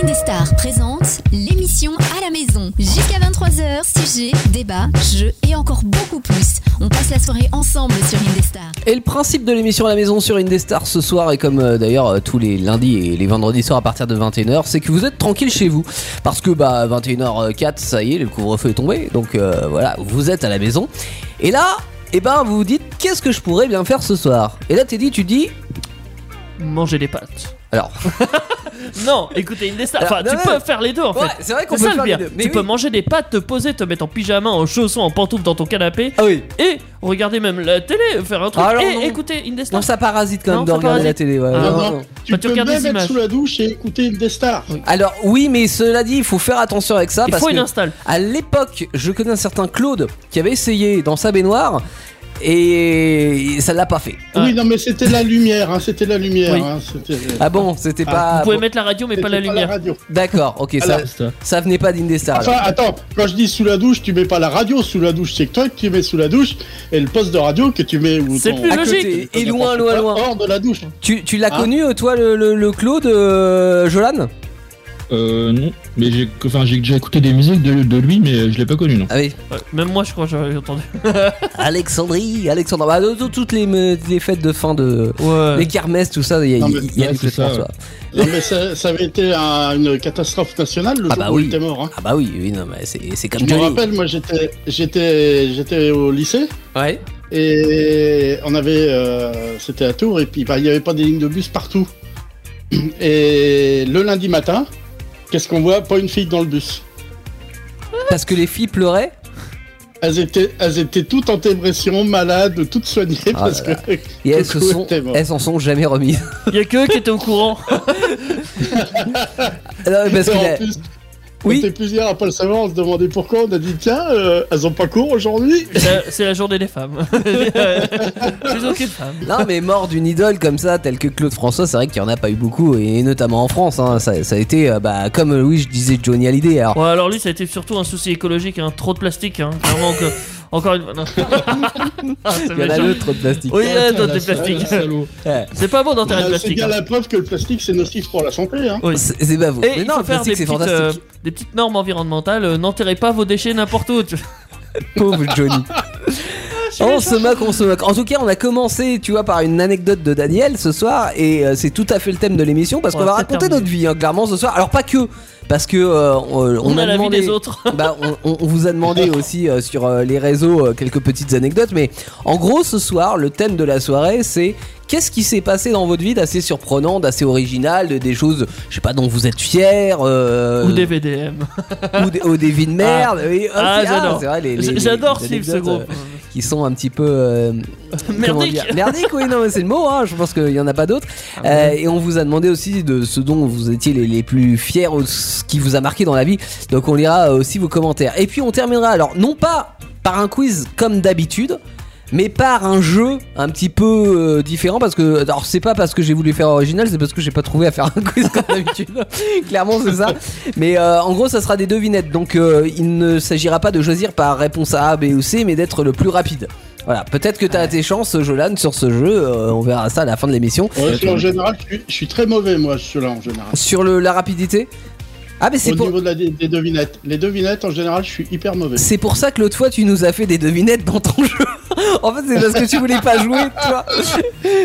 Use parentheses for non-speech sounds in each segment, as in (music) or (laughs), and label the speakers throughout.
Speaker 1: Indestar présente l'émission à la maison. Jusqu'à 23h, sujets, débats, jeux et encore beaucoup plus. On passe la soirée ensemble sur Indestar.
Speaker 2: Et le principe de l'émission à la maison sur Indestar ce soir, et comme euh, d'ailleurs euh, tous les lundis et les vendredis soirs à partir de 21h, c'est que vous êtes tranquille chez vous. Parce que bah 21h04, ça y est, le couvre-feu est tombé. Donc euh, voilà, vous êtes à la maison. Et là, eh ben vous vous dites, qu'est-ce que je pourrais bien faire ce soir Et là, Teddy, tu dis,
Speaker 3: Manger des pâtes.
Speaker 2: alors,
Speaker 3: Non, écoutez, une destin.
Speaker 2: Alors,
Speaker 3: Enfin, tu
Speaker 2: non,
Speaker 3: peux
Speaker 2: non.
Speaker 3: faire les deux en fait.
Speaker 2: Ouais, c'est vrai qu'on
Speaker 3: C'est
Speaker 2: peut
Speaker 3: ça le
Speaker 2: faire les
Speaker 3: bien.
Speaker 2: deux.
Speaker 3: Tu
Speaker 2: Mais
Speaker 3: peux
Speaker 2: oui.
Speaker 3: manger des pâtes, te poser, te mettre en pyjama, en chaussons, en pantoufles dans ton canapé
Speaker 2: ah oui,
Speaker 3: et regarder même la télé, faire un truc
Speaker 2: Alors
Speaker 3: et
Speaker 2: non.
Speaker 3: écouter une
Speaker 2: non, ça parasite quand même
Speaker 3: Non,
Speaker 2: de
Speaker 3: ça
Speaker 2: regarder la
Speaker 3: parasite.
Speaker 2: télé. ouais,
Speaker 3: Ah,
Speaker 2: non,
Speaker 3: non.
Speaker 2: non.
Speaker 3: Bah,
Speaker 4: Tu
Speaker 3: tu
Speaker 4: peux
Speaker 3: regardes
Speaker 4: même
Speaker 3: des
Speaker 4: être
Speaker 3: images.
Speaker 4: sous la douche et écouter une des stars.
Speaker 2: Alors oui, mais cela dit, il faut faire attention avec ça
Speaker 3: Il
Speaker 2: parce
Speaker 3: faut
Speaker 2: que
Speaker 3: une install.
Speaker 2: à l'époque, je connais un certain Claude qui avait essayé dans sa baignoire et ça l'a pas fait.
Speaker 3: Ah.
Speaker 4: Oui, non, mais c'était la lumière, hein, c'était la lumière.
Speaker 3: Oui.
Speaker 4: hein, c'était-
Speaker 2: Ah bon, c'était
Speaker 4: Ah,
Speaker 2: pas.
Speaker 3: Vous pouvez mettre la radio mais
Speaker 4: c'était
Speaker 3: pas la lumière.
Speaker 4: radio.
Speaker 2: D'accord, ok,
Speaker 4: À
Speaker 2: ça,
Speaker 4: la-
Speaker 2: ça venait pas d'Indestar.
Speaker 4: Enfin, attends, quand je dis sous la douche, tu mets pas la radio sous la douche, c'est que toi que tu mets sous la douche et le poste de radio que tu mets où
Speaker 3: C'est plus
Speaker 2: à
Speaker 3: logique.
Speaker 2: côté, et
Speaker 4: Ah,
Speaker 2: loin, loin, loin.
Speaker 4: Hors de la douche.
Speaker 2: Tu, tu l'as
Speaker 4: Hein
Speaker 2: connu, euh, toi, le, le- le Claude, euh, Jolan
Speaker 5: Euh, non, mais j'ai enfin, j'ai déjà écouté des musiques de, de lui, mais je l'ai pas connu, non.
Speaker 2: Ah oui.
Speaker 3: Ouais, Même moi, je crois, j'avais entendu.
Speaker 2: Alexandrie, Alexandre. Bah, de- de- toutes les, me- les fêtes de fin de. Les
Speaker 3: Ouais.
Speaker 2: kermesses, tout ça, il y a,
Speaker 4: Non,
Speaker 2: il y a-
Speaker 4: mais-
Speaker 2: il y a
Speaker 5: ouais,
Speaker 2: des
Speaker 5: c'est
Speaker 2: fêtes pour
Speaker 5: ça,
Speaker 2: toi.
Speaker 4: Non, mais ça, ça avait été un- une catastrophe nationale le
Speaker 2: Ah
Speaker 4: jour
Speaker 2: bah
Speaker 4: où
Speaker 2: oui.
Speaker 4: il était mort. hein.
Speaker 2: Ah bah oui, oui, non, mais c'est c'est
Speaker 4: Je
Speaker 2: comme
Speaker 4: me
Speaker 2: Johnny.
Speaker 4: rappelle, moi j'étais, j'étais, j'étais au lycée
Speaker 2: Ouais.
Speaker 4: et on avait, euh, c'était à Tours et puis bah, il n'y avait pas des lignes de bus partout. Et le lundi matin, qu'est-ce qu'on voit Pas une fille dans le bus.
Speaker 2: Parce que les filles pleuraient.
Speaker 4: Elles étaient, elles étaient toutes en dépression, malades, toutes soignées parce
Speaker 2: Ah là
Speaker 4: que
Speaker 2: Et elles se
Speaker 4: Coucou,
Speaker 2: sont,
Speaker 4: t'es mort.
Speaker 2: elles s'en sont jamais remises. (laughs)
Speaker 3: Il y a que eux qui étaient au courant.
Speaker 2: Non, parce que
Speaker 4: en
Speaker 2: la-
Speaker 4: plus,
Speaker 2: Oui.
Speaker 4: on était plusieurs à pas le savoir, on se demandait pourquoi. On a dit tiens, euh, elles ont pas cours aujourd'hui.
Speaker 3: C'est c'est la journée des femmes. (laughs) Plus aucune femme.
Speaker 2: non, mais mort d'une idole comme ça, telle que Claude François, c'est vrai qu'il y en a pas eu beaucoup, et notamment en France. hein. ça, ça a été, euh, bah, comme euh, oui, je disais Johnny Hallyday. Alors,
Speaker 3: Ouais, alors lui, ça a été surtout un souci écologique, hein. trop de plastique. Hein. Clairement que- Encore une fois. non. (laughs) Ah, c'est
Speaker 2: il y en a
Speaker 3: méchant.
Speaker 2: l'autre de plastique.
Speaker 3: Oui, euh, il y en a
Speaker 5: Putain,
Speaker 3: d'autres
Speaker 5: la
Speaker 2: (laughs)
Speaker 3: des plastiques. (laughs)
Speaker 5: sale, le salaud.
Speaker 2: Ouais.
Speaker 3: C'est pas bon d'enterrer le
Speaker 4: Bah, C'est
Speaker 3: plastique.
Speaker 4: bien
Speaker 3: hein.
Speaker 4: la preuve que le plastique c'est nocif pour la santé. Hein.
Speaker 3: Oui.
Speaker 2: C'est c'est pas vous.
Speaker 3: Et
Speaker 2: mais
Speaker 3: il
Speaker 2: non,
Speaker 3: faut
Speaker 2: le
Speaker 3: faire des
Speaker 2: plastique, c'est
Speaker 3: petites,
Speaker 2: fantastique.
Speaker 3: euh, des petites normes environnementales. euh, N'enterrez pas vos déchets n'importe où. tu- euh,
Speaker 2: Pauvre
Speaker 3: (laughs)
Speaker 2: Johnny. On se moque, on se moque. En tout cas, on a commencé, tu vois, par une anecdote de Daniel ce soir, et euh, c'est tout à fait le thème de l'émission parce
Speaker 3: On
Speaker 2: qu'on
Speaker 3: va
Speaker 2: va
Speaker 3: peut-être
Speaker 2: raconter
Speaker 3: terminer.
Speaker 2: notre vie, hein, clairement, ce soir. Alors pas que, parce que euh, on,
Speaker 3: On, a, la vie
Speaker 2: demandé-
Speaker 3: des autres.
Speaker 2: Bah, on, on- on vous a demandé aussi euh, sur euh, les réseaux euh, quelques petites anecdotes, mais en gros, ce soir, le thème de la soirée, c'est qu'est-ce qui s'est passé dans votre vie d'assez surprenant, d'assez original, de- des choses, je sais pas, dont vous êtes fiers, euh,
Speaker 3: Ou
Speaker 2: (laughs)
Speaker 3: des VDM.
Speaker 2: ou des, ou des vies
Speaker 3: (laughs)
Speaker 2: de merde. et- euh,
Speaker 3: Ah,
Speaker 2: c'est-
Speaker 3: j'adore.
Speaker 2: c'est vrai, les- les-
Speaker 3: J-
Speaker 2: les-
Speaker 3: J'adore
Speaker 2: les
Speaker 3: suivre ce
Speaker 2: anecdotes,
Speaker 3: groupe.
Speaker 2: euh, qui sont un petit peu euh, comment
Speaker 3: Merdique.
Speaker 2: dire merdique oui non mais c'est le mot hein, je pense qu'il y en a pas d'autres Euh, et on vous a demandé aussi de ce dont vous étiez les, les plus fiers ou ce qui vous a marqué dans la vie donc on lira euh, aussi vos commentaires et puis on terminera alors non pas par un quiz comme d'habitude mais par un jeu un petit peu euh, différent parce que alors c'est pas parce que j'ai voulu faire original c'est parce que j'ai pas trouvé à faire un quiz comme d'habitude (laughs) clairement c'est ça mais euh, en gros ça sera des devinettes donc euh, il ne s'agira pas de choisir par réponse A B ou C mais d'être le plus rapide voilà, peut-être que t'as tes chances, Jolan, sur ce jeu. euh, on verra ça à la fin de l'émission.
Speaker 4: Ouais, puis en général, je suis, je suis très mauvais moi, je suis là en général.
Speaker 2: Sur le, la rapidité Ah, mais c'est
Speaker 4: Au
Speaker 2: pour,
Speaker 4: niveau de la- des devinettes, les devinettes en général, je suis hyper mauvais.
Speaker 2: c'est pour ça que l'autre fois, tu nous as fait des devinettes dans ton (laughs) jeu. en fait, c'est parce que tu voulais pas jouer, tu vois.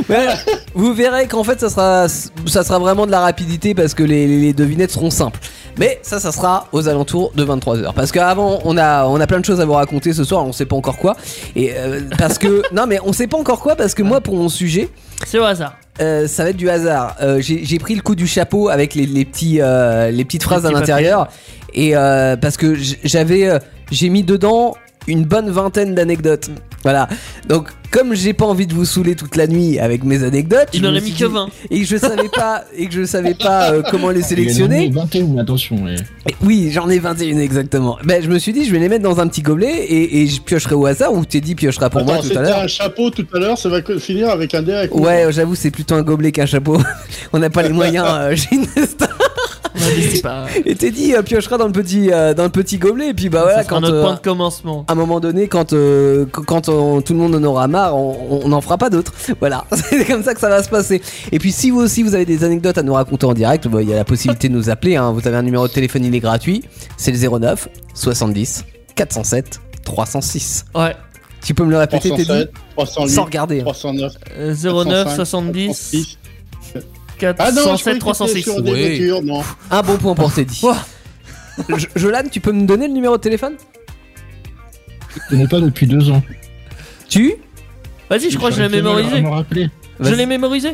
Speaker 2: Mais vous verrez qu'en fait, ça sera, ça sera vraiment de la rapidité parce que les, les devinettes seront simples. Mais ça, ça sera aux alentours de 23h. Parce qu'avant, on a, on a plein de choses à vous raconter ce soir, on sait pas encore quoi. Et euh, parce que. (laughs) non, mais on sait pas encore quoi parce que moi, pour mon sujet.
Speaker 3: C'est au hasard.
Speaker 2: Euh, ça va être du hasard. Euh, J'ai j'ai pris le coup du chapeau avec les, les petits, euh, les petites phrases
Speaker 3: petits
Speaker 2: à
Speaker 3: papiers,
Speaker 2: l'intérieur. Et euh, parce que j- j'avais. euh, J'ai mis dedans une bonne vingtaine d'anecdotes. Voilà. Donc, comme j'ai pas envie de vous saouler toute la nuit avec mes anecdotes.
Speaker 3: Il
Speaker 2: je
Speaker 3: n'en
Speaker 2: me
Speaker 3: a
Speaker 2: suis
Speaker 3: mis que
Speaker 2: dit- (laughs)
Speaker 3: 20.
Speaker 2: Et que je savais pas, et que je savais pas euh, comment les
Speaker 5: Il y
Speaker 2: sélectionner.
Speaker 5: en a 21, attention. ouais.
Speaker 2: Et Oui, j'en ai 21 exactement. Ben, je me suis dit, je vais les mettre dans un petit gobelet et, et je piocherai au hasard ou Teddy piochera pour
Speaker 4: Attends,
Speaker 2: moi tout à
Speaker 4: c'était
Speaker 2: l'heure.
Speaker 4: un chapeau tout à l'heure, ça va co- finir avec un dé à
Speaker 2: (laughs)
Speaker 4: coups.
Speaker 2: Ouais, j'avoue, c'est plutôt un gobelet qu'un chapeau. On n'a pas les moyens euh, chez Nesta.
Speaker 3: On a n'investis pas. (laughs)
Speaker 2: Et Teddy euh, piochera dans le petit euh, dans le petit gobelet et puis bah voilà
Speaker 3: ça sera
Speaker 2: quand
Speaker 3: notre
Speaker 2: euh,
Speaker 3: point de commencement.
Speaker 2: à un moment donné quand euh, qu- quand on- tout le monde en aura marre on on n'en fera pas d'autres (laughs) voilà c'est comme ça que ça va se passer et puis si vous aussi vous avez des anecdotes à nous raconter en direct bah, il y a la possibilité de nous appeler hein. vous avez un numéro de téléphone il est gratuit c'est le 09 70 407 306
Speaker 3: Ouais.
Speaker 2: tu peux me le répéter Teddy
Speaker 4: 307, 308,
Speaker 2: sans regarder hein.
Speaker 4: 309,
Speaker 3: Euh, 09 70
Speaker 4: Ah non,
Speaker 3: 407 306.
Speaker 4: sur des
Speaker 2: Oui.
Speaker 4: voitures, non.
Speaker 2: un bon point pour
Speaker 3: (laughs)
Speaker 2: Teddy
Speaker 3: Ouah.
Speaker 2: Jo- Jolan tu peux me donner le numéro de téléphone
Speaker 5: Je connais pas depuis deux ans.
Speaker 2: tu
Speaker 3: Vas-y, je crois que je l'ai
Speaker 5: J'aurais fait mal à
Speaker 3: mémorisé.
Speaker 5: me rappeler.
Speaker 3: Je
Speaker 2: Vas-y.
Speaker 3: l'ai mémorisé.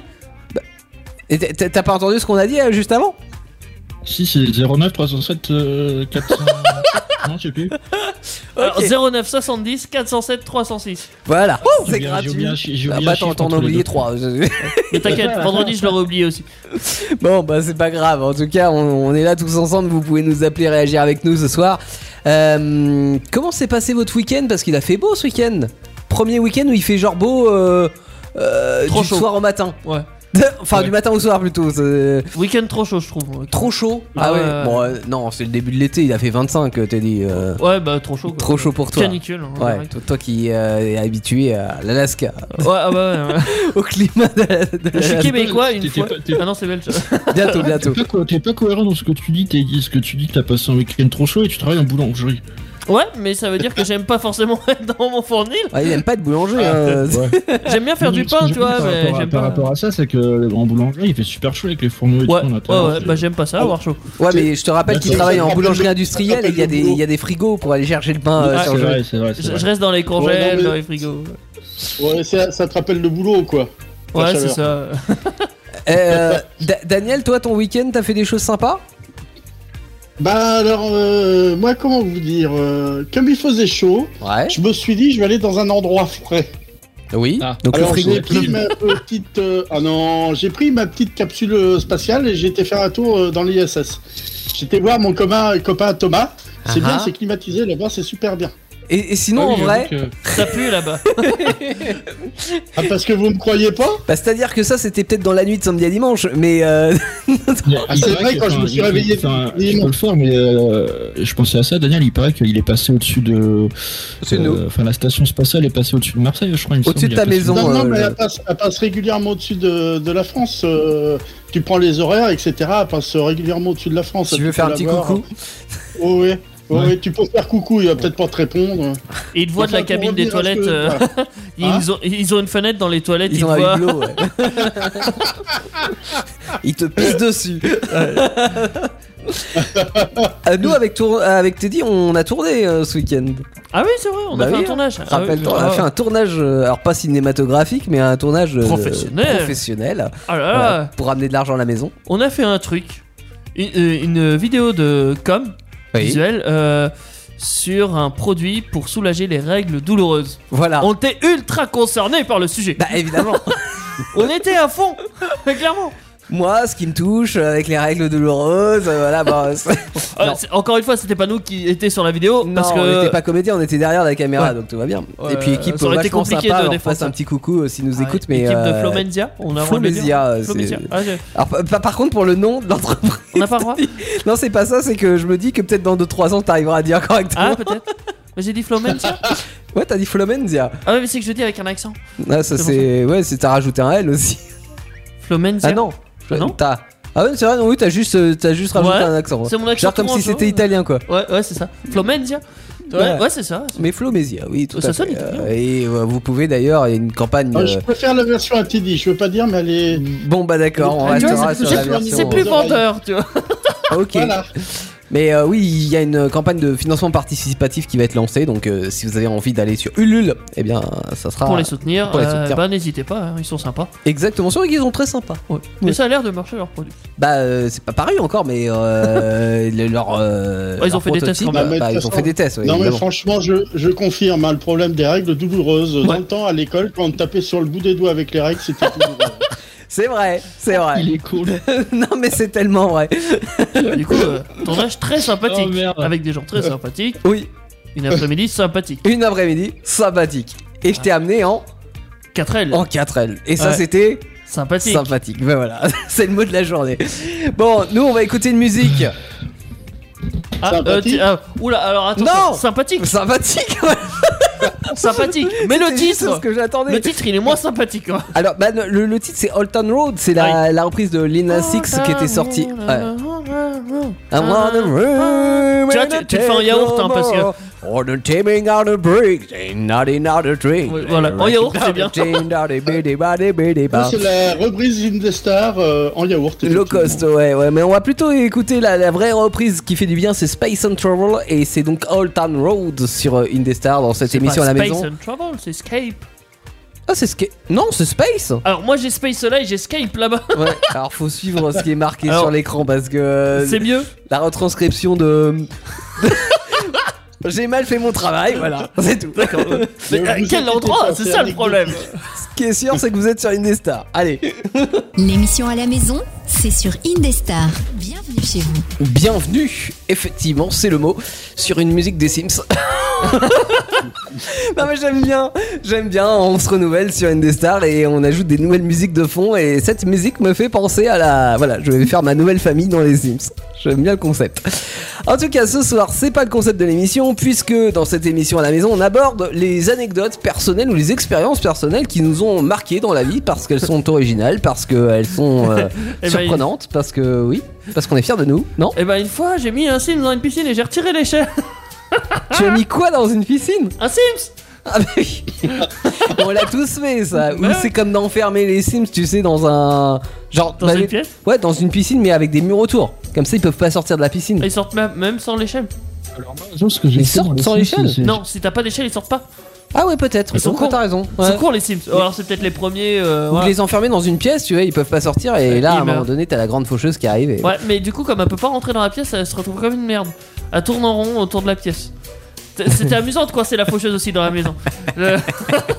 Speaker 2: Et t'as- t'as t'as pas entendu ce qu'on a dit euh, juste avant
Speaker 5: Si, c'est 09 307 euh, 400. (laughs) non, je sais plus.
Speaker 3: Alors,
Speaker 2: Ok.
Speaker 3: 09 70 407 306.
Speaker 2: Voilà,
Speaker 5: J'ai
Speaker 2: c'est
Speaker 5: oublié- j'ai
Speaker 2: gratuit.
Speaker 5: oublié un chi- j'ai
Speaker 2: Ah
Speaker 5: oublié
Speaker 2: bah
Speaker 5: un chiffre
Speaker 2: attends, t'en as
Speaker 5: entre les
Speaker 2: oublié
Speaker 5: deux.
Speaker 2: trois. (laughs)
Speaker 3: Mais t'inquiète, vendredi je l'aurais oublié aussi.
Speaker 2: bon, bah c'est pas grave. En tout cas, on, on est là tous ensemble. Vous pouvez nous appeler, réagir avec nous ce soir. Euh, comment s'est passé votre week-end Parce qu'il a fait beau ce week-end. Premier week-end où il fait genre beau euh, euh,
Speaker 3: Trop
Speaker 2: du
Speaker 3: chaud.
Speaker 2: soir au matin.
Speaker 3: Ouais.
Speaker 2: (laughs) enfin,
Speaker 5: Ouais.
Speaker 2: du matin au soir plutôt. c'est-
Speaker 3: Week-end trop chaud, je trouve.
Speaker 2: Trop chaud.
Speaker 3: Ah ouais.
Speaker 2: Bon, euh, non, c'est le début de l'été. Il a fait 25, euh, t'as dit. euh,
Speaker 3: Ouais, bah trop chaud. Quoi.
Speaker 2: Trop chaud pour toi.
Speaker 3: Canicule. hein,
Speaker 2: Ouais,
Speaker 3: direct.
Speaker 2: toi, toi qui euh, es habitué à l'Alaska, (laughs)
Speaker 3: Ouais, ah bah ouais, ouais.
Speaker 2: au climat de la- de
Speaker 3: Je suis
Speaker 2: l'Alaska.
Speaker 3: québécois une
Speaker 5: T'étais
Speaker 3: fois.
Speaker 5: pas- t'étais-
Speaker 3: Ah non, c'est belge.
Speaker 2: Bientôt,
Speaker 5: T'es
Speaker 2: bientôt.
Speaker 5: pas, co- t'es pas cohérent dans ce que tu dis, t'es ce que tu dis que t'as passé un week-end trop chaud et tu travailles en boulangerie.
Speaker 3: (laughs) Ouais, mais ça veut dire que j'aime pas forcément (laughs) être dans mon fournil.
Speaker 2: Ouais, Ah, il aime pas être boulanger.
Speaker 5: Ah,
Speaker 2: hein.
Speaker 3: J'aime bien faire du pain, tu vois,
Speaker 5: Mm, par
Speaker 3: mais
Speaker 5: rapport, à,
Speaker 3: j'aime
Speaker 5: par
Speaker 3: pas.
Speaker 5: rapport à ça, c'est que en boulangerie, il fait super chaud avec les fourneaux et
Speaker 3: Ouais,
Speaker 5: tout. on a
Speaker 3: ouais,
Speaker 5: tendance,
Speaker 3: ouais, bah j'aime pas ça, avoir chaud.
Speaker 2: Ouais, mais je te rappelle qu'il
Speaker 5: D'accord.
Speaker 2: travaille en
Speaker 4: Rappelle-le.
Speaker 2: boulangerie industrielle et il y, a des- il y a des frigos pour aller chercher le pain euh,
Speaker 5: Ouais,
Speaker 3: Ah,
Speaker 2: sur
Speaker 5: c'est
Speaker 2: le-
Speaker 5: vrai, c'est vrai. c'est
Speaker 3: Je,
Speaker 5: vrai.
Speaker 3: je reste dans les congèles,
Speaker 4: Ouais, non, mais-
Speaker 3: dans les frigos.
Speaker 4: Ouais, ça, ça te rappelle le boulot, quoi. La
Speaker 3: Ouais, c'est
Speaker 4: chaleur.
Speaker 3: ça.
Speaker 2: Euh, Da- Daniel, toi, ton week-end, t'as fait des choses sympas
Speaker 4: Bah alors, euh, moi, comment vous dire euh, Comme il faisait chaud,
Speaker 2: Ouais.
Speaker 4: je me suis dit, je vais aller dans un endroit frais.
Speaker 2: Euh, Oui.
Speaker 5: Ah.
Speaker 2: Donc le
Speaker 4: alors,
Speaker 2: frigo.
Speaker 4: j'ai pris ma petite... euh, ah non, j'ai pris ma petite capsule euh, spatiale et j'ai été faire un tour euh, dans l'ISS. J'étais voir mon copain, copain Thomas. C'est
Speaker 2: Ah
Speaker 4: bien,
Speaker 2: ah.
Speaker 4: c'est climatisé là-bas, c'est super bien.
Speaker 2: Et, et sinon,
Speaker 5: Ah oui,
Speaker 2: en vrai,
Speaker 5: j'avoue
Speaker 3: Ça pue là-bas.
Speaker 4: Ah, parce que vous me croyez pas
Speaker 2: bah, c'est-à-dire que ça, c'était peut-être dans la nuit de samedi à dimanche, mais
Speaker 5: (laughs)
Speaker 2: euh,
Speaker 5: que-
Speaker 4: Ah, c'est
Speaker 5: il
Speaker 4: vrai,
Speaker 5: paraît que-
Speaker 4: quand je me
Speaker 5: enfin,
Speaker 4: suis
Speaker 5: il-
Speaker 4: réveillé,
Speaker 5: enfin,
Speaker 4: il-
Speaker 5: je peux le faire, mais euh, je pensais à ça, Daniel. Il paraît qu'il est passé au-dessus de.
Speaker 2: C'est
Speaker 5: euh,
Speaker 2: nous.
Speaker 5: Enfin, la station spatiale est passée au-dessus de Marseille, je crois. il me
Speaker 2: Au-dessus
Speaker 5: semble,
Speaker 2: de
Speaker 5: il y a
Speaker 2: ta
Speaker 5: pas si
Speaker 2: maison.
Speaker 4: Non,
Speaker 2: euh,
Speaker 4: non, mais
Speaker 2: le-
Speaker 4: elle passe, elle passe régulièrement au-dessus de, de la France. euh, tu prends les horaires, etc. Elle passe régulièrement au-dessus de la France.
Speaker 2: tu veux faire un
Speaker 4: peux
Speaker 2: petit
Speaker 4: la voir.
Speaker 2: coucou
Speaker 4: Oh, oui. Oh,
Speaker 5: Ouais.
Speaker 4: oui, tu peux faire coucou, il va peut-être pas te répondre.
Speaker 3: Et ils te voient de la
Speaker 4: Enfin, pour
Speaker 3: cabine des
Speaker 4: revenir à ce
Speaker 3: toilettes.
Speaker 4: que-
Speaker 3: euh,
Speaker 4: voilà.
Speaker 3: ils,
Speaker 4: Hein
Speaker 3: ont, ils ont une fenêtre dans les toilettes, ils,
Speaker 2: Ils ont
Speaker 3: te
Speaker 2: un
Speaker 3: voient.
Speaker 2: hublot. ouais. (laughs) Ils te
Speaker 5: (laughs)
Speaker 2: pissent dessus. Euh, Nous, avec, tour- avec Teddy, on a tourné euh, ce week-end.
Speaker 3: Ah oui, c'est vrai, on
Speaker 2: Bah
Speaker 3: a fait
Speaker 2: oui,
Speaker 3: un tournage. Ah oui,
Speaker 2: Rappelle-toi, on
Speaker 3: ah
Speaker 2: a fait un tournage, euh, alors pas cinématographique, mais un tournage euh,
Speaker 3: Professionnel.
Speaker 2: professionnel, euh,
Speaker 3: ah là là.
Speaker 2: voilà, pour amener de l'argent à la maison.
Speaker 3: On a fait un truc, une, euh, une vidéo de com visuelle euh, sur un produit pour soulager les règles douloureuses.
Speaker 2: Voilà.
Speaker 3: On était ultra concernés par
Speaker 2: (laughs)
Speaker 3: le sujet.
Speaker 2: Bah
Speaker 3: (laughs)
Speaker 2: évidemment.
Speaker 3: On était à fond, mais clairement.
Speaker 2: Moi, ce qui me touche euh, avec les règles douloureuses, euh, voilà,
Speaker 3: (laughs)
Speaker 2: bah, c'est-
Speaker 3: Euh,
Speaker 2: Non.
Speaker 3: c'est- encore une fois, c'était pas nous qui étions sur la vidéo
Speaker 2: Non,
Speaker 3: parce que
Speaker 2: on n'était pas comédien, on était derrière la caméra,
Speaker 3: euh, Ouais.
Speaker 2: donc tout va bien.
Speaker 3: Ouais,
Speaker 2: Et puis équipe euh,
Speaker 3: ça aurait été
Speaker 2: vachement
Speaker 3: compliqué
Speaker 2: sympa,
Speaker 3: de
Speaker 2: leur
Speaker 3: défendre
Speaker 2: passe un
Speaker 3: ça.
Speaker 2: petit coucou euh, s'ils nous
Speaker 3: Ouais,
Speaker 2: écoute, mais
Speaker 3: l'équipe de
Speaker 2: euh,
Speaker 3: Flomenzia, on a Flomenzia.
Speaker 2: Flomenzia, euh,
Speaker 3: Flomenzia.
Speaker 2: c'est-
Speaker 3: Ah, j'ai-
Speaker 2: Alors, pa- pa- par contre, pour le nom de l'entreprise, (laughs)
Speaker 3: on n'a pas le droit.
Speaker 2: non, c'est pas ça, c'est que je me dis que peut-être dans 2-3 ans, t'arriveras à dire
Speaker 3: Ah
Speaker 2: correctement.
Speaker 3: peut-être. Mais j'ai
Speaker 2: (laughs)
Speaker 3: dit Flomenzia.
Speaker 2: Ouais, t'as dit Flomenzia.
Speaker 3: Ah ouais, mais c'est que je dis avec un accent.
Speaker 2: Ah, ça,
Speaker 3: C'est pour
Speaker 2: c'est. Ouais, c'est t'as rajouté un L aussi.
Speaker 3: Flomenzia.
Speaker 2: Ah non,
Speaker 3: Ah non
Speaker 2: T'as- Ah ouais, c'est vrai, non, oui, t'as juste, euh, t'as juste rajouté
Speaker 3: Ouais,
Speaker 2: un accent.
Speaker 3: C'est mon accent.
Speaker 2: Genre comme si
Speaker 3: tourangeau.
Speaker 2: c'était italien quoi.
Speaker 3: Ouais, ouais, c'est ça. Flomenzia. Ouais,
Speaker 2: Ouais.
Speaker 3: ouais, c'est ça.
Speaker 2: Mais Flomésia, oui, tout
Speaker 3: Ça
Speaker 2: à
Speaker 3: sonne
Speaker 2: fait.
Speaker 3: italien.
Speaker 2: Euh, et euh, vous pouvez d'ailleurs, il y a une campagne.
Speaker 4: Ah,
Speaker 2: euh,
Speaker 4: je préfère la version à Teddy, je veux pas dire, mais elle est.
Speaker 2: Bon bah d'accord, on
Speaker 4: Ah, tu vois,
Speaker 2: restera
Speaker 4: c'est-
Speaker 2: sur la
Speaker 4: c'est-
Speaker 2: version.
Speaker 3: C'est
Speaker 4: on-
Speaker 3: plus
Speaker 4: on-
Speaker 3: vendeur, tu vois.
Speaker 2: Ah, Ok.
Speaker 4: Voilà.
Speaker 2: Mais euh, oui, il y a une campagne de financement participatif qui va être lancée. Donc euh, si vous avez envie d'aller sur Ulule, eh bien ça sera
Speaker 3: Pour les soutenir,
Speaker 2: pour les
Speaker 3: euh,
Speaker 2: soutenir.
Speaker 3: bah n'hésitez pas, hein, ils sont sympas.
Speaker 2: exactement sûr qu'ils sont très sympas.
Speaker 3: Ouais. Mais ça a l'air de marcher leur produit.
Speaker 2: Bah euh, c'est pas paru encore, mais
Speaker 3: (laughs)
Speaker 2: euh, le- leur, euh,
Speaker 3: Ouais, ils
Speaker 2: leur
Speaker 3: ont fait des tests
Speaker 2: prototype,
Speaker 3: quand
Speaker 2: bah,
Speaker 4: même. Bah, mais de
Speaker 2: ils ont
Speaker 4: toute
Speaker 2: fait des tests. ouais,
Speaker 4: non, mais
Speaker 2: évidemment.
Speaker 4: franchement, je, je confirme hein, le problème des règles douloureuses. Dans
Speaker 3: Ouais.
Speaker 4: le temps, à l'école, quand on tapait sur le bout des doigts avec les règles,
Speaker 2: (laughs)
Speaker 4: c'était douloureux.
Speaker 2: c'est vrai, c'est vrai.
Speaker 5: Ah, Il est cool.
Speaker 2: (laughs) non mais c'est tellement vrai.
Speaker 3: Du coup, euh, tournage très sympathique.
Speaker 5: Oh, merde.
Speaker 3: avec des gens très sympathiques,
Speaker 2: Oui.
Speaker 3: une après-midi sympathique.
Speaker 2: une après-midi sympathique. Et je t'ai amené en,
Speaker 3: 4L.
Speaker 2: en 4L. Et ça,
Speaker 3: Ouais.
Speaker 2: c'était
Speaker 3: Sympathique.
Speaker 2: Sympathique, ben voilà, (laughs) c'est le mot de la journée. Bon, nous on va écouter une
Speaker 3: (laughs)
Speaker 2: musique (laughs)
Speaker 3: Ah,
Speaker 4: Sympathique.
Speaker 3: ti- ah, oula, alors attends.
Speaker 2: Non (laughs)
Speaker 3: sympathique,
Speaker 2: sympathique.
Speaker 3: sympathique. Mais le
Speaker 2: (laughs) C'était juste
Speaker 3: titre,
Speaker 2: ce que j'attendais.
Speaker 3: le titre, il est moins sympathique. hein.
Speaker 2: Alors, bah, le, le titre c'est Old Town Road, c'est
Speaker 3: Ah
Speaker 2: la, la reprise de Lina Six qui était sortie. Ouais.
Speaker 3: Ah,
Speaker 2: I'm on the room
Speaker 3: Tu vois,
Speaker 2: and
Speaker 3: tu-
Speaker 2: I
Speaker 3: tu le fais en
Speaker 2: take
Speaker 3: yaourt, hein,
Speaker 2: no
Speaker 3: parce que-
Speaker 2: more. Or the timing out of breaks, ain't nothing out of drink.
Speaker 3: Ouais, voilà. En yaourt, c'est bien.
Speaker 2: Ting, da, di, bi, di, ba, di, bi, di, ba.
Speaker 4: Ça, C'est la reprise Indestar euh, en yaourt.
Speaker 2: Bah. Low cost, ouais, ouais, mais on va plutôt écouter la, la vraie reprise qui fait du bien, c'est Space and Travel, et c'est donc Old Town Road sur euh, Indestar dans cette
Speaker 3: C'est
Speaker 2: émission
Speaker 3: pas
Speaker 2: à la
Speaker 3: Space
Speaker 2: maison.
Speaker 3: and Travel, c'est Skype.
Speaker 2: Ah, c'est ce qui... Non, c'est
Speaker 3: (laughs)
Speaker 2: Space
Speaker 3: Alors moi j'ai Space là et j'ai Skype là-bas.
Speaker 2: Ouais, alors faut suivre ce qui est marqué
Speaker 3: Alors,
Speaker 2: sur l'écran parce que euh,
Speaker 3: (laughs) C'est mieux.
Speaker 2: la retranscription de. (laughs) J'ai mal fait mon travail, voilà, c'est tout.
Speaker 3: D'accord. Mais à
Speaker 4: vous
Speaker 3: quel
Speaker 4: inquiétez
Speaker 3: endroit
Speaker 4: pas,
Speaker 3: C'est
Speaker 4: c'est
Speaker 3: ça le
Speaker 4: avec
Speaker 3: problème.
Speaker 2: Ce qui est sûr, c'est que vous êtes sur Indestar. Allez,
Speaker 1: L'émission à la maison, c'est sur Indestar. Bienvenue chez vous.
Speaker 2: bienvenue, effectivement, c'est le mot, sur une musique des Sims. (laughs) non mais j'aime bien, j'aime bien, on se renouvelle sur Indestar et on ajoute des nouvelles musiques de fond et cette musique me fait penser à la... Voilà, je vais faire ma nouvelle famille dans les Sims. J'aime bien le concept. En tout cas, ce soir, c'est pas le concept de l'émission, puisque dans cette émission à la maison, on aborde les anecdotes personnelles ou les expériences personnelles qui nous ont marqué dans la vie parce qu'elles sont originales, parce qu'elles sont euh,
Speaker 3: ben,
Speaker 2: surprenantes, parce que oui, parce qu'on est fiers de nous, non
Speaker 3: Et bah une fois j'ai mis un Sims dans une piscine et j'ai retiré l'échelle.
Speaker 2: Tu as mis quoi dans une piscine
Speaker 3: Un Sims
Speaker 2: Ah bah
Speaker 3: (laughs)
Speaker 2: oui On l'a tous fait ça Ou
Speaker 3: Ouais.
Speaker 2: c'est comme d'enfermer les Sims, tu sais, dans un. Genre.
Speaker 3: Dans
Speaker 2: bah,
Speaker 3: une
Speaker 2: les-
Speaker 3: pièce
Speaker 2: Ouais, dans une piscine, mais avec des murs autour. Comme ça, ils peuvent pas sortir de la piscine.
Speaker 3: Ils sortent même, même sans l'échelle.
Speaker 5: Alors, moi, ce que j'ai
Speaker 2: Ils
Speaker 5: fait dans
Speaker 2: sortent
Speaker 5: les
Speaker 2: sans
Speaker 5: Sims,
Speaker 2: l'échelle
Speaker 5: c'est-
Speaker 3: Non, si t'as pas d'échelle, ils sortent pas.
Speaker 2: Ah ouais, peut-être.
Speaker 3: Ils sont
Speaker 2: Donc,
Speaker 3: cons.
Speaker 2: T'as raison.
Speaker 3: Ils
Speaker 2: Ouais.
Speaker 3: sont courts les Sims. Ou alors c'est peut-être les premiers.
Speaker 2: Ou
Speaker 3: euh,
Speaker 2: de
Speaker 3: voilà.
Speaker 2: les enfermer dans une pièce, tu vois, ils peuvent pas sortir et
Speaker 3: Et
Speaker 2: là, à
Speaker 3: ils
Speaker 2: un moment
Speaker 3: meurent.
Speaker 2: donné, t'as la grande faucheuse qui arrive. Et...
Speaker 3: Ouais, mais du coup, comme elle peut pas rentrer dans la pièce, elle se retrouve comme une merde. Elle tourne en rond autour de la pièce.
Speaker 2: (laughs)
Speaker 3: T- C'était amusant de coincer la faucheuse aussi dans la maison. Je,
Speaker 2: (laughs)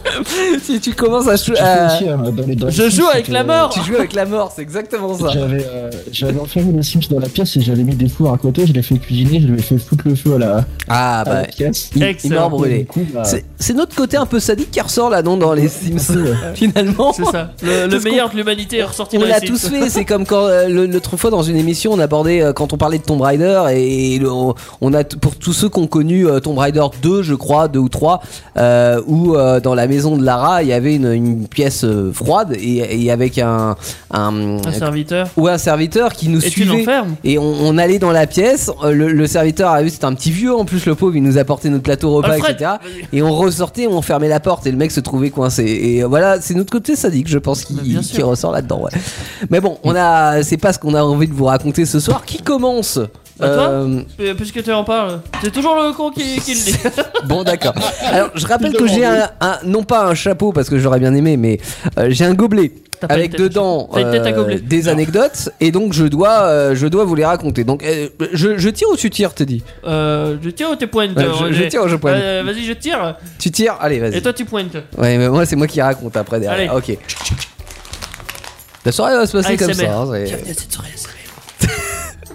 Speaker 2: si tu commences à, chou-
Speaker 5: J'ai fait
Speaker 2: à-
Speaker 5: aussi, euh, dans les- dans les
Speaker 3: je
Speaker 5: Sims,
Speaker 3: joue
Speaker 5: c'est
Speaker 3: avec
Speaker 5: que,
Speaker 3: la
Speaker 5: euh,
Speaker 3: mort
Speaker 2: tu joues avec la mort, c'est exactement (laughs) ça.
Speaker 5: J'avais, euh, j'avais enfermé les Sims dans la pièce et j'avais mis des fours à côté, je les fait cuisiner, je lui ai fait foutre le feu à la,
Speaker 2: Ah
Speaker 5: à la
Speaker 2: bah,
Speaker 5: pièce.
Speaker 2: il meurt
Speaker 3: Excellent.
Speaker 2: brûlé.
Speaker 5: Du coup, bah,
Speaker 2: C'est- C'est notre côté un peu sadique qui ressort là, non, dans les Sims. (laughs) Finalement,
Speaker 3: C'est ça. (laughs) Le, le
Speaker 2: Tout ce
Speaker 3: meilleur de l'humanité est ressorti
Speaker 2: on
Speaker 3: dans les
Speaker 2: l'a
Speaker 3: Sims.
Speaker 2: tous fait. C'est comme quand euh, le- l'autre fois dans une émission, on abordait euh, quand on parlait de Tomb Raider et le- on, on a t- pour tous ceux qui ont connu euh, Tomb Raider 2, je crois, 2 ou 3, euh, où euh, dans la maison de Lara, il y avait une, une pièce euh, froide et, et avec un, un,
Speaker 3: Un serviteur.
Speaker 2: ou un serviteur qui nous
Speaker 3: Et tu
Speaker 2: suivait.
Speaker 3: l'enfermes
Speaker 2: Et on, on allait dans la pièce, euh, le, le serviteur arrivait, c'était un petit vieux en plus, le pauvre, il nous apportait notre plateau repas,
Speaker 3: Alfred
Speaker 2: etc.
Speaker 3: Vas-y.
Speaker 2: Et on ressortait, on fermait la porte et le mec se trouvait coincé. Et euh, voilà, c'est notre côté sadique, je pense, qui,
Speaker 3: Mais Bah, bien sûr.
Speaker 2: qui ressort là-dedans. Ouais. Mais bon, on a, c'est pas ce qu'on a envie de vous raconter ce soir. Qui commence
Speaker 3: Bah, toi Euh, Puisque tu en parles, c'est toujours le con qui,
Speaker 2: (laughs)
Speaker 3: qui le dit.
Speaker 2: bon,
Speaker 3: (laughs)
Speaker 2: d'accord. Alors, je rappelle
Speaker 4: Il
Speaker 2: que j'ai
Speaker 4: demande.
Speaker 2: un, un- non pas un chapeau parce que j'aurais bien aimé, mais euh, j'ai un gobelet
Speaker 3: T'as pas une
Speaker 2: avec
Speaker 3: tête à
Speaker 2: dedans euh,
Speaker 3: chapeau. T'as une tête à gobelet.
Speaker 2: des anecdotes et donc je dois, euh, je dois vous les raconter. Donc, euh, je, je tire ou tu tires, Teddy
Speaker 3: Euh, je tire ou tu pointes
Speaker 2: Ouais,
Speaker 3: euh,
Speaker 2: je, je
Speaker 3: j'ai-
Speaker 2: tire ou je pointe
Speaker 3: Euh, Vas-y, je tire.
Speaker 2: Tu tires Allez, vas-y.
Speaker 3: Et toi, tu pointes.
Speaker 2: Ouais, mais moi, c'est moi qui raconte après derrière. Ok. La soirée va se passer comme
Speaker 3: ASMR.
Speaker 2: ça. hein, c'est-
Speaker 3: Bienvenue à cette soirée, soirée.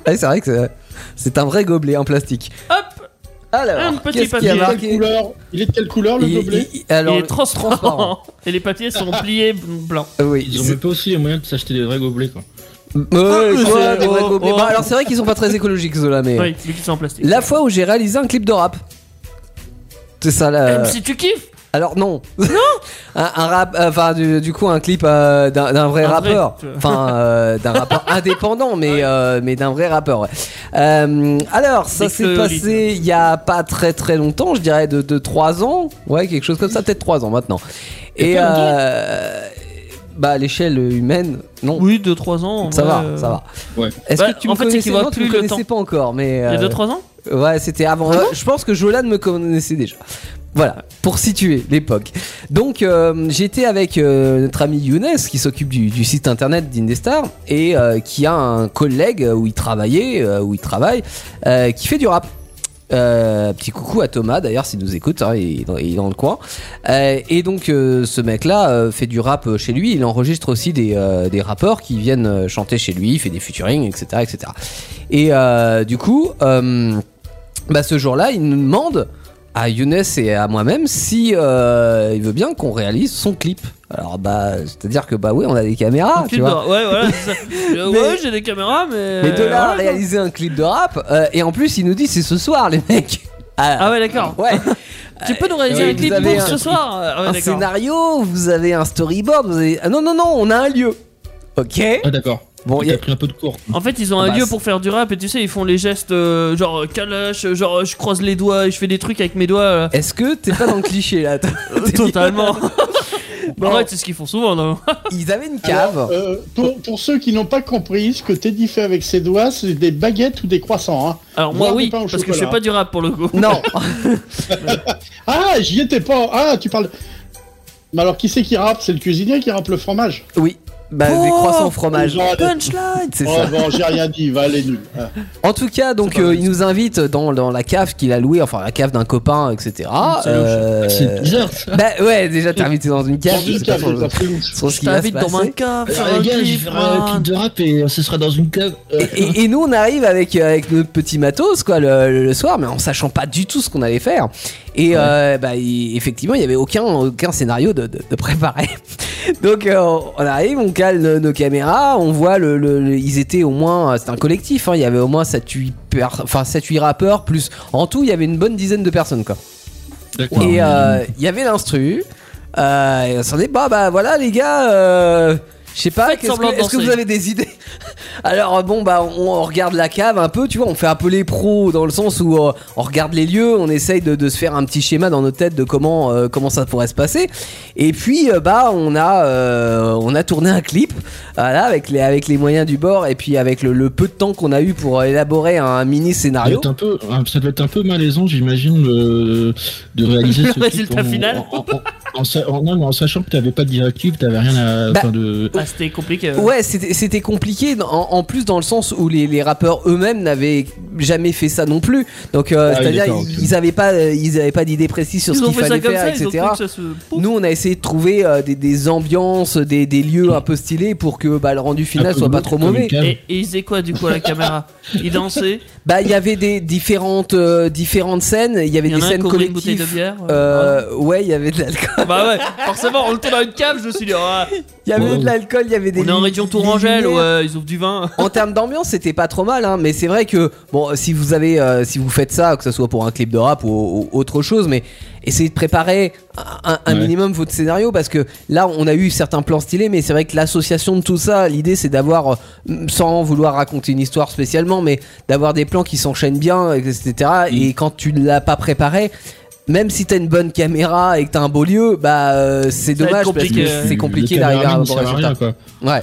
Speaker 2: Ouais, c'est vrai que c'est- c'est un vrai gobelet en plastique.
Speaker 3: Hop Un
Speaker 2: Alors,
Speaker 3: petit
Speaker 2: qu'est-ce qui
Speaker 3: papier.
Speaker 2: a
Speaker 4: Il est, de
Speaker 2: marqué
Speaker 4: quelle couleur, il est de quelle couleur le
Speaker 2: Il-
Speaker 4: gobelet
Speaker 2: il- alors,
Speaker 3: Il est transparent.
Speaker 2: (laughs)
Speaker 3: (laughs) Et les papiers sont pliés blancs.
Speaker 2: euh, oui.
Speaker 5: Ils ont même pas aussi les moyens de s'acheter des vrais gobelets quoi.
Speaker 2: Euh,
Speaker 3: Ah,
Speaker 2: quoi,
Speaker 3: c'est-
Speaker 2: des vrais
Speaker 3: oh,
Speaker 2: gobelets
Speaker 3: oh.
Speaker 2: Bah, alors, c'est vrai qu'ils sont pas très écologiques, ceux-là, mais.
Speaker 3: Oui, mais qui sont en plastique.
Speaker 2: La fois où j'ai réalisé un clip de rap. C'est ça là.
Speaker 3: Même Eh, si tu kiffes
Speaker 2: Alors non. Non. (laughs) un, un rap, euh, enfin du, du coup un clip euh, d'un d'un vrai
Speaker 3: Un vrai,
Speaker 2: rappeur,
Speaker 3: tu vois.
Speaker 2: enfin euh, d'un
Speaker 3: (laughs)
Speaker 2: rappeur indépendant, mais euh, mais d'un vrai rappeur. ouais. Euh, alors ça
Speaker 3: Nick
Speaker 2: s'est
Speaker 3: le
Speaker 2: passé il y a pas très très longtemps, je dirais de de trois ans, ouais quelque chose comme ça, peut-être trois ans maintenant. Et,
Speaker 5: pas longtemps.
Speaker 2: euh, bah à l'échelle humaine, non.
Speaker 3: Oui, 2-3 ans. en
Speaker 2: Ça
Speaker 3: vrai,
Speaker 2: va,
Speaker 3: euh,
Speaker 2: ça va.
Speaker 5: Ouais.
Speaker 2: Est-ce
Speaker 3: Bah,
Speaker 2: que tu
Speaker 3: en
Speaker 2: me
Speaker 3: fait, c'est
Speaker 2: connaissais
Speaker 3: qu'il voit
Speaker 2: Non, tu me
Speaker 3: plus le
Speaker 2: connaissais pas encore, mais
Speaker 3: Il y a
Speaker 2: euh,
Speaker 3: 2-3 ans
Speaker 2: Ouais, c'était avant. Ouais, je pense que Jolan me connaissait déjà. Voilà, pour situer l'époque. Donc, euh, j'étais avec euh, notre ami Younes qui s'occupe du, du site internet d'Indestar et euh, qui a un collègue euh, où il travaillait, euh, où il travaille, euh, qui fait du rap. Euh, petit coucou à Thomas d'ailleurs s'il nous écoute, hein, il, est dans, il est dans le coin. Euh, et donc euh, ce mec-là euh, fait du rap euh, chez lui, il enregistre aussi des, euh, des rappeurs qui viennent euh, chanter chez lui, il fait des featuring, etc. etc. Et euh, du coup, euh, bah, ce jour-là, il nous demande à Younes et à moi-même si euh, il veut bien qu'on réalise son clip. Alors bah, c'est-à-dire que bah oui, on a des caméras, tu
Speaker 3: Clip
Speaker 2: vois.
Speaker 3: de- Ouais, voilà,
Speaker 2: (laughs)
Speaker 3: c'est ça. Euh,
Speaker 2: Mais-
Speaker 3: ouais, j'ai des caméras, mais.
Speaker 2: Mais de là à
Speaker 3: Euh, voilà, quoi.
Speaker 2: réaliser un clip de rap, euh, et en plus il nous dit c'est ce soir les mecs.
Speaker 3: Ah ouais, d'accord.
Speaker 2: ouais.
Speaker 3: Tu peux nous réaliser
Speaker 2: oui,
Speaker 3: un clip
Speaker 2: vous avez
Speaker 3: pour
Speaker 2: un-
Speaker 3: ce soir Ah ouais,
Speaker 2: un
Speaker 3: d'accord.
Speaker 2: scénario, vous avez un storyboard, vous avez... Ah non, non, non, on a un lieu. Ok.
Speaker 5: Ah, d'accord.
Speaker 2: Bon,
Speaker 5: Il
Speaker 2: y a-
Speaker 5: a pris un peu de cours.
Speaker 3: En fait, ils ont un
Speaker 2: Bah,
Speaker 3: lieu
Speaker 2: c'est-
Speaker 3: pour faire du rap et tu sais, ils font les gestes euh, genre euh, calache, euh, genre euh, je croise les doigts et je fais des trucs avec mes doigts. euh,
Speaker 2: (laughs) est-ce que t'es pas dans le cliché là t'as- t'as dit-
Speaker 3: (laughs) totalement. bah
Speaker 2: Bon.
Speaker 3: ouais, c'est ce qu'ils font souvent, non
Speaker 2: Ils avaient une cave.
Speaker 4: Alors, euh, pour, pour ceux qui n'ont pas compris, ce que Teddy fait avec ses doigts, c'est des baguettes ou des croissants. hein.
Speaker 3: Alors moi,
Speaker 4: Voir
Speaker 3: oui,
Speaker 4: des pains au
Speaker 3: parce que je fais
Speaker 4: chocolat.
Speaker 3: pas du rap pour le coup.
Speaker 2: Non,
Speaker 4: Ah, j'y étais pas. Ah, tu parles. Mais alors, qui c'est qui rappe C'est le cuisinier qui rappe le fromage.
Speaker 2: oui. Bah, des
Speaker 3: Oh,
Speaker 2: croissants au fromage.
Speaker 4: genre de-
Speaker 2: Punchline, c'est
Speaker 4: Oh,
Speaker 2: ça.
Speaker 4: bon, j'ai rien dit. Va, elle
Speaker 2: (laughs)
Speaker 4: est nulle. Ah.
Speaker 2: En tout cas, donc,
Speaker 3: C'est pas
Speaker 2: euh,
Speaker 3: mal.
Speaker 2: il nous invite dans, dans la cave qu'il a louée, enfin la cave d'un copain, etc.
Speaker 3: Mmh,
Speaker 5: C'est louche.
Speaker 2: Euh,
Speaker 5: C'est bizarre. ça.
Speaker 2: bah ouais, déjà t'es invité dans une cave.
Speaker 4: Dans
Speaker 2: je
Speaker 4: une
Speaker 2: sais pas
Speaker 4: cave,
Speaker 2: trop-
Speaker 4: ça fait louche.
Speaker 2: trop ce qui
Speaker 3: Je
Speaker 2: va se
Speaker 3: t'invite dans ma
Speaker 2: passer.
Speaker 3: cave, faire
Speaker 5: Alors,
Speaker 3: un
Speaker 5: les gars, je vais
Speaker 3: clip,
Speaker 5: faire un
Speaker 3: man.
Speaker 5: clip de rap et euh, ce sera dans une cave. Euh,
Speaker 2: Et, et nous, on arrive avec, euh, avec notre petit matos quoi, le, le- le soir, mais en sachant pas du tout ce qu'on allait faire. Et euh, bah, il- effectivement, il y avait aucun, aucun scénario de, de, de préparé. (laughs) Donc, euh, on arrive, on cale nos, nos caméras, on voit le, le- le- Ils étaient au moins. C'était un collectif, hein, il y avait au moins 7-8 enfin, 7-8 rappeurs, plus. En tout, il y avait une bonne dizaine de personnes, quoi.
Speaker 5: D'accord.
Speaker 2: Et euh, il y avait l'instru. Euh, et on s'en est bah bah voilà les gars. euh, je sais pas,
Speaker 3: Faites
Speaker 2: qu'est-ce que-
Speaker 3: semblant de
Speaker 2: est-ce que, vous
Speaker 3: danser.
Speaker 2: avez des idées (laughs) Alors bon bah on, on regarde la cave un peu, tu vois, on fait un peu les pros dans le sens où euh, on regarde les lieux, on essaye de, de se faire un petit schéma dans nos têtes de comment euh, comment ça pourrait se passer. Et puis euh, bah on a euh, on a tourné un clip, voilà avec les avec les moyens du bord et puis avec le, le peu de temps qu'on a eu pour élaborer un mini
Speaker 5: Ça doit
Speaker 2: scénario.
Speaker 5: être un peu, ça doit être un peu malaisant, j'imagine, le- de réaliser
Speaker 3: Le
Speaker 5: ce clip
Speaker 3: résultat
Speaker 5: en-
Speaker 3: final.
Speaker 5: En, en- en sa- en- non, mais en sachant que t'avais pas de directive, t'avais rien à.
Speaker 2: Bah,
Speaker 5: enfin, de...
Speaker 3: Ah, c'était compliqué. euh.
Speaker 2: Ouais, c'était c'était compliqué en, en plus dans le sens où les, les rappeurs eux-mêmes n'avaient jamais fait ça non plus. Donc euh,
Speaker 5: Ah oui,
Speaker 2: c'est-à-dire
Speaker 5: d'accord,
Speaker 2: ils,
Speaker 5: ok.
Speaker 2: ils avaient pas euh, ils avaient pas d'idée précise sur
Speaker 3: Ils
Speaker 2: ce
Speaker 3: ont
Speaker 2: qu'il
Speaker 3: fait ça
Speaker 2: fallait
Speaker 3: comme
Speaker 2: faire,
Speaker 3: ça, ils ont
Speaker 2: etc.
Speaker 3: cru que ça se. Pouf.
Speaker 2: Nous on a essayé de trouver euh, des, des ambiances, des, des lieux un peu stylés pour que bah, le rendu final
Speaker 5: un peu
Speaker 2: soit pas
Speaker 5: glauque
Speaker 2: trop
Speaker 5: comme une
Speaker 2: mauvais.
Speaker 5: cave.
Speaker 3: Et, et ils faisaient quoi du coup à la caméra
Speaker 2: (laughs)
Speaker 3: Ils dansaient,
Speaker 2: Bah il y avait des différentes euh, différentes scènes, il y avait
Speaker 3: il y en
Speaker 2: des
Speaker 3: a un qui
Speaker 2: scènes
Speaker 3: ouvrait une bouteille de
Speaker 2: collectives.
Speaker 3: bière. euh,
Speaker 2: Euh, ouais, il y avait de l'alcool.
Speaker 3: voilà. Bah ouais, forcément, on le tourne dans une cave, je me suis dit, ah,
Speaker 2: Il y avait
Speaker 5: Ouais.
Speaker 2: de l'alcool, il y avait des.
Speaker 3: on est en
Speaker 2: lu-
Speaker 3: région
Speaker 2: des
Speaker 3: Tourangelle
Speaker 2: lumières.
Speaker 3: où euh, ils ouvrent du vin.
Speaker 2: En termes d'ambiance, c'était pas trop mal, hein, mais c'est vrai que bon, si vous avez, euh, si vous faites ça, que ce soit pour un clip de rap ou, ou autre chose, mais essayez de préparer un, un
Speaker 5: Ouais.
Speaker 2: minimum votre scénario parce que là, on a eu certains plans stylés, mais c'est vrai que l'association de tout ça, l'idée, c'est d'avoir, euh, sans vouloir raconter une histoire spécialement, mais d'avoir des plans qui s'enchaînent bien, etc.
Speaker 5: Mm.
Speaker 2: Et quand tu ne l'as pas préparé. Même si t'as une bonne caméra et que t'as un beau lieu, bah euh, c'est
Speaker 3: Ça va être
Speaker 2: dommage parce que
Speaker 3: compliqué,
Speaker 2: c'est
Speaker 5: Le
Speaker 2: compliqué d'arriver
Speaker 5: cameraman,
Speaker 2: à un
Speaker 5: il
Speaker 2: bon
Speaker 5: sert à
Speaker 2: résultat.
Speaker 5: rien, quoi.
Speaker 2: Ouais.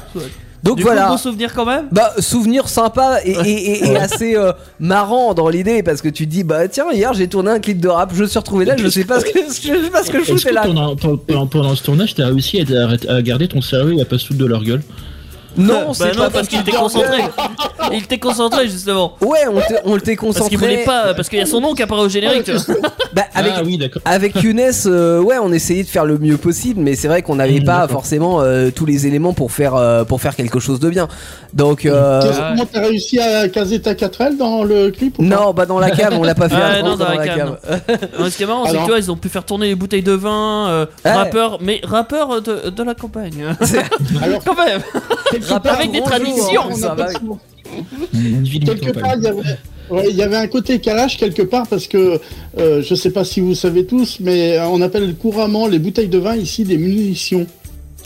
Speaker 2: Donc
Speaker 3: Du coup,
Speaker 2: voilà.
Speaker 3: bon souvenir quand même.
Speaker 2: Bah, souvenir sympa et, et- et- et assez euh, marrant dans l'idée parce que tu te dis, bah tiens, hier j'ai tourné un clip de rap, je suis retrouvé là, je sais pas ce que, (laughs) je sais pas ce que je
Speaker 5: Est-ce
Speaker 2: foutais
Speaker 5: que
Speaker 2: là.
Speaker 5: pendant, pendant, pendant ce tournage, t'as réussi à, à- à garder ton cerveau et à pas se foutre de leur gueule
Speaker 2: Non,
Speaker 3: bah
Speaker 2: c'est
Speaker 3: non,
Speaker 2: pas
Speaker 3: parce qu'il
Speaker 2: possible.
Speaker 3: était concentré. Il était concentré justement.
Speaker 2: Ouais, on, te- on le t'est
Speaker 3: Parce
Speaker 2: concentré.
Speaker 3: qu'il voulait pas, parce qu'il y a son nom qui apparaît au générique. tu vois.
Speaker 2: Bah, avec,
Speaker 5: Ah oui, d'accord.
Speaker 2: avec Younes, euh, ouais, on essayait de faire le mieux possible, mais c'est vrai qu'on n'avait
Speaker 5: Mmh,
Speaker 2: pas
Speaker 5: d'accord.
Speaker 2: forcément euh, tous les éléments pour faire euh, pour faire quelque chose de bien. Donc euh,
Speaker 4: Qu'est-ce-
Speaker 3: ouais.
Speaker 4: Comment t'as réussi à caser ta 4L dans le clip ou pas
Speaker 2: non, bah dans la cave, on l'a
Speaker 3: (laughs)
Speaker 2: pas fait.
Speaker 3: Ouais,
Speaker 2: à
Speaker 3: Ah, non,
Speaker 2: fond,
Speaker 3: dans la cave. Non, ce qui est marrant, c'est que
Speaker 4: Alors-
Speaker 3: tu vois, ils ont pu faire tourner les bouteilles de vin, euh,
Speaker 2: Ouais.
Speaker 3: rappeurs, mais rappeurs de, de la campagne.
Speaker 4: Alors,
Speaker 3: (laughs) Quand même
Speaker 4: quelque
Speaker 2: Rappeur
Speaker 4: part,
Speaker 3: avec des
Speaker 4: on-
Speaker 3: traditions,
Speaker 4: on a
Speaker 2: ça
Speaker 4: pas
Speaker 2: va.
Speaker 4: de sou-
Speaker 5: Une ville de
Speaker 4: quelque
Speaker 5: campagne.
Speaker 4: part, il y avait. ouais, il y avait un côté calage quelque part parce que euh, je sais pas si vous savez tous, mais euh, on appelle couramment les bouteilles de vin ici des munitions.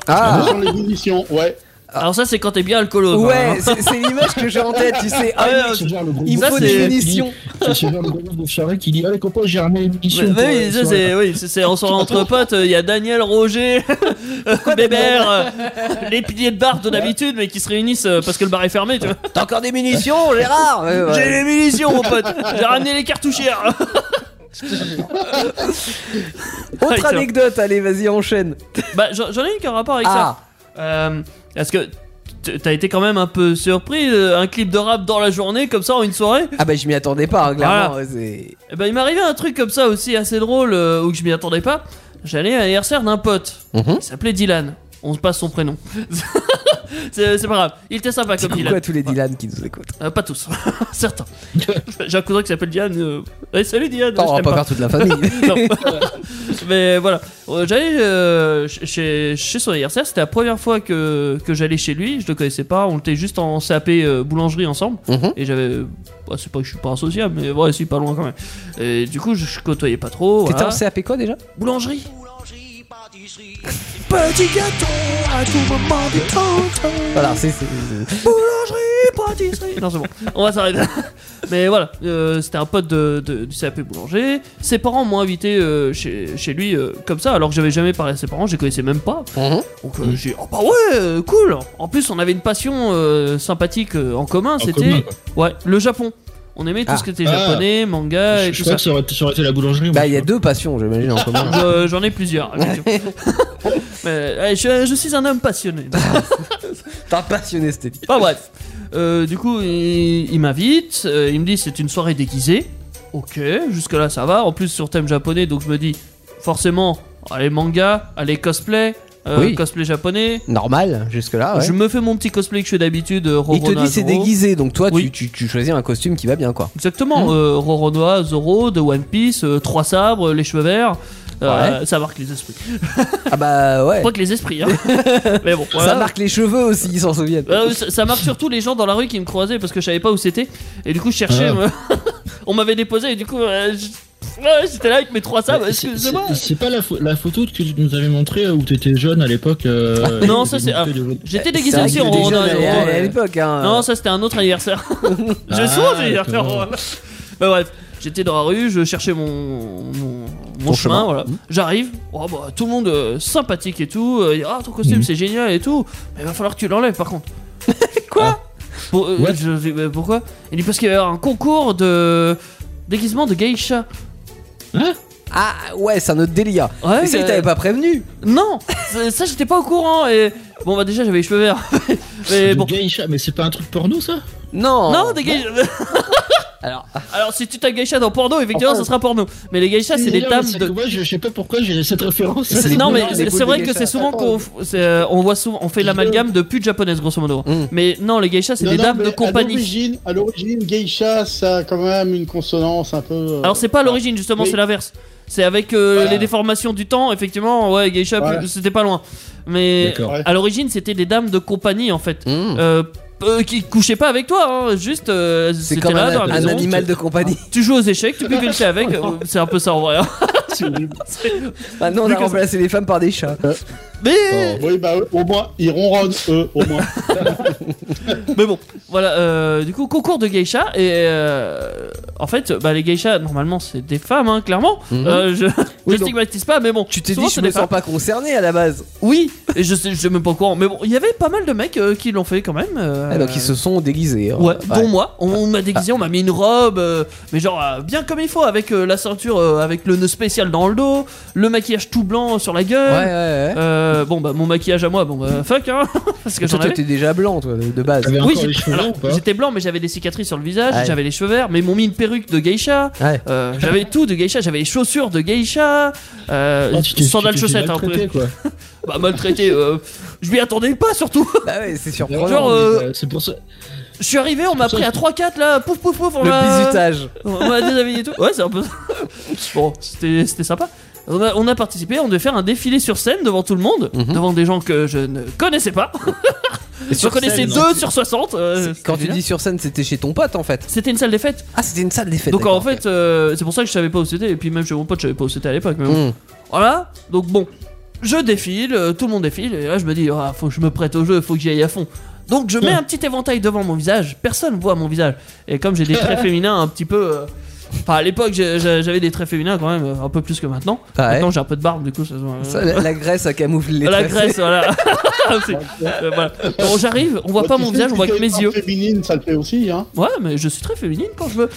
Speaker 2: Ah.
Speaker 4: Ce sont les munitions, ouais.
Speaker 3: Alors ça, c'est quand t'es bien alcoolo. quoi, hein.
Speaker 2: Ouais, c'est c'est l'image que j'ai en tête, tu sais. Ah,
Speaker 3: Ouais,
Speaker 5: C'est genre le gros
Speaker 2: il
Speaker 3: ça,
Speaker 2: faut
Speaker 3: c'est-
Speaker 2: des munitions.
Speaker 5: C'est genre le gros de Charest qui dit Allez, copains, j'ai ramené une mission.
Speaker 3: Ouais,
Speaker 5: pour,
Speaker 3: ouais,
Speaker 5: euh,
Speaker 3: ça,
Speaker 5: sur-
Speaker 3: c'est, oui, c'est, c'est en soirée entre potes, euh, il y a Daniel, Roger, Bébert, euh, les piliers de bar de d'habitude, mais qui se réunissent euh, parce que le bar est fermé, tu vois.
Speaker 2: T'as encore des munitions, Gérard Ouais, ouais.
Speaker 3: J'ai les munitions, mon pote, j'ai ramené les cartouchières.
Speaker 2: Autre anecdote, allez, vas-y, enchaîne.
Speaker 3: (laughs) bah, j'en, j'en ai une qui a un rapport avec ça.
Speaker 2: Ah,
Speaker 3: Euh, parce que t- t'as été quand même un peu surpris, euh, un clip de rap dans la journée, comme ça, en une soirée.
Speaker 2: ah bah je m'y attendais pas, hein, clairement. c'est-
Speaker 3: Et ben, il m'est arrivé un truc comme ça aussi assez drôle, euh, où je m'y attendais pas. J'allais à l'anniversaire d'un pote, il s'appelait Dylan. On se passe son prénom. (laughs) c'est c'est pas grave. Il était sympa
Speaker 2: Petit
Speaker 3: comme
Speaker 2: coucou
Speaker 3: Dylan.
Speaker 2: à tous les Dylan qui nous écoutent.
Speaker 3: Euh, pas tous, (laughs)
Speaker 2: (laughs)
Speaker 3: certains. J'ai un cousin qui s'appelle Diane. euh, eh, salut Diane.
Speaker 2: Attends,
Speaker 3: je
Speaker 2: on va
Speaker 3: t'aime
Speaker 2: pas faire toute la famille.
Speaker 3: Non. Mais voilà, Euh, j'allais euh, ch- chez, chez son anniversaire, c'était la première fois que, que j'allais chez lui, je le connaissais pas, on était juste en CAP euh, boulangerie ensemble,
Speaker 2: Mhm.
Speaker 3: et j'avais... bah, c'est pas que je suis pas associable, mais ouais, si, pas loin quand même. Et du coup, je, je côtoyais pas trop.
Speaker 2: T'étais
Speaker 3: (laughs) voilà.
Speaker 2: en CAP quoi déjà
Speaker 3: Boulangerie
Speaker 2: Petit gâteau à tout moment du temps. Voilà, c'est. c'est- c'est-
Speaker 3: Non, c'est bon, on va s'arrêter. Mais voilà, euh, c'était un pote de, de- du CAP boulanger. Ses parents m'ont invité euh, chez, chez lui euh, comme ça, alors que j'avais jamais parlé à ses parents, je les connaissais même pas.
Speaker 2: Mhm.
Speaker 3: Donc euh, j'ai dit, oh bah ouais, euh, cool En plus, on avait une passion euh, sympatique euh, en commun,
Speaker 5: commun,
Speaker 3: c'était ouais, le Japon. On aimait tout
Speaker 2: Ah.
Speaker 3: ce qui était
Speaker 5: Ah.
Speaker 3: japonais, manga et
Speaker 5: je
Speaker 3: tout
Speaker 5: crois
Speaker 3: ça.
Speaker 5: que ça aurait, ça aurait été la boulangerie.
Speaker 2: Bah,
Speaker 5: moi,
Speaker 2: il y a
Speaker 5: je
Speaker 2: deux passions, j'imagine, en commun.
Speaker 3: (laughs) Je- J'en ai plusieurs. effectivement. Mais, euh, je, je suis un homme passionné.
Speaker 2: T'es un passionné esthétique.
Speaker 3: Enfin Bah, bref. Euh, du coup, il, il m'invite, euh, il me dit c'est une soirée déguisée. Ok, jusque-là ça va. En plus, sur thème japonais, donc je me dis forcément, allez, manga, allez, cosplay, euh,
Speaker 2: Oui.
Speaker 3: cosplay japonais.
Speaker 2: Normal, jusque-là, ouais.
Speaker 3: Je me fais mon petit cosplay que je fais d'habitude. euh,
Speaker 2: Il te
Speaker 3: Roronoa
Speaker 2: dit c'est
Speaker 3: Zoro.
Speaker 2: déguisé, Mmh. donc toi, tu-
Speaker 3: Oui.
Speaker 2: tu, tu choisis un costume qui va bien, quoi.
Speaker 3: Exactement, euh, Roronoa, Zoro, de One Piece, euh, trois sabres, euh, les cheveux verts. Euh, Ça marque les esprits.
Speaker 2: Ah bah ouais.
Speaker 3: Pas que les
Speaker 2: (laughs)
Speaker 3: esprits, hein. Mais bon, voilà.
Speaker 2: Ça marque les cheveux aussi, ils s'en souviennent.
Speaker 3: Euh, ça, ça marque surtout les gens dans la rue qui me croisaient parce que je savais pas où c'était. Et du coup, je cherchais.
Speaker 5: Ah.
Speaker 3: moi. (laughs) On m'avais déposé et du coup, euh, je- ouais, j'étais là avec mes trois
Speaker 5: crois.
Speaker 3: sabres.
Speaker 5: Bah, C'est-
Speaker 3: Excusez-moi.
Speaker 5: c'est- C'est pas la, pho- la photo que tu nous avais montrée euh, où t'étais jeune à l'époque. euh,
Speaker 3: Non,
Speaker 5: et
Speaker 3: ça,
Speaker 5: des
Speaker 3: c'est-
Speaker 5: montées
Speaker 3: ah.
Speaker 5: de jaune.
Speaker 3: J'étais
Speaker 2: C'est
Speaker 3: déguisé
Speaker 2: vrai
Speaker 3: aussi
Speaker 2: qu'il
Speaker 3: en
Speaker 2: était jeune
Speaker 3: Rwanda.
Speaker 2: à, à l'époque, hein.
Speaker 3: Non, ça c'était un autre
Speaker 5: (laughs)
Speaker 3: anniversaire. J'ai
Speaker 5: Ah,
Speaker 3: souvent des anniversaires.
Speaker 5: d'accord.
Speaker 3: voilà. Bah bref, j'étais dans la rue, je cherchais mon, mon, mon chemin,
Speaker 2: chemin.
Speaker 3: voilà.
Speaker 5: Mmh.
Speaker 3: J'arrive, oh, bah, tout le monde euh, sympathique et tout. euh, ah, ton costume
Speaker 5: Mhm.
Speaker 3: c'est génial et tout. Mais il va falloir que tu l'enlèves par
Speaker 5: (laughs)
Speaker 3: contre.
Speaker 2: Quoi
Speaker 3: Pour- euh,
Speaker 5: What
Speaker 3: je dis, mais Pourquoi Il dit parce qu'il va y avoir un concours de déguisement de geisha.
Speaker 2: Ah ouais, c'est un autre délire.
Speaker 3: Ouais,
Speaker 2: Mais ça, il
Speaker 3: euh,
Speaker 2: t'avait pas prévenu.
Speaker 3: Non
Speaker 5: (laughs)
Speaker 3: Ça, ça, j'étais pas au courant et. Bon, bah déjà, j'avais les cheveux verts. (laughs) Mais
Speaker 5: De
Speaker 3: bon.
Speaker 5: Geisha, mais c'est pas un truc porno ça
Speaker 2: Non.
Speaker 3: Non, des geishas.
Speaker 2: Alors,
Speaker 3: (laughs) Alors, si tu t'as geisha dans porno, effectivement, ça sera porno. Mais les geishas, c'est des
Speaker 5: D'ailleurs,
Speaker 3: dames
Speaker 5: c'est que
Speaker 3: de.
Speaker 5: Moi, je sais pas pourquoi j'ai cette référence.
Speaker 2: C'est-
Speaker 5: Les
Speaker 3: Non,
Speaker 2: boules-
Speaker 3: mais
Speaker 2: les
Speaker 3: c'est
Speaker 2: boules
Speaker 3: c'est
Speaker 2: de
Speaker 3: vrai que
Speaker 2: geisha.
Speaker 3: c'est souvent qu'on. c'est, euh, on voit souvent. On fait l'amalgame de putes japonaises, grosso modo.
Speaker 2: Mm.
Speaker 3: Mais non, les geishas, c'est
Speaker 4: Non,
Speaker 3: des
Speaker 4: non,
Speaker 3: dames
Speaker 4: mais
Speaker 3: de
Speaker 4: À
Speaker 3: compagnie.
Speaker 4: l'origine, à l'origine, geisha, ça a quand même une consonance un peu. euh,
Speaker 3: Alors, c'est pas à l'origine, justement,
Speaker 4: Oui.
Speaker 3: c'est l'inverse. C'est avec euh,
Speaker 4: Voilà.
Speaker 3: les déformations du temps, effectivement, ouais, geisha,
Speaker 4: Voilà.
Speaker 3: plus- c'était pas loin. Mais
Speaker 5: D'accord.
Speaker 4: Ouais.
Speaker 3: à l'origine, c'était des dames de compagnie, en fait.
Speaker 2: hmm,
Speaker 3: euh, euh, qui couchait pas avec toi, hein, juste euh,
Speaker 2: c'est
Speaker 3: c'était
Speaker 2: comme
Speaker 3: là
Speaker 2: un,
Speaker 3: dans la
Speaker 2: un
Speaker 3: maison,
Speaker 2: animal de compagnie.
Speaker 3: tu, tu joues aux échecs, tu peux le thé avec, euh, c'est un peu ça en
Speaker 2: (laughs)
Speaker 3: vrai. hein.
Speaker 4: c'est horrible.
Speaker 2: Ah non, Euh, on
Speaker 3: Plus
Speaker 2: a
Speaker 3: que ça.
Speaker 2: remplacé les femmes par des chats.
Speaker 3: (laughs) Mais,
Speaker 4: oui, bah au moins, ils ronronnent, eux, au moins.
Speaker 3: mais bon, voilà, euh, du coup, concours de geisha, et euh, en fait, bah, les geishas, normalement, c'est des femmes, hein, clairement.
Speaker 2: Mhm.
Speaker 3: Euh, je
Speaker 2: Oui,
Speaker 3: je
Speaker 2: donc-
Speaker 3: stigmatise pas, mais bon,
Speaker 2: Tu t'es
Speaker 3: souvent,
Speaker 2: dit, je
Speaker 3: c'est
Speaker 2: me
Speaker 3: des
Speaker 2: sens
Speaker 3: femmes.
Speaker 2: pas concerné à la base.
Speaker 3: Oui, et je sais, je sais même pas au courant, mais bon, il y avait pas mal de mecs euh, qui l'ont fait quand même. euh,
Speaker 2: Ah, donc ils se sont déguisés. hein.
Speaker 3: Ouais, dont moi. On, m'a déguisé, on m'a mis une robe, euh, mais genre euh, bien comme il faut, avec euh, la ceinture, euh, avec le nœud spécial dans le dos, le maquillage tout blanc sur la
Speaker 2: Ouais,
Speaker 3: gueule.
Speaker 2: ouais, ouais.
Speaker 3: Euh, bon bah mon maquillage à moi, bon bah fuck hein, (laughs) parce que
Speaker 2: Toi,
Speaker 3: j'en
Speaker 2: toi,
Speaker 3: avais.
Speaker 2: t'es déjà blanc, toi, de de base.
Speaker 5: T'avais
Speaker 3: Oui,
Speaker 5: encore les
Speaker 3: j'ai-
Speaker 5: cheveux
Speaker 3: alors,
Speaker 5: longs ou pas
Speaker 3: j'étais blanc, mais j'avais des cicatrices sur le visage,
Speaker 2: Ouais.
Speaker 3: j'avais les cheveux verts, mais ils m'ont mis une perruque de geisha,
Speaker 2: Ouais.
Speaker 3: euh, j'avais tout de geisha, j'avais les chaussures de geisha, euh,
Speaker 5: Ah, tu t'es-
Speaker 3: sandales
Speaker 5: tu t'es
Speaker 3: chaussettes, hein,
Speaker 5: maltraité, quoi.
Speaker 3: bah maltraité, euh, je m'y attendais pas surtout. (laughs)
Speaker 2: Bah ouais, c'est surprenant.
Speaker 3: Genre,
Speaker 5: Mais,
Speaker 3: euh,
Speaker 5: euh, c'est pour ça.
Speaker 3: Je suis arrivé, on m'a
Speaker 5: Ça,
Speaker 3: pris à 3-4 là, pouf pouf pouf, on
Speaker 2: le
Speaker 3: m'a.
Speaker 2: bisutage.
Speaker 3: (laughs) On m'a déshabillé et tout. Ouais, c'est un peu. ça. (laughs) bon, c'était c'était sympa. On a, on a participé, on devait faire un défilé sur scène devant tout le monde,
Speaker 2: Mhm.
Speaker 3: devant des gens que je ne connaissais pas. Je
Speaker 2: Sur
Speaker 3: connaissais
Speaker 2: scène,
Speaker 5: non.
Speaker 3: deux sur 60. euh,
Speaker 2: C'est- Quand tu
Speaker 3: c'était
Speaker 2: dis sur scène, c'était chez ton pote en fait.
Speaker 3: C'était une salle des fêtes.
Speaker 2: Ah, c'était une salle des fêtes.
Speaker 3: Donc en
Speaker 2: d'accord,
Speaker 3: fait, euh, c'est pour ça que je savais pas où c'était. Et puis même chez mon pote, je savais pas où c'était à l'époque. mais
Speaker 2: ok.
Speaker 3: bon.
Speaker 2: Hmm.
Speaker 3: Voilà, donc bon, je défile, euh, tout le monde défile, et là je me dis, Ah, faut que je me prête au jeu, faut que j'y aille à fond. Donc je
Speaker 2: Mm.
Speaker 3: mets un petit éventail devant mon visage, personne voit mon visage. Et comme j'ai des
Speaker 2: (laughs)
Speaker 3: traits féminins un petit peu... euh, Enfin, à l'époque, j'ai- j'ai- j'avais des traits féminins quand même, euh, un peu plus que maintenant.
Speaker 2: Ah Ouais.
Speaker 3: Maintenant, j'ai un peu de barbe, du coup, ça se voit.
Speaker 2: (laughs)
Speaker 3: euh,
Speaker 2: Ça, la, la Grèce a camouflé les
Speaker 3: la
Speaker 2: traits. (laughs)
Speaker 3: graisse, voilà. (laughs) C'est- euh, voilà. Bon, j'arrive, (laughs) on voit pas
Speaker 4: Tu
Speaker 3: mon
Speaker 4: sais,
Speaker 3: visage,
Speaker 4: si
Speaker 3: on voit que
Speaker 4: t'es
Speaker 3: mes
Speaker 4: pas
Speaker 3: yeux.
Speaker 4: féminine, ça le fait aussi, hein.
Speaker 3: Ouais, mais je suis très féminine quand je veux.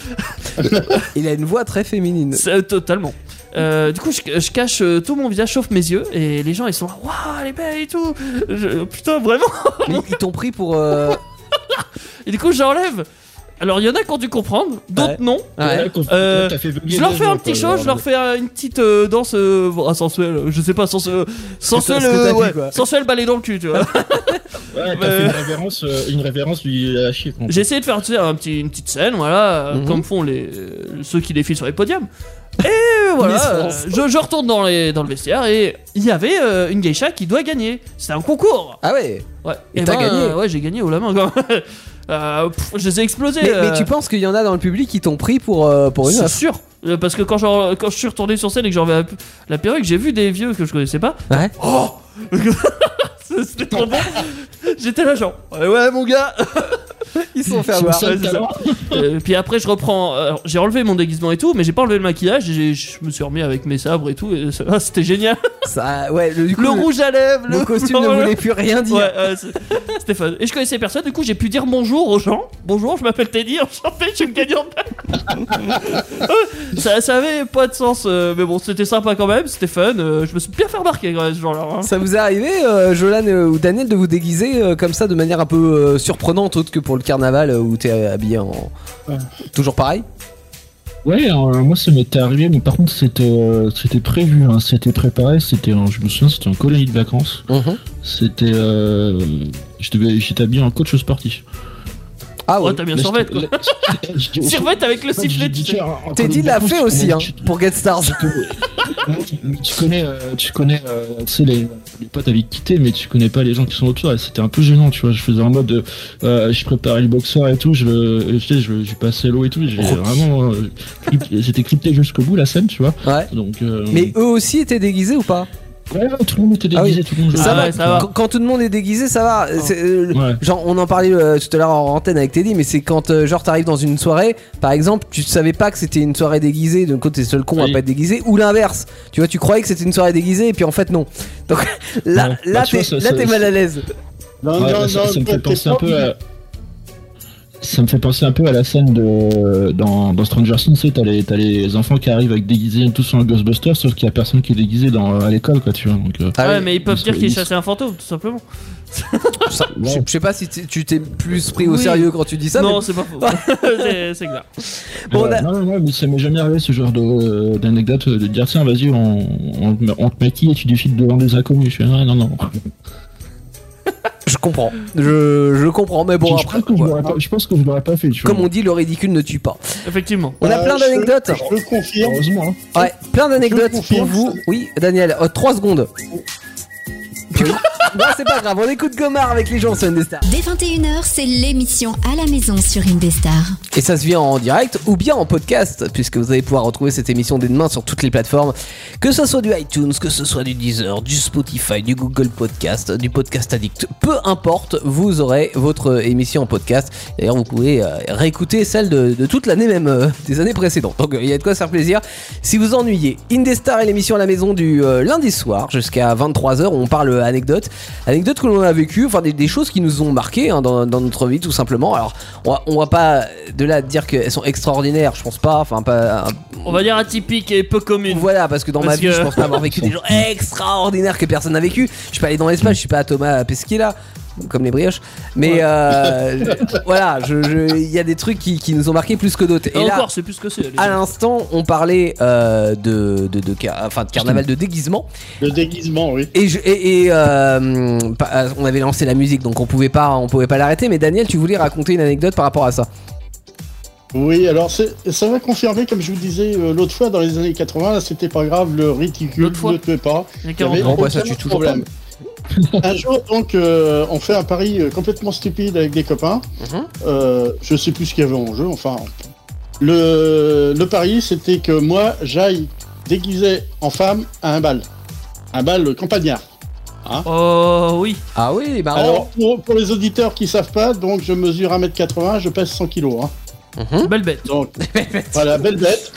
Speaker 2: Il a une voix très
Speaker 3: (laughs)
Speaker 2: féminine.
Speaker 3: C'est- euh, totalement. Euh, du coup, je, je cache euh, tout mon visage sauf mes yeux et les gens ils sont là, waouh, elle est belle et tout. Je- putain, vraiment.
Speaker 2: Mais ils t'ont pris pour. euh,
Speaker 3: Et du coup, j'enlève. Alors, il y en a qui ont dû comprendre, d'autres
Speaker 2: Ouais.
Speaker 3: non.
Speaker 2: Ouais.
Speaker 3: Euh,
Speaker 5: T'as fait bugger
Speaker 3: Je leur
Speaker 5: les
Speaker 3: fais
Speaker 5: gens,
Speaker 3: un petit
Speaker 5: quoi,
Speaker 3: show, je leur fais euh, une petite euh, danse euh, ah, sensuelle, je sais pas, sensuelle, sensuelle,
Speaker 2: ce que t'as
Speaker 3: euh,
Speaker 2: dit,
Speaker 3: ouais,
Speaker 2: quoi.
Speaker 3: sensuelle balai dans le cul, tu
Speaker 2: (laughs)
Speaker 3: vois.
Speaker 5: Ouais, t'as
Speaker 3: Euh.
Speaker 5: fait une révérence, euh, une révérence lui à chier. quoi.
Speaker 3: J'ai essayé de faire tu sais, un petit, une petite scène, voilà, euh,
Speaker 2: Mhm.
Speaker 3: comme font les, euh, ceux qui défilent sur les podiums.
Speaker 2: (laughs)
Speaker 3: Et voilà, euh, je, je retourne dans, les, dans le vestiaire et il y avait euh, une geisha qui doit gagner. C'était un concours.
Speaker 2: Ah ouais.
Speaker 3: Ouais.
Speaker 2: Et t'as gagné.
Speaker 3: euh, Ouais, j'ai gagné haut la main. Quand même. (laughs) Euh, pff, je les ai explosés.
Speaker 2: Mais, mais
Speaker 3: euh,
Speaker 2: tu penses qu'il y en a dans le public qui t'ont pris pour, euh, pour une
Speaker 3: C'est
Speaker 2: meuf
Speaker 3: sûr. Euh, Parce que quand, j'en- quand je suis retourné sur scène et que j'ai enlevé la, la perruque, j'ai vu des vieux que je connaissais pas. (laughs)
Speaker 2: Ouais.
Speaker 3: Oh C'était trop bon. (laughs) J'étais là genre, ouais, ouais mon gars.
Speaker 2: Ils se sont fait
Speaker 5: Son
Speaker 2: avoir.
Speaker 5: seul
Speaker 3: ouais, c'est
Speaker 5: talent.
Speaker 3: Euh, puis après je reprends, alors, j'ai enlevé mon déguisement et tout, mais j'ai pas enlevé le maquillage. et j'ai- je me suis remis avec mes sabres et tout. et ça- ah, c'était génial.
Speaker 2: Ça, ouais, le, du coup,
Speaker 3: Le rouge à lèvres,
Speaker 2: le
Speaker 3: (laughs) le
Speaker 2: costume ne voulait plus rien dire.
Speaker 3: (laughs) Ouais, ouais, c'est- c'était fun. Et je connaissais personne, du coup j'ai pu dire bonjour aux gens. Bonjour, je m'appelle Teddy, enchanté, je suis le gagnant. ça, ça avait pas de sens, euh, mais bon, c'était sympa quand même, c'était fun. euh, je me suis bien fait remarquer quand même, ce genre-là. hein.
Speaker 2: Ça vous est arrivé, euh, Jolan euh, ou Daniel, de vous déguiser euh, comme ça de manière un peu euh, surprenante, autre que pour le carnaval euh, où t'es euh, habillé en.
Speaker 5: Ouais.
Speaker 2: Toujours pareil
Speaker 5: Ouais, alors, euh, moi ça m'était arrivé, mais par contre c'était euh, c'était prévu, hein, c'était préparé, c'était en- je me souviens c'était en colonie de vacances, c'était euh, je devais- j'étais habillé en coach sportif.
Speaker 2: Ah ouais.
Speaker 3: Ouais, t'as bien
Speaker 5: Mais
Speaker 3: survêt,
Speaker 5: c'était-
Speaker 3: quoi. (laughs)
Speaker 5: la- j'ai- j'ai-
Speaker 3: Survêt
Speaker 2: (laughs)
Speaker 3: avec le
Speaker 5: j'ai-
Speaker 3: sifflet,
Speaker 5: j'ai-
Speaker 3: tu sais.
Speaker 5: j'ai- en
Speaker 2: Teddy
Speaker 5: colonie de
Speaker 2: l'a
Speaker 5: vacances,
Speaker 2: fait
Speaker 5: tu
Speaker 2: aussi, hein,
Speaker 5: connais- tu-
Speaker 2: pour Get Stars.
Speaker 5: tu- Tu connais, euh, tu connais, euh, tu sais, les, les potes avec qui t'es, mais tu connais pas les gens qui sont autour. Et c'était un peu gênant, tu vois. Je faisais en mode, euh, euh, je préparais le boxeur et tout, je, je, sais, je, je passais l'eau et tout. J'ai vraiment, euh, crypt- j'étais crypté jusqu'au bout la scène, tu vois.
Speaker 2: Ouais.
Speaker 5: Donc, euh,
Speaker 2: Mais eux aussi étaient déguisés ou pas
Speaker 5: Ouais, ouais, tout le monde était
Speaker 2: Ah oui.
Speaker 5: déguisé, tout le monde.
Speaker 3: Ça
Speaker 5: jouait.
Speaker 3: va, ça va. Oh.
Speaker 2: Quand, quand tout le monde est déguisé, ça va. C'est, euh, le-
Speaker 5: Ouais.
Speaker 2: Genre, on en parlait euh, tout à l'heure en antenne avec Teddy, mais c'est quand, euh, genre, t'arrives dans une soirée, par exemple, tu savais pas que c'était une soirée déguisée, donc t'es seul con à
Speaker 5: Oui.
Speaker 2: pas être déguisé, ou l'inverse. Tu vois, tu croyais que c'était une soirée déguisée, et puis en fait, non. Donc (laughs) là,
Speaker 5: Ouais.
Speaker 2: là,
Speaker 5: Bah, tu
Speaker 2: t'es,
Speaker 5: vois, ça-
Speaker 2: là,
Speaker 5: ça-
Speaker 2: t'es mal à l'aise.
Speaker 3: Ah
Speaker 4: Non,
Speaker 5: Ouais,
Speaker 4: non, non,
Speaker 5: ça, ça me
Speaker 4: t'es
Speaker 5: fait penser
Speaker 4: pas
Speaker 5: un peu
Speaker 4: obligé.
Speaker 5: à... Ça me fait penser un peu à la scène de dans, dans Stranger Things, tu sais, t'as les, t'as les enfants qui arrivent avec déguisés tous en Ghostbusters, sauf qu'il y a personne qui est déguisé dans, à l'école, quoi, tu vois. Donc, euh,
Speaker 2: ah
Speaker 3: ouais, mais ils peuvent
Speaker 5: ils
Speaker 3: dire
Speaker 5: sont-
Speaker 3: qu'il
Speaker 5: ils
Speaker 3: chassait un fantôme, tout simplement.
Speaker 2: Ça, je, je sais pas si t'es- tu t'es plus pris au
Speaker 3: Oui.
Speaker 2: sérieux quand tu dis ça,
Speaker 3: non,
Speaker 2: mais
Speaker 3: c'est pas
Speaker 2: (laughs)
Speaker 3: faux. (laughs) c'est, c'est clair.
Speaker 2: bon, on
Speaker 5: voilà.
Speaker 2: a-
Speaker 5: Non, non, non, mais ça m'est jamais arrivé ce genre de, euh, d'anecdote de dire tiens, vas-y, on, on, on te maquille et tu défiles devant des inconnus. Je fais ah, non, non, non.
Speaker 2: je comprends. Je, je comprends, mais bon,
Speaker 5: je,
Speaker 2: après,
Speaker 5: pense que je
Speaker 2: ouais.
Speaker 5: l'aurais pas, je pense que je l'aurais pas fait, tu
Speaker 2: comme
Speaker 5: vois.
Speaker 2: on dit, le ridicule ne tue pas.
Speaker 3: Effectivement.
Speaker 2: On a
Speaker 4: Euh,
Speaker 2: plein
Speaker 4: je-
Speaker 2: d'anecdotes.
Speaker 4: Je le confirme.
Speaker 5: Heureusement, hein.
Speaker 2: Ouais, plein d'anecdotes
Speaker 4: Je
Speaker 2: pour
Speaker 4: confirme.
Speaker 2: vous. Oui, Daniel, 3 secondes. (laughs) non, c'est pas grave, on écoute Gomard avec les gens sur Indestar.
Speaker 1: Dès 21h, c'est l'émission à la maison sur Indestar.
Speaker 2: Et ça se vient en direct ou bien en podcast, puisque vous allez pouvoir retrouver cette émission dès demain sur toutes les plateformes, que ce soit du iTunes, que ce soit du Deezer, du Spotify, du Google Podcast, du Podcast Addict, peu importe, vous aurez votre émission en podcast. D'ailleurs, vous pouvez euh, réécouter celle de, de toute l'année, même euh, des années précédentes. Donc, euh, il y a de quoi se faire plaisir. Si vous ennuyez, Indestar est l'émission à la maison du euh, lundi soir jusqu'à 23h où on parle euh, anecdotes, anecdotes que l'on a vécues, enfin des, des choses qui nous ont marqué hein, dans, dans notre vie tout simplement. Alors, on va, on va pas euh, de là dire qu'elles sont extraordinaires, je pense pas, enfin pas.
Speaker 3: On va dire atypique et peu commune.
Speaker 2: Voilà, parce que dans ma
Speaker 3: Parce
Speaker 2: vie,
Speaker 3: que-
Speaker 2: je pense pas avoir vécu des
Speaker 3: (laughs)
Speaker 2: gens extraordinaires que personne n'a vécu. Je suis pas allé dans l'espace, je suis pas à Thomas Pesquilla, comme les brioches. Mais
Speaker 3: Ouais.
Speaker 2: euh, (laughs) voilà, je- je- il y a des trucs qui, qui nous ont marqué plus que d'autres.
Speaker 3: Et
Speaker 2: Et là, Ah
Speaker 3: encore, c'est plus ce que c'est. allez.
Speaker 2: à l'instant, on parlait euh, de, de, de car- enfin, de carnaval de déguisement.
Speaker 4: Le déguisement, oui.
Speaker 2: Et, je- et- et, euh, pa- euh, on avait lancé la musique, donc on pouvait pas, on pouvait pas l'arrêter. Mais Daniel, tu voulais raconter une anecdote par rapport à ça.
Speaker 4: Oui, alors c'est- ça va confirmer, comme je vous disais euh, l'autre fois, dans les années 80, là, c'était pas grave, le ridicule
Speaker 3: L'autre fois.
Speaker 4: ne tuait pas.
Speaker 3: Il y a
Speaker 4: Il y
Speaker 3: 40
Speaker 4: avait
Speaker 2: Non, bah, ça
Speaker 4: aucun
Speaker 2: tue toujours
Speaker 4: problème. Un jour, donc, euh, on fait un pari euh, complètement stupide avec des copains.
Speaker 2: Mhm.
Speaker 4: Euh, je sais plus ce qu'il y avait en jeu, enfin. Le, le pari, c'était que moi, j'aille déguisé en femme à un bal. Un bal campagnard.
Speaker 3: Oh oui.
Speaker 2: Ah oui, bah
Speaker 4: Alors, pour, pour les auditeurs qui savent pas, donc je mesure 1m80, je pèse 100 kg. Hein.
Speaker 2: Mhm.
Speaker 3: (laughs) Belle bête.
Speaker 4: Donc, voilà, belle bête.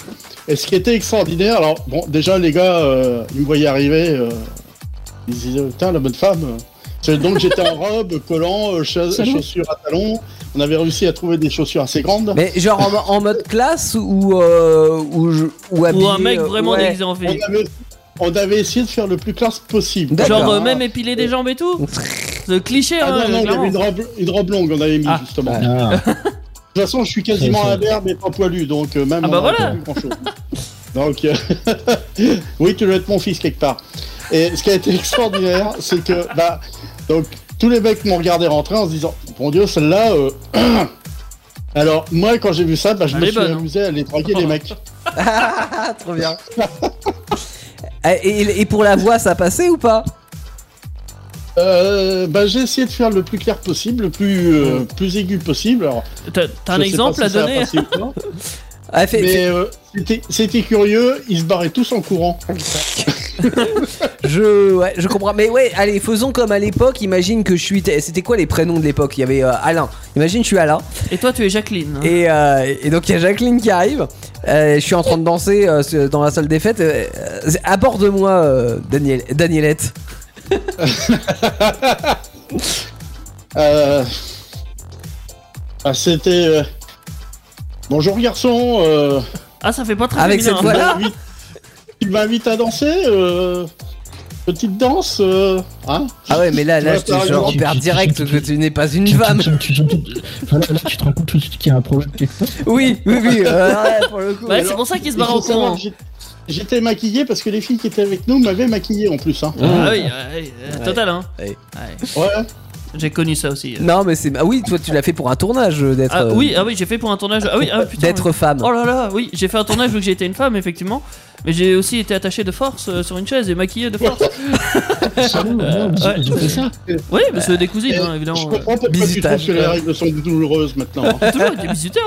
Speaker 4: Et ce qui était extraordinaire, alors, bon, déjà, les gars, euh, ils me voyaient arriver, euh, ils se disaient, putain, la bonne femme. euh. C'est- Donc, j'étais
Speaker 3: (laughs)
Speaker 4: en robe, collant, euh, cha- chaussures à talons. On avait réussi à trouver des chaussures assez grandes.
Speaker 2: (laughs) Mais genre en, en mode classe ou euh, ou, je- ou
Speaker 3: Ou
Speaker 2: habillé,
Speaker 3: un mec
Speaker 2: euh,
Speaker 3: vraiment
Speaker 2: ouais.
Speaker 3: déguisé en fille.
Speaker 4: On avait, on avait essayé de faire le plus classe possible.
Speaker 2: D'accord.
Speaker 3: Genre euh,
Speaker 4: Hein.
Speaker 3: même épiler des jambes et tout. Le cliché,
Speaker 4: Ah
Speaker 3: hein.
Speaker 4: non, non, il y
Speaker 3: clairement.
Speaker 4: avait une robe, une robe longue, on avait mis,
Speaker 3: Ah.
Speaker 4: justement.
Speaker 5: Ah,
Speaker 4: toute façon, je suis quasiment
Speaker 5: Ça, ça-
Speaker 4: à l'air, mais pas poilu, donc euh, même
Speaker 3: Ah bah
Speaker 4: on aurait
Speaker 3: voilà.
Speaker 4: pas vu grand-chose. (laughs) Donc, euh, (laughs) oui, tu dois être mon fils quelque part. Et ce qui a été (laughs) extraordinaire, c'est que, bah, donc, tous les mecs m'ont regardé rentrer en se disant, bon Dieu, celle-là. euh, (clears throat) Alors, moi, quand j'ai vu ça, bah, je
Speaker 3: Elle
Speaker 4: me
Speaker 3: est
Speaker 4: suis
Speaker 3: bonne, hein.
Speaker 4: amusé à les draguer,
Speaker 3: (laughs)
Speaker 4: les mecs.
Speaker 2: Ah, trop bien. Eh, et, et pour la voix, ça passait ou pas
Speaker 4: Euh, bah, j'ai essayé de faire le plus clair possible, le plus, euh, plus aigu possible. Alors,
Speaker 3: T'as t'as un
Speaker 4: je sais
Speaker 3: exemple
Speaker 4: pas
Speaker 3: à
Speaker 4: si ça a
Speaker 3: donner
Speaker 4: passé ou pas.
Speaker 2: Ah, fait-
Speaker 4: Mais euh, c'était- c'était curieux, ils se barraient tous en courant.
Speaker 2: Je, ouais, je comprends. Mais ouais, allez, faisons comme à l'époque. Imagine que je suis. C'était quoi les prénoms de l'époque Il y avait euh, Alain. Imagine, je suis Alain.
Speaker 3: Et toi, tu es Jacqueline. hein.
Speaker 2: Et, euh, et donc, il y a Jacqueline qui arrive. Euh, je suis en train de danser euh, sur- dans la salle des fêtes. Euh, euh, Aborde-moi, euh, Daniel, Danielette.
Speaker 4: Euh, ah, c'était. euh, Bonjour garçon, euh,
Speaker 3: Ah, ça fait pas très
Speaker 2: Avec
Speaker 3: féminin,
Speaker 2: cette
Speaker 3: hein.
Speaker 2: voix-là.
Speaker 4: tu m'invites- tu m'invites à danser euh, Petite danse euh, hein
Speaker 2: Ah ouais, mais là, là,
Speaker 4: Ouais,
Speaker 2: je te
Speaker 4: pareil,
Speaker 2: je
Speaker 4: hein.
Speaker 2: repère direct que tu n'es pas une
Speaker 5: Tu- tu-
Speaker 2: femme.
Speaker 5: tu- tu- tu- tu- voilà, là, tu te rends compte tout de suite qu'il y a un problème quelque part.
Speaker 2: Oui, oui, oui. euh, ouais, pour le coup.
Speaker 3: Bah Ouais,
Speaker 4: alors,
Speaker 3: c'est pour ça qu'ils se
Speaker 4: Il
Speaker 3: barrent
Speaker 4: faut
Speaker 3: en
Speaker 4: savoir
Speaker 3: courant.
Speaker 4: que j'ai- J'étais maquillé parce que les filles qui étaient avec nous m'avaient maquillé en plus. Hein.
Speaker 3: Ah oui, ouais, euh, total, hein.
Speaker 2: Ouais.
Speaker 3: Ouais.
Speaker 4: Ouais.
Speaker 3: J'ai connu ça aussi.
Speaker 2: Non, mais c'est. Ah oui, toi, tu l'as fait pour un tournage euh, d'être.
Speaker 3: Ah
Speaker 2: euh,
Speaker 3: oui, ah oui, j'ai fait pour un tournage. Ah oui, ah putain.
Speaker 2: D'être femme.
Speaker 3: Oh là là, oui, j'ai fait un tournage où j'ai été une femme, effectivement. Mais j'ai aussi été attaché de force euh, sur une chaise et maquillé de force.
Speaker 5: Sérieux, ouais,
Speaker 3: ouais.
Speaker 5: j'ai- j'ai fait ça.
Speaker 3: Oui, parce que des cousines,
Speaker 4: Et
Speaker 3: hein, évidemment.
Speaker 4: Je comprends pourquoi tu
Speaker 2: Bisutage,
Speaker 4: trouves que les
Speaker 2: ouais.
Speaker 4: règles sont douloureuses
Speaker 2: (laughs)
Speaker 4: maintenant. hein.
Speaker 3: Euh, Toujours été visiteur.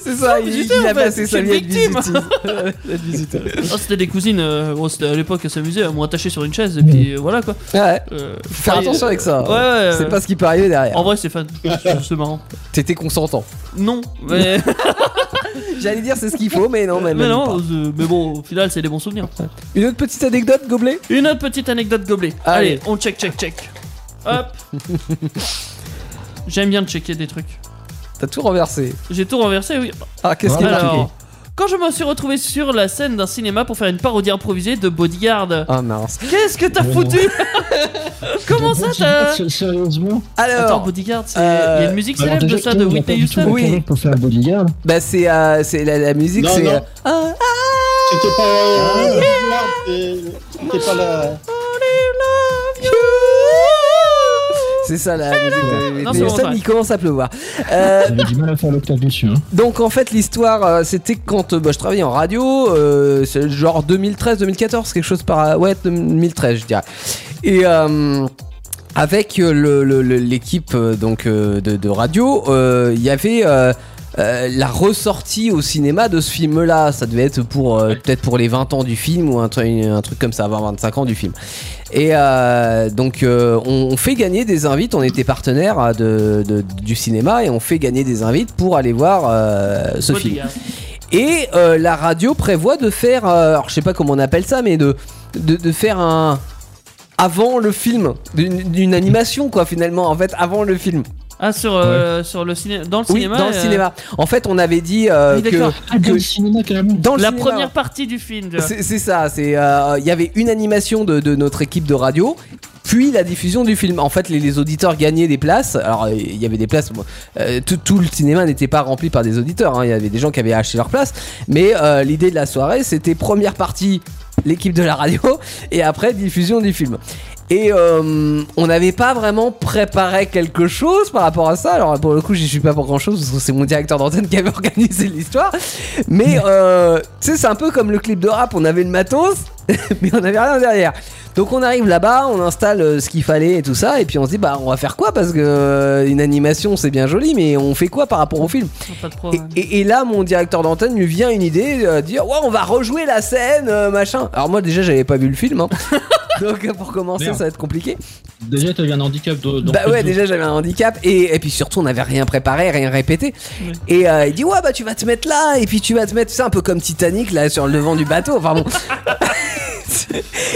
Speaker 2: C'est ça, il,
Speaker 3: visiteur,
Speaker 2: il a
Speaker 3: en fait,
Speaker 2: passé
Speaker 3: je
Speaker 2: sa
Speaker 3: suis
Speaker 2: vie à être
Speaker 3: victime.
Speaker 2: visiteur.
Speaker 3: (laughs)
Speaker 2: Être visiteur.
Speaker 3: Oh, c'était des cousines, euh, bon, c'était à l'époque à s'amuser, à m'ont attaché sur une chaise et puis euh, voilà quoi.
Speaker 2: Ouais.
Speaker 3: Euh, faut
Speaker 2: Faire attention avec ça.
Speaker 3: Ouais, ouais.
Speaker 2: Ah, C'est
Speaker 3: euh,
Speaker 2: pas ce qui peut arriver derrière.
Speaker 3: En vrai,
Speaker 2: (laughs)
Speaker 3: c'est fan. C'est c'est marrant.
Speaker 2: T'étais consentant.
Speaker 3: Non, mais,
Speaker 2: J'allais dire c'est ce qu'il faut, mais non, mais,
Speaker 3: (laughs) mais
Speaker 2: même
Speaker 3: non,
Speaker 2: pas.
Speaker 3: euh, mais bon, au final, c'est des bons souvenirs.
Speaker 2: Une autre petite anecdote, gobelet
Speaker 3: Une autre petite anecdote gobelet.
Speaker 2: Allez.
Speaker 3: Allez, on check, check, check.
Speaker 2: (laughs)
Speaker 3: Hop. J'aime bien checker des trucs.
Speaker 2: T'as tout renversé.
Speaker 3: J'ai tout renversé, oui.
Speaker 2: Ah, qu'est-ce qu'il y a marqué
Speaker 3: Alors, quand je me suis retrouvé sur la scène d'un cinéma pour faire une parodie improvisée de Bodyguard,
Speaker 2: Ah mince.
Speaker 3: qu'est-ce que t'as
Speaker 5: Oh.
Speaker 3: foutu
Speaker 2: (laughs)
Speaker 3: Comment ça t'as.
Speaker 5: S- Sérieusement
Speaker 3: Attends,
Speaker 2: Alors,
Speaker 3: Bodyguard, c'est- il y a
Speaker 2: euh,
Speaker 3: une musique
Speaker 5: Alors,
Speaker 3: célèbre de
Speaker 5: déjà,
Speaker 3: ça
Speaker 5: tout
Speaker 3: de
Speaker 5: le monde n'a
Speaker 3: Whitney
Speaker 5: pas du tout
Speaker 3: Houston
Speaker 5: le
Speaker 2: Oui.
Speaker 5: talent Pour faire bodyguard.
Speaker 2: bah c'est euh, c'est la, la musique,
Speaker 4: Non,
Speaker 2: c'est.
Speaker 4: non.
Speaker 2: euh, ah, ah,
Speaker 4: C'était pas. euh, Bodyguard, c'était- C'était pas la.
Speaker 2: c'est ça la musique. de-
Speaker 3: Non,
Speaker 2: de-
Speaker 3: c'est bon,
Speaker 2: Houston,
Speaker 3: ça va.
Speaker 2: il commence à pleuvoir. Euh,
Speaker 5: J'avais du mal à faire l'octave dessus. Hein.
Speaker 2: donc en fait l'histoire euh, c'était quand euh, bah, je travaillais en radio, euh, c'est genre 2013-2014, quelque chose par ouais 2013 je dirais. Et euh, avec euh, le- le- le- l'équipe euh, donc euh, de, de radio, euh, il y avait euh, euh, la ressortie au cinéma de ce film-là, ça devait être pour euh, peut-être pour les 20 ans du film ou un, tru- un truc comme ça, 20-25 ans du film. Et euh, donc euh, on, on fait gagner des invites, on était partenaire euh, de, de- du cinéma et on fait gagner des invites pour aller voir euh, ce film.
Speaker 3: Bodyguard.
Speaker 2: Et euh, la radio prévoit de faire, euh, alors je sais pas comment on appelle ça, mais de, de, de faire un avant le film, d'une d'une animation quoi finalement, en fait avant le film.
Speaker 3: Ah, sur, euh, sur le cinéma. Dans le
Speaker 2: Oui,
Speaker 3: cinéma.
Speaker 2: dans le
Speaker 3: euh,
Speaker 2: cinéma. En fait on avait dit euh,
Speaker 3: oui,
Speaker 2: que
Speaker 3: d'accord.
Speaker 5: Ah, dans le cinéma, carrément.
Speaker 2: dans le
Speaker 3: La
Speaker 2: cinéma,
Speaker 3: première partie du film. tu vois.
Speaker 2: C'est c'est ça, c'est euh, il y avait une animation de, de notre équipe de radio, puis la diffusion du film. En fait, les, les auditeurs gagnaient des places. Alors euh, il y avait des places, bon, euh, tout, tout le cinéma n'était pas rempli par des auditeurs. hein. Il y avait des gens qui avaient acheté leur place, mais euh, l'idée de la soirée, c'était première partie l'équipe de la radio (laughs) et après diffusion du film. Et euh, on n'avait pas vraiment préparé quelque chose par rapport à ça. Alors pour le coup, j'y suis pas pour grand chose parce que c'est mon directeur d'antenne qui avait (laughs) organisé l'histoire. Mais euh, tu sais, c'est un peu comme le clip de rap. On avait le matos, (laughs) mais on avait rien derrière. Donc on arrive là-bas, on installe euh, ce qu'il fallait et tout ça, et puis on se dit bah on va faire quoi parce que euh, une animation c'est bien joli, mais on fait quoi par rapport au film
Speaker 3: Pas de pro,
Speaker 2: et,
Speaker 3: hein.
Speaker 2: et- et là, mon directeur d'antenne lui vient une idée, euh, dire ouais, on va rejouer la scène, euh, machin. Alors moi déjà, j'avais pas vu le film, hein. donc euh, pour commencer,
Speaker 5: Merde.
Speaker 2: ça va être compliqué.
Speaker 5: Déjà, t'avais un handicap. de- dans
Speaker 2: bah
Speaker 5: le
Speaker 2: ouais,
Speaker 5: fait de-
Speaker 2: déjà j'avais un handicap et, et puis surtout on n'avait rien préparé, rien répété.
Speaker 3: Ouais.
Speaker 2: Et euh, il dit ouais bah tu vas te mettre là et puis tu vas te mettre, c'est un peu comme Titanic là sur le devant du bateau. Enfin bon.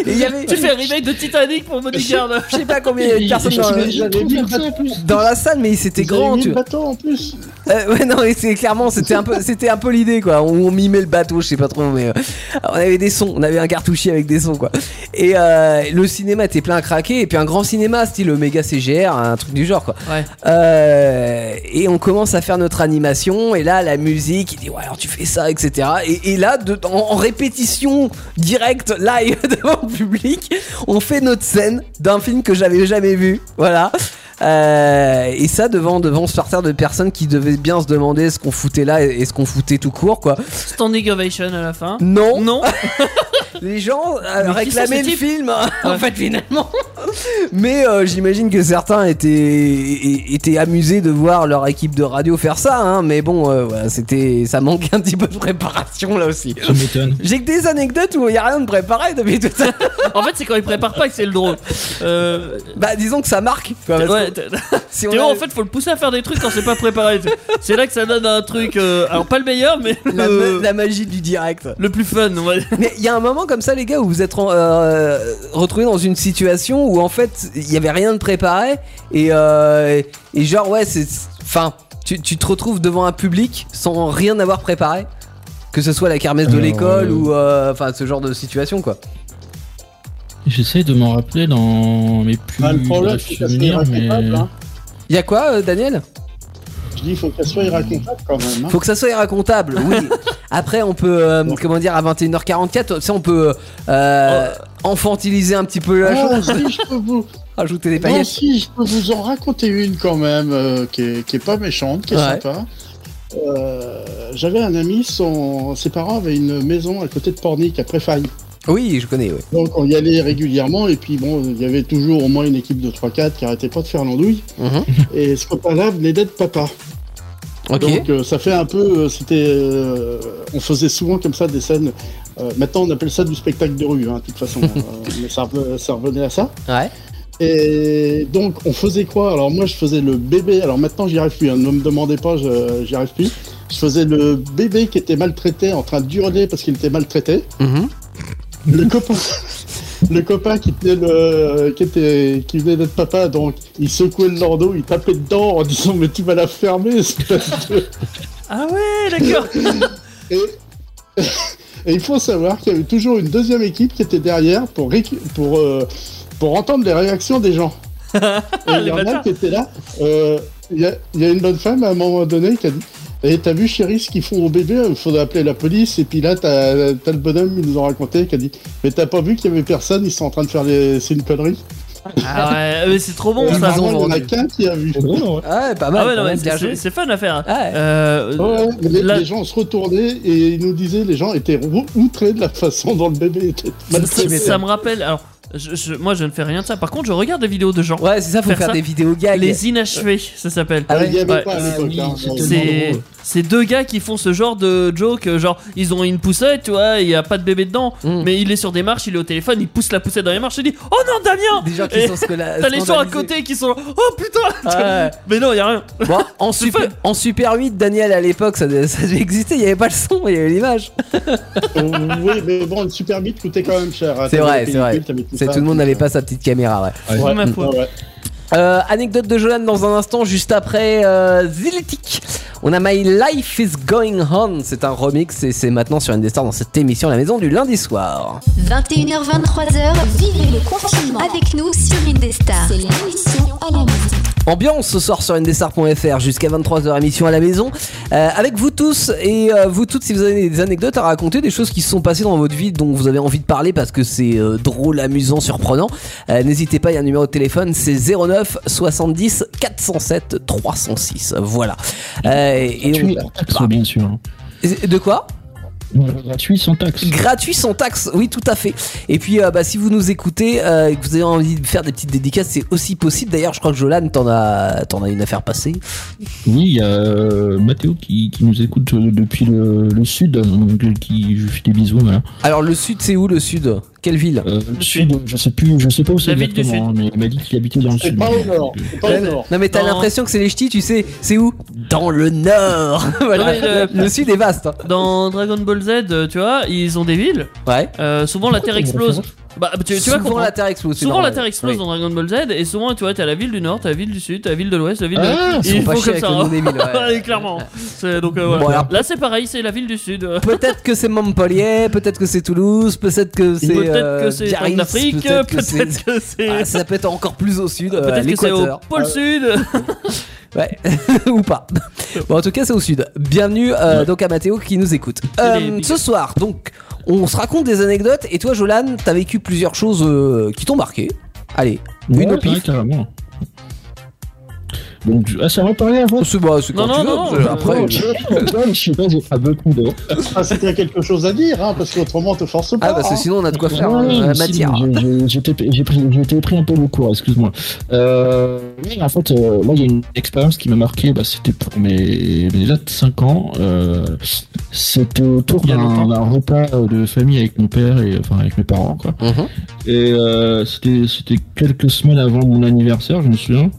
Speaker 2: Et il y avait,
Speaker 3: Tu fais un remake de Titanic pour Bodyguard.
Speaker 2: je sais pas combien il y avait de
Speaker 5: Il-
Speaker 2: personnes
Speaker 5: il-
Speaker 2: dans,
Speaker 5: il-
Speaker 4: J'avais
Speaker 5: trop
Speaker 4: mis le
Speaker 5: faire ça, en
Speaker 4: bateau.
Speaker 5: plus.
Speaker 2: dans la salle, mais
Speaker 4: Vous
Speaker 2: c'était
Speaker 4: avez
Speaker 2: grand.
Speaker 4: mis
Speaker 2: Tu
Speaker 4: le
Speaker 2: vois.
Speaker 4: bateau en plus.
Speaker 2: Euh, ouais, non, mais c'est clairement, c'était un peu, c'était un peu l'idée, quoi. On, on mimait le bateau, je sais pas trop, mais euh, on avait des sons, on avait un cartouchier avec des sons, quoi. Et euh, le cinéma était plein à craquer, et puis un grand cinéma, style méga CGR, un truc du genre, quoi.
Speaker 3: Ouais.
Speaker 2: Euh, et on commence à faire notre animation, et là, la musique, il dit, ouais, alors tu fais ça, etc. Et, et là, de- en, en répétition directe, live (laughs) devant le public, on fait notre scène d'un film que j'avais jamais vu, voilà. Euh, et ça devant devant ce parterre de personnes qui devaient bien se demander ce qu'on foutait là et et ce qu'on foutait tout court quoi.
Speaker 3: Standing ovation à la fin.
Speaker 2: Non,
Speaker 3: (laughs) Non.
Speaker 2: les gens euh,
Speaker 3: Mais qui sont
Speaker 2: réclamaient
Speaker 3: ces
Speaker 2: le
Speaker 3: types
Speaker 2: film hein, (laughs) en
Speaker 3: Ouais.
Speaker 2: fait finalement. Mais euh, j'imagine que certains étaient é- étaient amusés de voir leur équipe de radio faire ça. hein. mais bon, euh, voilà, c'était ça manque un petit peu de préparation là aussi.
Speaker 5: Tu m'étonnes.
Speaker 2: J'ai que des anecdotes où il y a rien de préparé depuis tout à l'heure.
Speaker 3: En fait, c'est quand ils préparent pas que c'est le drôle. Euh,
Speaker 2: Bah disons que ça marque. quoi, parce que
Speaker 3: ouais, t'as-
Speaker 2: si on
Speaker 3: Théo,
Speaker 2: a-
Speaker 3: en fait, faut le pousser à faire des trucs quand c'est pas préparé. c'est là que ça donne un truc. euh, alors, pas le meilleur, mais
Speaker 2: la,
Speaker 3: le,
Speaker 2: la magie du direct.
Speaker 3: le plus fun. on va dire.
Speaker 2: Mais il y a un moment comme ça, les gars, où vous êtes euh, retrouvés dans une situation où en fait il y avait rien de préparé et, euh, et genre ouais, c'est enfin tu, tu te retrouves devant un public sans rien avoir préparé, que ce soit la kermesse de
Speaker 5: Alors,
Speaker 2: l'école
Speaker 5: euh,
Speaker 2: ou euh, enfin ce genre de situation quoi.
Speaker 5: J'essaie de m'en rappeler dans mes plus
Speaker 4: Ah, le problème,
Speaker 5: brefs
Speaker 4: c'est qu'elle soit
Speaker 5: souvenirs, mais.
Speaker 4: irracontable. Hein.
Speaker 2: Il y a quoi, euh, Daniel
Speaker 4: Je dis, il faut qu'elle soit irracontable quand même. hein.
Speaker 2: Faut que ça soit racontable. Oui. Après, on peut euh, comment dire à 21h44, ça on peut euh,
Speaker 3: Oh.
Speaker 2: enfantiliser un petit peu la chose,
Speaker 4: (laughs) Ah, si, je peux vous...
Speaker 2: rajouter des
Speaker 4: non,
Speaker 2: paillettes.
Speaker 4: si, je peux vous en raconter une quand même, euh, qui, est, qui est pas méchante, qui est
Speaker 2: Ouais.
Speaker 4: sympa. Euh, J'avais un ami, son... ses parents avaient une maison à côté de Pornic, après Faille.
Speaker 2: Oui, je connais. oui.
Speaker 4: Donc on y allait régulièrement, et puis bon, il y avait toujours au moins une équipe de 3-4 qui arrêtait pas de faire l'andouille.
Speaker 2: Mhm.
Speaker 4: Et ce copain-là venait d'être papa.
Speaker 2: Ok.
Speaker 4: Donc euh, ça fait un peu, euh, c'était, euh, on faisait souvent comme ça des scènes. euh, maintenant on appelle ça du spectacle de rue, hein, de
Speaker 2: (laughs)
Speaker 4: toute façon. euh, mais ça, revenait- ça revenait à ça.
Speaker 2: Ouais.
Speaker 4: Et donc on faisait quoi Alors moi je faisais le bébé. Alors maintenant j'y arrive plus. hein, ne me demandez pas, je- j'y arrive plus. Je faisais le bébé qui était maltraité, en train de hurler parce qu'il était maltraité.
Speaker 2: Mhm.
Speaker 4: Le copain, le copain qui tenait le, qui était, qui venait d'être papa, donc il secouait le landau, il tapait dedans en disant mais tu vas la fermer, espèce de
Speaker 3: Ah ouais, d'accord.
Speaker 4: Et, et il faut savoir qu'il y avait toujours une deuxième équipe qui était derrière pour, récu- pour, euh, pour entendre les réactions
Speaker 3: (laughs)
Speaker 4: des gens. Et il y en a
Speaker 3: bâtards.
Speaker 4: qui étaient là. euh, Il y, a- il y a une bonne femme à un moment donné qui a dit Et t'as vu, chérie, ce qu'ils font au bébé Il faudrait appeler la police. Et puis là, t'as t'as le bonhomme, ils nous ont raconté, qui a dit Mais t'as pas vu qu'il y avait personne Ils sont en train de faire des. C'est une connerie.
Speaker 3: Ah ouais, mais c'est trop bon
Speaker 4: Et
Speaker 3: ça.
Speaker 4: apparemment, il y en a
Speaker 2: vendu.
Speaker 4: qu'un qui a vu.
Speaker 5: C'est drôle, Oh, ouais.
Speaker 2: Ouais, pas mal.
Speaker 3: Ah ouais,
Speaker 2: pas
Speaker 3: non,
Speaker 2: mal,
Speaker 3: mais
Speaker 2: bien
Speaker 3: c'est
Speaker 2: joué.
Speaker 3: c'est fun à faire.
Speaker 2: Ouais.
Speaker 3: Euh,
Speaker 4: Ouais, mais les,
Speaker 3: là-
Speaker 4: les gens se retournaient et ils nous disaient les gens étaient rou- outrés de la façon dont le
Speaker 3: (laughs)
Speaker 4: bébé était
Speaker 3: ça,
Speaker 4: maltraité.
Speaker 3: ça- ça me rappelle. Alors, je- je- moi, je ne fais rien de ça. Par contre, je regarde des vidéos de gens.
Speaker 2: Ouais, c'est ça, faut faire,
Speaker 3: Faire ça.
Speaker 2: des vidéos gags.
Speaker 3: Les inachevés, ça s'appelle.
Speaker 2: Ah ouais,
Speaker 4: Il y avait
Speaker 3: Ouais.
Speaker 4: pas à
Speaker 5: Ah
Speaker 4: l'époque,
Speaker 5: oui,
Speaker 4: hein.
Speaker 5: c'était
Speaker 3: C'est
Speaker 5: drôle.
Speaker 3: c'est deux gars qui font ce genre de joke, euh, genre ils ont une poussette, tu vois, il y a pas de bébé dedans,
Speaker 2: Mm.
Speaker 3: mais il est sur des marches, il est au téléphone, il pousse la poussette dans les marches, il dit "Oh non Damien
Speaker 2: Des gens qui
Speaker 3: Et
Speaker 2: sont scola-
Speaker 3: T'as les gens à
Speaker 2: scandalisés.
Speaker 3: côté qui sont là, "Oh putain
Speaker 2: Ah Ouais.
Speaker 3: (laughs) Mais non, il y a rien.
Speaker 2: Bon, en,
Speaker 3: C'est
Speaker 2: super,
Speaker 3: fun.
Speaker 2: en Super 8, Daniel à l'époque, ça, devait- ça devait exister. Il y avait pas le son, il y avait l'image.
Speaker 4: oui, mais bon, le Super Beat coûtait quand même cher. hein,
Speaker 2: C'est
Speaker 4: T'avais
Speaker 2: vrai,
Speaker 4: la
Speaker 2: c'est vrai.
Speaker 4: pellicule, t'avais
Speaker 2: C'est
Speaker 4: ça.
Speaker 2: tout le monde n'avait pas sa petite caméra. Ouais.
Speaker 5: Ouais.
Speaker 3: Ma
Speaker 4: Ouais,
Speaker 3: foi.
Speaker 4: ouais.
Speaker 2: Euh, anecdote de Jolan dans un instant, juste après euh, Ziletic. On a My Life is Going On. C'est un remix et c'est maintenant sur Indestar dans cette émission à la maison du lundi soir.
Speaker 1: 21h, 23h, vivez le confinement avec nous sur Indestar. C'est l'émission à la maison.
Speaker 2: Ambiance ce soir sur ndestar.fr jusqu'à 23h émission à la maison Euh, avec vous tous et euh, vous toutes si vous avez des anecdotes à raconter, des choses qui se sont passées dans votre vie dont vous avez envie de parler parce que c'est euh, drôle, amusant, surprenant. euh, N'hésitez pas, il y a un numéro de téléphone, c'est 09 70 407 306. Voilà. Euh, et
Speaker 5: Gratuit,
Speaker 2: on- Bah,
Speaker 5: sans taxe, bien sûr. hein.
Speaker 2: De quoi
Speaker 5: Gratuit sans taxe.
Speaker 2: Gratuit sans taxe, oui tout à fait. Et puis euh, bah, si vous nous écoutez euh, et que vous avez envie de faire des petites dédicaces, c'est aussi possible. D'ailleurs, je crois que Jolan, t'en as, t'en as une à faire passer.
Speaker 5: Oui, il y a euh, Mathéo qui, qui nous écoute euh, depuis le, le sud, donc, euh, qui je lui fais des bisous. Voilà.
Speaker 2: Alors le sud, c'est où le sud Quelle ville
Speaker 5: Euh, le sud, je sais plus, je sais pas où c'est
Speaker 3: La ville du
Speaker 5: exactement, hein, mais il m'a dit qu'il habitait dans le
Speaker 4: C'est
Speaker 5: sud. euh,
Speaker 4: pas au nord. C'est pas au nord.
Speaker 2: Non mais t'as
Speaker 3: Dans-
Speaker 2: l'impression que c'est les ch'tis, tu sais, c'est où Dans le nord (laughs) Voilà.
Speaker 3: Non, mais le-
Speaker 2: Le sud est vaste. hein.
Speaker 3: Dans Dragon Ball Z, euh, tu vois, ils ont des villes,
Speaker 2: Ouais.
Speaker 3: euh, souvent la Terre explose. Bah, tu, tu vas
Speaker 2: souvent
Speaker 3: comprendre.
Speaker 2: la Terre explose. c'est
Speaker 3: Souvent
Speaker 2: normal.
Speaker 3: la Terre explose hein.
Speaker 2: Oui.
Speaker 3: dans Dragon Ball Z et souvent tu vois t'as la ville du nord, t'as la ville du sud, t'as la ville de l'ouest, la ville de...
Speaker 5: Ah,
Speaker 2: Ils
Speaker 3: Il
Speaker 2: sont pas
Speaker 3: faut
Speaker 2: chier
Speaker 3: comme
Speaker 2: avec
Speaker 3: ça,
Speaker 2: le
Speaker 3: hein.
Speaker 2: nom des villes, ouais.
Speaker 3: (laughs) Ouais, clairement. C'est- donc euh, voilà.
Speaker 2: Bon, alors-
Speaker 3: Là c'est pareil, c'est la ville du sud. euh.
Speaker 2: Peut-être que c'est Montpellier, peut-être que c'est Toulouse, peut-être que c'est.
Speaker 3: Peut-être
Speaker 2: euh,
Speaker 3: que c'est
Speaker 2: Biarritz,
Speaker 3: en Afrique,
Speaker 2: peut-être que c'est-
Speaker 3: peut-être que c'est
Speaker 2: Ah, ça peut être encore plus au sud, euh, à
Speaker 3: peut-être que c'est au
Speaker 2: l'équateur.
Speaker 3: pôle sud.
Speaker 2: Ouais, (laughs) ou pas. Bon, en tout cas, c'est au sud. Bienvenue euh, donc à Mathéo qui nous écoute. Euh,
Speaker 3: Allez, big
Speaker 2: ce soir, donc, on se raconte des anecdotes. Et toi, Jolan, t'as vécu plusieurs choses euh, qui t'ont marqué. Allez, une
Speaker 5: ouais,
Speaker 2: au pif.
Speaker 5: carrément. Donc, ah, ça va parler avant
Speaker 2: C'est bah, c'est quand
Speaker 3: Non,
Speaker 2: tu
Speaker 3: non,
Speaker 2: veux, parce
Speaker 3: non,
Speaker 2: que après.
Speaker 5: Ouais,
Speaker 2: je-
Speaker 5: je sais pas, j'ai un peu con de-
Speaker 4: Ah, si t'as quelque chose à dire, hein, parce qu'autrement, on te force pas.
Speaker 2: Ah, parce que
Speaker 4: hein.
Speaker 2: sinon, on a de quoi faire
Speaker 5: Ouais,
Speaker 2: euh,
Speaker 5: mais si,
Speaker 2: matière.
Speaker 5: j'ai- j'ai- J'étais j'ai pris, j'étais pris un peu au cours, excuse-moi. Euh, oui, en fait, euh, moi, il y a une expérience qui m'a marqué, bah, c'était pour mes, mes là de 5 ans. Euh, c'était autour
Speaker 3: Il y a longtemps.
Speaker 5: d'un d'un repas euh, de famille avec mon père et enfin avec mes parents, quoi.
Speaker 2: Mhm.
Speaker 5: Et euh, c'était c'était quelques semaines avant mon anniversaire, je me souviens.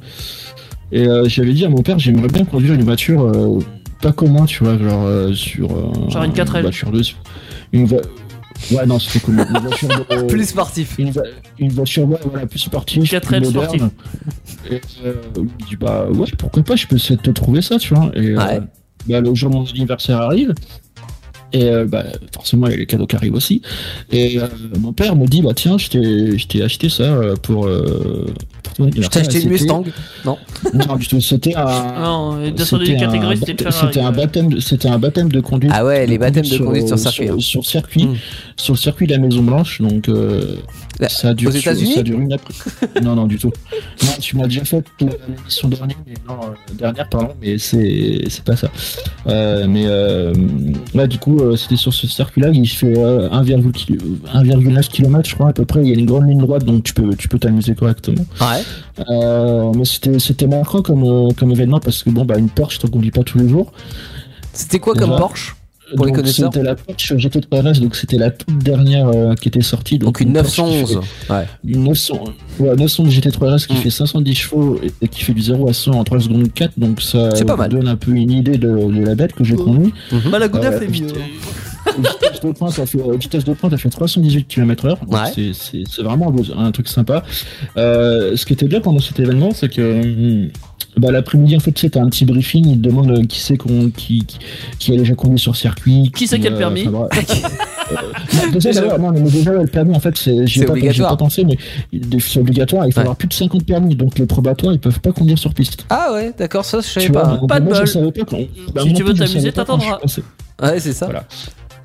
Speaker 5: Et euh, j'avais dit à mon père, j'aimerais bien conduire une voiture euh, pas comme moi, tu vois, genre euh, sur. euh,
Speaker 3: Genre une 4L.
Speaker 5: voiture de- Une vo- Ouais, non, c'était comme une voiture
Speaker 3: (laughs)
Speaker 5: de-
Speaker 2: Plus sportif.
Speaker 5: une, vo- une voiture ouais, voilà, plus sportive.
Speaker 3: Quatre
Speaker 5: plus
Speaker 3: ailes
Speaker 5: moderne.
Speaker 3: sportives.
Speaker 5: Et euh, je me dis, bah ouais, pourquoi pas, je peux essayer de te trouver ça, tu vois. Et euh,
Speaker 2: Ouais.
Speaker 5: bah, le jour de mon anniversaire arrive. Et euh, bah, forcément, il y a les cadeaux qui arrivent aussi. Et euh, mon père me dit, bah tiens, je t'ai je t'ai acheté ça euh, pour. euh, pour ton
Speaker 2: Je t'ai
Speaker 5: anniversaire.
Speaker 2: acheté une
Speaker 5: Et c'était-
Speaker 2: Mustang.
Speaker 5: Non, du tout, c'était
Speaker 2: Ah.
Speaker 5: un.
Speaker 3: Non, et descendu
Speaker 5: C'était
Speaker 3: d'une
Speaker 5: un,
Speaker 3: catégorie, c'était
Speaker 5: baptê-
Speaker 3: une Ferrari.
Speaker 5: c'était un baptême, c'était un baptême de conduite.
Speaker 2: Ah ouais, les baptêmes de conduite sur circuit. hein.
Speaker 5: Sur, sur circuit,
Speaker 2: Mm.
Speaker 5: sur le circuit de la Maison Blanche, donc euh,
Speaker 2: Là,
Speaker 5: ça dure.
Speaker 2: aux États-Unis
Speaker 5: ça dure une
Speaker 2: (laughs)
Speaker 5: après. non, non, du tout. Non, tu m'as déjà fait euh, l'émission dernière, mais non, euh, dernière, pardon, mais c'est c'est pas ça. Euh, mais euh, là, du coup, euh, c'était sur ce circuit-là, il fait euh, 1,9 kil- 1,9 km, je crois à peu près. Il y a une grande ligne droite, donc tu peux tu peux t'amuser correctement.
Speaker 2: Ouais.
Speaker 5: Euh, mais c'était c'était marquant comme euh, comme événement parce que bon, bah une Porsche, t'en conduis pas tous les jours.
Speaker 2: C'était quoi comme
Speaker 5: Déjà.
Speaker 2: Porsche Pour les
Speaker 5: Donc,
Speaker 2: connaisseurs.
Speaker 5: C'était la Porsche GT3 RS, donc c'était la toute dernière euh, qui était sortie.
Speaker 2: Donc une
Speaker 5: Porsche qui
Speaker 2: 911. Ouais.
Speaker 5: fait- Une 900, ouais, 900 GT3 RS qui
Speaker 2: Mm.
Speaker 5: fait 510 chevaux et, et qui fait du 0 à 100 en 3 secondes 4. Donc ça
Speaker 2: C'est pas
Speaker 5: vous
Speaker 2: mal.
Speaker 5: donne un peu une idée de, de la bête que j'ai conduite.
Speaker 3: Bah la Gouda
Speaker 5: Euh,
Speaker 3: fait
Speaker 5: vite-
Speaker 3: mieux. hein.
Speaker 5: vitesse de pointe, ça fait, euh, vitesse de pointe, ça fait 318 km/h. donc
Speaker 2: Ouais.
Speaker 5: c'est- C'est c'est vraiment un, beau- un truc sympa. Euh, ce qui était bien pendant cet événement, c'est que hum, bah, l'après-midi, en fait, c'était un petit briefing. Ils te demandent euh, qui c'est qu'on qui, qui, qui a déjà conduit sur circuit.
Speaker 3: Qui c'est qui a le permis
Speaker 5: enfin, bref.
Speaker 3: (laughs)
Speaker 5: Euh, non, déjà, d'ailleurs, non, mais déjà, le permis, en fait, c'est j'y ai
Speaker 2: C'est
Speaker 5: pas- j'y ai
Speaker 2: obligatoire.
Speaker 5: pas pensé, mais il- c'est obligatoire. Il faut
Speaker 2: Ouais.
Speaker 5: avoir plus de 50 permis. Donc, les probatoires, ils peuvent pas conduire sur piste.
Speaker 2: Ah ouais, d'accord, ça je savais
Speaker 5: Tu vois,
Speaker 2: pas.
Speaker 5: donc,
Speaker 3: Pas de
Speaker 5: moi, je
Speaker 3: bol.
Speaker 5: savais pas quand- bah,
Speaker 3: Si
Speaker 5: moi
Speaker 3: tu
Speaker 5: non
Speaker 3: veux
Speaker 5: plus, je
Speaker 3: t'amuser,
Speaker 5: savais pas quand je suis
Speaker 3: t'attendras.
Speaker 5: passé.
Speaker 2: Ouais, c'est ça.
Speaker 5: Voilà.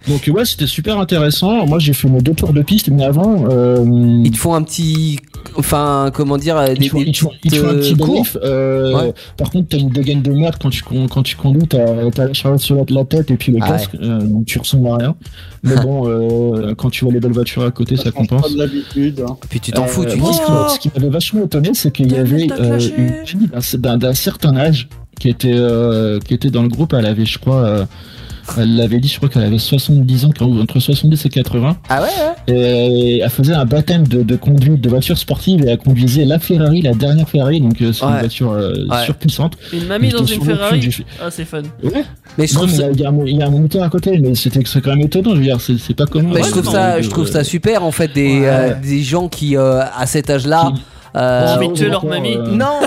Speaker 5: Donc ouais, c'était super intéressant. Moi, j'ai fait mes deux tours de piste, mais avant, euh,
Speaker 2: Ils te font un petit. Enfin, comment dire, des,
Speaker 5: il te faut-
Speaker 2: des
Speaker 5: il te faut- il te faut un
Speaker 2: petites,
Speaker 5: petit
Speaker 2: euh, cours.
Speaker 5: brief. Euh,
Speaker 2: Ouais.
Speaker 5: Par contre, t'as une dégaine de merde quand tu con- quand tu conduis, t'as t'as la charlotte sur la- la tête et puis le
Speaker 2: Ah
Speaker 5: casque, euh, donc tu ressembles à rien.
Speaker 2: (laughs)
Speaker 5: Mais bon, euh, quand tu vois les belles voitures à côté, ça
Speaker 4: change Pas
Speaker 5: compense.
Speaker 4: de l'habitude. hein.
Speaker 2: Puis tu t'en
Speaker 5: Euh,
Speaker 2: fous, tu
Speaker 5: moi,
Speaker 2: kiffes.
Speaker 5: ce qui m'a- ce qui m'avait vachement étonné, c'est qu'il y
Speaker 3: T'as
Speaker 5: avait
Speaker 3: vu, t'as
Speaker 5: euh,
Speaker 3: clashé.
Speaker 5: une fille d'un cer- d'un d'un certain âge qui était euh, qui était dans le groupe. Elle avait, je crois, euh, elle l'avait dit, je crois qu'elle avait 70 ans, ou entre 70 et 80.
Speaker 2: Ah ouais, ouais.
Speaker 5: Et Euh, elle faisait un baptême de, de conduite de voiture sportive et elle conduisait la Ferrari, la dernière Ferrari, donc euh, c'est
Speaker 2: Ouais.
Speaker 5: une voiture euh,
Speaker 2: Ouais.
Speaker 5: surpuissante.
Speaker 3: Une mamie
Speaker 5: J'étais
Speaker 3: Ah, dans une
Speaker 5: sur le cul, j'ai
Speaker 3: Ferrari.
Speaker 5: fait-
Speaker 3: Ah c'est fun.
Speaker 5: Ouais.
Speaker 2: Mais je
Speaker 5: Non,
Speaker 2: trouve
Speaker 5: mais
Speaker 2: ça.
Speaker 5: il y a un mo- il y a un moniteur à côté, mais c'était c'est quand même étonnant. Je veux dire, c'est c'est pas commun.
Speaker 2: mais
Speaker 3: ouais,
Speaker 2: je trouve
Speaker 3: non,
Speaker 2: ça,
Speaker 5: Euh,
Speaker 2: je trouve ça super en fait des,
Speaker 5: Ouais.
Speaker 2: euh, des gens qui euh, à cet âge-là.
Speaker 5: Qui-
Speaker 2: euh,
Speaker 3: Ont envie de tuer leur
Speaker 5: encore,
Speaker 3: mamie.
Speaker 5: euh,
Speaker 2: Non,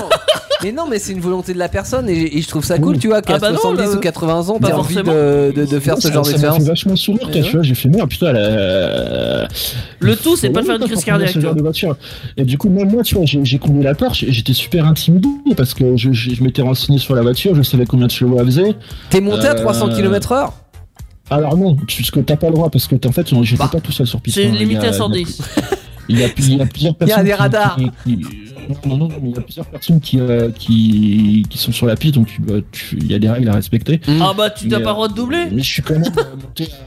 Speaker 2: mais non, mais c'est une volonté de la personne et, et je trouve ça cool,
Speaker 5: Oui.
Speaker 2: tu vois, qu'à
Speaker 3: Ah bah non,
Speaker 2: 70
Speaker 3: là,
Speaker 2: ou 80 ans,
Speaker 3: pas
Speaker 2: t'as envie
Speaker 3: forcément.
Speaker 2: de, de, de faire
Speaker 5: ouais,
Speaker 2: ce
Speaker 5: ça-
Speaker 2: genre
Speaker 5: ça m'a
Speaker 2: d'expérience.
Speaker 5: fait vachement sourire,
Speaker 3: Mais
Speaker 5: toi, tu vois. J'ai fait merde, putain, elle euh, a-
Speaker 3: Le tout c'est
Speaker 5: Mais
Speaker 3: pas de
Speaker 5: oui,
Speaker 3: faire une crise
Speaker 5: pour conduire
Speaker 3: cardiaque.
Speaker 5: ce genre de voiture. Et du coup, même moi, tu vois, j'ai j'ai conduit la Porsche et j'étais super intimidé parce que je, je- je m'étais renseigné sur la voiture, je savais combien de chevaux elle faisait.
Speaker 2: T'es monté à
Speaker 5: Euh,
Speaker 2: 300 km/h
Speaker 5: Alors non, parce que t'as pas le droit, parce que t'es- en fait, j'étais
Speaker 2: Bah,
Speaker 5: pas tout seul sur piste.
Speaker 3: C'est
Speaker 5: hein. Il y
Speaker 3: limité
Speaker 5: a-
Speaker 3: à 110.
Speaker 5: Il y a, il y a plusieurs
Speaker 2: (laughs) Il y a
Speaker 5: personnes.
Speaker 2: des
Speaker 5: qui-
Speaker 2: radars.
Speaker 5: qui- qui- non, non, non, mais il y a plusieurs personnes qui, euh, qui, qui sont sur la piste, donc tu- bah, tu- il y a des règles à respecter.
Speaker 3: Ah bah tu
Speaker 5: Mais,
Speaker 3: t'as pas
Speaker 5: euh,
Speaker 3: le droit de doubler.
Speaker 5: Mais je suis quand même euh, monté. à-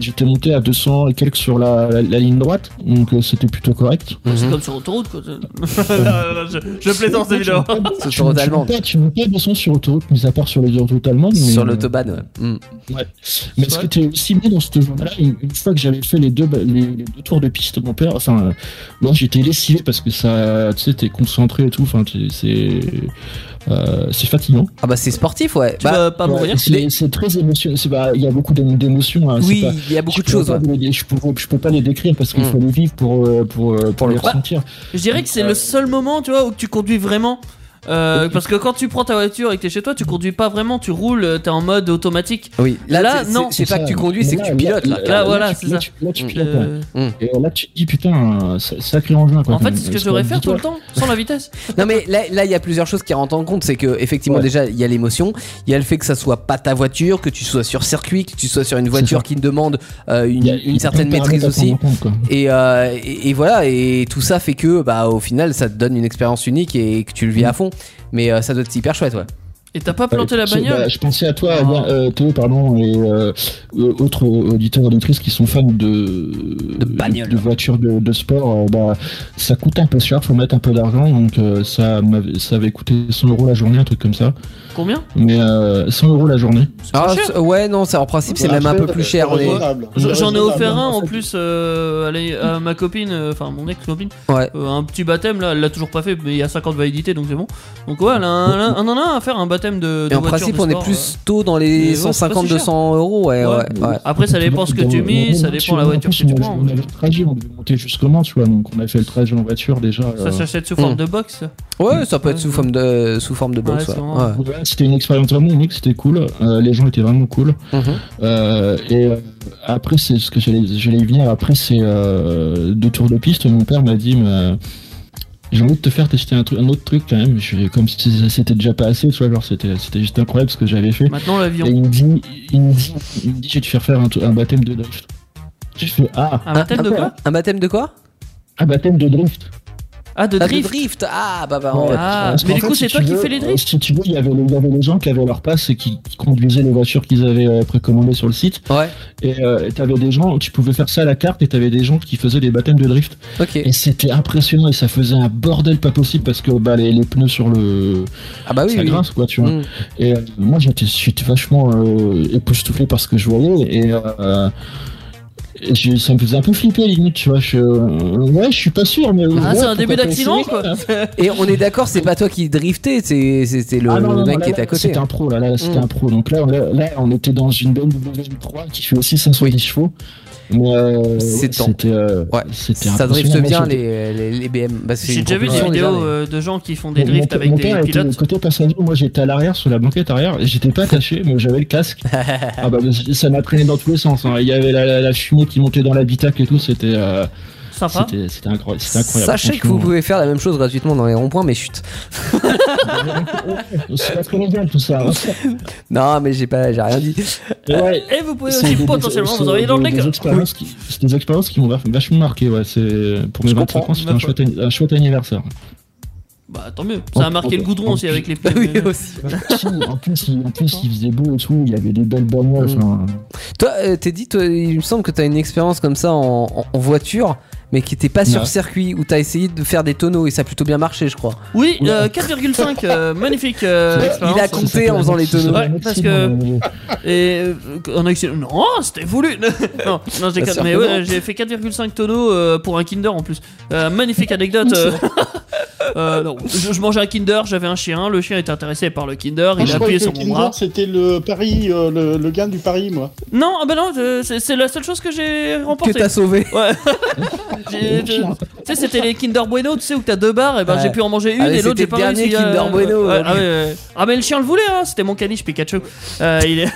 Speaker 5: J'étais monté à 200 et quelques sur la, la- la ligne droite, donc euh, c'était plutôt correct.
Speaker 3: C'est
Speaker 2: Mmh.
Speaker 3: comme sur autoroute quoi. (laughs) Là, là, je, je plaisante
Speaker 2: Bah,
Speaker 3: évidemment.
Speaker 2: Sur
Speaker 5: Tu montes-
Speaker 2: l'autoroute
Speaker 5: tu montes
Speaker 2: allemande.
Speaker 5: pas- Tu montes pas 200 sur autoroute, mis à part sur les autoroutes allemandes. mais,
Speaker 2: Sur
Speaker 5: euh,
Speaker 2: l'autobahn, ouais. Mm.
Speaker 5: Ouais. Mais ce
Speaker 3: Ouais.
Speaker 5: qui était aussi bien dans ce jour-là, une, une fois que j'avais fait les deux, les, les deux tours de piste, mon père, enfin, euh, moi j'étais lessivé parce que ça, tu sais, t'es concentré et tout, enfin, tu- c'est. Euh, c'est fatigant.
Speaker 2: Ah bah c'est sportif, ouais.
Speaker 3: Tu
Speaker 2: Bah,
Speaker 3: vas pas
Speaker 5: Ouais,
Speaker 3: mourir.
Speaker 5: c'est c'est très émotionnel. c'est pas- Il y a beaucoup d'é- d'émotions. hein, c'est
Speaker 2: oui,
Speaker 5: pas-
Speaker 2: il y a beaucoup
Speaker 5: je
Speaker 2: de choses.
Speaker 5: pourrais
Speaker 2: ouais.
Speaker 5: pas vous les- je, pourrais- je peux pas les décrire parce qu'il
Speaker 2: Mm.
Speaker 5: faut les vivre pour, euh, pour, euh, pour les
Speaker 2: Bah,
Speaker 5: ressentir.
Speaker 3: Je dirais que c'est le seul moment, tu vois, où tu conduis vraiment. Euh, parce que quand tu prends ta voiture et que t'es chez toi, tu conduis pas vraiment, tu roules, euh, t'es en mode automatique.
Speaker 2: Oui. Là,
Speaker 3: Là,
Speaker 2: c'est-
Speaker 3: non.
Speaker 2: c'est- c'est pas que tu conduis, c'est que tu pilotes. Là.
Speaker 3: là, voilà,
Speaker 5: tu-
Speaker 3: c'est ça.
Speaker 5: là, tu- Là, tu
Speaker 2: Mm.
Speaker 5: pilotes. ouais.
Speaker 3: Euh,
Speaker 5: Et là, tu te dis, putain, euh, c'est- sacré engin. Quoi, euh,
Speaker 3: en fait, c'est ce que je devrais faire tout le temps, sans la vitesse.
Speaker 2: Non mais là, là, il y a plusieurs choses qui rentrent en compte, c'est que effectivement
Speaker 5: Ouais.
Speaker 2: déjà il y a l'émotion, il y a le fait que ça soit pas ta voiture, que tu sois sur circuit, que tu sois sur une voiture
Speaker 5: ça.
Speaker 2: qui demande euh, une, une certaine maîtrise aussi. Et, euh, et, et voilà, et tout ça fait que bah au final ça te donne une expérience unique et que tu le
Speaker 5: Mm.
Speaker 2: vis à fond. Mais euh, ça doit être hyper chouette, ouais.
Speaker 3: Et t'as pas planté la
Speaker 5: Je- bah,
Speaker 3: bagnole
Speaker 5: je pensais à toi,
Speaker 3: Ah.
Speaker 5: Adrien- euh, Théo, pardon, et euh, euh, autres auditeurs et auditrices qui sont fans de,
Speaker 2: De bagnoles.
Speaker 5: de voitures de, de sport. euh, bah, ça coûte un peu cher, faut mettre un peu d'argent, donc euh, ça, m'avait- ça avait coûté 100 euros la journée, un truc comme ça.
Speaker 3: Combien
Speaker 5: Mais euh, 100 euros la journée.
Speaker 2: Ah,
Speaker 3: cher.
Speaker 2: c'est- ouais, non, ça en principe c'est même un peu plus cher. on est-
Speaker 4: raisonnable.
Speaker 3: Je- J'en ai offert un en
Speaker 4: Raisonnable.
Speaker 3: plus euh, allez, à ma copine, euh, enfin mon ex-copine,
Speaker 2: Ouais.
Speaker 3: euh, un petit baptême là, elle l'a toujours pas fait, mais il y a 50 validités donc c'est bon. Donc ouais, elle a un, elle a- on en a un à faire un baptême de.
Speaker 2: Et
Speaker 3: de
Speaker 2: en
Speaker 3: voiture
Speaker 2: principe
Speaker 3: de
Speaker 2: on est
Speaker 3: sport, euh.
Speaker 2: plus tôt dans
Speaker 3: Mais
Speaker 2: les
Speaker 3: ouais, c'est pas si
Speaker 2: 150-200 euros, ouais,
Speaker 3: Ouais.
Speaker 2: ouais. ouais.
Speaker 3: euh. Après, ça dépend ce que tu mets, ça dépend la voiture que tu prends.
Speaker 5: On avait le trajet, on devait monter jusqu'au Mans, tu vois, donc on a fait le trajet en voiture déjà.
Speaker 3: Ça
Speaker 5: euh,
Speaker 3: s'achète sous forme
Speaker 2: Mm.
Speaker 3: de box.
Speaker 2: Ouais, ça peut être
Speaker 3: Ouais.
Speaker 2: sous forme de sous forme de box.
Speaker 3: Mm.
Speaker 2: ouais.
Speaker 3: Ouais, c'est vraiment-
Speaker 2: Ouais.
Speaker 5: voilà, C'était une expérience vraiment unique, c'était cool. euh, les gens étaient vraiment cool.
Speaker 2: Mhm.
Speaker 5: Euh, et euh, après, c'est ce que j'allais j'allais y venir. Après, c'est euh, deux tours de piste. Mon père m'a dit, mais, euh, j'ai envie de te faire tester un, truc, un autre truc quand même. Je fais comme si ça- c'était déjà pas assez, tu vois. Genre, c'était c'était juste incroyable ce que j'avais fait.
Speaker 3: Maintenant
Speaker 5: Et
Speaker 3: l'avion.
Speaker 5: il me dit, il me dit, il me dit, je vais te faire faire un, t- un baptême de drift. J'ai fait, ah,
Speaker 3: Un baptême de quoi
Speaker 2: Un baptême de quoi
Speaker 5: un baptême de drift.
Speaker 3: Ah, de
Speaker 2: Ah,
Speaker 3: drift.
Speaker 2: Ah bah bah.
Speaker 5: Ouais.
Speaker 2: ouais.
Speaker 3: Ah,
Speaker 5: Parce
Speaker 3: mais
Speaker 5: qu'en
Speaker 3: du coup,
Speaker 5: fait,
Speaker 3: c'est
Speaker 5: si
Speaker 3: toi
Speaker 5: tu
Speaker 3: qui
Speaker 5: veux,
Speaker 3: fais les drifts
Speaker 5: euh, Si tu veux, il y avait les, il y avait les gens qui avaient leur passe et qui, qui conduisaient les voitures qu'ils avaient euh, précommandées sur le site.
Speaker 2: Ouais.
Speaker 5: Et euh, et t'avais des gens, tu pouvais faire ça à la carte et t'avais des gens qui faisaient des baptêmes de drift.
Speaker 2: Ok.
Speaker 5: Et c'était impressionnant et ça faisait un bordel pas possible parce que bah, les, les pneus sur le.
Speaker 2: Ah bah oui.
Speaker 5: ça
Speaker 2: oui.
Speaker 5: grince quoi, tu vois.
Speaker 2: Mm.
Speaker 5: Et euh, moi j'étais j'étais vachement euh, époustouflé par ce que je voyais et. euh, et j'ai- ça me faisait un peu flipper limite, tu vois. Je, euh, ouais, je suis pas sûr, mais. ouais,
Speaker 3: Ah, c'est un
Speaker 5: pourquoi
Speaker 3: début
Speaker 5: pas
Speaker 3: d'accident
Speaker 5: essayer,
Speaker 3: quoi
Speaker 2: Et on est d'accord, c'est pas toi qui driftais, c'est c'est- c'est le,
Speaker 5: Ah, non,
Speaker 2: le
Speaker 5: non,
Speaker 2: mec
Speaker 5: là,
Speaker 2: qui était à côté.
Speaker 5: C'était un pro, là, là c'était
Speaker 2: Mm.
Speaker 5: un pro. Donc là, là, là, on était dans une BMW 3 qui fait aussi 500 chevaux. Mais euh,
Speaker 2: C'est temps.
Speaker 5: c'était. euh,
Speaker 2: Ouais,
Speaker 5: c'était
Speaker 2: Ça drifte
Speaker 5: impressionnant.
Speaker 2: bien
Speaker 5: Moi, j'étais-
Speaker 2: les, les, les BM. Bah, c'est
Speaker 3: J'ai
Speaker 2: une
Speaker 3: déjà vu des
Speaker 2: compétition, déjà,
Speaker 3: vidéos
Speaker 2: mais-
Speaker 3: euh, de gens qui font des
Speaker 5: Mon-
Speaker 3: drifts
Speaker 5: mon,
Speaker 3: avec
Speaker 5: mon
Speaker 3: des
Speaker 5: père était
Speaker 3: pilotes.
Speaker 5: côté passager, moi j'étais à l'arrière sur la banquette arrière, j'étais pas attaché, mais j'avais
Speaker 2: (laughs)
Speaker 5: le casque. Ah bah, ça m'a traîné dans tous les sens. hein. Il y avait la, la- la fumée qui montait dans l'habitacle et tout, c'était euh,
Speaker 3: Sympa.
Speaker 5: c'était c'était incroyable. c'était incroyable.
Speaker 2: Ah. Sachez que vous pouvez faire la même chose gratuitement dans les ronds-points, mais chut.
Speaker 5: franchement. (laughs) C'est pas très légal
Speaker 2: (laughs)
Speaker 5: tout ça. hein.
Speaker 2: Non, mais j'ai pas, j'ai rien dit.
Speaker 3: (laughs)
Speaker 2: (laughs)
Speaker 5: Mais ouais,
Speaker 3: Et vous pouvez
Speaker 5: C'est
Speaker 3: aussi
Speaker 5: des-
Speaker 3: potentiellement
Speaker 5: c'est
Speaker 3: vous envoyer dans le
Speaker 5: des-
Speaker 3: deck.
Speaker 5: des expériences qui- C'est des expériences qui m'ont vach- vachement marqué. Ouais. C'est- Pour mes
Speaker 4: Je
Speaker 5: 25
Speaker 4: comprends,
Speaker 5: ans, c'était
Speaker 3: ma
Speaker 5: un
Speaker 3: foi.
Speaker 5: chouette, an- un chouette anniversaire.
Speaker 3: Bah tant mieux. Ça a marqué le goudron aussi avec les pieds.
Speaker 2: oui, aussi.
Speaker 5: en, plus, il- en plus, il faisait beau et tout. Il y avait des belles bagnoles.
Speaker 2: Mm.
Speaker 5: enfin,
Speaker 2: Toi, euh, t'es dit, toi, il me semble que t'as une expérience comme ça en, en- en voiture, mais qui était pas sur
Speaker 5: Ouais.
Speaker 2: circuit, où t'as essé de faire des tonneaux et ça a plutôt bien marché, je crois.
Speaker 3: Oui,
Speaker 5: Ouais.
Speaker 3: euh, 4,5, euh, magnifique euh,
Speaker 5: Il a
Speaker 2: Il a
Speaker 3: expérience.
Speaker 5: ça
Speaker 2: compté
Speaker 5: s'appelle
Speaker 2: en faisant
Speaker 5: un
Speaker 2: les
Speaker 5: accident,
Speaker 2: tonneaux.
Speaker 3: Ouais,
Speaker 5: un
Speaker 3: parce
Speaker 5: accident, euh,
Speaker 3: Et euh, en accident. Non, c'était voulu. (laughs) non, non, j'ai
Speaker 2: Bah,
Speaker 3: quatre- mais
Speaker 2: certainement.
Speaker 3: ouais, j'ai fait 4,5 tonneaux euh, pour un Kinder en plus. Euh, magnifique anecdote. euh, euh, non, je, je mangeais un Kinder, j'avais un chien. Le chien était intéressé par le Kinder.
Speaker 4: Moi,
Speaker 3: Il
Speaker 4: je
Speaker 3: a
Speaker 4: croyais
Speaker 3: appuyé
Speaker 4: que
Speaker 3: sur
Speaker 4: le
Speaker 3: mon
Speaker 4: Kinder,
Speaker 3: bras.
Speaker 4: C'était le pari, euh, le, le gain du pari, moi.
Speaker 3: Non, ah bah non, euh, c'est c'est la seule chose que j'ai
Speaker 2: Que
Speaker 3: remportée.
Speaker 2: t'as sauvé. (laughs)
Speaker 3: Ouais. J'ai- j'ai- tu sais, c'était les Kinder Bueno, tu sais, où t'as deux barres, et ben
Speaker 2: Ouais.
Speaker 3: j'ai pu en manger une
Speaker 2: Allez,
Speaker 3: et l'autre
Speaker 2: c'était
Speaker 3: j'ai pas
Speaker 2: le dernier
Speaker 3: réussi à-
Speaker 2: Kinder Bueno.
Speaker 3: Ouais, ah, ouais, ouais. Ah, mais le chien le voulait, hein, c'était mon caniche Pikachu. Euh, il, (laughs) est-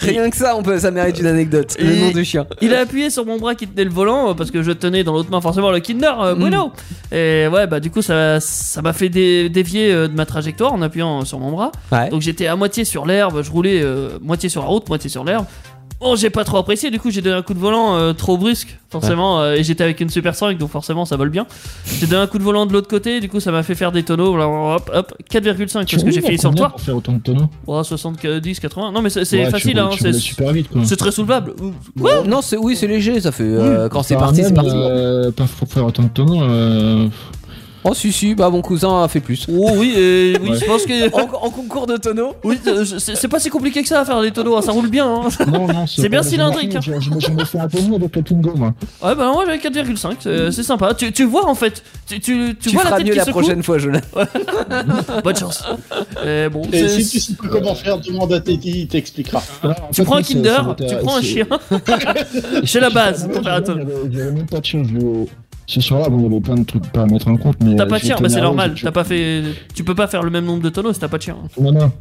Speaker 2: Rien que ça, on peut, ça mérite une anecdote. Le
Speaker 3: Et-
Speaker 2: nom du chien.
Speaker 3: il a appuyé sur mon bras qui tenait le volant euh, parce que je tenais dans l'autre main forcément le Kinder euh,
Speaker 2: Mm.
Speaker 3: Bueno. Et ouais, bah du coup, ça ça m'a fait dé- dévier euh, de ma trajectoire en appuyant euh, sur mon bras.
Speaker 2: Ouais.
Speaker 3: Donc j'étais à moitié sur l'herbe, je roulais euh, moitié sur la route, moitié sur l'herbe. Bon, j'ai pas trop apprécié, du coup j'ai donné un coup de volant euh, trop brusque, forcément, euh, et j'étais avec une Super 5, donc forcément ça vole bien. J'ai donné un coup de volant de l'autre côté, du coup ça m'a fait faire des tonneaux, blablabla, hop, hop, 4,5
Speaker 5: tu
Speaker 3: parce que
Speaker 5: roules
Speaker 3: j'ai
Speaker 5: en
Speaker 3: fini sur le
Speaker 5: combien
Speaker 3: toit.
Speaker 5: Pour faire autant de tonneaux.
Speaker 3: Oh, 70, 80, non mais c'est c'est
Speaker 5: Ouais, tu
Speaker 3: facile,
Speaker 5: roules-
Speaker 3: hein,
Speaker 5: tu
Speaker 3: c'est
Speaker 5: roules super vite quoi.
Speaker 3: c'est très soulevable. Ouh,
Speaker 2: Ouais, non, c'est
Speaker 5: Bah,
Speaker 2: oui, c'est léger, ça fait euh, quand c'est
Speaker 5: Par
Speaker 2: parti,
Speaker 5: même,
Speaker 2: c'est parti.
Speaker 3: (laughs)
Speaker 5: euh, pas pour faire autant de tonneaux. euh,
Speaker 2: Oh si si, bah mon cousin a fait plus.
Speaker 3: Oh oui,
Speaker 5: (laughs)
Speaker 3: euh, oui,
Speaker 5: Ouais.
Speaker 3: je pense que.
Speaker 2: En, en concours de tonneau
Speaker 3: Oui, euh, je- c'est c'est pas si compliqué que ça à faire des tonneaux, hein, ça roule bien. hein.
Speaker 5: Non, non,
Speaker 3: C'est bien
Speaker 5: pas-
Speaker 3: cylindrique, hein.
Speaker 5: Je, je, je me fais un peu mieux avec la Twingo, moi.
Speaker 3: Ouais, bah moi j'avais 4,5, c'est- c'est sympa. Tu, tu vois en fait, tu, tu, tu
Speaker 2: Tu,
Speaker 3: vois la
Speaker 2: feras
Speaker 3: tête
Speaker 2: mieux
Speaker 3: qui
Speaker 2: la
Speaker 3: secoue.
Speaker 2: prochaine fois,
Speaker 3: (laughs)
Speaker 2: Jonathan.
Speaker 3: Bonne chance. Euh, bon,
Speaker 4: Et
Speaker 3: c'est-
Speaker 4: si tu sais pas comment faire, demande à Teddy, il t'expliquera.
Speaker 5: Alors, en
Speaker 3: Tu
Speaker 5: fait,
Speaker 3: prends un
Speaker 5: moi, ça- ça
Speaker 3: Kinder,
Speaker 5: m'intéresse.
Speaker 3: tu prends un
Speaker 5: C'est- (laughs)
Speaker 3: chien. (laughs) Chez la base,
Speaker 5: J'avais-
Speaker 3: ton père Anton.
Speaker 5: j'avais- J'avais même pas de chien. je l'ai- Ce soir-là, bon, il y avait plein de trucs pas à mettre en compte. mais,
Speaker 3: T'as
Speaker 5: euh,
Speaker 3: pas de
Speaker 5: j'ai
Speaker 3: chien,
Speaker 5: été
Speaker 3: bah c'est
Speaker 5: énervé,
Speaker 3: normal.
Speaker 5: j'ai-
Speaker 3: T'as pas fait, tu peux pas faire le même nombre de tonneaux si t'as pas de chien.
Speaker 5: Non, non.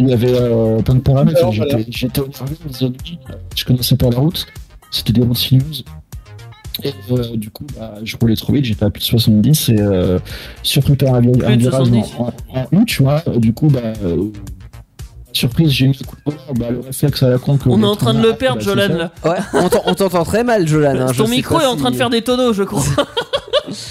Speaker 5: Il y avait euh, plein de paramètres.
Speaker 4: Alors,
Speaker 5: J'étais-
Speaker 4: voilà.
Speaker 5: J'étais au service, je connaissais pas la route. C'était des routes sinueuses. Et euh, du coup, bah, je roulais trop vite, j'étais à plus de 70 et euh, surpris par un, vi-
Speaker 3: Plus
Speaker 5: un
Speaker 3: de
Speaker 5: virage
Speaker 3: 70.
Speaker 5: en, en, en U, tu vois. Du coup, bah, euh, surprise, j'ai mis le coup de volant, bah, le réflexe à la con que
Speaker 3: On est
Speaker 5: le
Speaker 3: en train de
Speaker 5: train
Speaker 3: le
Speaker 5: a-
Speaker 3: perdre,
Speaker 5: bah,
Speaker 3: Jolan.
Speaker 5: c'est ça.
Speaker 3: Là.
Speaker 2: Ouais, on t'en- on t'entend très mal, Jolan. hein, je
Speaker 3: Ton
Speaker 2: sais
Speaker 3: micro
Speaker 2: pas
Speaker 3: est en
Speaker 2: si-
Speaker 3: train de faire des tonneaux, je
Speaker 5: (laughs)
Speaker 3: crois.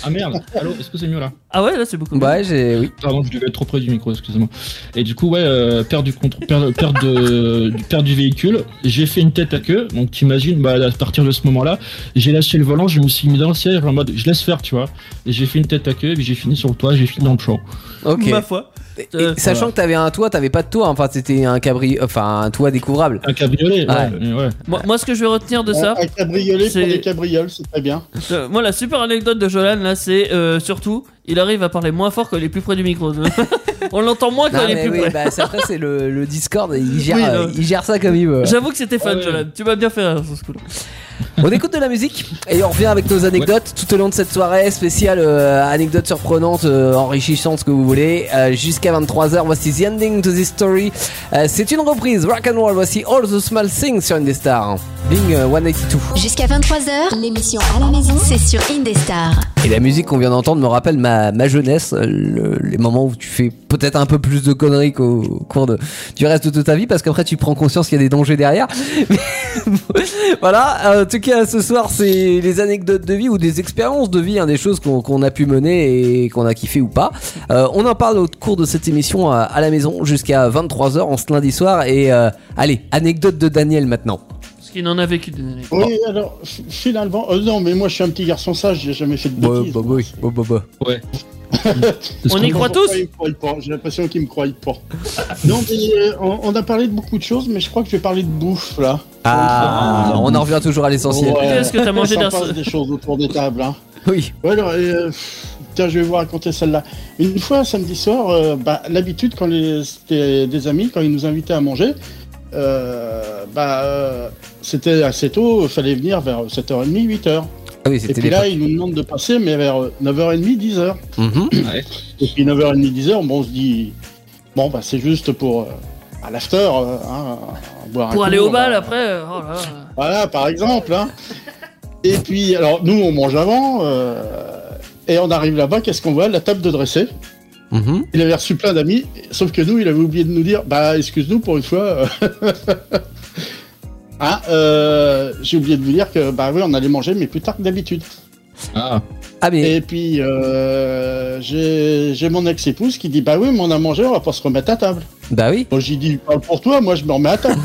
Speaker 5: Ah merde, alors est-ce que c'est mieux là
Speaker 3: Ah ouais, là c'est beaucoup. mieux.
Speaker 2: Ouais, Bah, j'ai. Oui.
Speaker 5: Pardon, je devais être trop près du micro, excusez-moi. Et du coup, ouais, euh, perte du contrôle, perte, perte de, du, perte du véhicule. J'ai fait une tête à queue, donc t'imagines, bah, à partir de ce moment-là, j'ai lâché le volant, je me suis mis dans le siège en mode, je laisse faire, tu vois. Et j'ai fait une tête à queue, puis j'ai fini sur le toit, j'ai fini dans le champ.
Speaker 2: Ok.
Speaker 3: Ma foi.
Speaker 2: Et- et
Speaker 3: Euh,
Speaker 2: sachant
Speaker 5: voilà.
Speaker 2: que t'avais un toit, t'avais pas de toit. Enfin, c'était un cabri, enfin un toit découvrable.
Speaker 5: Un cabriolet,
Speaker 2: Ouais.
Speaker 5: ouais. mais ouais.
Speaker 3: Moi, moi, ce que je vais retenir de
Speaker 4: Un-
Speaker 3: ça,
Speaker 4: Un cabriolet pour
Speaker 3: c'est-
Speaker 4: des cabrioles, c'est très bien.
Speaker 3: euh, moi la super anecdote de Jolan là, c'est euh, surtout, il arrive à parler moins fort quand il est plus près du micro. (laughs) On l'entend moins quand
Speaker 2: Non,
Speaker 3: il est
Speaker 2: mais
Speaker 3: plus
Speaker 2: oui,
Speaker 3: près.
Speaker 2: bah, c'est- après c'est le, le Discord, il gère,
Speaker 3: Oui,
Speaker 2: euh,
Speaker 3: non.
Speaker 2: il gère ça comme il veut.
Speaker 3: J'avoue que c'était fan,
Speaker 5: Ouais.
Speaker 3: Jolan. Tu m'as bien fait rire sur ce coup-là.
Speaker 2: (laughs) On écoute de la musique et on revient avec nos anecdotes tout au long de cette soirée spéciale, euh, anecdotes surprenantes, euh, enrichissantes, ce que vous voulez. Euh, Jusqu'à 23h, voici The Ending to This Story. Euh, c'est une reprise, rock and roll, voici All the Small Things sur Indestar. Bing euh, 182.
Speaker 1: Jusqu'à 23h, l'émission à la maison, c'est sur Indestar.
Speaker 2: Et la musique qu'on vient d'entendre me rappelle ma, ma jeunesse, euh, le- les moments où tu fais peut-être un peu plus de conneries qu'au cours de, du reste de toute ta vie, parce qu'après tu prends conscience qu'il y a des dangers derrière. (laughs) Mais- voilà, en tout cas ce soir c'est les anecdotes de vie ou des expériences de vie, hein, des choses qu'on qu'on a pu mener et qu'on a kiffé ou pas. Euh, on en parle au cours de cette émission euh, à, à la maison jusqu'à 23h en ce lundi soir. Et euh, allez, anecdote de Daniel maintenant.
Speaker 3: Parce qu'il en a vécu des années.
Speaker 4: Oui, alors, f- finalement, euh, non, mais moi je suis un petit garçon sage, j'ai jamais fait de
Speaker 2: Bah,
Speaker 4: bêtises.
Speaker 2: Oh,
Speaker 5: C'est
Speaker 3: On
Speaker 5: ce
Speaker 3: y
Speaker 5: qu'on-
Speaker 3: croit tous
Speaker 4: Ils me croient pas, J'ai l'impression qu'ils me croient pas. (laughs) non, mais euh, on, on a parlé de beaucoup de choses, mais je crois que je vais parler de bouffe là.
Speaker 2: Ah, on en revient toujours à l'essentiel.
Speaker 4: Ouais.
Speaker 3: Qu'est-ce que t'as mangé
Speaker 4: Ça
Speaker 3: d'un
Speaker 4: passe des choses autour des tables. Hein.
Speaker 2: Oui.
Speaker 4: Ouais, alors, euh, tiens, je vais vous raconter celle-là. Une fois, samedi soir, euh, bah, l'habitude, quand les- c'était des amis, quand ils nous invitaient à manger, euh, bah, euh, c'était assez tôt, il fallait venir vers 7h30, 8h.
Speaker 2: Ah oui,
Speaker 4: Et
Speaker 2: c'était
Speaker 4: puis
Speaker 2: les
Speaker 4: là, ils nous demandent de passer, mais vers euh, 9h30, 10h.
Speaker 2: Mhm.
Speaker 4: Et puis 9h30, 10h, bon, on se dit, bon, bah, c'est juste pour euh, à l'after, euh, hein, boire un
Speaker 3: Pour
Speaker 4: coup,
Speaker 3: aller au
Speaker 4: voilà.
Speaker 3: bal après. euh, Oh là là.
Speaker 4: Voilà, par exemple. hein. Et puis, alors, nous, on mange avant. euh, et on arrive là-bas, qu'est-ce qu'on voit La table de dressé.
Speaker 2: Mhm.
Speaker 4: Il avait reçu plein d'amis, sauf que nous, il avait oublié de nous dire Bah, excuse-nous pour une fois. euh, (laughs) hein, euh, j'ai oublié de vous dire que, bah oui, on allait manger, mais plus tard que d'habitude.
Speaker 5: Ah,
Speaker 2: Ah mais
Speaker 4: Et puis, euh, j'ai j'ai mon ex-épouse qui dit Bah oui, mais on a mangé, on va pas se remettre à table.
Speaker 2: bah oui.
Speaker 4: Bon, j'ai dit Parle pour toi, moi, je me remets à table.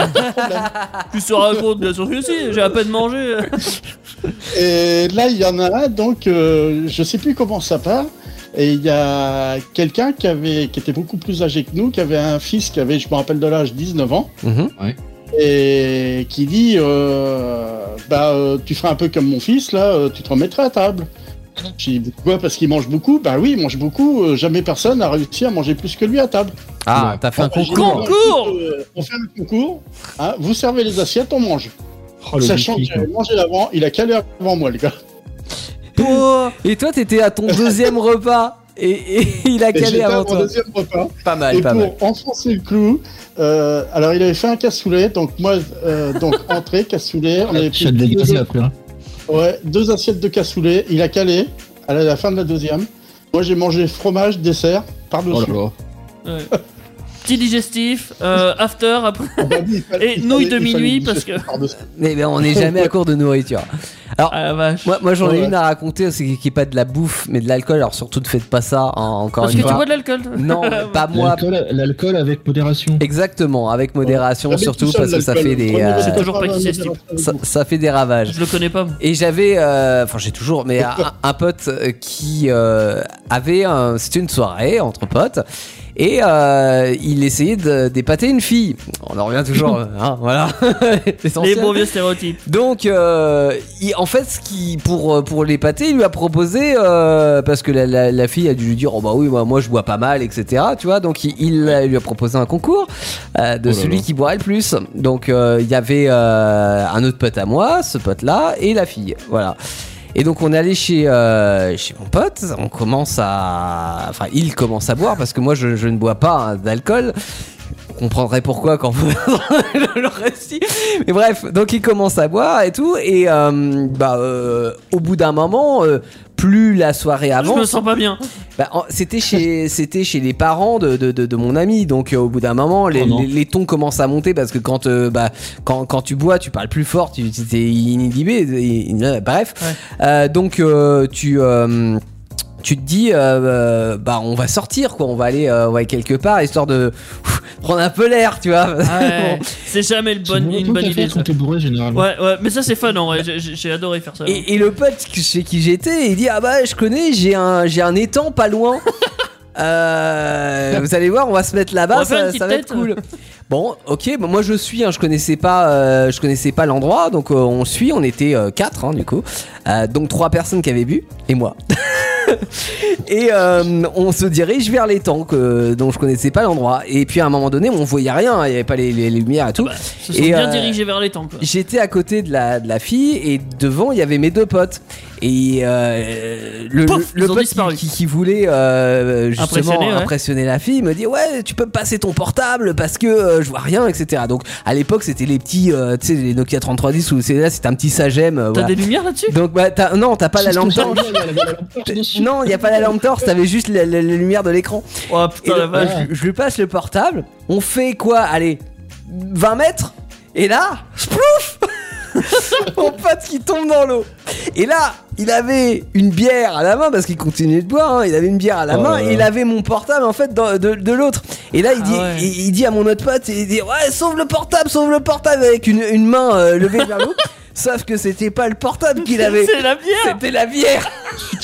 Speaker 2: (laughs)
Speaker 3: Tu te racontes, bien sûr que si, j'ai à peine
Speaker 2: (laughs)
Speaker 3: mangé.
Speaker 4: Et là, il y en a un, donc euh, je sais plus comment ça part. Et il y a quelqu'un qui avait, qui était beaucoup plus âgé que nous, qui avait un fils qui avait, je me rappelle de l'âge, 19 ans,
Speaker 2: Mhm.
Speaker 4: et qui dit, euh, bah, euh, tu feras un peu comme mon fils, là, euh, tu te remettras à table. Je dis, pourquoi Parce qu'il mange beaucoup. Bah oui, il mange beaucoup. euh, jamais personne n'a réussi à manger plus que lui à table.
Speaker 2: Ah, t'as fait un
Speaker 4: Bon, bah, j'ai dit,
Speaker 2: concours.
Speaker 4: bah, écoute, euh, on fait un concours. hein, vous servez les assiettes, on mange.
Speaker 5: oh, le
Speaker 4: Sachant que
Speaker 5: whisky, quoi.
Speaker 4: j'avais mangé l'avant, il a calé avant moi, le gars.
Speaker 3: Pouah.
Speaker 2: Et toi, t'étais
Speaker 4: (laughs)
Speaker 2: à ton deuxième repas et, et il a
Speaker 4: Et
Speaker 2: calé
Speaker 4: j'étais à
Speaker 2: avant
Speaker 4: mon
Speaker 2: toi.
Speaker 4: deuxième repas.
Speaker 2: Pas mal,
Speaker 4: Et
Speaker 2: Ah, pas
Speaker 4: pour
Speaker 2: mal.
Speaker 4: enfoncer le clou, euh, alors il avait fait un cassoulet, donc moi, euh,
Speaker 2: (laughs)
Speaker 4: donc entrée, cassoulet, on avait
Speaker 5: Je suis
Speaker 4: pris
Speaker 5: à
Speaker 4: deux,
Speaker 5: dégager après. hein.
Speaker 4: ouais, deux assiettes de cassoulet, il a calé à la, la fin de la deuxième. Moi j'ai mangé fromage, dessert,
Speaker 5: Oh
Speaker 4: par-dessus.
Speaker 5: là là.
Speaker 3: Ouais. Petit digestif, euh, after après.
Speaker 4: Ah bah oui, il fallait-
Speaker 3: Et
Speaker 4: il
Speaker 3: nouilles
Speaker 4: fallait-
Speaker 3: de
Speaker 4: il fallait
Speaker 3: minuit,
Speaker 4: bouffer
Speaker 3: parce que-
Speaker 4: par-dessus. (laughs)
Speaker 2: Mais ben, on n'est jamais à court de nourriture. Alors,
Speaker 3: Ah la vache.
Speaker 2: moi, moi j'en ai
Speaker 4: Ouais.
Speaker 2: une à raconter, c'est qui est pas de la bouffe, mais de l'alcool. Alors surtout ne faites pas ça, hein, encore
Speaker 3: Parce que
Speaker 2: une
Speaker 3: tu
Speaker 2: fois.
Speaker 3: bois de l'alcool (laughs)
Speaker 2: non, pas moi.
Speaker 5: L'alcool- L'alcool avec modération.
Speaker 2: Exactement, avec modération
Speaker 4: Jamais
Speaker 2: surtout
Speaker 4: tout seul,
Speaker 2: parce que ça
Speaker 4: l'alcool.
Speaker 2: fait des,
Speaker 4: Prenez
Speaker 2: euh,
Speaker 4: votre
Speaker 3: C'est toujours pas
Speaker 4: temps,
Speaker 3: digestif.
Speaker 4: euh,
Speaker 2: ça, ça fait des ravages.
Speaker 3: Je le connais pas. moi.
Speaker 2: Et j'avais, euh, enfin j'ai toujours, mais un, un pote euh, qui euh, avait, un- c'était une soirée entre potes, et euh, il essayait de- d'épater une fille. On en revient
Speaker 3: (laughs)
Speaker 2: toujours, hein, voilà. (laughs)
Speaker 3: Les
Speaker 2: L'essentiel.
Speaker 3: bons vieux stéréotypes.
Speaker 2: Donc, euh, il- en fait, ce qui pour euh, pour l'épater, il lui a proposé euh, parce que la, la- la fille a dû lui dire, oh bah oui, moi, moi je bois pas mal, etc. Tu vois, donc il, il a- lui a proposé un concours euh, de
Speaker 6: Oh là
Speaker 2: celui
Speaker 6: là.
Speaker 2: qui boirait le plus. Donc, euh, il y avait euh, un autre pote à moi, ce pote-là et la fille, voilà. Et donc on est allé chez, euh, chez mon pote, on commence à... Enfin il commence à boire parce que moi je, je ne bois pas hein, d'alcool. Vous comprendrez pourquoi quand vous (laughs) le récit. Mais bref, donc il commence à boire et tout. Et euh, bah, euh, au bout d'un moment, euh, plus la soirée
Speaker 3: Je me
Speaker 2: avance,
Speaker 3: sens pas
Speaker 2: (laughs)
Speaker 3: bien.
Speaker 2: bah, en- c'était chez (laughs) c'était chez les parents de, de, de, de mon ami. Donc euh, au bout d'un moment, les,
Speaker 5: Oh non.
Speaker 2: les, les tons commencent à monter parce que quand euh, bah quand, quand tu bois, tu parles plus fort, tu tu- t'es inhibé. et- et- euh, Bref, Euh, donc euh, tu euh, tu te dis euh, euh, bah on va sortir quoi, on va aller euh, ouais, quelque part histoire de ouf, prendre un peu l'air, tu vois. (laughs)
Speaker 3: Ah ouais. C'est jamais le bon-
Speaker 5: C'est
Speaker 3: une bonne
Speaker 5: qu'à
Speaker 3: idée.
Speaker 5: faire
Speaker 3: ça.
Speaker 5: quand t'es bourré généralement.
Speaker 3: Ouais, ouais, mais ça c'est fun en vrai. J'ai- J'ai j'ai adoré faire ça.
Speaker 2: Et, et le pote que- chez qui j'étais, il dit Ah bah je connais, j'ai un, j'ai un étang pas
Speaker 3: (laughs)
Speaker 2: loin. Euh, vous allez voir, on va se mettre
Speaker 3: On
Speaker 2: là-bas,
Speaker 3: va faire une
Speaker 2: ça,
Speaker 3: petite
Speaker 2: ça va être
Speaker 3: tête. euh.
Speaker 2: cool. (laughs) Bon, ok, bah, moi je suis, hein, je connaissais pas, euh, je connaissais pas l'endroit, donc euh, on suit, on était euh, quatre hein, du coup, Euh, donc trois personnes qui avaient bu et moi. (laughs) et euh, on se dirige vers l'étang que- dont je connaissais pas l'endroit. Et puis à un moment donné, on voyait rien, hein, il y avait pas les, les lumières et tout.
Speaker 3: Ils se sont
Speaker 2: et,
Speaker 3: bien
Speaker 2: euh,
Speaker 3: dirigés vers
Speaker 2: (laughs)
Speaker 3: les temps. quoi.
Speaker 2: J'étais à côté de la, de la fille et devant il y avait mes deux potes. Et euh, le,
Speaker 3: Pouf,
Speaker 2: le
Speaker 3: ils ont
Speaker 2: pote
Speaker 3: disparu.
Speaker 2: qui, qui- qui voulait euh, justement impressionner,
Speaker 3: Impressionner, ouais.
Speaker 2: la fille me dit ouais tu peux me passer ton portable parce que euh, je vois rien etc. Donc à l'époque c'était les petits euh, tu sais les Nokia 3310 ou c'est là c'était un petit sagem. euh,
Speaker 3: T'as
Speaker 2: voilà.
Speaker 3: des
Speaker 2: (laughs)
Speaker 3: lumières là-dessus
Speaker 2: Donc bah, t'as- non t'as pas la
Speaker 5: C'est ce
Speaker 2: lampe
Speaker 5: que
Speaker 2: torche.
Speaker 5: j'allais dire, il y a la- la lampe torche dessus.
Speaker 2: Non, il n'y a pas la lampe torche, t'avais juste la, la- la lumière de l'écran.
Speaker 3: Oh
Speaker 2: Et
Speaker 3: putain la
Speaker 2: donc, (laughs)
Speaker 3: vache.
Speaker 2: je, je lui passe le portable. On fait quoi Allez, 20 mètres Et là, splouf (laughs) Mon pote qui tombe dans l'eau. Et là, il avait une bière à la main parce qu'il continuait de boire. hein. Il avait une bière à la
Speaker 5: Oh
Speaker 2: main.
Speaker 5: là là.
Speaker 2: et il avait mon portable en fait dans- de, de l'autre. Et là, il
Speaker 3: Ah
Speaker 2: dit,
Speaker 3: ouais.
Speaker 2: il, il dit à mon autre pote, il dit ouais, sauve le portable, sauve le portable avec une, une main euh, levée vers l'eau. Sauf que c'était pas le portable qu'il avait.
Speaker 3: C'est la bière.
Speaker 2: C'était la bière.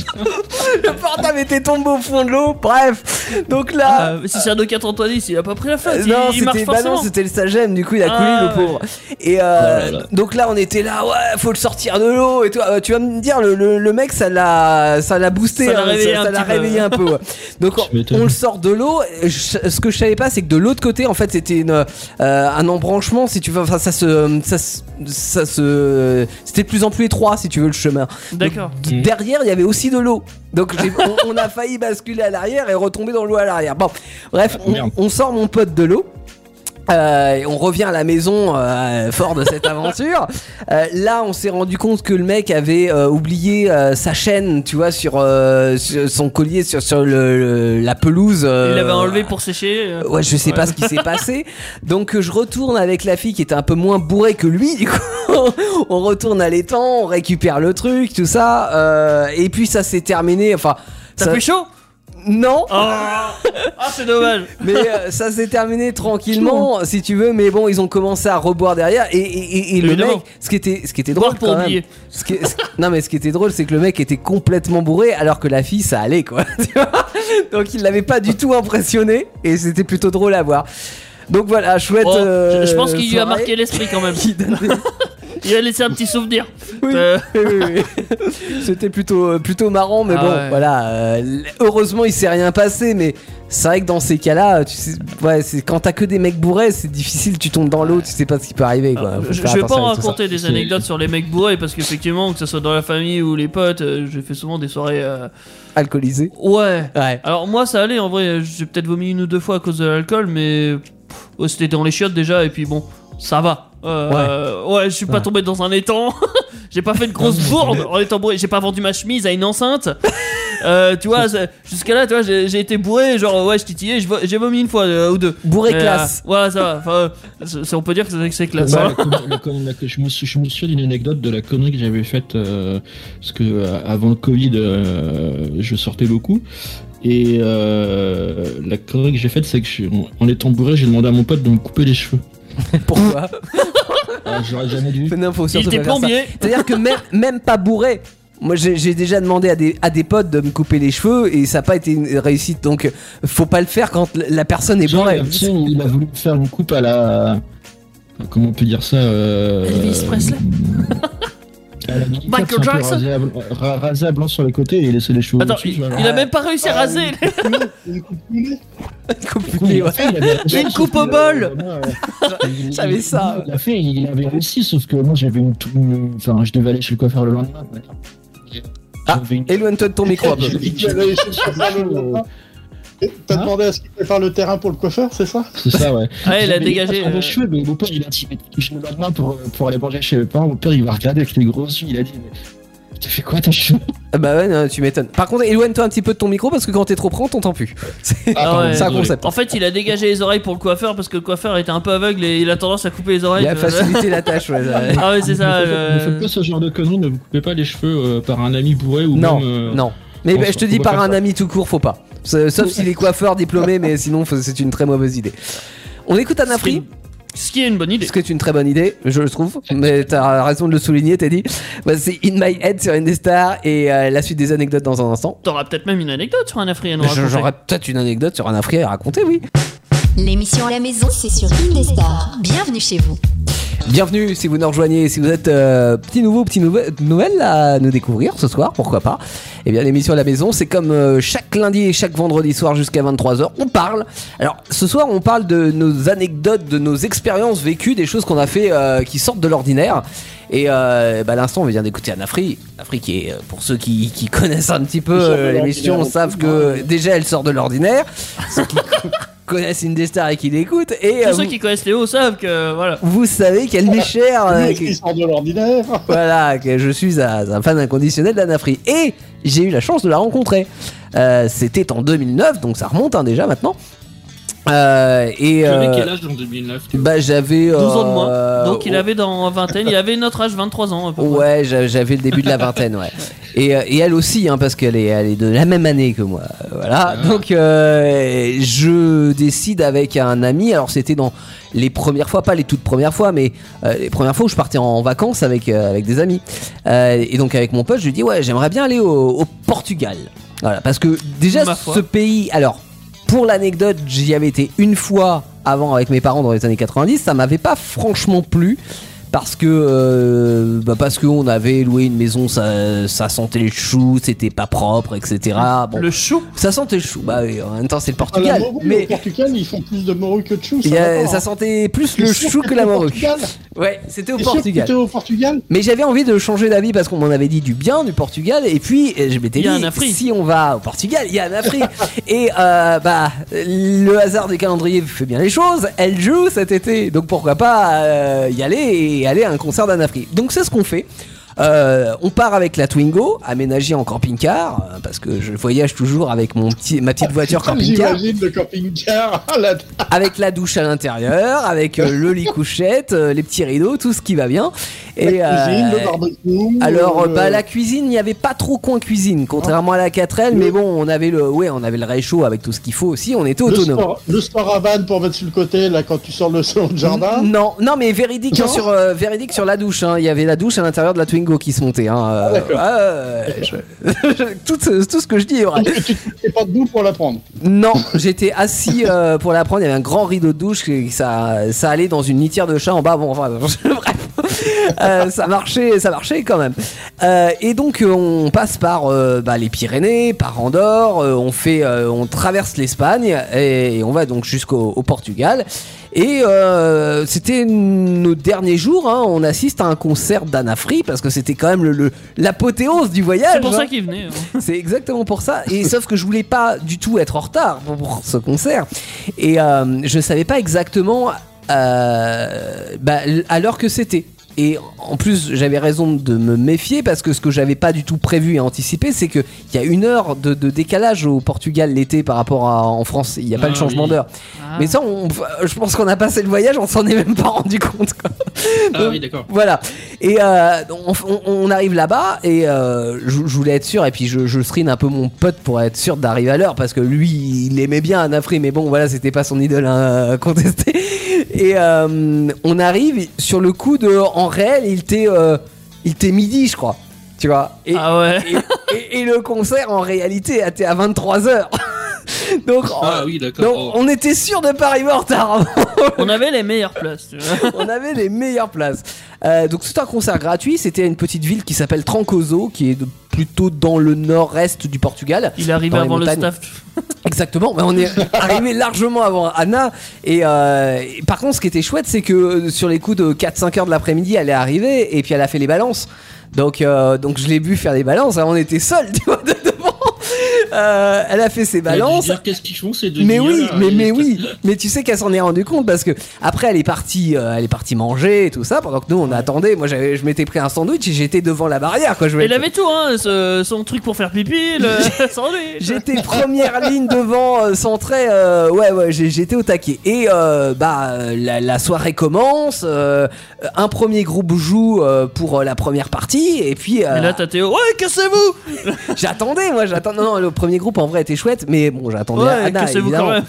Speaker 2: (laughs) le portable était tombé au fond de l'eau. Bref, donc là.
Speaker 3: Ah, mais si c'est un de 410, Ah, il a pas pris la
Speaker 2: euh,
Speaker 3: fête.
Speaker 2: non,
Speaker 3: il, il marche
Speaker 2: c'était bah non,
Speaker 3: forcément.
Speaker 2: c'était le sagem, du coup il a coulé
Speaker 3: Ah,
Speaker 2: le pauvre. Et euh,
Speaker 5: Oh là là.
Speaker 2: donc là on était là, ouais, faut le sortir de l'eau et tout. Euh, tu vas me dire, le, le- le mec ça l'a ça l'a boosté,
Speaker 3: Ça l'a
Speaker 2: hein,
Speaker 3: réveillé un
Speaker 2: ça l'a
Speaker 3: petit peu.
Speaker 2: réveillé un
Speaker 5: (laughs)
Speaker 2: peu. ouais. Donc
Speaker 5: Tu
Speaker 2: on,
Speaker 5: m'étonnes.
Speaker 2: le sort de l'eau. Je- Ce que je savais pas, c'est que de l'autre côté en fait c'était une euh, un embranchement, si tu veux. Enfin ça se ça se- ça se c'était de plus en plus étroit si tu veux le chemin.
Speaker 3: D'accord.
Speaker 2: D- Derrière, il y avait aussi de l'eau. Donc
Speaker 3: (laughs)
Speaker 2: j'ai- on, on a failli basculer à l'arrière et retomber dans l'eau à l'arrière. Bon, bref,
Speaker 5: Ah,
Speaker 2: on,
Speaker 5: merde.
Speaker 2: on sort mon pote de l'eau. Euh, et on revient à la maison euh, fort de cette (laughs) aventure. Euh, là, on s'est rendu compte que le mec avait euh, oublié euh, sa chaîne, tu vois, sur, euh, sur son collier, sur, sur le, le- la pelouse. euh,
Speaker 3: Il l'avait enlevé pour sécher. euh.
Speaker 2: Ouais, je sais pas ce qui s'est passé. Donc euh, je retourne avec la fille qui était un peu moins bourrée que lui. Du coup, (laughs) on retourne à l'étang, on récupère le truc, tout ça. euh, et puis ça s'est terminé. Enfin,
Speaker 3: T'as
Speaker 2: ça-
Speaker 3: fait chaud
Speaker 2: non,
Speaker 3: Oh. Ah, c'est dommage.
Speaker 2: mais euh, ça s'est terminé tranquillement, si tu veux. Mais bon, ils ont commencé à reboire derrière. Et, et- et- et le
Speaker 3: Évidemment.
Speaker 2: mec, ce qui était, ce qui était drôle
Speaker 3: Boire pour
Speaker 2: quand même-
Speaker 3: oublier.
Speaker 2: ce qui- ce- non mais ce qui était drôle c'est que le mec était complètement bourré alors que la fille ça allait quoi. (laughs) tu vois Donc il l'avait pas du tout impressionné et c'était plutôt drôle à voir. Donc voilà, chouette.
Speaker 3: Oh,
Speaker 2: euh,
Speaker 3: je, je pense qu'il lui a
Speaker 2: soirée.
Speaker 3: marqué l'esprit
Speaker 2: (laughs)
Speaker 3: quand même.
Speaker 2: Qui donne des-
Speaker 3: Il a laissé un petit souvenir.
Speaker 2: Oui,
Speaker 3: Euh,
Speaker 2: oui, oui, oui. (laughs) C'était plutôt, euh, plutôt marrant, mais
Speaker 3: Ah
Speaker 2: bon,
Speaker 3: ouais.
Speaker 2: voilà. euh, l- heureusement, il s'est rien passé, mais c'est vrai que dans ces cas-là, tu sais, ouais, c'est quand t'as que des mecs bourrés, c'est difficile. Tu tombes dans l'eau, tu sais pas ce qui peut arriver. Quoi. bah, Faut
Speaker 3: Ah, je,
Speaker 2: faire
Speaker 3: je vais pas
Speaker 2: attention
Speaker 3: en
Speaker 2: avec tout ça.
Speaker 3: raconter des
Speaker 5: C'est-
Speaker 3: anecdotes sur les mecs bourrés parce qu'effectivement, que ce soit dans la famille ou les potes, euh, j'ai fait souvent des soirées. euh,
Speaker 2: Alcoolisé.
Speaker 3: Ouais.
Speaker 2: Ouais.
Speaker 3: Alors moi ça allait en vrai, j'ai peut-être vomi une ou deux fois à cause de l'alcool, mais pff, ouais, c'était dans les chiottes déjà et puis bon, ça va. Euh, ouais. je suis pas
Speaker 2: Ouais. (laughs)
Speaker 3: tombé (laughs) dans un étang, j'ai pas fait de grosse bourde en étant bourré, j'ai pas vendu ma chemise à une enceinte. Euh, tu vois, c'est- jusqu'à là, tu vois, j'ai j'ai été bourré, genre, ouais, je titillais, je vo- j'ai vomi une fois euh, ou deux.
Speaker 2: Bourré
Speaker 3: Mais,
Speaker 2: classe. (laughs)
Speaker 3: euh, voilà, ça va. Enfin, euh, c'est- c'est- on peut dire que c'est- que c'est
Speaker 5: Bah,
Speaker 3: classe. hein.
Speaker 5: la con- la con- la- je, me, sou- je me souviens d'une anecdote de la connerie que j'avais faite euh, parce que euh, avant le Covid, euh, je sortais beaucoup. Et euh, la connerie que j'ai faite, c'est que je- en- en étant bourré, j'ai demandé à mon pote de me couper les cheveux.
Speaker 3: (laughs)
Speaker 2: Pourquoi
Speaker 5: Ah, J'aurais
Speaker 2: (laughs)
Speaker 5: jamais dû.
Speaker 2: Non, faut
Speaker 3: Il
Speaker 2: surtout
Speaker 3: était
Speaker 2: pas faire ça.
Speaker 3: plombier.
Speaker 2: C'est-à-dire que même, même pas bourré. Moi, j'ai j'ai déjà demandé à des, à des potes de me couper les cheveux et ça n'a pas été une réussite. Donc, faut pas le faire quand l- la personne est
Speaker 5: Genre,
Speaker 2: bourrée.
Speaker 5: tu
Speaker 2: (laughs)
Speaker 5: sais, il a voulu me faire une coupe à la. Comment on peut dire ça euh...
Speaker 3: Elvis Presley. (laughs)
Speaker 5: à la Michael
Speaker 3: Michael Jackson.
Speaker 5: Rasé à, blanc, ra- rasé à blanc sur les côtés et laisser les cheveux.
Speaker 3: Attends,
Speaker 5: au-dessus,
Speaker 3: il,
Speaker 5: tu vois, genre.
Speaker 3: il a même pas réussi à raser.
Speaker 4: Une coupe de nez.
Speaker 2: Coupe-
Speaker 5: Oui,
Speaker 2: ouais.
Speaker 5: il a fait, il avait réussi,
Speaker 3: Une
Speaker 5: sauf
Speaker 3: coupe
Speaker 5: que,
Speaker 3: au bol.
Speaker 5: euh, moi, euh, il-
Speaker 2: J'avais
Speaker 5: il-
Speaker 2: ça.
Speaker 5: Il a fait, il avait réussi, sauf que moi j'avais une. tou- une- Enfin, je devais aller chez le coiffeur le lendemain. quoi.
Speaker 2: Ah,
Speaker 5: J'avais une-
Speaker 2: Éloigne-toi de ton micro un peu.
Speaker 5: (laughs)
Speaker 4: J'ai dit qu'il allait aller chez le coiffeur le lendemain. T'as
Speaker 5: Hein
Speaker 4: demandé à ce qu'il prépare le terrain pour le coiffeur, c'est ça
Speaker 5: (laughs) C'est ça, ouais.
Speaker 2: Eh,
Speaker 3: Ouais, il a
Speaker 5: Mais
Speaker 3: dégagé.
Speaker 5: pas sur
Speaker 3: euh,
Speaker 5: les cheveux, mais mon père, il a dit, mais je me lave main pour, euh, pour aller manger chez mes parents. Mon père, il m'a regardé avec les gros yeux. Il a dit, mais t'as fait quoi tes cheveux
Speaker 2: Ah Bah ouais, non, tu m'étonnes. Par contre, éloigne-toi un petit peu de ton micro parce que quand t'es trop près, on t'entend plus. C'est
Speaker 3: Ah ouais.
Speaker 2: c'est un concept.
Speaker 3: En fait, il a dégagé les oreilles pour le coiffeur parce que le coiffeur était un peu aveugle et il a tendance à couper les oreilles. Euh,
Speaker 2: Il a facilité la tâche. ouais, ouais.
Speaker 3: (laughs) Ah ouais, c'est ça.
Speaker 5: Ne faites-
Speaker 3: euh,
Speaker 5: Ne faites pas ce genre de conneries, ne vous coupez pas les cheveux euh, par un ami bourré ou
Speaker 2: Non,
Speaker 5: même, euh,
Speaker 2: non. Mais
Speaker 5: on
Speaker 2: bah,
Speaker 5: se-
Speaker 2: je te
Speaker 5: on
Speaker 2: dis
Speaker 5: peut
Speaker 2: par
Speaker 5: faire
Speaker 2: un
Speaker 5: ça.
Speaker 2: ami tout court, faut pas. S- Sauf s'il est coiffeur diplômé, mais sinon, faut- c'est une très mauvaise idée. On écoute Anna
Speaker 3: ce qui est
Speaker 2: Free
Speaker 3: une- Ce qui est une bonne idée.
Speaker 2: Ce qui est une très bonne idée, je le trouve. Mais t'as raison de le souligner, t'as dit. Bah, c'est In My Head sur Indestar et euh, la suite des anecdotes dans un instant.
Speaker 3: T'auras peut-être même une anecdote sur un Afrique à nous
Speaker 2: Je-
Speaker 3: raconter.
Speaker 2: J'aurais peut-être une anecdote sur un Afrique à raconter, oui.
Speaker 1: L'émission à la maison, c'est sur Indestar. Bienvenue chez vous.
Speaker 2: Bienvenue si vous nous rejoignez, si vous êtes euh, petit nouveau, petit nouvel, nouvelle à nous découvrir ce soir, pourquoi pas. Eh bien l'émission à la maison, c'est comme euh, chaque lundi et chaque vendredi soir jusqu'à 23h, on parle. Alors ce soir, on parle de nos anecdotes, de nos expériences vécues, des choses qu'on a fait euh, qui sortent de l'ordinaire. Et euh, bah, à l'instant, on vient d'écouter Anna Free. Anna Free qui est, euh, pour ceux qui, qui connaissent un petit peu
Speaker 4: Qui sort de
Speaker 2: euh, l'émission,
Speaker 4: l'ordinaire.
Speaker 2: savent que déjà elle sort de l'ordinaire. Ceux qui (laughs) connaissent Indestar et qui l'écoutent. Et
Speaker 3: Tous
Speaker 2: euh,
Speaker 3: ceux
Speaker 2: vous-
Speaker 3: qui connaissent Léo savent que voilà.
Speaker 2: vous savez qu'elle m'est chère. euh,
Speaker 4: Lui,
Speaker 2: que-
Speaker 4: il sort de l'ordinaire.
Speaker 2: voilà, que je suis un, un fan inconditionnel d'Anafri. Et j'ai eu la chance de la rencontrer. Euh, C'était en 2009, donc ça remonte hein, déjà maintenant. Euh, et
Speaker 5: Le
Speaker 2: euh,
Speaker 5: mec, quel âge en 2009 t'es-
Speaker 2: bah, j'avais
Speaker 3: 12 ans de
Speaker 2: euh,
Speaker 3: moins. Donc il
Speaker 2: oh,
Speaker 3: avait dans vingtaine, il avait notre âge, 23 ans. à peu près.
Speaker 2: Ouais, j'a- j'avais le début de la vingtaine, ouais. Et, euh, et elle aussi, hein, parce qu'elle est, elle est de la même année que moi. Euh, Voilà.
Speaker 5: Ah.
Speaker 2: Donc, euh, je décide avec un ami. Alors, c'était dans les premières fois, pas les toutes premières fois, mais euh, les premières fois où je partais en vacances avec, euh, avec des amis. Euh, et donc, avec mon pote, je lui dis Ouais, j'aimerais bien aller au, au Portugal. Voilà, parce que déjà,
Speaker 3: Ma foi.
Speaker 2: ce pays. Alors, pour l'anecdote, j'y avais été une fois avant avec mes parents dans les années 90. Ça m'avait pas franchement plu parce que euh, bah parce qu'on avait loué une maison, ça, ça sentait le chou, c'était pas propre, etc. Bon,
Speaker 3: Le chou.
Speaker 2: ça sentait le chou. Bah oui, en même temps c'est le
Speaker 4: Ah, la
Speaker 2: Portugal,
Speaker 4: morue, au
Speaker 2: mais
Speaker 4: Portugal, ils font plus de morue que de chou.
Speaker 2: il y a-
Speaker 4: va pas,
Speaker 2: ça
Speaker 4: hein.
Speaker 2: sentait plus
Speaker 4: T'es
Speaker 2: le
Speaker 4: sûr
Speaker 2: chou
Speaker 4: que
Speaker 2: que
Speaker 4: t'es
Speaker 2: la
Speaker 4: au
Speaker 2: morue.
Speaker 4: Portugal
Speaker 2: Ouais, c'était au
Speaker 4: T'es sûr que
Speaker 2: Portugal.
Speaker 4: t'es au Portugal
Speaker 2: Mais j'avais envie de changer d'avis parce qu'on m'en avait dit du bien du Portugal et puis euh, je m'étais
Speaker 3: Il y a
Speaker 2: dit
Speaker 3: un Afrique.
Speaker 2: si on va au Portugal, il y a un
Speaker 4: (laughs)
Speaker 2: Afrique et euh, bah le hasard des calendriers fait bien les choses. Elle joue cet été, donc pourquoi pas euh, y aller et aller à un concert d'Anne Afrique. Donc c'est ce qu'on fait. Euh, on part avec la Twingo, aménagée en camping-car, euh, parce que je voyage toujours avec mon petit, ma
Speaker 4: Ah,
Speaker 2: petite voiture camping-car
Speaker 4: J'imagine le camping-car. (laughs) Ah, la-
Speaker 2: avec la douche à l'intérieur, avec euh, le lit couchette, euh, les petits rideaux, tout ce qui va bien. Et
Speaker 4: la cuisine,
Speaker 2: euh,
Speaker 4: le barbecue. euh,
Speaker 2: alors,
Speaker 4: le-
Speaker 2: bah, la cuisine, il n'y avait pas trop coin cuisine, contrairement à la 4L, mais bon, on avait le, ouais, on avait le réchaud avec tout ce qu'il faut aussi, on était
Speaker 4: le
Speaker 2: autonome.
Speaker 4: sport- Le sport à vanne pour mettre sur le côté, là, quand tu sors le (laughs) salon de jardin.
Speaker 2: Non, non, mais véridique hein,
Speaker 4: Non
Speaker 2: sur euh, véridique sur la douche. hein. Il y avait la douche à l'intérieur de la Twingo qui se montait. hein, euh,
Speaker 4: Ah, d'accord.
Speaker 2: ouais, ouais, (laughs) je- tout, ce- tout ce que je dis est vrai.
Speaker 4: Tu n'es pas debout pour la prendre.
Speaker 2: Non, j'étais assis euh, pour la prendre. Il y avait un grand rideau de douche. et Ça, ça allait dans une litière de chat en bas. Bon, enfin, (laughs) bref, Euh, ça marchait, ça marchait quand même. Euh, et donc, euh, on passe par euh, bah, les Pyrénées, par Andorre. euh, on fait, euh, on traverse l'Espagne et, et on va donc jusqu'au au Portugal. Et euh, c'était nos derniers jours. hein, on assiste à un concert d'Anafri parce que c'était quand même le- le- l'apothéose du voyage.
Speaker 3: C'est pour
Speaker 2: hein.
Speaker 3: ça qu'il venait. hein.
Speaker 2: C'est exactement pour ça. Et sauf que je voulais pas du tout être en retard pour, pour ce concert. Et euh, je savais pas exactement euh, bah, l- à l'heure que c'était. Et en plus, j'avais raison de me méfier parce que ce que j'avais pas du tout prévu et anticipé, c'est qu'il y a une heure de, de décalage au Portugal l'été par rapport à en France. Il n'y a pas
Speaker 5: Ah
Speaker 2: le changement
Speaker 5: oui.
Speaker 2: d'heure.
Speaker 6: Ah.
Speaker 2: Mais ça, on- je pense qu'on a passé le voyage, on s'en est même pas rendu compte. quoi.
Speaker 5: Ah oui, d'accord.
Speaker 2: Voilà. Et euh, on, on- on arrive là-bas et euh, je, je voulais être sûr. Et puis je, je serine un peu mon pote pour être sûr d'arriver à l'heure parce que lui, il aimait bien Anafri, mais bon, voilà, c'était pas son idole (laughs) à contester. Et euh, on arrive sur le coup de. En réel, il était, euh, il était midi, je crois. Tu vois. Et,
Speaker 3: Ah ouais.
Speaker 2: et, et- et le concert, en réalité, était à 23h. (laughs) Donc,
Speaker 5: Ah
Speaker 2: en-
Speaker 5: oui,
Speaker 2: Oh, donc,
Speaker 5: d'accord.
Speaker 2: on était sûr de pas arriver en retard.
Speaker 3: On avait les meilleures places. tu vois.
Speaker 2: on avait les meilleures places. Euh, donc c'est un concert gratuit, c'était à une petite ville qui s'appelle Trancoso, qui est de- plutôt dans le nord-est du Portugal.
Speaker 3: Il est arrivé
Speaker 2: Dans les
Speaker 3: avant le
Speaker 2: montagnes.
Speaker 3: staff.
Speaker 2: Exactement, mais on est arrivé largement avant Anna. Et, euh, et par contre, ce qui était chouette, c'est que euh, sur les coups de 4-5 heures de l'après-midi, elle est arrivée et puis elle a fait les balances. Donc, euh, donc je l'ai vu faire les balances, hein, on était seuls, (laughs) tu vois, de- devant. Euh, elle a fait ses balances,
Speaker 5: Qu'est-ce qu'ils font ces deux
Speaker 2: mais oui,
Speaker 5: guignols, là
Speaker 2: mais,
Speaker 5: Ils-
Speaker 2: mais oui, mais tu sais qu'elle s'en est rendue compte parce que après elle est partie, euh, elle est partie manger et tout ça pendant que nous on attendait. Moi j'avais, je m'étais pris un sandwich et j'étais devant la barrière quoi. Je voulais
Speaker 3: Il avait tout, hein, ce- son truc pour faire pipi,
Speaker 2: (laughs)
Speaker 3: le sandwich.
Speaker 2: J'étais première ligne devant, euh, centré. euh, ouais, ouais, j'ai- j'étais au taquet. Et euh, bah, euh, la, la soirée commence. euh, un premier groupe joue euh, pour euh, la première partie. Et puis, euh,
Speaker 3: Et là, t'as Théo, ouais, cassez-vous
Speaker 2: j'attendais, moi, j'attendais. Non, non, le premier groupe en vrai était chouette, mais bon, j'attendais.
Speaker 3: Ouais,
Speaker 2: Anna,
Speaker 3: cassez-vous
Speaker 2: évidemment.
Speaker 3: quand même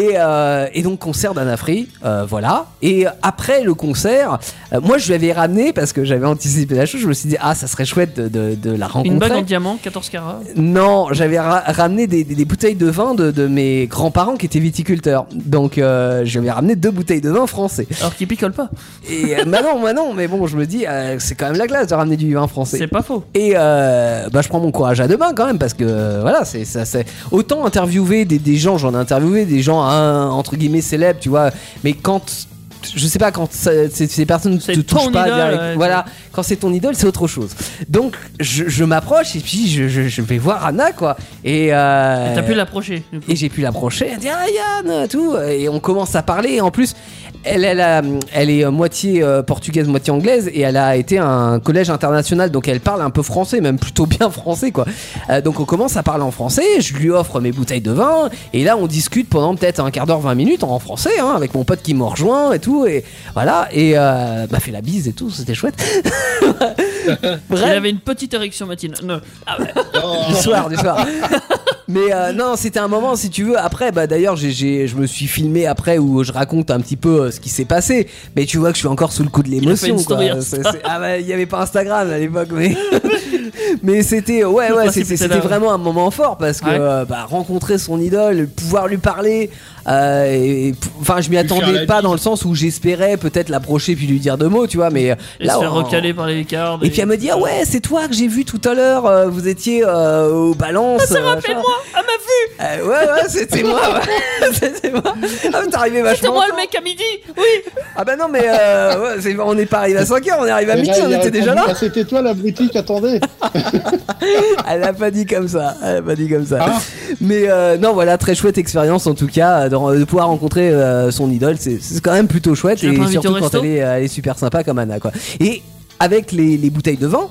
Speaker 2: Et, euh, et donc concert d'Anafri, euh, voilà. Et après le concert, euh, moi je lui avais ramené parce que j'avais anticipé la chose. Je me suis dit ah ça serait chouette de, de- de la rencontrer.
Speaker 3: Une bague en diamant, 14
Speaker 2: (laughs)
Speaker 3: carats.
Speaker 2: Non, j'avais ra- ramené des, des- des bouteilles de vin de, de mes grands-parents qui étaient viticulteurs. Donc euh, je lui avais ramené deux bouteilles de vin français.
Speaker 3: Alors qu'il picole pas.
Speaker 2: Et euh, (laughs) bah non, bah non, mais bon je me dis euh, c'est quand même la glace de ramener du vin français.
Speaker 3: C'est pas faux.
Speaker 2: Et euh, bah, je prends mon courage à deux mains quand même parce que euh, voilà, c'est ça, c'est autant interviewer des, des gens, j'en ai interviewé des gens hein, entre guillemets célèbres, tu vois, mais quand je sais pas quand ça- c'est- ces personnes ne
Speaker 3: C'est
Speaker 2: te touchent
Speaker 3: ton
Speaker 2: pas,
Speaker 3: idole,
Speaker 2: direct-
Speaker 3: ouais,
Speaker 2: voilà, quand c'est ton idole, c'est autre chose. Donc je, je m'approche et puis je, je- je vais voir Anna quoi. Et, euh,
Speaker 3: Et T'as pu l'approcher. du coup.
Speaker 2: et j'ai pu l'approcher, elle dit ah, Yann, tout, et on commence à parler. Et en plus, elle, elle, a- elle est euh, moitié euh, portugaise, moitié anglaise, et elle a été à un collège international, donc elle parle un peu français, même plutôt bien français, quoi. Euh, donc on commence à parler en français, je lui offre mes bouteilles de vin, et là on discute pendant peut-être un quart d'heure, 20 minutes en français, hein, avec mon pote qui me rejoint et tout, et voilà, et euh, m'a fait la bise et tout, c'était chouette. (laughs)
Speaker 3: Il
Speaker 2: Bref.
Speaker 3: avait une petite érection matinale. Non. (laughs)
Speaker 2: du soir, du soir. (laughs) Mais euh, non, c'était un moment, si tu veux. Après, bah d'ailleurs, j'ai, j'ai- je me suis filmé après où je raconte un petit peu euh, ce qui s'est passé. Mais tu vois que je suis encore sous le coup de
Speaker 3: a fait
Speaker 2: l'émotion.
Speaker 3: une
Speaker 2: quoi.
Speaker 3: story
Speaker 2: C'est- c'est- Ah bah, il n'y avait pas Instagram à l'époque, mais. (laughs) mais c'était, ouais,
Speaker 3: Le
Speaker 2: ouais,
Speaker 3: principe
Speaker 2: c'était,
Speaker 3: était
Speaker 2: c'était
Speaker 3: là.
Speaker 2: vraiment un moment fort parce que
Speaker 3: Ouais.
Speaker 2: euh, bah, rencontrer son idole, pouvoir lui parler. euh, et- et- Enfin, je m'y
Speaker 5: Lui faire
Speaker 2: attendais
Speaker 5: la
Speaker 2: pas
Speaker 5: bise.
Speaker 2: dans le sens où j'espérais peut-être l'approcher puis lui dire deux mots, tu vois. Mais
Speaker 3: Et
Speaker 2: là,
Speaker 3: se faire
Speaker 2: on-
Speaker 3: recaler par les cartes.
Speaker 2: et puis elle me dit ah ouais c'est toi que j'ai vu tout à l'heure euh, vous étiez euh, au
Speaker 3: Ah,
Speaker 2: balance. Ça
Speaker 3: rappelle-moi, elle m'a
Speaker 2: Ouais ouais c'était moi
Speaker 3: (laughs)
Speaker 2: ouais. (laughs) c'était moi. Ah mais t'es arrivé
Speaker 3: vu C'était
Speaker 2: vachement.
Speaker 3: moi le
Speaker 2: tôt.
Speaker 3: mec à midi Oui
Speaker 2: Ah bah non mais euh, ouais, c'est- on n'est pas arrivé à 5h on est arrivé à
Speaker 4: Et
Speaker 2: midi
Speaker 4: là, il
Speaker 2: on
Speaker 4: a
Speaker 2: était
Speaker 4: répondu,
Speaker 2: déjà là. Ah
Speaker 4: Ah, C'était toi la boutique, attendez.
Speaker 2: (laughs) Elle a pas dit comme ça elle a pas dit comme ça.
Speaker 4: Ah.
Speaker 2: Mais euh, non voilà très chouette expérience en tout cas de, de pouvoir rencontrer euh, son idole c'est c'est quand même plutôt chouette
Speaker 3: Tu l'as
Speaker 2: et
Speaker 3: pas invitée au
Speaker 2: surtout quand
Speaker 3: resto
Speaker 2: elle est, elle est super sympa comme Anna quoi. Et avec les, les bouteilles de vin.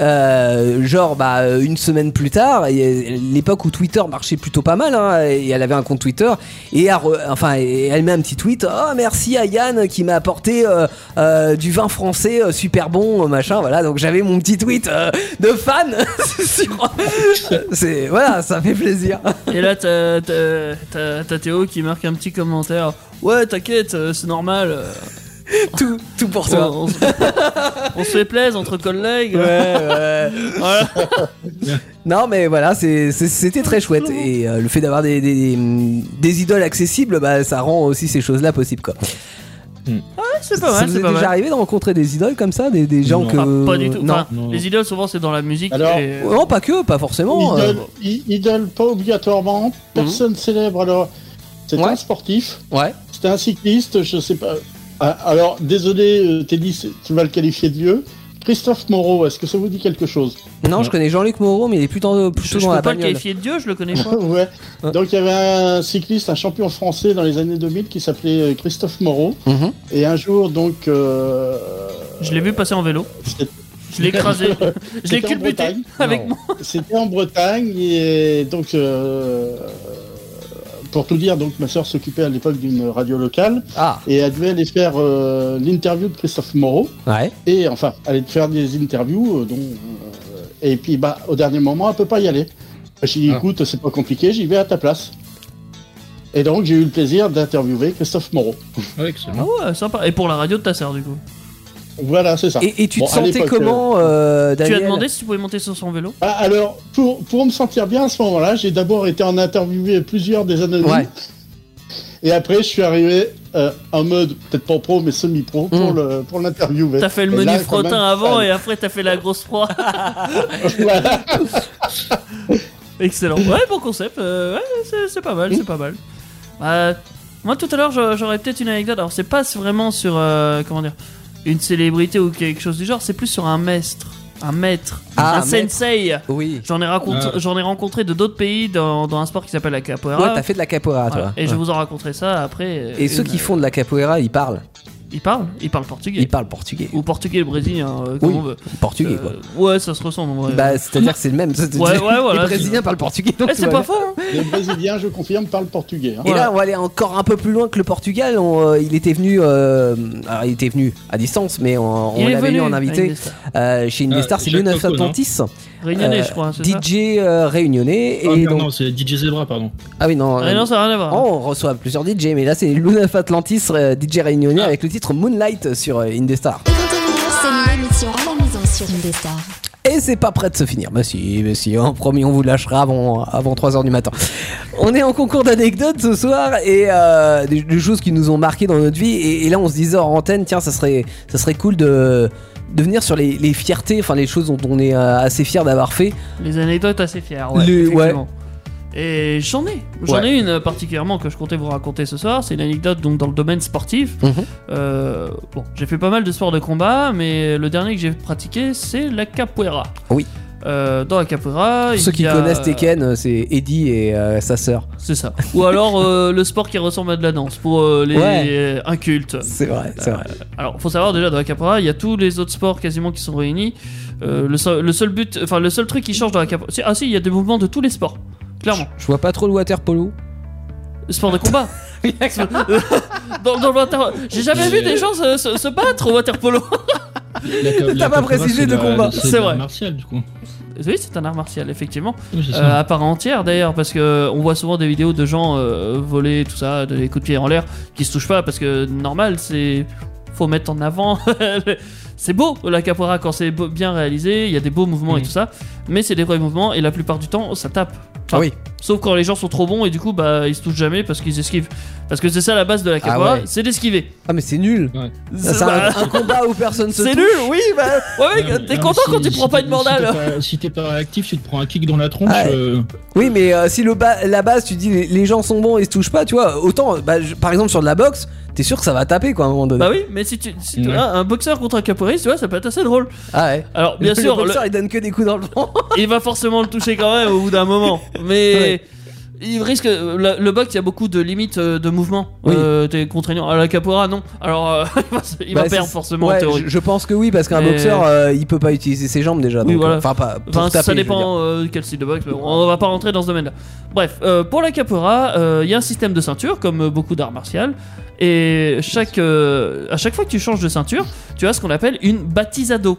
Speaker 2: euh, genre bah euh, une semaine plus tard, et, euh, l'époque où Twitter marchait plutôt pas mal, hein, et elle avait un compte Twitter et a re- enfin et elle met un petit tweet, oh merci à Yann qui m'a apporté euh, euh, du vin français euh, super bon euh, machin, voilà donc j'avais mon petit tweet euh, de fan, (laughs) sur- euh, c'est voilà ça fait plaisir. (laughs)
Speaker 3: Et là, t'as- t'as t'as- t'as Théo qui marque un petit commentaire. Ouais, t'inquiète, euh, c'est normal. euh,
Speaker 2: tout, tout pour
Speaker 3: On,
Speaker 2: toi.
Speaker 3: on se- (laughs) on se fait plaisir entre collègues. Voilà.
Speaker 2: (laughs) Non, mais voilà, c'est- c'est- c'était très chouette. Et euh, le fait d'avoir des, des, des idoles accessibles, bah, ça rend aussi ces choses-là possibles. Quoi.
Speaker 3: Ouais, C'est pas
Speaker 2: ça
Speaker 3: mal,
Speaker 2: vous
Speaker 3: c'est
Speaker 2: est
Speaker 3: pas
Speaker 2: déjà
Speaker 3: mal.
Speaker 2: arrivé de rencontrer des idoles comme ça Des, des gens
Speaker 5: Non.
Speaker 2: que.
Speaker 3: Enfin, pas du tout.
Speaker 2: Non.
Speaker 3: Enfin,
Speaker 5: Non.
Speaker 3: Les idoles, souvent, c'est dans la musique.
Speaker 4: Alors,
Speaker 3: et- euh,
Speaker 2: non, pas que, pas forcément. euh, Mhm.
Speaker 4: Idole, i- idole pas obligatoirement, personne célèbre. Alors, c'est
Speaker 2: Ouais.
Speaker 4: un sportif,
Speaker 2: ouais.
Speaker 4: c'est un cycliste, je sais pas. Ah, Alors, désolé, euh, tennis, tu vas le qualifier de vieux. Christophe Moreau, est-ce que ça vous dit quelque chose
Speaker 2: Non, je connais Jean-Luc Moreau, mais il est plutôt dans,
Speaker 3: Je,
Speaker 2: plutôt
Speaker 3: je
Speaker 2: dans la
Speaker 3: peux pas le
Speaker 2: bagnole.
Speaker 3: qualifier de dieu, je le connais pas.
Speaker 4: (laughs) Ouais.
Speaker 2: Ouais.
Speaker 4: Donc il y avait un cycliste, un champion français dans les années 2000 qui s'appelait euh, Christophe Moreau.
Speaker 2: Mhm.
Speaker 4: Et un jour, donc, euh,
Speaker 3: Je l'ai vu passer en vélo.
Speaker 4: c'était-
Speaker 3: Je
Speaker 2: (laughs)
Speaker 3: l'ai écrasé. je l'ai
Speaker 4: C'était en
Speaker 3: culbuté
Speaker 4: Bretagne.
Speaker 3: (laughs) avec
Speaker 2: Non.
Speaker 3: moi.
Speaker 4: c'était en Bretagne et donc, euh, pour tout dire, donc ma sœur s'occupait à l'époque d'une radio locale
Speaker 2: Ah,
Speaker 4: et elle devait aller faire euh, l'interview de Christophe Moreau.
Speaker 2: ouais.
Speaker 4: Et enfin, aller te faire des interviews, euh, dont, euh, et puis bah au dernier moment, elle peut pas y aller. J'ai dit
Speaker 5: Ah.
Speaker 4: écoute, c'est pas compliqué, j'y vais à ta place. Et donc j'ai eu le plaisir d'interviewer Christophe Moreau.
Speaker 5: Ouais,
Speaker 3: Ah
Speaker 5: excellent.
Speaker 3: ouais, sympa. Et pour la radio de ta sœur, du coup.
Speaker 4: Voilà, c'est ça.
Speaker 2: Et, et tu
Speaker 4: Bah, Bon,
Speaker 2: te
Speaker 4: à
Speaker 2: sentais
Speaker 4: l'époque,
Speaker 2: comment, euh,
Speaker 3: Tu
Speaker 2: Daniel
Speaker 3: as demandé si tu pouvais monter sur son vélo
Speaker 4: Ah, alors pour pour me sentir bien à ce moment-là, j'ai d'abord été en interviewer plusieurs des anonymes.
Speaker 2: Ouais.
Speaker 4: Et après, je suis arrivé euh, en mode peut-être pas pro, mais semi-pro pour
Speaker 2: Mm.
Speaker 4: le pour l'interviewer.
Speaker 3: Hmm. T'as fait le
Speaker 4: Et là,
Speaker 3: menu
Speaker 4: quand
Speaker 3: frottin
Speaker 4: même,
Speaker 3: avant et après t'as fait la
Speaker 2: (laughs)
Speaker 3: grosse proie.
Speaker 4: Voilà.
Speaker 3: Excellent. Ouais, bon concept. euh, ouais, c'est- c'est pas mal, c'est pas mal. Bah, moi, tout à l'heure, j'a- j'aurais peut-être une anecdote. Alors, c'est pas vraiment sur. euh, comment dire Une célébrité ou quelque chose du genre. C'est plus sur un maître. Un maître.
Speaker 2: Ah,
Speaker 3: un,
Speaker 2: un maître.
Speaker 3: sensei.
Speaker 2: Oui.
Speaker 3: J'en ai, raconté-
Speaker 5: Ah.
Speaker 3: j'en ai rencontré de d'autres pays dans, dans un sport qui s'appelle la
Speaker 2: Ouais,
Speaker 3: capoeira.
Speaker 2: t'as fait de la capoeira,
Speaker 3: Voilà.
Speaker 2: toi.
Speaker 3: Ah. Et je
Speaker 2: Ouais.
Speaker 3: vous en raconterai ça après. euh,
Speaker 2: Et ceux qui font de la capoeira, ils parlent.
Speaker 3: Ils parlent Ils parlent portugais.
Speaker 2: Ils parlent portugais.
Speaker 3: Ou portugais et brésilien, euh, comme
Speaker 2: Oui,
Speaker 3: on veut.
Speaker 2: Portugais,
Speaker 3: Euh,
Speaker 2: quoi.
Speaker 3: ouais, ça se ressemble. en vrai.
Speaker 2: Bah, c'est-à-dire que c'est le même.
Speaker 3: ouais, voilà.
Speaker 2: (laughs) Les Brésiliens parlent portugais. donc
Speaker 3: Eh, c'est
Speaker 2: tout va
Speaker 3: pas faux, hein.
Speaker 4: Les Brésiliens, je confirme, parlent portugais. hein.
Speaker 2: Et là, on va aller encore un peu plus loin que le Portugal. On, euh, il était venu, euh, alors il était venu à distance, mais on, on
Speaker 3: Il est
Speaker 2: l'avait eu
Speaker 3: venu,
Speaker 2: en invité
Speaker 3: Iniesta.
Speaker 2: euh, chez Indestar,
Speaker 5: Ah,
Speaker 2: c'est
Speaker 5: Jacques
Speaker 2: Luna
Speaker 5: Coco, non
Speaker 2: Atlantis,
Speaker 3: Réunionnais,
Speaker 2: euh,
Speaker 3: je crois. c'est ça
Speaker 2: DJ euh, réunionnais.
Speaker 5: Ah,
Speaker 2: et
Speaker 5: merde,
Speaker 2: donc,
Speaker 5: non, c'est DJ Zebra, pardon.
Speaker 2: ah oui, non,
Speaker 3: Ah non, ça n'a rien à voir.
Speaker 2: on reçoit plusieurs DJ, mais là c'est Luna Atlantis, euh, DJ réunionnais
Speaker 5: Ah.
Speaker 2: avec le titre Moonlight sur euh, Indestar.
Speaker 1: 21h, c'est l'émission à la maison sur Indestar.
Speaker 2: Et c'est pas prêt de se finir. Mais si, mais si, hein, promis, on vous lâchera avant, avant 3h du matin. On est en concours d'anecdotes ce soir et euh, des, des choses qui nous ont marqué dans notre vie. Et, et là, on se disait hors antenne, tiens, ça serait, ça serait cool de, de venir sur les, les fiertés, enfin les choses dont on est euh, assez fier d'avoir fait.
Speaker 3: Les anecdotes assez fières, ouais.
Speaker 2: Le- ouais.
Speaker 3: effectivement. Et j'en ai, j'en ai une particulièrement que je comptais vous raconter ce soir. C'est une anecdote donc dans le domaine sportif.
Speaker 2: Mhm.
Speaker 3: Euh, bon, j'ai fait pas mal de sports de combat, mais le dernier que j'ai pratiqué c'est la capoeira.
Speaker 2: Oui.
Speaker 3: Euh, dans la capoeira,
Speaker 2: Ceux
Speaker 3: il
Speaker 2: qui
Speaker 3: y a-
Speaker 2: connaissent Tekken, euh, c'est Eddie et euh, sa sœur.
Speaker 3: c'est ça. Ou alors euh, le sport qui ressemble à de la danse pour euh, les
Speaker 2: Ouais.
Speaker 3: incultes.
Speaker 2: C'est vrai, c'est vrai.
Speaker 3: Alors, faut savoir déjà dans la capoeira, il y a tous les autres sports quasiment qui sont réunis. Euh, le, seul, le seul but, enfin le seul truc qui change dans la capoeira, c'est- ah si, il y a des mouvements de tous les sports, clairement.
Speaker 2: Je vois pas trop le water
Speaker 3: (laughs)
Speaker 2: polo.
Speaker 3: Sport de combat. dans, dans le water, j'ai jamais vu des gens se, se- se battre au waterpolo.
Speaker 2: (laughs)
Speaker 5: La ca- la
Speaker 2: pas
Speaker 5: capoeira,
Speaker 2: précisé
Speaker 5: c'est
Speaker 2: de
Speaker 5: la-
Speaker 2: combat.
Speaker 3: C'est
Speaker 5: la
Speaker 3: vrai.
Speaker 5: Martial, du coup.
Speaker 3: (laughs) oui, c'est un art martial effectivement,
Speaker 5: Oui, c'est
Speaker 3: Euh,
Speaker 5: ça.
Speaker 3: à part entière d'ailleurs, parce que euh, on voit souvent des vidéos de gens euh, voler tout ça, des coups de pied en l'air, qui se touchent pas, parce que normal, c'est faut mettre en avant. (laughs) c'est beau la capoeira quand c'est beau- bien réalisé, il y a des beaux mouvements et
Speaker 5: Mhm.
Speaker 3: tout ça, mais c'est des vrais mouvements et la plupart du temps ça tape.
Speaker 2: Ah oui.
Speaker 3: Sauf quand les gens sont trop bons et du coup bah ils se touchent jamais parce qu'ils esquivent. Parce que c'est ça la base
Speaker 5: Ah
Speaker 3: de la capoeira,
Speaker 2: ouais.
Speaker 3: c'est d'esquiver.
Speaker 2: Ah mais c'est nul. Ça, C'est
Speaker 3: Bah,
Speaker 2: un, un combat où personne se
Speaker 3: C'est
Speaker 2: touche.
Speaker 3: nul, oui, bah.
Speaker 2: Ah,
Speaker 3: Ouais,
Speaker 5: Ah, Non,
Speaker 3: mec, t'es
Speaker 5: mais
Speaker 3: content
Speaker 5: si-
Speaker 3: quand tu
Speaker 5: si
Speaker 3: prends pas
Speaker 5: t'es-
Speaker 3: une
Speaker 5: si
Speaker 3: mandale.
Speaker 5: t'es pas- Si t'es pas réactif, tu te prends un kick dans la tronche.
Speaker 2: Ah ouais.
Speaker 5: euh,
Speaker 2: Oui, mais euh, si le ba- la base, tu dis les, les gens sont bons et se touchent pas, tu vois, autant, euh, bah, je- par exemple, sur de la boxe, t'es sûr que ça va taper, quoi, à un moment donné.
Speaker 3: Bah oui, mais si tu, si tu
Speaker 5: Ouais.
Speaker 3: as un boxeur contre un capoeiriste, tu vois, ça peut être assez drôle.
Speaker 2: Ah ouais.
Speaker 3: Alors, bien
Speaker 2: le,
Speaker 3: sûr,
Speaker 2: le
Speaker 3: le-
Speaker 2: boxeur, il donne que des coups dans le vent.
Speaker 3: il va forcément le toucher quand même au bout d'un moment.
Speaker 2: (laughs)
Speaker 3: Mais
Speaker 2: Ouais.
Speaker 3: il risque. Le, le box, il y a beaucoup de limites euh, de mouvement.
Speaker 2: Oui.
Speaker 3: Euh, T'es contraignant. À la capoeira, non. Alors, euh, (laughs) il va, se- il va
Speaker 2: Bah,
Speaker 3: perdre
Speaker 2: c'est-
Speaker 3: forcément en
Speaker 2: ouais,
Speaker 3: théorie.
Speaker 2: je, je pense que oui, parce qu'un
Speaker 3: Mais-
Speaker 2: boxeur, euh, il peut pas utiliser ses jambes déjà.
Speaker 3: Oui,
Speaker 2: donc,
Speaker 3: voilà.
Speaker 2: euh, Enfin, pas pour
Speaker 3: Enfin,
Speaker 2: taper,
Speaker 3: ça
Speaker 2: je veux dire.
Speaker 3: dépend euh, quel style de boxe. mais On va pas rentrer dans ce domaine-là. Bref, euh, pour la capoeira, euh, il y a un système de ceinture, comme euh, beaucoup d'arts martiaux. Et chaque, euh, à chaque fois que tu changes de ceinture, tu as ce qu'on appelle une batizado.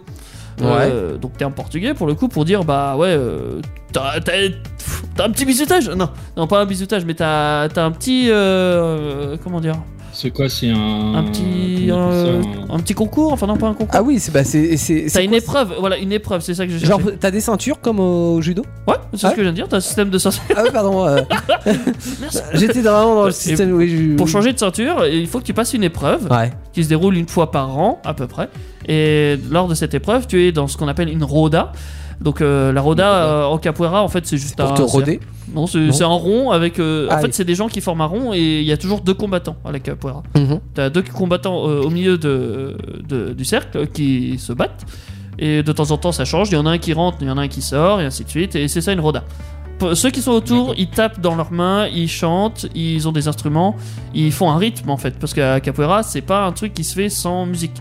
Speaker 3: Euh, donc t'es en portugais pour le coup pour dire bah ouais euh, t'as t'as- pff, t'as un petit bisutage non non pas un bisutage mais t'as t'as un petit euh, comment dire
Speaker 5: C'est quoi C'est un.
Speaker 3: un petit
Speaker 5: Hmm, comment on
Speaker 3: euh,
Speaker 5: appelle ça, un-
Speaker 3: un petit concours enfin non pas un concours
Speaker 2: Ah oui, c'est bah, c'est. c'est- c'est
Speaker 3: t'as une
Speaker 2: quoi,
Speaker 3: épreuve voilà une épreuve c'est ça que j'ai
Speaker 2: c'est- Genre,
Speaker 3: cherché
Speaker 2: t'as des ceintures comme au
Speaker 3: (laughs)
Speaker 2: judo
Speaker 3: ouais c'est
Speaker 2: Ouais.
Speaker 3: ce que je viens de dire t'as un système de ceinture
Speaker 2: Ah oui, pardon. euh,
Speaker 3: Merci.
Speaker 2: J'étais vraiment dans le
Speaker 3: Et
Speaker 2: système où je...
Speaker 3: Pour changer de ceinture, il faut que tu passes une épreuve
Speaker 2: Ouais.
Speaker 3: qui se déroule une fois par an à peu près. Et lors de cette épreuve, tu es dans ce qu'on appelle une roda. Donc euh, la roda euh, en capoeira, en fait, c'est juste
Speaker 2: Pour
Speaker 3: un-
Speaker 2: te
Speaker 3: c'est-
Speaker 2: roder.
Speaker 3: Non, c'est
Speaker 2: Non.
Speaker 3: c'est un rond avec. euh, en
Speaker 2: Ah oui.
Speaker 3: fait, c'est des gens qui forment un rond et il y a toujours deux combattants à la capoeira.
Speaker 2: Mhm.
Speaker 3: euh, T'as deux combattants euh, au milieu de, de- du cercle qui euh, se battent. Et de temps en temps, ça change. Il y en a un qui rentre, il y en a un qui sort, et ainsi de suite. Et c'est ça une roda. Pour ceux qui sont autour,
Speaker 5: D'accord.
Speaker 3: ils tapent dans leurs mains, ils chantent, ils ont des instruments, ils font un rythme en fait. Parce qu'à Capoeira, c'est pas un truc qui se fait sans musique.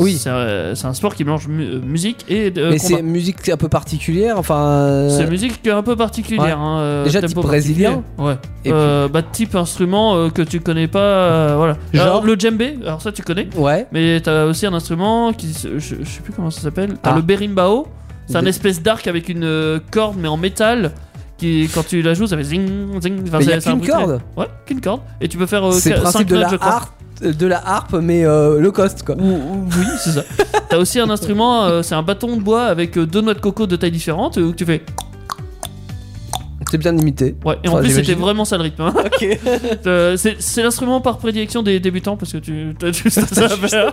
Speaker 2: Oui.
Speaker 3: C'est un, c'est un sport qui mélange mu- musique et euh,
Speaker 2: Mais
Speaker 3: combat.
Speaker 2: c'est musique un peu particulière, enfin. euh,
Speaker 3: C'est une musique qui est un peu particulière.
Speaker 2: ouais.
Speaker 3: hein, euh,
Speaker 2: Déjà,
Speaker 3: tempo
Speaker 2: type brésilien.
Speaker 3: particulier. Ouais.
Speaker 2: Et
Speaker 3: Euh, bah, type instrument euh, que tu connais pas. euh, voilà.
Speaker 2: Genre
Speaker 3: Alors, le djembé, alors ça tu connais.
Speaker 2: Ouais.
Speaker 3: Mais t'as aussi un instrument qui. se- Je, je sais plus comment ça s'appelle. T'as
Speaker 2: Ah.
Speaker 3: le berimbao. C'est un
Speaker 2: Be-
Speaker 3: espèce d'arc avec une euh, corde mais en métal. Qui, quand tu la joues, ça fait zing, zing. Enfin,
Speaker 2: Mais y
Speaker 3: c'est-
Speaker 2: a
Speaker 3: c'est un
Speaker 2: qu'une
Speaker 3: bruit très-
Speaker 2: corde.
Speaker 3: Ouais, qu'une corde. Et tu peux faire euh,
Speaker 2: c'est le
Speaker 3: cinq
Speaker 2: principe de
Speaker 3: notes,
Speaker 2: la,
Speaker 3: je crois.
Speaker 2: harpe, de la harpe, mais euh, low cost quoi.
Speaker 3: Ou- ou- oui,
Speaker 2: (laughs)
Speaker 3: c'est ça. T'as aussi un instrument, euh, c'est un bâton de bois avec euh, deux noix de coco de taille différente où tu fais.
Speaker 2: C'est bien limité.
Speaker 3: Ouais, et en
Speaker 2: Enfin,
Speaker 3: plus c'était
Speaker 2: Ah, j'imagine.
Speaker 3: vraiment ça le rythme. hein.
Speaker 2: Ok.
Speaker 3: (laughs) Euh, c'est c'est l'instrument par prédilection des débutants parce que tu as juste ça à faire.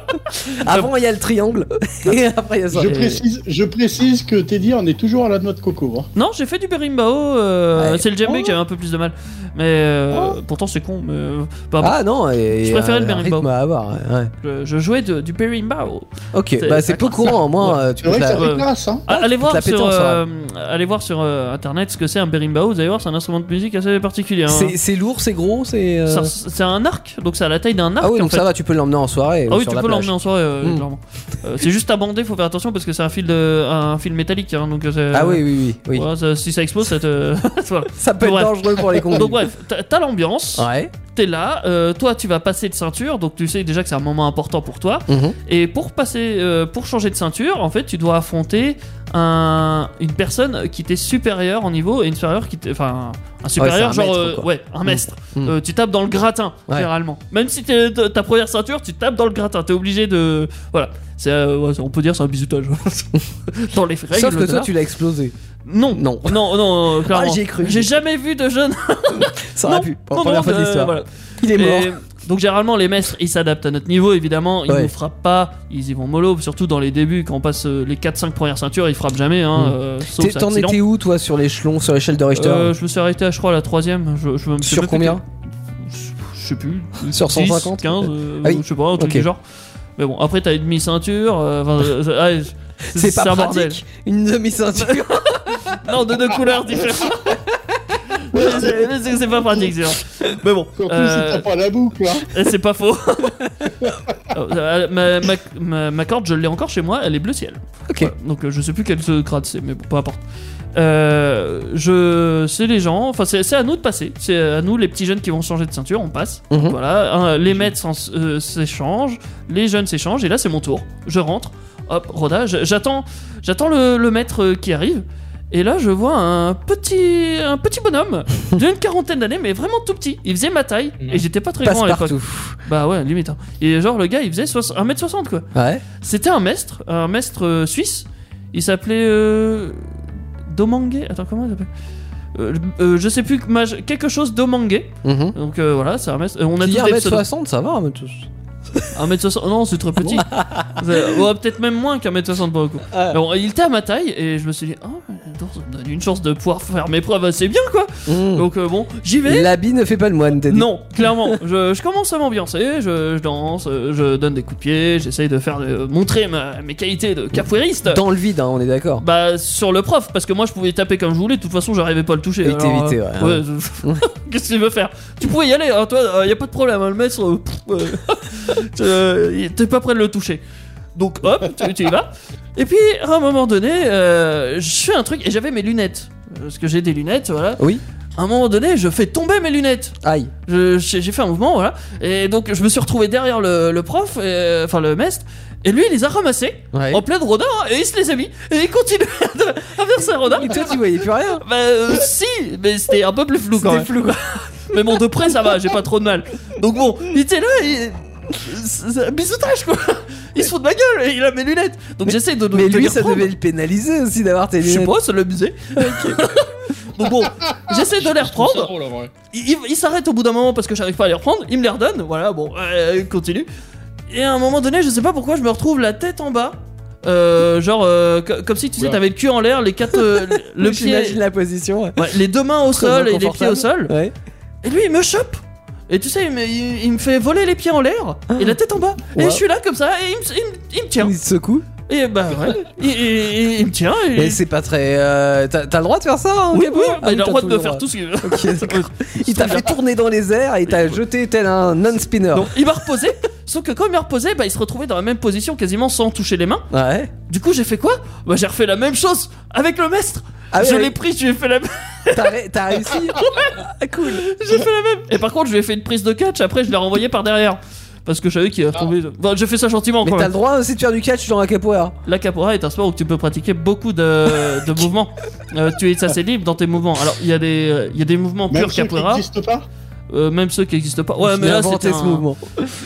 Speaker 2: Avant, il y a le triangle. (laughs) Et après, il y a ça.
Speaker 4: Je
Speaker 3: Et-
Speaker 4: précise, je précise que Teddy, on est toujours à la noix de coco. hein.
Speaker 3: Non, j'ai fait du berimbau, euh,
Speaker 2: Ouais. Oh.
Speaker 3: c'est le djembé qui avait un peu plus de mal. Mais euh, pourtant c'est con, mais euh, bah, bon,
Speaker 2: Ah non, et,
Speaker 3: Je préférais
Speaker 2: un-
Speaker 3: le
Speaker 2: un
Speaker 3: berimbau.
Speaker 2: rythme à avoir. ouais, ouais.
Speaker 3: je, je jouais de- du berimbau.
Speaker 2: Ok,
Speaker 3: C'est-
Speaker 2: bah c'est peu
Speaker 3: d'accord.
Speaker 2: courant, au moins euh, tu
Speaker 4: C'est
Speaker 2: peux
Speaker 4: vrai que
Speaker 2: faire-
Speaker 4: ça
Speaker 3: Ouais.
Speaker 4: fait classe, hein.
Speaker 3: Ah, allez, voir
Speaker 2: la
Speaker 3: sur,
Speaker 2: pétance, ça va.
Speaker 3: euh, allez voir sur euh, internet ce que c'est un berimbau, vous allez voir, c'est un instrument de musique assez particulier. hein.
Speaker 2: C'est c'est lourd, c'est gros, c'est. euh,
Speaker 3: Ça- C'est un arc, donc c'est à la taille d'un arc
Speaker 2: Ah oui,
Speaker 3: en
Speaker 2: donc
Speaker 3: fait.
Speaker 2: ça va, tu peux l'emmener en soirée.
Speaker 3: Ah
Speaker 2: ou
Speaker 3: oui,
Speaker 2: sur
Speaker 3: tu
Speaker 2: la
Speaker 3: peux
Speaker 2: plage.
Speaker 3: l'emmener en soirée, euh,
Speaker 2: Mm.
Speaker 3: clairement. Euh, c'est juste abandé, faut faire attention parce que c'est un fil de, un fil métallique, hein, donc c'est-
Speaker 2: Ah oui, oui, oui. oui.
Speaker 3: Voilà, ça- si ça explose, ça te. (laughs) voilà.
Speaker 2: Ça peut être
Speaker 3: Bref.
Speaker 2: dangereux pour les
Speaker 3: (laughs) Donc,
Speaker 2: conduits.
Speaker 3: bref, t'as t'as l'ambiance,
Speaker 2: Ouais.
Speaker 3: t'es là, euh, toi tu vas passer de ceinture, donc tu sais déjà que c'est un moment important pour toi.
Speaker 2: Mhm.
Speaker 3: Et pour passer, euh, pour changer de ceinture, en fait, tu dois affronter un, une personne qui t'est supérieure en niveau et une supérieure qui t'est. Enfin, un supérieur,
Speaker 2: c'est un
Speaker 3: genre.
Speaker 2: maître,
Speaker 3: euh,
Speaker 2: quoi.
Speaker 3: ouais, un maître.
Speaker 2: Mhm.
Speaker 3: Euh, tu tapes dans le gratin,
Speaker 2: Ouais.
Speaker 3: généralement. Même si t'es t- ta première ceinture, tu tapes dans le gratin. T'es obligé de. Voilà. C'est, euh, ouais, on peut dire c'est un bisutage. (laughs) dans les règles.
Speaker 2: Sauf que
Speaker 3: de
Speaker 2: toi,
Speaker 3: l'art.
Speaker 2: tu l'as explosé.
Speaker 3: Non.
Speaker 2: Non.
Speaker 3: Non, non, euh, clairement.
Speaker 2: Ah, j'y ai cru.
Speaker 3: J'ai jamais vu de jeune.
Speaker 2: Ça aurait
Speaker 3: Non,
Speaker 2: pu. Pour
Speaker 3: non,
Speaker 2: la première
Speaker 3: non,
Speaker 2: fois de
Speaker 3: euh,
Speaker 2: l'histoire.
Speaker 3: voilà.
Speaker 2: Il est mort.
Speaker 3: Et euh, donc généralement les maîtres ils s'adaptent à notre niveau évidemment, ils
Speaker 2: Ouais.
Speaker 3: nous frappent pas, ils y vont mollo, surtout dans les débuts quand on passe euh, les 4-5 premières ceintures ils frappent jamais hein,
Speaker 2: Mm.
Speaker 3: euh, sauf
Speaker 2: T'es- T'en
Speaker 3: accident.
Speaker 2: étais où, toi, sur l'échelon, sur l'échelle de Richter
Speaker 3: Euh, Je me suis arrêté à je crois à la troisième, je, je me suis
Speaker 2: Sur
Speaker 3: même
Speaker 2: combien
Speaker 3: fait- je, je sais plus.
Speaker 2: (laughs) Sur
Speaker 3: 10,
Speaker 2: 150,
Speaker 3: 15, euh,
Speaker 2: Ah oui.
Speaker 3: je sais pas, un truc
Speaker 2: Ok.
Speaker 3: du genre. Mais bon, après t'as une demi-ceinture, euh, enfin, euh, ah,
Speaker 2: (laughs) C'est pas
Speaker 3: un bordel.
Speaker 2: pratique. Une
Speaker 3: (laughs)
Speaker 2: demi-ceinture.
Speaker 3: Non, de deux
Speaker 2: (laughs)
Speaker 3: couleurs différentes. (laughs) c'est c'est- c'est pas pratique, c'est vrai. Mais bon.
Speaker 4: Surtout si
Speaker 3: euh,
Speaker 4: t'as pas la boucle, hein.
Speaker 3: Eh, C'est pas faux. (laughs) Euh, ma, ma- ma- ma corde, je l'ai encore chez moi, elle est bleu ciel.
Speaker 2: Ok.
Speaker 3: Voilà. donc euh, je sais plus quelle se grade c'est, mais bon, peu importe. Euh, je, c'est les gens, enfin c'est c'est à nous de passer, c'est à nous les petits jeunes qui vont changer de ceinture, on passe.
Speaker 2: Mhm.
Speaker 3: Voilà, hein, les maîtres s'en- euh, s'échangent, les jeunes s'échangent, et là c'est mon tour. Je rentre, hop, rodage, j'attends, j'attends le, le maître euh, qui arrive. Et là, je vois un petit, un petit
Speaker 2: (laughs)
Speaker 3: bonhomme d'une quarantaine d'années, mais vraiment tout petit. Il faisait ma taille, et j'étais pas très
Speaker 2: Passe
Speaker 3: grand à l'époque.
Speaker 2: partout.
Speaker 3: Bah ouais, limite. hein. Et genre, le gars, il faisait soix- 1m60, quoi.
Speaker 2: Ouais.
Speaker 3: C'était un maître, un maître euh, suisse. Il s'appelait. Euh... Domangue Attends, comment il s'appelle Euh, euh, je sais plus, que mage- quelque chose Domangue.
Speaker 2: Mhm.
Speaker 3: Donc euh, voilà, c'est un maître. euh, on a
Speaker 2: Qui
Speaker 3: tous
Speaker 2: a
Speaker 3: des pseudos.
Speaker 2: 1m60, ça va, hein, 1m60.
Speaker 3: 1m60, non, c'est
Speaker 2: Ah
Speaker 3: trop petit.
Speaker 2: (laughs)
Speaker 3: C'est- ouais, peut-être même moins qu'un mètre 60 pour le coup.
Speaker 2: Ouais.
Speaker 3: Mais bon, il était à ma taille et je me suis dit, oh, ça me donne une chance de pouvoir faire mes preuves assez bien quoi.
Speaker 2: Mhm.
Speaker 3: Donc euh, bon, j'y vais.
Speaker 2: L'habit ne fait pas le moine, t'as dit.
Speaker 3: Non, clairement, je, je commence à m'ambiancer, je, je danse, euh, je donne des coups de pied, j'essaye de faire de- montrer ma- mes qualités de capoeiriste.
Speaker 2: Dans le vide, hein, on est d'accord.
Speaker 3: Bah sur le prof, parce que moi je pouvais taper comme je voulais, de toute façon j'arrivais pas à le toucher.
Speaker 2: Et t'évitais,
Speaker 3: euh,
Speaker 2: ouais,
Speaker 3: ouais, je- (laughs) Qu'est-ce qu'il veut faire Tu pouvais y aller, hein, toi, euh, y a pas de problème, hein, le maître, euh, pff, euh, (laughs) t'es- t'es pas prêt de le toucher. Donc hop, tu, tu y vas. Et puis à un moment donné, euh, je fais un truc et j'avais mes lunettes. Parce que j'ai des lunettes, voilà.
Speaker 2: Oui.
Speaker 3: À un moment donné, je fais tomber mes lunettes.
Speaker 2: Aïe.
Speaker 3: Je- J'ai j'ai fait un mouvement, voilà. Et donc, je me suis retrouvé derrière le, le prof, et- enfin le maître, et lui, il les a ramassés
Speaker 2: Ouais.
Speaker 3: en plein de rodin, et il se les a mis, et il continue (laughs) à faire ses rodins.
Speaker 2: Et toi, tu voyais plus rien.
Speaker 3: Bah, euh, si, mais c'était un peu plus flou quand même. flou, (laughs) Mais bon, de près, ça va, j'ai pas trop de mal. Donc bon, il était là, il. c'est- c'est un Bisoutage quoi! Il se fout de ma gueule et il a mes lunettes! Donc j'essaie de. de
Speaker 2: Mais lui,
Speaker 3: tenir
Speaker 2: ça
Speaker 3: prendre.
Speaker 2: devait le pénaliser aussi d'avoir tes
Speaker 3: Je sais
Speaker 2: lunettes.
Speaker 3: pas, ça l'amusait. (laughs) Donc bon, j'essaie de les reprendre.
Speaker 5: drôle, en vrai.
Speaker 3: Il, il- il s'arrête au bout d'un moment parce que j'arrive pas à les reprendre. Il me les redonne. Voilà, bon, euh, il continue. Et à un moment donné, je sais pas pourquoi, je me retrouve la tête en bas. Euh, genre, euh, co- comme si tu sais,
Speaker 5: Oula.
Speaker 3: t'avais le cul en l'air, les
Speaker 2: (laughs)
Speaker 3: quatre. euh, le pied.
Speaker 2: J'imagine la position. ouais.
Speaker 3: Ouais, les deux mains
Speaker 2: (laughs)
Speaker 3: au
Speaker 2: Très
Speaker 3: sol et les pieds au sol.
Speaker 2: Ouais.
Speaker 3: Et lui, il me chope. Et tu sais, il me, il- il me fait voler les pieds en l'air et la tête en bas. Et
Speaker 2: Wow.
Speaker 3: je suis là comme ça et il me, il me- il me tient.
Speaker 2: Il se secoue.
Speaker 3: Et bah ouais, il, il- il- il me tient. et-
Speaker 2: Mais c'est pas très. euh, T'as t'as le droit de faire ça hein,
Speaker 3: oui,
Speaker 2: Gabo
Speaker 3: oui,
Speaker 2: Ah
Speaker 3: bah, il a le
Speaker 2: t'as
Speaker 3: droit de me
Speaker 2: le
Speaker 3: faire
Speaker 2: droit.
Speaker 3: tout ce qu'il veut.
Speaker 2: Ok, d'accord. (laughs) Il t'a fait tourner dans les airs et il t'a jeté tel un non-spinner.
Speaker 3: Donc il m'a reposé, sauf que quand il m'a reposé, bah, il se retrouvait dans la même position quasiment sans toucher les mains.
Speaker 2: Ouais.
Speaker 3: Du coup j'ai fait quoi Bah j'ai refait la même chose avec le maître.
Speaker 2: Ah oui,
Speaker 3: je
Speaker 2: oui.
Speaker 3: l'ai pris, je lui ai fait la même.
Speaker 2: T'as ré- t'as
Speaker 3: (laughs)
Speaker 2: réussi Ah, Cool.
Speaker 3: j'ai fait la même. Et par contre je lui ai fait une prise de catch, après je l'ai renvoyé par derrière. Parce que je savais qu'il allait
Speaker 4: Ah.
Speaker 3: retomber. Bon, j'ai fait ça gentiment
Speaker 2: Mais
Speaker 3: quand
Speaker 2: t'as le
Speaker 3: même.
Speaker 2: droit aussi de faire du catch dans la capoeira.
Speaker 3: La capoeira est un sport où tu peux pratiquer beaucoup
Speaker 2: (laughs)
Speaker 3: de, de mouvements. Euh, tu es, ça c'est libre dans tes mouvements. Alors il y a des, il y a des mouvements
Speaker 4: Même
Speaker 3: purs
Speaker 4: ceux qui
Speaker 3: capoeira,
Speaker 4: n'existent pas
Speaker 3: euh, même ceux qui n'existent pas. Ouais,
Speaker 2: Il
Speaker 3: mais
Speaker 2: a
Speaker 3: là
Speaker 2: inventé
Speaker 3: c'était
Speaker 2: ce
Speaker 3: un-
Speaker 2: mouvement.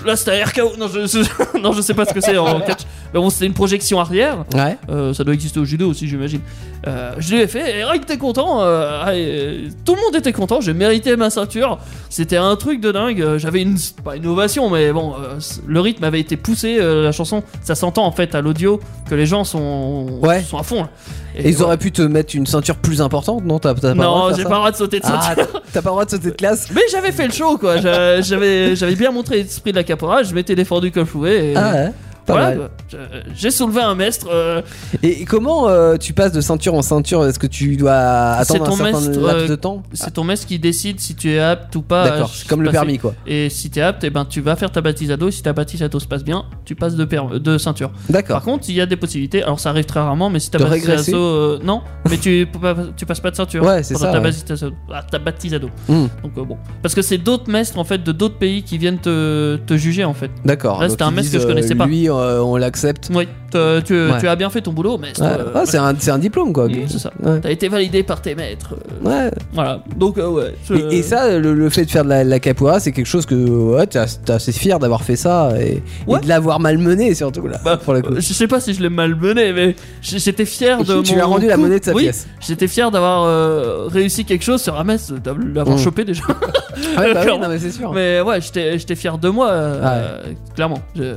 Speaker 3: Là, c'était un RKO. Non, je, je- (laughs) non, je sais pas ce que
Speaker 2: (laughs)
Speaker 3: c'est en catch. Mais bon, c'était une projection arrière.
Speaker 2: Ouais.
Speaker 3: Euh, ça doit exister au judo aussi, j'imagine. Euh, je l'ai fait. Et Eric était content. euh, ah, et, euh, tout le monde était content. J'ai mérité ma ceinture. C'était un truc de dingue. euh, J'avais une. Pas une ovation, mais bon, euh, c- le rythme avait été poussé. euh, la chanson, ça s'entend en fait à l'audio que les gens sont,
Speaker 2: Ouais.
Speaker 3: sont à fond. là.
Speaker 2: Et ils
Speaker 3: voilà.
Speaker 2: auraient pu te mettre une ceinture plus importante, non T'as t'as pas le droit
Speaker 3: Non,
Speaker 2: de
Speaker 3: j'ai
Speaker 2: faire
Speaker 3: pas le droit de sauter de
Speaker 2: ça
Speaker 3: ceinture.
Speaker 2: Ah, t'as pas le droit de sauter de classe
Speaker 3: Mais j'avais fait le show quoi, J'a- j'avais j'avais bien montré l'esprit de la capoeira, je m'étais défendu comme je pouvais. et-
Speaker 2: Ah ouais. Pas
Speaker 3: Voilà,
Speaker 2: mal.
Speaker 3: bah, je- j'ai soulevé un maître. euh,
Speaker 2: Et comment euh, tu passes de ceinture en ceinture Est-ce que tu dois
Speaker 3: C'est
Speaker 2: attendre un
Speaker 3: ton
Speaker 2: certain
Speaker 3: maître,
Speaker 2: laps
Speaker 3: euh,
Speaker 2: de temps
Speaker 3: c'est ton maître qui décide si tu es apte ou
Speaker 2: Ah,
Speaker 3: pas. à
Speaker 2: D'accord,
Speaker 3: se
Speaker 2: comme le
Speaker 3: passer.
Speaker 2: permis quoi.
Speaker 3: Et si t'es apte, eh ben, tu vas faire ta baptise à dos. Et si ta baptise à dos se passe bien, tu passes de, per- de ceinture. Par
Speaker 2: D'accord.
Speaker 3: contre, il y a des possibilités. Alors ça arrive très rarement, mais si ta
Speaker 2: De
Speaker 3: baptise
Speaker 2: régresser.
Speaker 3: à dos. euh, non, mais tu, (laughs) tu passes pas de ceinture.
Speaker 2: Ouais, c'est
Speaker 3: pendant
Speaker 2: ça,
Speaker 3: Ta,
Speaker 2: ouais.
Speaker 3: baptise à dos. Ah, ta baptise à dos.
Speaker 2: Hmm.
Speaker 3: Donc, euh, bon. Parce que c'est d'autres maîtres en fait de d'autres pays qui viennent te, te juger en fait.
Speaker 2: D'accord.
Speaker 3: Là,
Speaker 2: Donc,
Speaker 3: c'était un
Speaker 2: ils
Speaker 3: maître que je
Speaker 2: disent,
Speaker 3: connaissais pas.
Speaker 2: Lui, euh, on l'accepte.
Speaker 3: Oui, t'as- tu,
Speaker 2: Ouais.
Speaker 3: tu as bien fait ton boulot, maître.
Speaker 2: Ouais.
Speaker 3: euh,
Speaker 2: Ah, c'est un, c'est un diplôme quoi.
Speaker 3: Oui, c'est ça.
Speaker 2: Ouais.
Speaker 3: T'as été validé par tes maîtres. euh,
Speaker 2: Ouais.
Speaker 3: Voilà. Donc, euh, ouais. je-
Speaker 2: Et, et ça, le, le fait de faire de la, la capoeira, c'est quelque chose que ouais, t'es as- t'es assez fier d'avoir fait ça et, et
Speaker 3: Ouais.
Speaker 2: de l'avoir malmené surtout là.
Speaker 3: Bah,
Speaker 2: pour le coup.
Speaker 3: euh, Je sais pas si je l'ai malmené, mais j- j'étais fier de
Speaker 2: tu
Speaker 3: mon
Speaker 2: lui as rendu la
Speaker 3: coup.
Speaker 2: monnaie de sa
Speaker 3: Oui, (laughs)
Speaker 2: pièce.
Speaker 3: J'étais fier d'avoir euh, réussi quelque chose sur Ames, d'avoir
Speaker 2: Mm. (laughs)
Speaker 3: chopé déjà.
Speaker 2: Ah ouais, bah oui,
Speaker 3: clairement.
Speaker 2: non, mais c'est sûr.
Speaker 3: mais ouais, j'étais j'étais fier de moi,
Speaker 2: Ah
Speaker 3: euh, clairement. Je-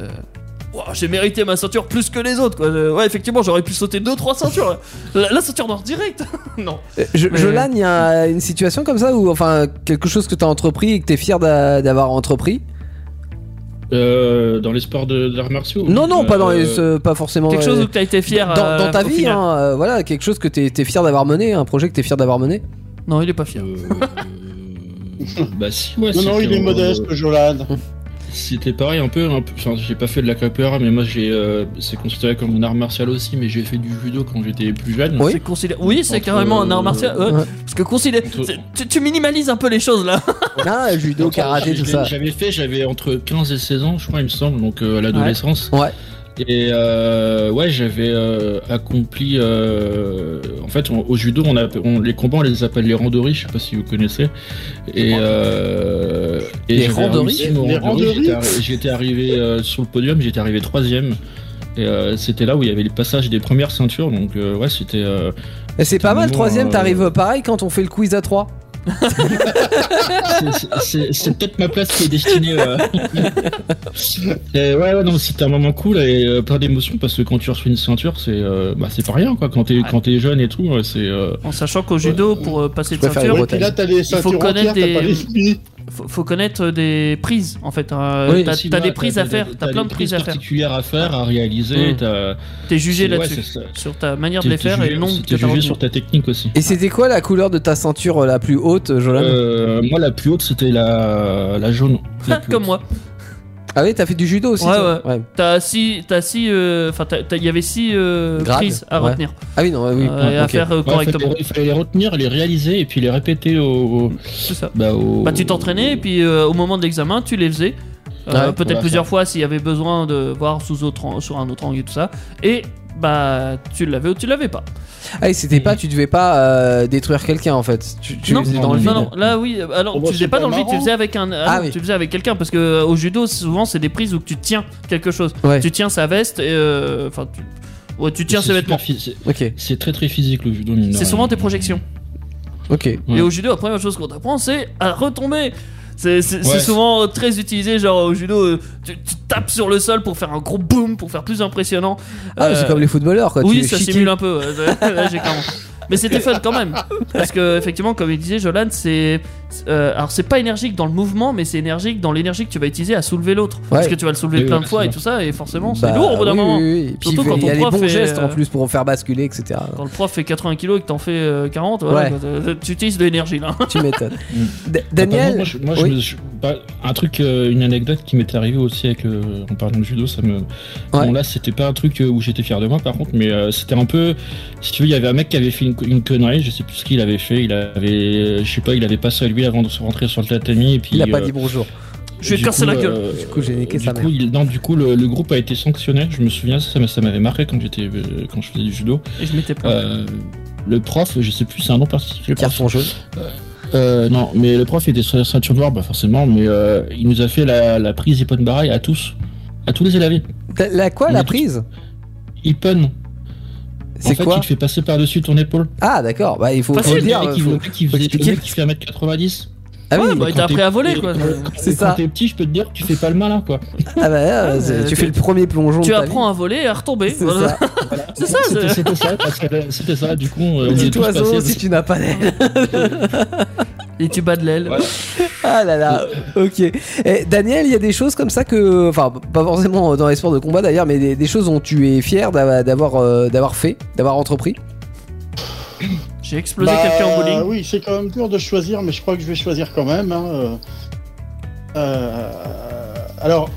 Speaker 3: Ouah, J'ai mérité ma ceinture plus que les autres. Quoi. Euh, Ouais, effectivement, j'aurais pu sauter deux, trois ceintures. là. La, la ceinture noire direct. (laughs) non.
Speaker 2: Euh, Je,
Speaker 3: Mais-
Speaker 2: Jolan, il y a une situation comme ça ou enfin quelque chose que t'as entrepris et que t'es fier d'a- d'avoir entrepris
Speaker 5: Euh, dans les sports de, d'arts martiaux
Speaker 2: Non, non, pas dans
Speaker 5: euh,
Speaker 2: les, euh, pas forcément.
Speaker 3: Quelque
Speaker 2: euh,
Speaker 3: chose où t'as été fier.
Speaker 2: dans,
Speaker 3: euh,
Speaker 2: dans ta
Speaker 3: au
Speaker 2: vie,
Speaker 3: final.
Speaker 2: hein, euh, voilà, quelque chose que t'es t'es fier d'avoir mené, un projet que t'es fier d'avoir mené.
Speaker 3: Non, il est pas fier.
Speaker 5: euh, euh, bah si, ouais.
Speaker 4: Non, non,
Speaker 5: c'était
Speaker 4: il est
Speaker 5: en-
Speaker 4: modeste, Jolan.
Speaker 5: C'était pareil un peu, un peu- enfin j'ai pas fait de la capoeira mais moi j'ai euh, c'est considéré comme un art martial aussi mais j'ai fait du judo quand j'étais plus jeune.
Speaker 2: Oui.
Speaker 3: C'est considéré- Oui, c'est
Speaker 5: Entre-
Speaker 3: carrément un art martial. ouais,
Speaker 2: Ouais.
Speaker 3: Parce que considère.
Speaker 5: Entre-
Speaker 3: c'est- Tu, tu minimalises un peu les choses là.
Speaker 2: Ah, judo,
Speaker 5: Enfin,
Speaker 2: karaté,
Speaker 5: j'ai-
Speaker 2: tout ça.
Speaker 5: J'avais fait, j'avais entre 15 et 16 ans je crois il me semble donc euh, à l'adolescence.
Speaker 2: Ouais.
Speaker 5: Et euh, ouais j'avais euh, accompli euh, en fait on- au judo on a on- les combats on les appelle les randoris je sais pas si vous connaissez et euh, et
Speaker 2: Les
Speaker 5: j'avais
Speaker 2: randoris
Speaker 5: réussi mon
Speaker 4: Les
Speaker 5: randori,
Speaker 4: randoris
Speaker 5: j'étais arri- j'étais arrivé euh, sur le podium j'étais arrivé troisième. Et euh, c'était là où il y avait le passage des premières ceintures, donc euh, ouais, c'était. euh,
Speaker 2: Et c'est pas mal,
Speaker 5: Moi,
Speaker 2: troisième,
Speaker 5: euh,
Speaker 2: t'arrives pareil quand on fait le quiz à 3.
Speaker 5: c'est- c'est- c'est c'est peut-être ma place qui est destinée. euh. Et ouais, ouais, non, c'était un moment cool et euh, plein d'émotions parce que quand tu reçois une ceinture, c'est euh, bah, c'est pas rien quoi. Quand t'es quand t'es jeune et tout, ouais, c'est. euh,
Speaker 3: (laughs) En sachant qu'au judo, pour euh, passer de
Speaker 2: préfère les
Speaker 3: ceinture,
Speaker 4: Ouais, puis là, t'as les ceintures
Speaker 3: connaître
Speaker 4: entières, t'as pas
Speaker 3: des-
Speaker 4: les finis.
Speaker 3: faut, faut connaître des prises en fait. Euh,
Speaker 5: ouais,
Speaker 3: t'as
Speaker 5: si,
Speaker 3: t'as
Speaker 5: voilà,
Speaker 3: des prises à faire, t'as plein de
Speaker 5: des
Speaker 3: prises à faire.
Speaker 5: particulières à faire, à réaliser.
Speaker 3: Mm.
Speaker 5: t'as-
Speaker 3: T'es jugé
Speaker 5: c'est- ouais,
Speaker 3: là-dessus,
Speaker 5: c'est ça.
Speaker 3: sur ta manière de
Speaker 5: t'es-
Speaker 3: les
Speaker 5: t'es
Speaker 3: faire et
Speaker 5: jugé-
Speaker 3: le nombre que
Speaker 5: T'es
Speaker 3: t'as
Speaker 5: jugé
Speaker 3: retenu.
Speaker 5: sur ta technique aussi.
Speaker 2: Et c'était quoi la couleur de ta ceinture euh, la plus haute, Jolan
Speaker 5: Euh, moi, la plus haute, c'était la,
Speaker 3: (laughs)
Speaker 5: la jaune. La plus
Speaker 3: Comme
Speaker 5: haute.
Speaker 3: moi.
Speaker 2: Ah oui, t'as fait du judo aussi
Speaker 3: Ouais,
Speaker 2: toi
Speaker 3: T'as six, t'as six, euh, enfin t'as- t'as- il y avait six euh,
Speaker 2: Grades,
Speaker 3: prises à
Speaker 2: ouais.
Speaker 3: retenir
Speaker 2: Ah oui, non, ouais, oui.
Speaker 3: euh, et à
Speaker 2: ok.
Speaker 3: faire euh,
Speaker 5: Ouais, il, fallait,
Speaker 3: correctement.
Speaker 5: il fallait les retenir, les réaliser et puis les répéter au. au-
Speaker 3: C'est ça.
Speaker 5: bah,
Speaker 2: Oh.
Speaker 5: au-
Speaker 3: Bah tu t'entraînais et puis euh, au moment de l'examen tu les faisais. Euh,
Speaker 2: Ouais,
Speaker 3: Peut-être
Speaker 5: voilà,
Speaker 3: plusieurs fois s'il y avait besoin de voir sous autre an- sur un autre angle et tout ça. Et bah tu l'avais ou tu l'avais pas.
Speaker 2: Ah, et c'était pas, tu devais pas euh, détruire quelqu'un en fait. Tu, tu
Speaker 3: non,
Speaker 2: le faisais dans le
Speaker 3: non,
Speaker 2: vide.
Speaker 3: non, là oui, euh, alors
Speaker 4: Oh, bah,
Speaker 3: tu faisais
Speaker 4: c'est
Speaker 3: pas
Speaker 4: pas
Speaker 3: dans le vide, tu
Speaker 4: marrant.
Speaker 3: faisais avec un, ah
Speaker 2: Ah
Speaker 3: non,
Speaker 2: oui.
Speaker 3: tu faisais avec quelqu'un parce que euh, au judo souvent c'est des prises où tu tiens quelque chose,
Speaker 2: Ouais.
Speaker 3: tu tiens sa veste, et, euh, enfin tu, ouais, tu tiens
Speaker 5: C'est
Speaker 3: ses
Speaker 5: super
Speaker 3: vêtements.
Speaker 5: phys- c'est-
Speaker 2: Ok,
Speaker 5: C'est très très physique le judo. mine de
Speaker 3: C'est
Speaker 5: rien.
Speaker 3: souvent des projections.
Speaker 2: ok.
Speaker 5: Ouais.
Speaker 3: Et au judo, la première chose qu'on t'apprend c'est à retomber. C'est c'est- c'est
Speaker 5: Ouais.
Speaker 3: souvent très utilisé, genre au judo, euh, tu, tu tapes sur le sol pour faire un gros boom, pour faire plus impressionnant.
Speaker 2: Ah, mais c'est
Speaker 3: Euh,
Speaker 2: comme les footballeurs quoi. tu
Speaker 3: Oui,
Speaker 2: les
Speaker 3: ça
Speaker 2: chiquilles.
Speaker 3: simule un peu. ouais, Là, j'ai clairement. Mais c'était fun
Speaker 2: (laughs)
Speaker 3: quand même. Parce que, effectivement, comme il disait, Jolan, c'est. euh, alors, c'est pas énergique dans le mouvement, mais c'est énergique dans l'énergie que tu vas utiliser à soulever l'autre. Parce
Speaker 2: Ouais.
Speaker 3: que tu vas le soulever
Speaker 5: Oui,
Speaker 3: plein
Speaker 5: oui,
Speaker 3: de fois et
Speaker 5: absolument.
Speaker 3: tout ça, et forcément, c'est
Speaker 2: Bah,
Speaker 3: lourd au bout d'un
Speaker 2: oui,
Speaker 3: moment.
Speaker 2: oui, oui. Et puis
Speaker 3: Surtout
Speaker 2: il
Speaker 3: quand
Speaker 2: y a
Speaker 3: ton
Speaker 2: les
Speaker 3: prof
Speaker 2: bons
Speaker 3: est,
Speaker 2: gestes en
Speaker 3: euh,
Speaker 2: plus pour en faire basculer, etc.
Speaker 3: (laughs) Quand le prof fait 80 kilos et que t'en fais euh, 40, voilà,
Speaker 2: Ouais.
Speaker 3: euh, tu utilises de l'énergie là. (laughs)
Speaker 2: tu m'étonnes.
Speaker 3: Mm.
Speaker 2: D-
Speaker 5: Apparemment,
Speaker 2: Daniel
Speaker 5: Ah, moi, je- moi, je
Speaker 2: oui.
Speaker 5: me suis- bah, un truc, euh, une anecdote qui m'est arrivée aussi avec le- en parlant de judo, ça me. Bon là, c'était pas un truc euh, où j'étais fier de moi, par contre, mais euh, c'était un peu. Si tu veux, il y avait un mec qui avait fait une, co- une connerie, je sais plus ce qu'il avait fait. Il avait, je sais pas, il avait pas salué avant de se rentrer sur le tatami et puis.
Speaker 2: il a pas
Speaker 5: euh,
Speaker 2: dit bonjour.
Speaker 3: Je vais
Speaker 5: du
Speaker 3: te casser
Speaker 5: coup,
Speaker 3: la gueule.
Speaker 5: euh,
Speaker 2: Du coup, j'ai niqué
Speaker 5: du
Speaker 2: sa
Speaker 5: coup,
Speaker 2: mère.
Speaker 5: il- non, du coup, le, le groupe a été sanctionné. Je me souviens, ça, m'a- ça m'avait marqué quand j'étais, euh, quand je faisais du judo.
Speaker 3: Et je m'étais plaint.
Speaker 5: Euh, le prof, je sais plus, c'est un nom particulier.
Speaker 2: Carton jaune.
Speaker 5: Euh, non, mais le prof était sur la ceinture noire, bah forcément, mais euh, il nous a fait la, la prise Ippon Barai à tous, à tous les élèves.
Speaker 2: La, la quoi, la
Speaker 5: Mais-
Speaker 2: prise
Speaker 5: Ippon, en
Speaker 2: C'est
Speaker 5: fait,
Speaker 2: quoi
Speaker 5: il te fait passer par-dessus ton épaule.
Speaker 2: Ah, d'accord. Bah, il faut,
Speaker 3: Facile,
Speaker 2: faut
Speaker 5: Le
Speaker 2: le dire.
Speaker 5: mec, il-
Speaker 2: faut-
Speaker 5: le mec, il
Speaker 2: faut
Speaker 5: faisait-
Speaker 2: expliquer.
Speaker 5: le mec, il fait 1m90.
Speaker 2: Ah oui,
Speaker 3: Ouais, bah, il t'a appris à voler quoi.
Speaker 2: C'est
Speaker 5: C'est
Speaker 2: ça.
Speaker 5: Quand t'es petit, je peux te dire que tu fais pas le malin, quoi.
Speaker 2: ah bah, euh, c'est-
Speaker 3: euh,
Speaker 2: tu
Speaker 3: tu-
Speaker 2: fais le premier plongeon.
Speaker 3: Tu
Speaker 2: de ta vie.
Speaker 3: apprends à voler et à retomber.
Speaker 2: C'est
Speaker 3: Voilà.
Speaker 2: ça.
Speaker 3: C'est ça,
Speaker 5: C'était
Speaker 3: c'est-
Speaker 5: c'était ça, parce que euh, c'était ça, du coup, on, on y est
Speaker 2: Petit
Speaker 5: tous
Speaker 2: oiseau, si
Speaker 5: passés.
Speaker 2: tu n'as pas d'aile.
Speaker 3: Et tu bats de l'aile.
Speaker 5: Voilà.
Speaker 2: Ah là là, ok. Eh, Daniel, il y a des choses comme ça que. Enfin, pas forcément dans les sports de combat d'ailleurs, mais des, des choses dont tu es fier d'avoir d'avoir, euh, d'avoir fait, d'avoir entrepris.
Speaker 3: J'ai explosé
Speaker 4: Bah,
Speaker 3: quelqu'un en bowling.
Speaker 4: Oui, c'est quand même dur de choisir, mais je crois que je vais choisir quand même. hein, euh. Euh, alors,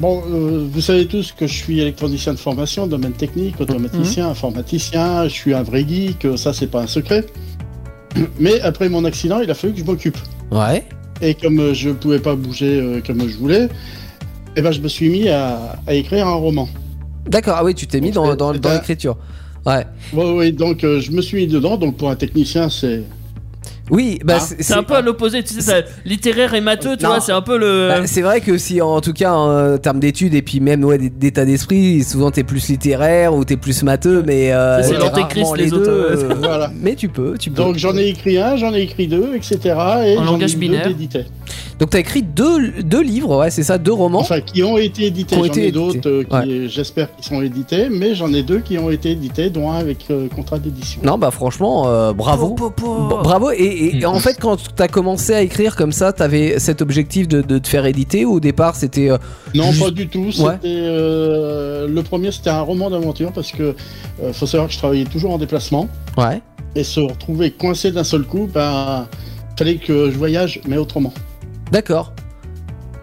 Speaker 4: bon, euh, vous savez tous que je suis électronicien de formation, domaine technique, automaticien,
Speaker 3: Mhm.
Speaker 4: informaticien, je suis un vrai geek, euh, ça c'est pas un secret. Mais après mon accident, il a fallu que je m'occupe.
Speaker 2: Ouais.
Speaker 4: Et comme euh, je pouvais pas bouger euh, comme je voulais, eh ben, je me suis mis à, à écrire un roman.
Speaker 2: D'accord, ah oui, tu t'es mis dans, dans,
Speaker 4: Euh,
Speaker 2: dans l'écriture. Ouais.
Speaker 4: Oui, oui, donc euh, je me suis mis dedans, donc pour un technicien, c'est.
Speaker 2: Oui, bah,
Speaker 4: Ah,
Speaker 2: c'est-
Speaker 3: C'est un peu à l'opposé, tu sais, ça, littéraire et matheux, tu
Speaker 4: Non.
Speaker 3: vois, c'est un peu le.
Speaker 2: Bah, c'est vrai que si en tout cas en euh, termes d'études et puis même ouais, d- d'état d'esprit, souvent t'es plus littéraire ou t'es plus matheux, mais euh,
Speaker 3: C'est
Speaker 2: t'es
Speaker 3: dans tes
Speaker 2: rarement
Speaker 3: crises, les
Speaker 2: deux.
Speaker 3: autres,
Speaker 2: (laughs)
Speaker 3: ouais.
Speaker 2: euh,
Speaker 4: Voilà.
Speaker 2: Mais tu peux, tu peux.
Speaker 4: Donc j'en ai écrit un, j'en ai écrit deux, etc. Et j'en ai
Speaker 3: euh, langage
Speaker 4: eu deux
Speaker 3: binaire.
Speaker 4: d'édités.
Speaker 2: Donc t'as écrit deux, deux livres, ouais, c'est ça, deux romans.
Speaker 4: Enfin, qui ont été édités.
Speaker 2: Qui ont
Speaker 4: J'en
Speaker 2: été
Speaker 4: ai d'autres
Speaker 2: édités,
Speaker 4: euh, qui, j'espère, qui sont édités, mais j'en ai deux qui ont été édités, dont un avec euh, contrat d'édition.
Speaker 2: Non, bah franchement, euh, bravo.
Speaker 3: Po, po, po.
Speaker 2: Bon, bah, Bravo, et, et- et en fait, quand t'as commencé à écrire comme ça, t'avais cet objectif de, de te faire éditer ou au départ c'était. euh,
Speaker 4: Non,
Speaker 2: Juste-
Speaker 4: pas du tout. C'était euh, le premier, c'était un roman d'aventure parce que euh, faut savoir que je travaillais toujours en déplacement
Speaker 2: Ouais.
Speaker 4: et se retrouver coincé d'un seul coup, ben fallait que je voyage, mais autrement.
Speaker 2: D'accord.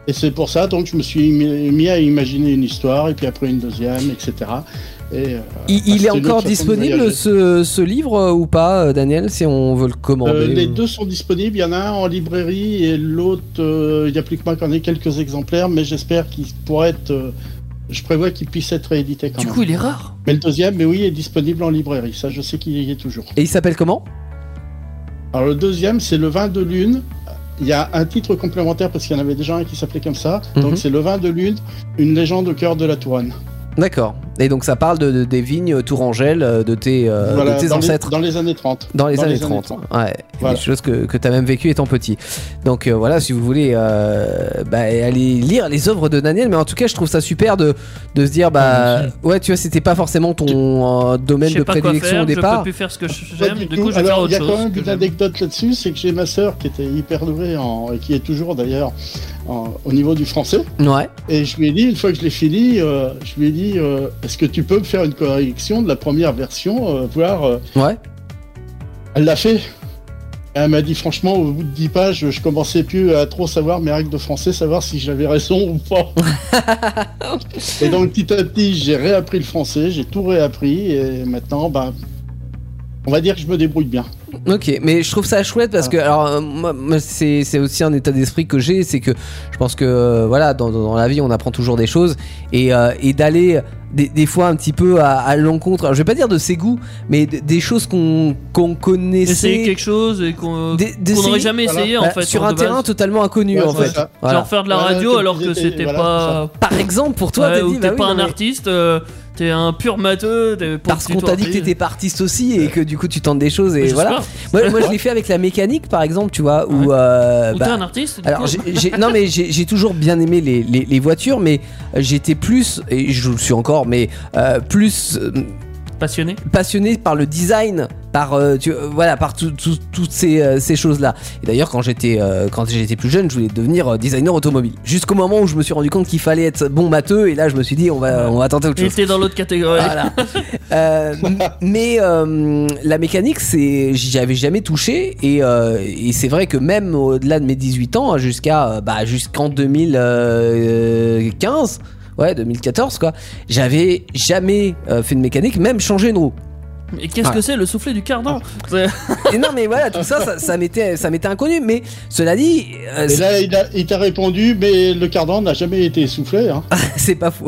Speaker 4: Et c'est pour ça, donc, je me suis mis mis à imaginer une histoire et puis après une deuxième, etc. Et euh,
Speaker 2: Il, il
Speaker 4: c'était
Speaker 2: est
Speaker 4: une autre
Speaker 2: encore
Speaker 4: façon de
Speaker 2: disponible
Speaker 4: voyager.
Speaker 2: ce, ce livre euh, ou pas, euh, Daniel, si on veut le commander
Speaker 4: Euh, les
Speaker 2: ou-
Speaker 4: deux sont disponibles. Il y en a un en librairie et l'autre, euh, il n'y a plus que moi qui en ai quelques exemplaires, mais j'espère qu'il pourrait être. euh, je prévois qu'il puisse être réédité quand
Speaker 3: Du
Speaker 4: même.
Speaker 3: coup, il est rare.
Speaker 4: Mais le deuxième, mais oui, est disponible en librairie. Ça, je sais qu'il y est toujours.
Speaker 2: Et il s'appelle comment
Speaker 4: Alors, le deuxième, c'est Le vin de lune. Il y a un titre complémentaire parce qu'il y en avait déjà un qui s'appelait comme ça.
Speaker 2: Mhm.
Speaker 4: Donc, c'est Le vin de lune, une légende au cœur de la Touraine.
Speaker 2: D'accord. Et donc ça parle de, de- des vignes tourangelles euh, de tes, euh, de tes
Speaker 4: dans les-
Speaker 2: ancêtres.
Speaker 4: dans les années 30.
Speaker 2: Dans les
Speaker 4: dans
Speaker 2: années
Speaker 4: les
Speaker 2: 30.
Speaker 4: années
Speaker 2: Ouais.
Speaker 4: Voilà.
Speaker 2: Des choses que, que tu as même vécues étant petit. Donc euh, voilà, si vous voulez euh, bah, aller lire les œuvres de Daniel, mais en tout cas, je trouve ça super de, de se dire bah
Speaker 5: Ouais,
Speaker 2: ouais, tu vois, c'était pas forcément ton euh,
Speaker 3: Je
Speaker 2: domaine de
Speaker 3: sais pas quoi
Speaker 2: prédilection
Speaker 3: faire,
Speaker 2: au
Speaker 3: je peux
Speaker 2: départ.
Speaker 3: plus faire ce que je-
Speaker 4: Pas
Speaker 3: j'aime,
Speaker 4: du
Speaker 3: du
Speaker 4: tout.
Speaker 3: coup, je vais faire
Speaker 4: Alors,
Speaker 3: autre
Speaker 4: il y a quand
Speaker 3: chose.
Speaker 4: même
Speaker 3: que
Speaker 4: une
Speaker 3: j'aime.
Speaker 4: anecdote là-dessus, c'est que j'ai ma sœur qui était hyper douée en, et qui est toujours d'ailleurs en- au niveau du français.
Speaker 2: Ouais.
Speaker 4: Et je lui ai dit, une fois que je l'ai fini, euh, je lui ai dit, euh, est-ce que tu peux me faire une correction de la première version, euh, voir, euh,
Speaker 2: Ouais.
Speaker 4: elle l'a fait. Elle m'a dit franchement, au bout de 10 pages, je commençais plus à trop savoir mes règles de français, savoir si j'avais raison ou pas.
Speaker 2: (laughs)
Speaker 4: et donc petit à petit, j'ai réappris le français, j'ai tout réappris, et maintenant, ben, on va dire que je me débrouille bien.
Speaker 2: Ok, mais je trouve ça chouette parce que alors euh, moi, moi, c'est c'est aussi un état d'esprit que j'ai, c'est que je pense que euh, voilà dans, dans- dans la vie on apprend toujours des choses et, euh, et d'aller des, des fois un petit peu à, à l'encontre, alors, je vais pas dire de ses goûts, mais de- des choses qu'on qu'on
Speaker 3: Essayer
Speaker 2: connaissait,
Speaker 3: quelque chose et qu'on
Speaker 2: Des-
Speaker 3: qu'on
Speaker 2: d'essayer-
Speaker 3: n'aurait jamais
Speaker 4: Voilà.
Speaker 3: essayé en
Speaker 2: bah,
Speaker 3: fait.
Speaker 2: sur
Speaker 3: hein,
Speaker 2: un
Speaker 3: de base.
Speaker 2: terrain totalement inconnu
Speaker 4: Ouais,
Speaker 2: en
Speaker 4: c'est
Speaker 2: fait.
Speaker 4: ça.
Speaker 2: Voilà.
Speaker 3: Genre faire de la
Speaker 4: Voilà,
Speaker 3: radio
Speaker 4: comme
Speaker 3: alors
Speaker 4: ils
Speaker 3: que
Speaker 4: étaient,
Speaker 3: c'était
Speaker 4: voilà,
Speaker 3: pas.
Speaker 2: Par exemple pour toi
Speaker 3: Ouais,
Speaker 2: t'es
Speaker 3: ou
Speaker 2: dit
Speaker 3: t'es
Speaker 2: bah oui,
Speaker 3: pas
Speaker 2: non,
Speaker 3: un
Speaker 2: mais
Speaker 3: artiste, euh, t'es un pur matheux. t'es- pour-
Speaker 2: parce
Speaker 3: tu
Speaker 2: qu'on t'a dit que
Speaker 3: t'organises.
Speaker 2: t'étais pas artiste aussi et que du coup tu tentes des choses et
Speaker 3: J'espère.
Speaker 2: voilà. Moi, moi, je l'ai fait avec la mécanique par exemple, tu vois, où euh,
Speaker 3: Ou t'es
Speaker 2: bah,
Speaker 3: un artiste. du
Speaker 2: Alors,
Speaker 3: coup.
Speaker 2: j'ai, j'ai- non, mais j'ai, j'ai toujours bien aimé les, les- les voitures, mais j'étais plus, et je le suis encore, mais euh, plus euh,
Speaker 3: passionné.
Speaker 2: passionné par le design, par euh, tu- euh, voilà par tout- tout- toutes ces, euh, ces choses là. Et d'ailleurs quand j'étais euh, quand j'étais plus jeune, je voulais devenir euh, designer automobile. Jusqu'au moment où je me suis rendu compte qu'il fallait être bon matheux et là je me suis dit on va on va tenter autre
Speaker 3: Il
Speaker 2: chose.
Speaker 3: était dans l'autre catégorie.
Speaker 2: Voilà. Euh,
Speaker 4: (laughs)
Speaker 2: m- mais euh, la mécanique, c'est j'y avais jamais touché et, euh, et c'est vrai que même au-delà de mes 18 ans, jusqu'à euh, bah, jusqu'en 2015. Ouais, 2014 quoi. J'avais jamais euh, fait de mécanique, même changé une roue.
Speaker 3: Et qu'est-ce que
Speaker 2: Ouais.
Speaker 3: c'est le soufflet du cardan C'est-
Speaker 2: Et non, mais voilà, tout ça, ça, ça m'était, ça m'était inconnu. Mais cela dit, euh,
Speaker 4: Et là, il a- il t'a répondu, mais le cardan n'a jamais été soufflé. Hein.
Speaker 2: (laughs) C'est pas faux.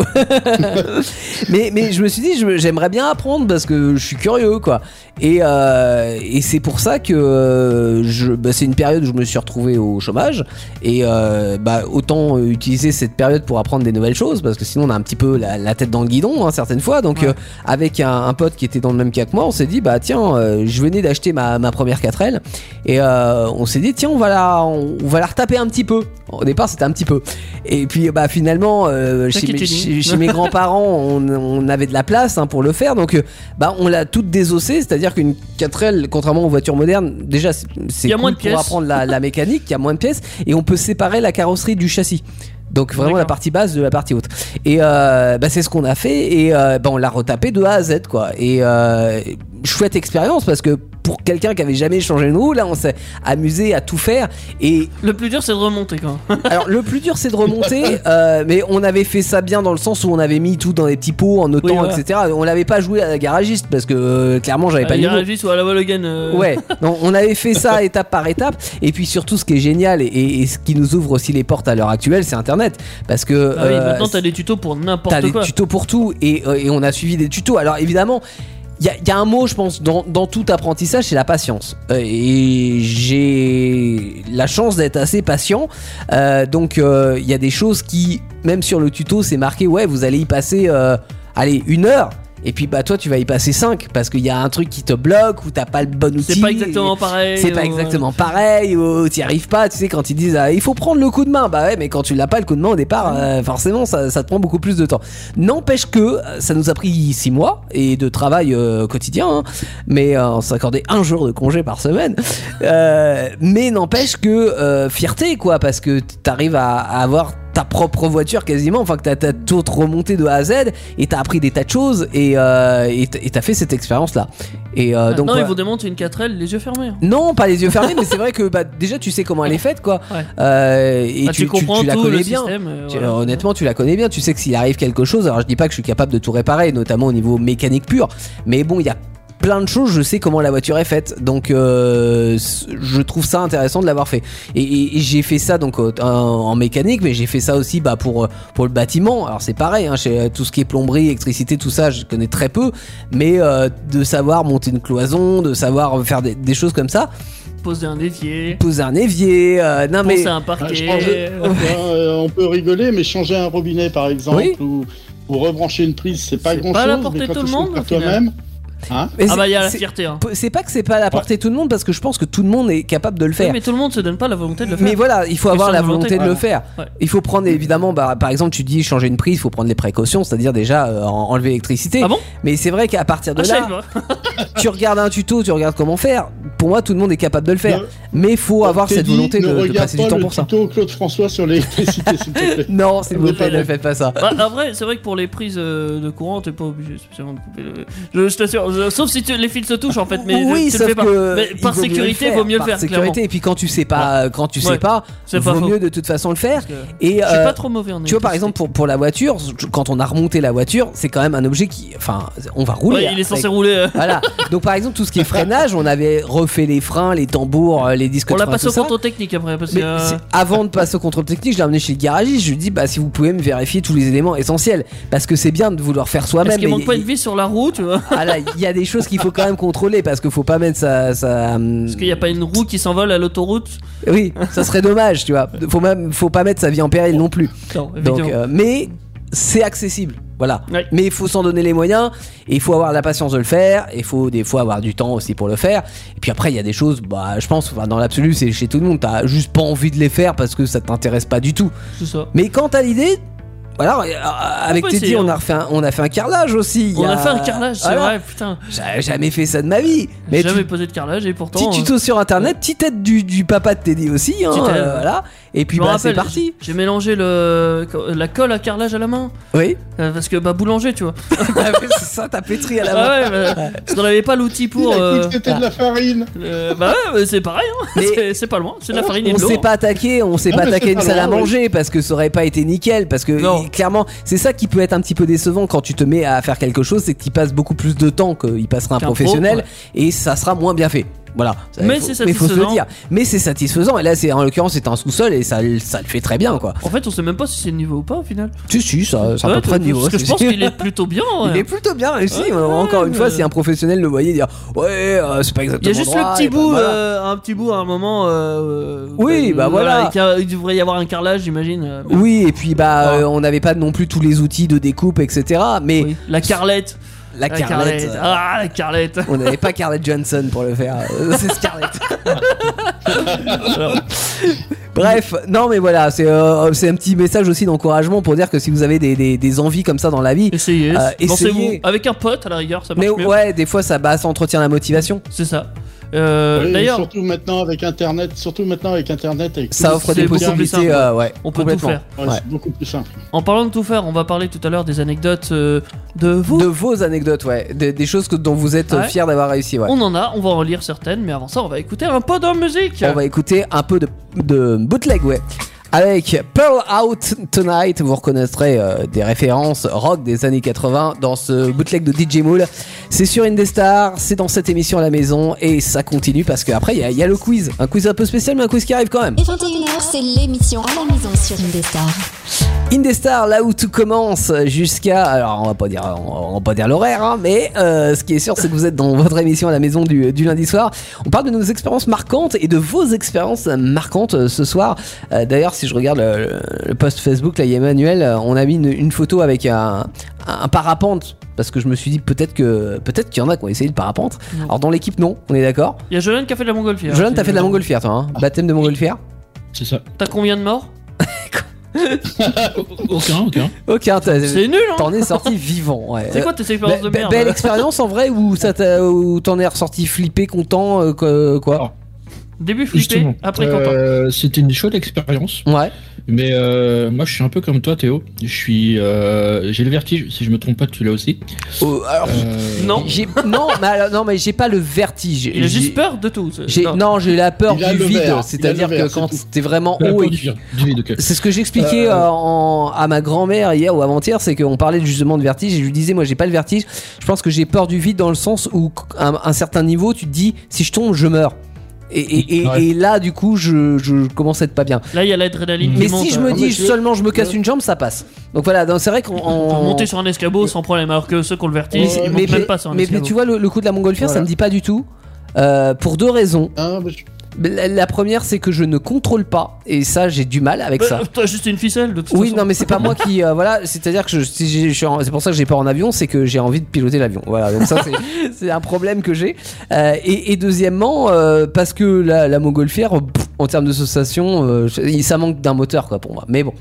Speaker 2: (laughs) mais, mais je me suis dit, je me- j'aimerais bien apprendre parce que je suis curieux, quoi. Et, euh, et c'est pour ça que euh, je, bah, c'est une période où je me suis retrouvé au chômage. Et euh, bah, autant euh, utiliser cette période pour apprendre des nouvelles choses parce que sinon on a un petit peu la, la tête dans le guidon, hein, certaines fois. Donc, euh, avec un, un pote qui était dans le même cas que moi, on s'est dit, bah tiens, euh, je venais d'acheter ma, ma première 4L. Et euh, on s'est dit, tiens, on va, la, on, on va la retaper un petit peu. Au départ, c'était un petit peu. Et puis, bah finalement, euh, chez, mes,
Speaker 3: Taquitini.
Speaker 2: chez- chez mes grands-parents, on, on avait de la place hein, pour le faire. Donc, euh, bah, on l'a toute désossée. C'est-à-dire qu'une 4L, contrairement aux voitures modernes, déjà, c'est c'est
Speaker 3: Il y a
Speaker 2: cool
Speaker 3: moins de
Speaker 2: pour
Speaker 3: pièces.
Speaker 2: apprendre la, la mécanique, il y a moins de pièces. Et on peut séparer la carrosserie du châssis. Donc vraiment
Speaker 3: D'accord.
Speaker 2: la partie basse de la partie haute. Et euh, bah, c'est ce qu'on a fait et euh, bah, on l'a retapé de A à Z quoi. Et euh, chouette expérience parce que pour quelqu'un qui avait jamais changé une roue, là on s'est amusé à tout faire. Et
Speaker 3: Le plus dur, c'est de remonter quand. même.
Speaker 2: alors le plus dur c'est de remonter, euh, mais on avait fait ça bien dans le sens où on avait mis tout dans des petits pots en notant
Speaker 3: voilà.
Speaker 2: etc. On l'avait pas joué à la garagiste parce que euh, clairement j'avais pas
Speaker 3: Il
Speaker 2: les mots.
Speaker 3: réagit ou à la Wallogan. euh,
Speaker 2: Ouais, non, on avait fait ça (laughs) étape par étape. Et puis surtout, ce qui est génial et, et- et ce qui nous ouvre aussi les portes à l'heure actuelle, c'est Internet. Parce que
Speaker 3: Ah oui,
Speaker 2: euh,
Speaker 3: maintenant t'as des tutos pour
Speaker 2: t'as
Speaker 3: n'importe
Speaker 2: des
Speaker 3: quoi.
Speaker 2: tutos pour tout. Et, euh, et on a suivi des tutos. Alors évidemment. Il y, a- il y a un mot, je pense, dans, dans tout apprentissage, c'est la patience. Euh, et j'ai la chance d'être assez patient. Euh, donc, euh, il y a des choses qui, même sur le tuto, c'est marqué, ouais, vous allez y passer, euh, allez, une heure. Et puis, bah, toi, tu vas y passer cinq. Parce qu'il y a un truc qui te bloque ou t'as pas le bon outil.
Speaker 3: C'est pas exactement pareil.
Speaker 2: C'est pas
Speaker 3: euh,
Speaker 2: exactement pareil, ou t'y arrives pas, tu sais, quand ils disent ah, il faut prendre le coup de main, bah ouais, mais quand tu l'as pas le coup de main au départ, euh, forcément ça, ça te prend beaucoup plus de temps. N'empêche que euh, ça nous a pris six mois et de travail euh, quotidien, hein, mais euh, on s'accordait un jour de congé par semaine. Euh, mais n'empêche que euh, fierté quoi, parce que t'arrives à, à avoir ta propre voiture quasiment, enfin que t'as t'as tout remonté de A à Z et t'as appris des tas de choses et euh, et t- et t'as fait cette expérience là. Et euh, donc
Speaker 3: Maintenant,
Speaker 2: voilà.
Speaker 3: ils Ah, vous demandent une 4L les yeux fermés. hein.
Speaker 2: Non, pas les yeux fermés, mais c'est vrai que bah, déjà tu sais comment elle est faite, quoi.
Speaker 3: Ouais.
Speaker 2: Euh, et
Speaker 3: Ah,
Speaker 2: tu, tu-
Speaker 3: comprends
Speaker 2: tu la
Speaker 3: tout
Speaker 2: connais
Speaker 3: le
Speaker 2: bien.
Speaker 3: système. euh,
Speaker 2: Tu-
Speaker 3: voilà.
Speaker 2: Honnêtement, tu la connais bien. Tu sais que s'il arrive quelque chose, alors je dis pas que je suis capable de tout réparer, notamment au niveau mécanique pur, mais bon, il y a plein de choses. Je sais comment la voiture est faite, donc euh, c- je trouve ça intéressant de l'avoir fait. Et, et- et j'ai fait ça donc euh, en, en mécanique, mais j'ai fait ça aussi bah, pour euh, pour le bâtiment. Alors c'est pareil, hein, chez euh, tout ce qui est plomberie, électricité, tout ça, je connais très peu, mais euh, de savoir monter une cloison, de savoir faire des- des choses comme ça
Speaker 3: Poser un évier.
Speaker 2: poser un évier. euh, non mais
Speaker 3: Poncer un
Speaker 4: Ah, je
Speaker 3: parquet.
Speaker 4: pense que- Enfin, euh, on peut rigoler, mais changer un robinet par exemple
Speaker 2: Oui.
Speaker 4: ou, ou rebrancher une prise, c'est pas
Speaker 3: C'est
Speaker 4: grand
Speaker 3: pas à la
Speaker 4: chose.
Speaker 3: portée
Speaker 4: mais
Speaker 3: de
Speaker 4: quand
Speaker 3: tout
Speaker 4: tu
Speaker 3: le
Speaker 4: sais le
Speaker 3: monde,
Speaker 4: faire
Speaker 3: au final.
Speaker 4: toi-même,
Speaker 2: mais
Speaker 3: Ah
Speaker 2: c'est-
Speaker 3: bah, il y a la
Speaker 2: c'est-
Speaker 3: fierté. Hein.
Speaker 2: c'est pas que c'est pas à la portée de tout le monde parce que je pense que tout le monde est capable de le
Speaker 3: Oui,
Speaker 2: faire.
Speaker 3: mais tout le monde se donne pas la volonté de le faire.
Speaker 2: Mais voilà, il faut
Speaker 3: Mais
Speaker 2: avoir
Speaker 3: sans
Speaker 2: la
Speaker 3: volonté,
Speaker 2: volonté de le
Speaker 4: voilà.
Speaker 2: faire.
Speaker 3: Ouais.
Speaker 2: Il faut prendre évidemment, bah, par exemple, tu dis changer une prise, il faut prendre les précautions, c'est-à-dire déjà euh, en- enlever l'électricité.
Speaker 3: Ah bon
Speaker 2: Mais c'est vrai qu'à partir de
Speaker 3: Ah, je
Speaker 2: là,
Speaker 3: savais pas.
Speaker 2: tu regardes un tuto, tu regardes comment faire. Pour moi, tout le monde est capable de le faire.
Speaker 4: Ne-
Speaker 2: Mais il
Speaker 3: Oh,
Speaker 2: faut avoir
Speaker 4: T'es
Speaker 2: cette
Speaker 4: dit,
Speaker 2: volonté
Speaker 4: ne
Speaker 2: de, de
Speaker 4: regarde
Speaker 2: passer du
Speaker 4: pas
Speaker 2: temps
Speaker 4: le
Speaker 2: pour ça.
Speaker 4: tuto Claude François sur l'électricité,
Speaker 2: (laughs)
Speaker 4: s'il te plaît.
Speaker 2: Non, s'il vous
Speaker 4: Ne
Speaker 2: plaît,
Speaker 4: pas
Speaker 2: ne
Speaker 4: le-
Speaker 2: faites pas ça.
Speaker 3: Bah, en vrai, c'est vrai que pour les prises euh, de courant, t'es pas obligé spécialement de couper le. Je, je t'assure, je- sauf si tu- les fils se touchent en fait, mais je-
Speaker 2: oui,
Speaker 3: tu le
Speaker 2: sauf
Speaker 3: fais pas.
Speaker 2: que
Speaker 3: Mais
Speaker 2: il
Speaker 3: par
Speaker 2: vaut mieux le
Speaker 3: sécurité,
Speaker 2: faire,
Speaker 3: vaut mieux le
Speaker 2: par
Speaker 3: faire,
Speaker 2: sécurité, et puis quand tu sais pas, quand tu sais
Speaker 3: Ouais.
Speaker 2: pas,
Speaker 3: C'est pas
Speaker 2: vaut
Speaker 3: faux.
Speaker 2: mieux de toute façon le faire.
Speaker 3: clairement. Parce que
Speaker 2: Et
Speaker 3: Je suis
Speaker 2: euh,
Speaker 3: pas trop mauvais en
Speaker 2: Tu vois, par exemple, pour, pour la voiture, je- quand on a remonté la voiture, c'est quand même un objet qui. Enfin, on va rouler. hein,
Speaker 3: Ouais, il est
Speaker 2: avec.
Speaker 3: censé rouler. euh,
Speaker 2: Voilà. Donc, par exemple, tout ce qui est freinage, on avait refait les freins, les tambours, euh, les disques
Speaker 3: On
Speaker 2: de
Speaker 3: la
Speaker 2: frein,
Speaker 3: passe
Speaker 2: tout
Speaker 3: au
Speaker 2: ça.
Speaker 3: canton technique après, parce que.
Speaker 2: Mais
Speaker 3: euh,
Speaker 2: c'est- ah, avant de passer au contrôle technique, je l'ai amené chez le garagiste. Je lui dis, bah, si vous pouvez me vérifier tous les éléments essentiels. Parce que c'est bien de vouloir faire soi-même.
Speaker 3: Est-ce qu'il
Speaker 2: mais
Speaker 3: manque pas une vie sur la roue, tu vois
Speaker 2: voilà, il y a des choses qu'il faut quand même contrôler. Parce qu'il faut pas mettre ça. ça
Speaker 3: Est-ce qu'il n'y a pas une roue qui s'envole à l'autoroute
Speaker 2: Oui, ça serait dommage, tu vois. Faut, même, faut pas mettre sa vie en péril non plus.
Speaker 3: Non,
Speaker 2: Donc,
Speaker 3: évidemment.
Speaker 2: euh, mais c'est accessible. Voilà.
Speaker 3: Ouais.
Speaker 2: Mais il faut s'en donner les moyens, et il faut avoir la patience de le faire, et il faut des fois avoir du temps aussi pour le faire. Et puis après, il y a des choses, bah, je pense, enfin, dans l'absolu, c'est chez tout le monde, t'as juste pas envie de les faire parce que ça t'intéresse pas du tout.
Speaker 3: C'est ça.
Speaker 2: Mais quand t'as l'idée, Alors, euh, avec
Speaker 3: peut
Speaker 2: Teddy,
Speaker 3: essayer,
Speaker 2: on
Speaker 3: hein.
Speaker 2: a, refait un, on a fait un carrelage aussi. il y
Speaker 3: On a fait un carrelage, c'est
Speaker 2: Voilà.
Speaker 3: vrai, putain.
Speaker 2: J'avais jamais fait ça de ma vie. Mais
Speaker 3: J'ai
Speaker 2: tu-
Speaker 3: jamais posé de carrelage et pourtant.
Speaker 2: Petit
Speaker 3: euh,
Speaker 2: tuto sur internet, petite tête du, du papa de Teddy aussi, hein,
Speaker 3: Petite tête.
Speaker 2: euh, voilà. Et puis
Speaker 3: je me
Speaker 2: bah, c'est
Speaker 3: rappelle,
Speaker 2: parti.
Speaker 3: J'ai mélangé le, euh, la colle à carrelage à la main.
Speaker 2: Oui. (laughs) Ah
Speaker 3: euh, parce que, bah, boulanger, tu vois.
Speaker 2: c'est ça, t'as pétri à la main.
Speaker 3: Ah ouais, bah, parce qu'on n'avait pas l'outil pour.
Speaker 4: Il a
Speaker 3: euh,
Speaker 4: cru que c'était de la farine.
Speaker 3: euh, bah ouais, mais c'est pareil, hein.
Speaker 2: Mais-
Speaker 3: (laughs) C'est- c'est pas loin, c'est de la farine et
Speaker 2: On
Speaker 3: de l'eau.
Speaker 2: s'est pas attaqué, on s'est
Speaker 4: Non,
Speaker 2: pas
Speaker 4: mais
Speaker 2: attaqué
Speaker 4: c'est
Speaker 2: une
Speaker 4: pas
Speaker 2: salle à
Speaker 4: loin, oui.
Speaker 2: manger parce que ça aurait pas été nickel parce que
Speaker 3: Non.
Speaker 2: et clairement c'est ça qui peut être un petit peu décevant quand tu te mets à faire quelque chose c'est que tu passes beaucoup plus de temps qu'il passera un
Speaker 3: Qu'un pro,
Speaker 2: professionnel et ça sera moins bien fait. Voilà. Ça,
Speaker 3: Mais
Speaker 2: il faut-
Speaker 3: c'est
Speaker 2: il faut se le
Speaker 3: satisfaisant.
Speaker 2: dire. Mais c'est satisfaisant et là c'est en l'occurrence c'est un sous-sol et ça ça le fait très bien quoi.
Speaker 3: En fait, on sait même pas si c'est le niveau ou pas au final.
Speaker 2: Si si ça c'est à
Speaker 3: Ouais,
Speaker 2: peu près le niveau.
Speaker 3: Parce que je
Speaker 2: c'est-
Speaker 3: pense
Speaker 2: (laughs)
Speaker 3: qu'il est plutôt bien. ouais.
Speaker 2: Il est plutôt bien réussi.
Speaker 3: Ouais,
Speaker 2: euh, encore une
Speaker 3: mais-
Speaker 2: fois, si un professionnel le voyait dire ouais, euh, c'est pas
Speaker 3: Il y
Speaker 2: exactement.
Speaker 3: a juste
Speaker 2: droit,
Speaker 3: le petit
Speaker 2: et ben
Speaker 3: bout,
Speaker 2: voilà.
Speaker 3: euh, un petit bout à un moment. euh,
Speaker 2: Oui,
Speaker 3: euh,
Speaker 2: bah voilà.
Speaker 3: et qu'il y a- Il devrait y avoir un carrelage, j'imagine. euh, mais-
Speaker 2: Oui, et puis bah,
Speaker 3: Ouais.
Speaker 2: euh, on n'avait pas non plus tous les outils de découpe, etc. Mais
Speaker 3: Oui. La carlette.
Speaker 2: la carlette. euh,
Speaker 3: Ah,
Speaker 2: (laughs)
Speaker 3: la carlette.
Speaker 2: On n'avait pas Scarlett Johnson pour le faire, euh, c'est
Speaker 3: (laughs)
Speaker 2: Scarlett. Bref, non mais voilà, c'est euh, c'est un petit message aussi d'encouragement pour dire que si vous avez des, des- des envies comme ça dans la vie,
Speaker 3: Essayez.
Speaker 2: Euh,
Speaker 3: Lancez-vous.
Speaker 2: essayez.
Speaker 3: Avec un pote, à la rigueur, ça
Speaker 2: mais
Speaker 3: marche mieux.
Speaker 2: ouais, des fois ça, bah, ça entretient la motivation.
Speaker 3: C'est ça. Euh,
Speaker 4: Oui,
Speaker 3: D'ailleurs,
Speaker 4: surtout maintenant avec Internet, surtout maintenant avec Internet, avec
Speaker 2: Ça
Speaker 4: tout-
Speaker 2: offre
Speaker 3: C'est
Speaker 2: des
Speaker 3: beaucoup plus
Speaker 2: possibilités,
Speaker 3: simple.
Speaker 2: euh, ouais,
Speaker 3: on peut tout
Speaker 2: complètement.
Speaker 3: faire.
Speaker 4: Ouais,
Speaker 2: ouais.
Speaker 4: c'est beaucoup plus simple.
Speaker 3: En parlant de tout faire, on va parler tout à l'heure des anecdotes euh, de vous.
Speaker 2: De vos anecdotes, ouais. Des, des choses que, dont vous êtes
Speaker 3: Ouais.
Speaker 2: fier d'avoir réussi, ouais.
Speaker 3: On en a, on va en lire certaines, mais avant ça, on va écouter un peu de musique.
Speaker 2: On va écouter un peu de, de bootleg, ouais. Avec Pearl Out Tonight, vous reconnaîtrez euh, des références rock des années 80 dans ce bootleg de DJ Mool. C'est sur Indestar, c'est dans cette émission à la maison et ça continue parce qu'après il y a- il y, a le quiz. Un quiz un peu spécial mais un quiz qui arrive quand même.
Speaker 1: Et 21h, c'est l'émission à la maison sur Indestar.
Speaker 2: Indestar, là où tout commence jusqu'à. Alors, on va pas dire, on va pas dire l'horaire, hein, mais euh, ce qui est sûr, c'est que vous êtes dans votre émission à la maison du, du lundi soir. On parle de nos expériences marquantes et de vos expériences marquantes euh, ce soir. Euh, D'ailleurs, si je regarde le, le- le post Facebook, là, il y a Emmanuel, euh, on a mis une, une photo avec un, un parapente. Parce que je me suis dit peut-être que peut-être qu'il y en a qui ont essayé le parapente.
Speaker 3: Non.
Speaker 2: Alors dans l'équipe non, on est d'accord.
Speaker 3: Il y a Jolan qui a fait de la montgolfière.
Speaker 2: Jolan, t'as fait de la
Speaker 3: Euh,
Speaker 2: montgolfière toi, hein baptême de montgolfière.
Speaker 5: C'est ça.
Speaker 3: hein.
Speaker 5: Ah,
Speaker 3: T'as combien de morts
Speaker 5: Aucun, aucun.
Speaker 2: Ok, t'as-
Speaker 3: C'est nul, hein
Speaker 2: Euh, t'en es sorti vivant. Ouais.
Speaker 3: Ah. C'est quoi tes expériences de
Speaker 2: Be- be-
Speaker 3: merde euh,
Speaker 2: belle expérience en vrai ou ça t'a- ou t'en es ressorti flippé content euh, que- quoi
Speaker 3: Début flippé, après content.
Speaker 5: Euh, C'était une chouette expérience.
Speaker 2: ouais
Speaker 5: Mais euh, moi, je suis un peu comme toi, Théo. Je suis, euh, j'ai le vertige. Si je me trompe pas, tu l'as aussi.
Speaker 2: Euh, alors,
Speaker 5: Euh,
Speaker 3: Non.
Speaker 2: j'ai- non mais alors- non mais j'ai pas le vertige
Speaker 3: Il a
Speaker 2: J'ai-
Speaker 3: juste peur de tout. c'est-
Speaker 2: j'ai-
Speaker 3: non.
Speaker 2: non j'ai la peur
Speaker 4: Il a
Speaker 2: du
Speaker 4: le
Speaker 2: vide
Speaker 4: vert,
Speaker 2: c'est à dire
Speaker 4: il a le
Speaker 2: que
Speaker 4: vert,
Speaker 2: quand
Speaker 4: c'est tout.
Speaker 2: t'es vraiment
Speaker 5: la
Speaker 2: haut
Speaker 5: peur
Speaker 2: et
Speaker 5: du vide, du vide,
Speaker 4: Ah,
Speaker 5: ok.
Speaker 2: C'est ce que j'expliquais
Speaker 5: Euh,
Speaker 2: euh, en- à ma grand-mère hier ou avant-hier, c'est qu'on parlait justement de vertige et je lui disais, moi j'ai pas le vertige, je pense que j'ai peur du vide dans le sens où à un, un certain niveau, tu te dis, si je tombe, je meurs. Et, et- et-
Speaker 5: Ouais.
Speaker 2: et là, du coup, je, je commence à être pas bien.
Speaker 3: Là, il y a l'adrénaline qui
Speaker 2: Mais
Speaker 3: monte.
Speaker 2: si je
Speaker 3: hein.
Speaker 2: me
Speaker 4: mais
Speaker 2: dis
Speaker 4: tu veux-
Speaker 2: seulement je me casse une jambe, ça passe. Donc voilà, donc c'est vrai qu'on.
Speaker 3: On peut
Speaker 2: on-
Speaker 3: monter sur un escabeau sans problème, alors que ceux qui ont le vertige,
Speaker 2: Oh. Euh, Mais-
Speaker 3: ils
Speaker 2: mais-
Speaker 3: montent même pas sur un
Speaker 2: mais, mais
Speaker 3: escabeau.
Speaker 2: tu vois, le, le coup de la montgolfière, ça
Speaker 4: Voilà.
Speaker 2: me dit pas du tout. Euh, pour deux raisons.
Speaker 4: Hein, bah, je-
Speaker 2: La, la première, c'est que je ne contrôle pas, et ça, j'ai du mal avec
Speaker 3: Bah,
Speaker 2: ça.
Speaker 3: T'as juste une ficelle de toute
Speaker 2: Oui,
Speaker 3: façon.
Speaker 2: non, mais c'est pas moi qui. euh, voilà, c'est-à-dire que je, si j'ai- je suis en- c'est pour ça que j'ai pas en avion, c'est que j'ai envie de piloter l'avion. Voilà, donc
Speaker 3: (laughs)
Speaker 2: ça, c'est- c'est un problème que j'ai. Euh, et, et deuxièmement, euh, parce que la, la montgolfière, pff, en termes de sensation, euh, je- ça manque d'un moteur, quoi, pour moi. Mais bon.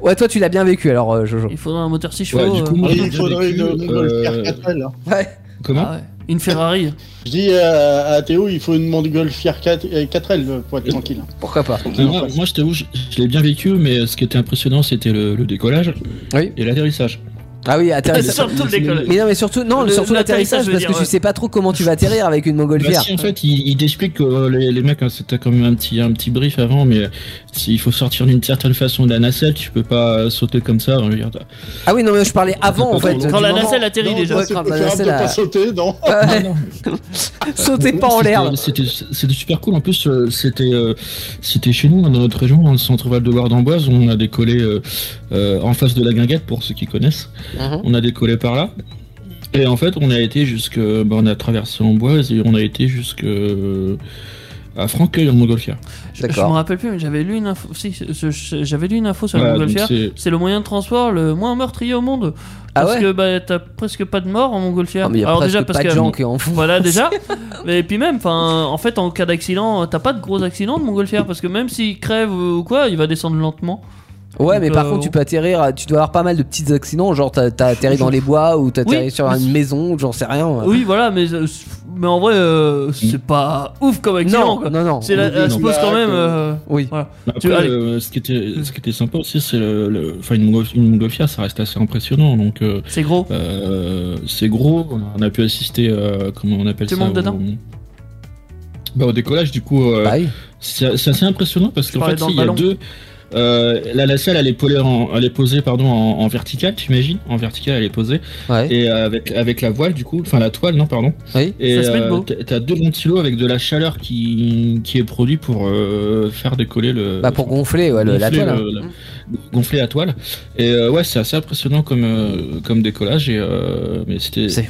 Speaker 2: Ouais, toi, tu l'as bien vécu, alors, euh, Jojo.
Speaker 3: Il faudra un moteur 6
Speaker 5: Ouais,
Speaker 3: chevaux.
Speaker 5: du
Speaker 3: euh,
Speaker 5: coup, moi, j'ai
Speaker 4: il
Speaker 5: déjà
Speaker 4: faudrait
Speaker 5: vécu,
Speaker 4: une montgolfière
Speaker 5: euh,
Speaker 4: 4 L. hein.
Speaker 2: Ouais.
Speaker 5: Comment
Speaker 3: ah ouais. Une Ferrari.
Speaker 4: Je dis euh, à, à Théo, il faut une montgolfière 4, euh, 4L pour être tranquille.
Speaker 2: Pourquoi pas
Speaker 5: Euh, moi, moi, je t'avoue, je, je l'ai bien vécu, mais euh, ce qui était impressionnant, c'était le, le décollage
Speaker 2: Oui.
Speaker 5: et l'atterrissage.
Speaker 2: (laughs) Ah oui, atterrissage.
Speaker 3: Surtout le décollage.
Speaker 2: Mais non, mais surtout, non,
Speaker 3: Le-
Speaker 2: surtout l'atterrissage,
Speaker 3: l'atterrissage, je veux
Speaker 2: parce que
Speaker 3: dire,
Speaker 2: tu
Speaker 3: ouais.
Speaker 2: sais pas trop comment tu vas atterrir avec une
Speaker 5: Bah,
Speaker 2: montgolfière.
Speaker 5: si, en fait, il, il t'explique que euh, les, les mecs, hein, c'était quand même un petit, un petit brief avant, mais euh, si- il faut sortir d'une certaine façon de la nacelle, tu peux pas euh, sauter comme ça. hein, je veux dire, t'as-
Speaker 2: Ah oui, non, mais je parlais avant, en fait.
Speaker 5: Quand
Speaker 2: du
Speaker 3: Quand la
Speaker 2: moment-
Speaker 3: nacelle atterrit
Speaker 4: Non,
Speaker 3: déjà.
Speaker 2: ouais,
Speaker 4: parce que
Speaker 2: grave,
Speaker 4: faut
Speaker 2: la
Speaker 4: faire un
Speaker 2: nacelle
Speaker 4: peu
Speaker 2: à-
Speaker 4: pas sauter, non
Speaker 2: Ouais. (laughs) Sautez pas en l'air.
Speaker 5: C'était- euh, C'était c'était super cool. En plus, euh, c'était euh, c'était chez nous, dans notre région, dans le centre Val de Loire d'Amboise. On a décollé euh, euh, en face de la guinguette, pour ceux qui connaissent.
Speaker 2: Mhm.
Speaker 5: On a décollé par là. Et en fait, on a été jusque. bah, on a traversé Amboise et on a été jusque. euh, à Franqueuil en Montgolfière.
Speaker 3: Je je
Speaker 2: D'accord.
Speaker 3: me rappelle plus, mais j'avais lu une info. si, je- je- j'avais lu une info sur la
Speaker 5: Voilà, donc
Speaker 3: montgolfière.
Speaker 5: c'est-
Speaker 3: C'est le moyen de transport le moins meurtrier au monde.
Speaker 2: Ah
Speaker 3: Parce
Speaker 2: ouais
Speaker 3: que bah, t'as presque pas de morts en montgolfière.
Speaker 2: Non, mais il y a
Speaker 3: Alors
Speaker 2: presque
Speaker 3: déjà parce
Speaker 2: pas
Speaker 3: que
Speaker 2: de gens qui en font.
Speaker 3: (laughs) voilà déjà. Mais puis même, enfin, en fait, en cas d'accident, t'as pas de gros accidents de montgolfière parce que même s'il crève ou quoi, il va descendre lentement.
Speaker 2: Ouais,
Speaker 3: Donc,
Speaker 2: mais par
Speaker 3: euh,
Speaker 2: contre, tu peux atterrir, à- tu dois avoir pas mal de petits accidents, genre t'as t'as atterri dans les bois ou t'as
Speaker 3: Oui,
Speaker 2: atterri sur
Speaker 3: mais
Speaker 2: une
Speaker 3: c'est-
Speaker 2: maison, ou j'en sais rien. ouais.
Speaker 3: Oui, voilà, mais, euh, mais en vrai, euh, c'est pas ouf comme accident.
Speaker 2: non,
Speaker 3: quoi.
Speaker 2: non, non.
Speaker 3: C'est la,
Speaker 5: oui,
Speaker 3: la
Speaker 5: non.
Speaker 3: suppose quand
Speaker 4: Bah,
Speaker 3: même.
Speaker 4: que-
Speaker 3: euh,
Speaker 2: Oui.
Speaker 5: Après,
Speaker 3: Tu Mmh. vois, allez.
Speaker 5: euh, ce, qui était, ce qui était sympa aussi, c'est le, le- enfin, une, Mongo- une Montgolfière, ça reste assez impressionnant. Donc, euh,
Speaker 3: c'est gros.
Speaker 5: euh, c'est gros. On a pu assister, euh, comment on appelle
Speaker 3: Tu
Speaker 5: ça
Speaker 3: montes dedans
Speaker 5: au- bah, au décollage, du coup, euh,
Speaker 2: Pareil.
Speaker 5: c'est c'est assez impressionnant parce qu'en
Speaker 3: parlais
Speaker 5: fait,
Speaker 3: dans le
Speaker 5: il y a
Speaker 3: ballon.
Speaker 5: deux. euh, la, la salle, elle est, polaire en- elle est posée pardon, en, en verticale, t'imagines En verticale, elle est posée.
Speaker 2: Ouais.
Speaker 5: Et euh, avec, avec la voile, du coup, enfin la toile, non, pardon.
Speaker 2: Oui.
Speaker 5: Et
Speaker 3: Ça se met de
Speaker 5: euh,
Speaker 3: beau.
Speaker 5: t'as- t'as deux ventilos avec de la chaleur qui, qui est produite pour euh, faire décoller le.
Speaker 2: Bah pour gonfler, ouais, le- la
Speaker 5: gonfler
Speaker 2: toile.
Speaker 5: le-
Speaker 2: hein.
Speaker 5: la- gonfler la toile. Et euh, ouais, c'est assez impressionnant comme, euh, comme décollage. Et, euh, mais c'était
Speaker 2: C'est-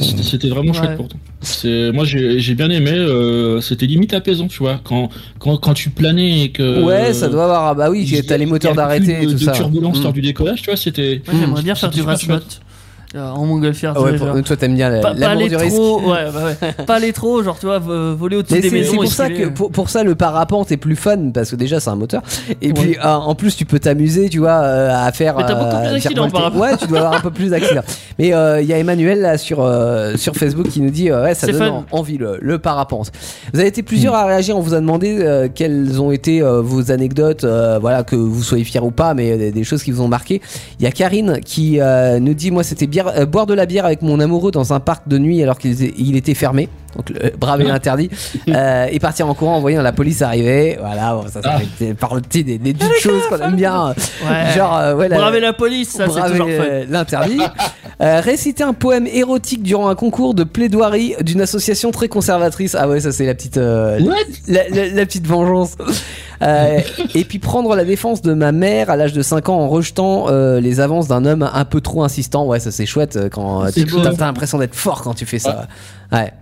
Speaker 5: c'était- c'était vraiment
Speaker 3: Ouais.
Speaker 5: chouette pourtant. C'est- Moi j'ai j'ai bien aimé. euh, c'était limite apaisant, tu vois. Quand, quand, quand tu planais et que.
Speaker 2: Ouais, ça doit avoir. Ah bah
Speaker 3: euh,
Speaker 2: oui,
Speaker 5: il y
Speaker 2: t'as
Speaker 5: a-
Speaker 2: les
Speaker 5: il
Speaker 2: moteurs
Speaker 5: y a plus
Speaker 2: d'arrêter et
Speaker 5: de-
Speaker 2: tout
Speaker 5: de
Speaker 2: ça.
Speaker 5: turbulence
Speaker 2: Mm.
Speaker 5: lors du décollage, tu vois. C'était.
Speaker 3: Moi, j'aimerais bien
Speaker 5: c'était
Speaker 3: faire du
Speaker 5: super
Speaker 3: raspot
Speaker 5: chouette.
Speaker 3: euh, en montgolfière.
Speaker 2: Hmm. Ah
Speaker 3: tu
Speaker 2: ouais,
Speaker 3: sais,
Speaker 2: pour-
Speaker 3: genre.
Speaker 2: toi t'aimes bien la,
Speaker 3: pas, pas
Speaker 2: l'amour
Speaker 3: les
Speaker 2: du risque.
Speaker 3: trop,
Speaker 2: (laughs)
Speaker 3: ouais, bah ouais. pas les trop, genre tu vois, vo- voler au-dessus
Speaker 2: Mais
Speaker 3: des
Speaker 2: c'est
Speaker 3: maisons.
Speaker 2: c'est
Speaker 3: et
Speaker 2: pour ça que
Speaker 3: filer, euh.
Speaker 2: pour, pour ça le parapente est plus fun parce que déjà c'est un moteur et
Speaker 3: Ouais.
Speaker 2: puis euh, en plus tu peux t'amuser tu vois euh, à faire
Speaker 3: Mais t'as beaucoup
Speaker 2: euh,
Speaker 3: plus
Speaker 2: à faire
Speaker 3: d'accidents en
Speaker 2: volter.
Speaker 3: parapente.
Speaker 2: ouais tu dois avoir un peu plus
Speaker 3: (laughs)
Speaker 2: d'accidents mais euh, il y a Emmanuel là sur euh, sur Facebook qui nous dit euh, ouais ça
Speaker 3: C'est
Speaker 2: donne
Speaker 3: fun.
Speaker 2: en- envie le, le parapente vous avez été plusieurs à réagir on vous a demandé euh, quelles ont été euh, vos anecdotes euh, voilà que vous soyez fiers ou pas mais euh, des, des choses qui vous ont marqué il y a Karine qui euh, nous dit moi c'était bière- euh, boire de la bière avec mon amoureux dans un parc de nuit alors qu'il était- il était fermé donc le brave
Speaker 3: Ah.
Speaker 2: et
Speaker 3: (laughs)
Speaker 2: interdit euh, et partir en courant en voyant la police arriver. Voilà, bon, ça, ça
Speaker 5: Ah.
Speaker 2: fait des, par- tu sais, des, des petites choses qu'on aime bien.
Speaker 3: Ouais.
Speaker 2: Genre, euh, ouais, la-
Speaker 3: Braver la police, ça c'est
Speaker 2: braver,
Speaker 3: toujours fun.
Speaker 2: euh, l'interdit. Euh, réciter un poème érotique durant un concours de plaidoirie d'une association très conservatrice. Ah ouais, ça c'est la petite, euh, la- la, la- la petite vengeance. Euh, et puis prendre la défense de ma mère à l'âge de 5 ans en rejetant euh, les avances d'un homme un peu trop insistant. Ouais, ça c'est chouette euh, quand euh,
Speaker 5: C'est
Speaker 2: t'es-
Speaker 5: beau.
Speaker 2: t'as t'as l'impression d'être fort quand tu fais ça. Ouais.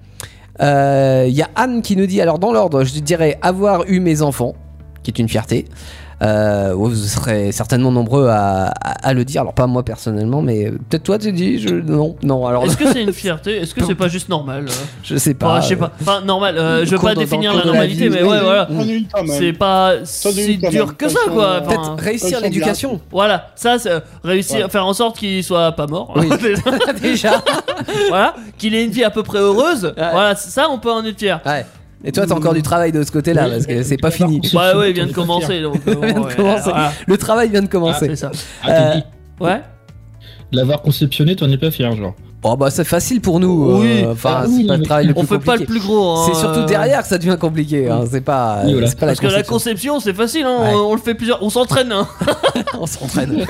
Speaker 2: Euh, Il y a Anne qui nous dit alors dans l'ordre, je dirais avoir eu mes enfants, qui est une fierté. Euh, vous serez certainement nombreux à, à- à le dire. Alors pas moi personnellement, mais peut-être toi tu dis je, non, non. Alors (laughs)
Speaker 3: Est-ce que c'est une fierté Est-ce que c'est pas juste normal euh
Speaker 2: je sais pas.
Speaker 3: Enfin, je sais pas. Enfin, normal, euh, je veux
Speaker 2: Dans-
Speaker 3: pas
Speaker 2: dans-
Speaker 3: définir
Speaker 2: dans le
Speaker 3: la
Speaker 2: cours de la
Speaker 3: normalité,
Speaker 2: vie,
Speaker 3: mais
Speaker 2: oui.
Speaker 3: ouais, voilà.
Speaker 4: On est une quand même.
Speaker 3: C'est pas
Speaker 4: Ça
Speaker 3: si
Speaker 4: devient quand
Speaker 3: dur
Speaker 4: même
Speaker 3: que ça,
Speaker 4: comme
Speaker 3: quoi.
Speaker 4: ça,
Speaker 3: Enfin,
Speaker 2: Peut-être réussir
Speaker 4: comme ça,
Speaker 2: l'éducation.
Speaker 3: voilà, ça, c'est, euh, réussir,
Speaker 4: Ouais.
Speaker 3: faire en sorte qu'il soit pas mort. (laughs)
Speaker 2: Oui. Ah, Déjà.
Speaker 3: voilà, qu'il ait une vie à peu près heureuse. Voilà, ça, on peut en être fier.
Speaker 2: Ouais. Et toi t'as encore du travail de ce côté-là parce que c'est pas fini.
Speaker 3: Ouais, ouais, il vient
Speaker 5: on
Speaker 3: de
Speaker 5: est pas
Speaker 3: commencer.
Speaker 2: (laughs)
Speaker 3: Donc, euh,
Speaker 2: vient de
Speaker 3: ouais,
Speaker 2: commencer.
Speaker 3: voilà,
Speaker 2: Le travail vient de commencer.
Speaker 3: c'est ça.
Speaker 5: Ah, t'as
Speaker 2: Euh,
Speaker 5: dit,
Speaker 3: Ouais.
Speaker 5: L'avoir conceptionné, t'en es pas fier, genre.
Speaker 2: Oh bah c'est facile pour nous.
Speaker 3: Oui.
Speaker 2: euh, Enfin
Speaker 5: Ah
Speaker 2: c'est
Speaker 5: oui,
Speaker 2: pas le
Speaker 5: mais
Speaker 2: travail le
Speaker 3: On
Speaker 2: plus
Speaker 3: fait pas le
Speaker 2: compliqué.
Speaker 3: plus gros. hein,
Speaker 2: C'est surtout
Speaker 3: euh,
Speaker 2: derrière que ça devient compliqué. hein. C'est pas,
Speaker 5: Oui, voilà.
Speaker 2: c'est pas la
Speaker 3: Parce que la
Speaker 2: conception.
Speaker 3: conception, c'est facile, hein,
Speaker 2: Ouais.
Speaker 3: on, on le fait plusieurs. On s'entraîne, hein.
Speaker 2: On (laughs) s'entraîne.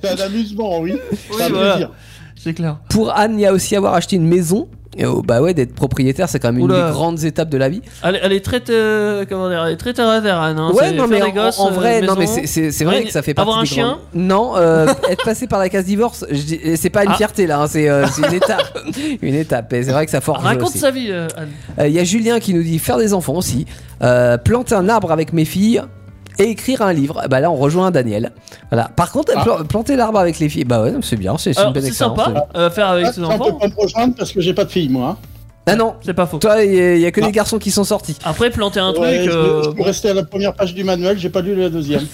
Speaker 4: C'est un amusement, oui.
Speaker 3: Oui,
Speaker 4: C'est un
Speaker 3: voilà.
Speaker 4: plaisir.
Speaker 3: C'est clair.
Speaker 2: Pour Anne, il y a aussi avoir acheté une maison. Et oh, bah ouais, d'être propriétaire, c'est quand même une
Speaker 3: Oula.
Speaker 2: des grandes étapes de la vie.
Speaker 3: Elle, elle est très, euh, comment dire, elle est très terre à terre, Anne. hein.
Speaker 2: ouais,
Speaker 3: C'est
Speaker 2: non
Speaker 3: faire
Speaker 2: mais
Speaker 3: des
Speaker 2: en,
Speaker 3: gosses,
Speaker 2: en
Speaker 3: euh,
Speaker 2: vrai, non
Speaker 3: maison.
Speaker 2: mais c'est- c'est c'est vrai
Speaker 3: Avoir
Speaker 2: que ça fait partie
Speaker 3: avoir
Speaker 2: des
Speaker 3: un
Speaker 2: grandes-
Speaker 3: chien
Speaker 2: Non, euh, être passé par la case divorce, je dis- et c'est pas une
Speaker 3: Ah.
Speaker 2: fierté là, hein, c'est euh, c'est
Speaker 3: (laughs)
Speaker 2: une étape, une étape. Et c'est vrai que ça forge.
Speaker 3: Raconte
Speaker 2: aussi.
Speaker 3: sa vie, euh, Anne.
Speaker 2: Euh, Il y a Julien qui nous dit faire des enfants aussi, euh, planter un arbre avec mes filles et écrire un livre. Bah là, on rejoint Daniel. Voilà. Par contre,
Speaker 4: Ah.
Speaker 2: pla- planter l'arbre avec les filles, bah ouais, c'est bien, c'est c'est une
Speaker 3: Alors,
Speaker 2: bonne
Speaker 3: c'est
Speaker 2: expérience.
Speaker 3: sympa, euh, faire avec
Speaker 4: Ah,
Speaker 3: ses
Speaker 4: c'est un peu
Speaker 3: enfants.
Speaker 4: pas me rejoindre parce que j'ai pas de fille, moi. hein.
Speaker 2: Ah non,
Speaker 3: C'est pas faux.
Speaker 2: toi, il y a- il y a que
Speaker 4: Ah.
Speaker 2: les garçons qui sont sortis.
Speaker 3: Après, planter un
Speaker 4: Ouais,
Speaker 3: truc.
Speaker 4: je-
Speaker 3: euh,
Speaker 4: je suis resté à la première page du manuel, j'ai pas lu la deuxième.
Speaker 3: je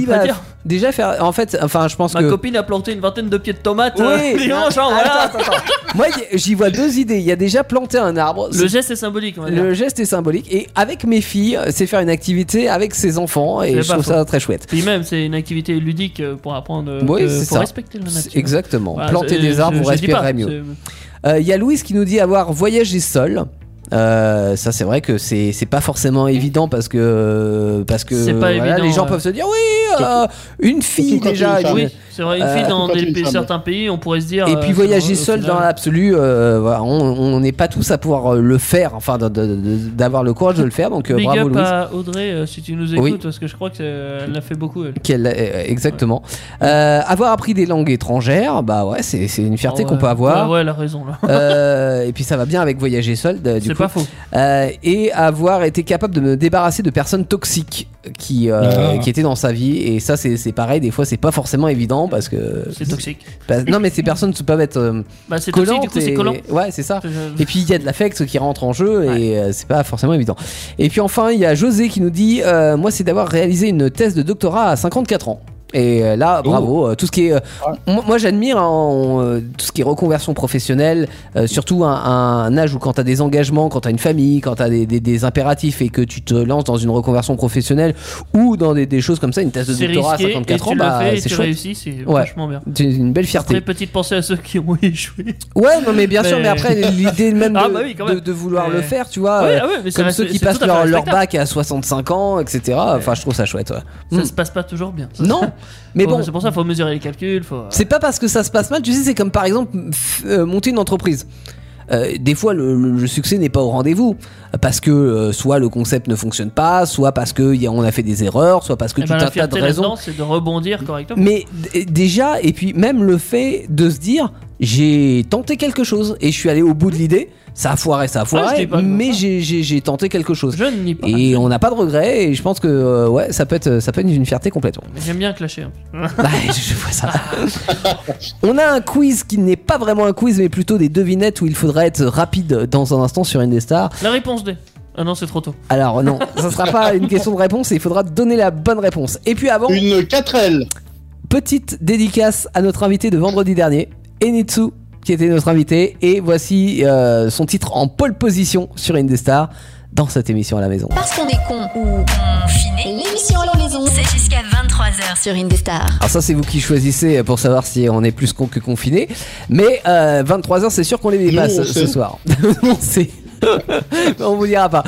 Speaker 2: Si,
Speaker 3: pas
Speaker 2: bah,
Speaker 3: dire.
Speaker 2: Déjà faire, en fait, enfin, je pense
Speaker 3: Ma
Speaker 2: que.
Speaker 3: copine a planté une vingtaine de pieds de tomates
Speaker 2: Oui,
Speaker 3: euh, (laughs) dimanche,
Speaker 2: attends,
Speaker 3: hein, voilà.
Speaker 2: attends, attends. Moi, y- j'y vois deux idées. Il y a déjà planter un arbre.
Speaker 3: Le geste est symbolique, on va dire.
Speaker 2: Le geste est symbolique et avec mes filles, c'est faire une activité avec ses enfants et
Speaker 3: C'est
Speaker 2: je
Speaker 3: pas
Speaker 2: trouve
Speaker 3: faux.
Speaker 2: ça très chouette.
Speaker 3: Puis même, c'est une activité ludique euh, pour apprendre, euh,
Speaker 2: Oui,
Speaker 3: que-
Speaker 2: c'est
Speaker 3: pour
Speaker 2: ça.
Speaker 3: respecter la nature.
Speaker 2: Exactement.
Speaker 3: Voilà,
Speaker 2: Planter
Speaker 3: c'est-
Speaker 2: des arbres,
Speaker 3: je-
Speaker 2: vous
Speaker 3: je dis pas,
Speaker 2: respirerez mieux.
Speaker 3: c'est-
Speaker 2: Euh, Il y a Louise qui nous dit avoir voyagé seul. Euh, ça c'est vrai que c'est c'est pas forcément évident parce que parce que
Speaker 3: C'est pas évident,
Speaker 2: les gens
Speaker 3: ouais.
Speaker 2: peuvent se dire oui euh, une fille
Speaker 4: surtout quand
Speaker 2: déjà
Speaker 4: tu es une
Speaker 2: et
Speaker 4: femme.
Speaker 2: puis-
Speaker 3: Oui, c'est vrai, une fille
Speaker 2: Ah, Euh,
Speaker 3: dans
Speaker 4: quand
Speaker 3: des
Speaker 4: une
Speaker 3: pays-
Speaker 4: femme.
Speaker 3: certains pays, on pourrait se dire.
Speaker 2: Et
Speaker 3: euh,
Speaker 2: puis
Speaker 3: c'est
Speaker 2: voyager
Speaker 3: vrai, au
Speaker 2: seul
Speaker 3: final.
Speaker 2: dans l'absolu, euh, voilà, on, on n'est pas tous à pouvoir euh, le faire, enfin de- de- de- d'avoir le courage de le faire. Donc euh,
Speaker 3: Big
Speaker 2: bravo
Speaker 3: up
Speaker 2: Louise.
Speaker 3: à Audrey euh, si tu nous écoutes,
Speaker 2: Oui.
Speaker 3: parce que je crois qu'elle l'a fait beaucoup. Elle.
Speaker 2: Qu'elle- euh, exactement. Euh, avoir appris des langues étrangères, bah ouais, c'est c'est une fierté
Speaker 3: Ah
Speaker 2: qu'on
Speaker 3: ouais.
Speaker 2: peut avoir.
Speaker 3: Ouais, ouais, elle a raison là.
Speaker 2: Euh, et puis ça va bien avec voyager seul, de- du
Speaker 3: C'est
Speaker 2: coup
Speaker 3: C'est pas faux.
Speaker 2: Euh, et avoir été capable de me débarrasser de personnes toxiques qui, euh,
Speaker 5: Ah.
Speaker 2: qui étaient dans sa vie. Et ça, c'est c'est pareil, des fois, c'est pas forcément évident parce que.
Speaker 3: C'est toxique.
Speaker 2: bah, non, mais ces personnes se peuvent être euh,
Speaker 3: Bah, c'est toxique,
Speaker 2: collantes.
Speaker 3: du coup, c'est
Speaker 2: et-
Speaker 3: collant.
Speaker 2: Ouais, c'est ça.
Speaker 3: Je-
Speaker 2: Et puis il y a de l'affect qui rentre en jeu et euh, c'est pas forcément évident. Et puis enfin, il y a José qui nous dit euh, Moi, c'est d'avoir réalisé une thèse de doctorat à 54 ans. Et euh, là,
Speaker 5: Oh.
Speaker 2: bravo, euh, tout ce qui est, euh, moi, moi, j'admire hein, on, euh, tout ce qui est reconversion professionnelle, euh, surtout un, un âge où quand t'as des engagements, quand t'as une famille, quand t'as des, des- des impératifs et que tu te lances dans une reconversion professionnelle ou dans des, des choses comme ça, une thèse de
Speaker 3: C'est
Speaker 2: doctorat
Speaker 3: risqué,
Speaker 2: à
Speaker 3: et
Speaker 2: 54
Speaker 3: tu
Speaker 2: ans,
Speaker 3: l'as
Speaker 2: bah,
Speaker 3: fait, et
Speaker 2: c'est
Speaker 3: tu
Speaker 2: chouette,
Speaker 3: réussis, c'est
Speaker 2: Ouais.
Speaker 3: vachement bien.
Speaker 2: c'est une belle fierté.
Speaker 3: Très petite pensée à ceux qui ont (laughs) échoué.
Speaker 2: Ouais, non, mais bien sûr,
Speaker 3: Mais-
Speaker 2: mais après, l'idée même de,
Speaker 3: Ah bah oui, quand même.
Speaker 2: de- de vouloir le
Speaker 3: Mais-
Speaker 2: faire, tu vois.
Speaker 3: Ouais,
Speaker 2: euh,
Speaker 3: ah ouais, mais ça
Speaker 2: Comme
Speaker 3: reste-
Speaker 2: ceux qui
Speaker 3: c'est
Speaker 2: passent
Speaker 3: tout à fait
Speaker 2: leur, leur
Speaker 3: respectable.
Speaker 2: bac à 65 ans, etc. Enfin, je trouve ça chouette. ouais.
Speaker 3: Ça
Speaker 2: Hmm.
Speaker 3: se passe pas toujours bien. Ça,
Speaker 2: Non, mais
Speaker 3: faut-
Speaker 2: bon,
Speaker 3: C'est pour ça faut mesurer les calculs. Faut...
Speaker 2: c'est pas parce que ça se passe mal. Tu sais, c'est comme par exemple f- euh, monter une entreprise. Euh, des fois, le, le- le succès n'est pas au rendez-vous parce que euh, soit le concept ne fonctionne pas, soit parce que y a- on a fait des erreurs, soit parce que
Speaker 3: Eh
Speaker 2: tout
Speaker 3: ben,
Speaker 2: un
Speaker 3: la
Speaker 2: tas de
Speaker 3: fierté
Speaker 2: raisons. Mm.
Speaker 3: là-dedans, c'est de rebondir correctement.
Speaker 2: Mais d- déjà, et puis même le fait de se dire, j'ai tenté quelque chose et je suis allé au bout de l'idée. Ça a foiré, ça a
Speaker 3: Ah, je
Speaker 2: foiré,
Speaker 3: dis pas que-
Speaker 2: mais j'ai- j'ai j'ai tenté quelque chose.
Speaker 3: Je ne nie pas.
Speaker 2: Et on n'a pas de regrets et je pense que euh, ouais ça peut être ça peut être une fierté (laughs) complètement.
Speaker 3: Mais J'aime bien clasher. hein.
Speaker 2: Bah, je vois ça. (laughs) on a un quiz qui n'est pas vraiment un quiz mais plutôt des devinettes où il faudra être rapide dans un instant sur Indestar.
Speaker 3: La réponse D. Ah non, c'est trop tôt.
Speaker 2: Alors (laughs) non, ça sera pas une question de réponse, il faudra donner la bonne réponse. Et puis avant,
Speaker 4: Une 4L.
Speaker 2: petite dédicace à notre invité de vendredi dernier, Enitsu qui était notre invité et voici euh, son titre en pole position sur Indestar dans cette émission à la maison.
Speaker 1: Parce qu'on est con ou confiné, l'émission à la maison, c'est jusqu'à 23h sur Indestar.
Speaker 2: Alors ça c'est vous qui choisissez pour savoir si on est plus con que confiné. Mais euh, 23h c'est sûr qu'on les dépasse euh,
Speaker 4: Nous,
Speaker 2: ce
Speaker 4: on sait.
Speaker 2: soir. (laughs) on sait. on vous dira pas.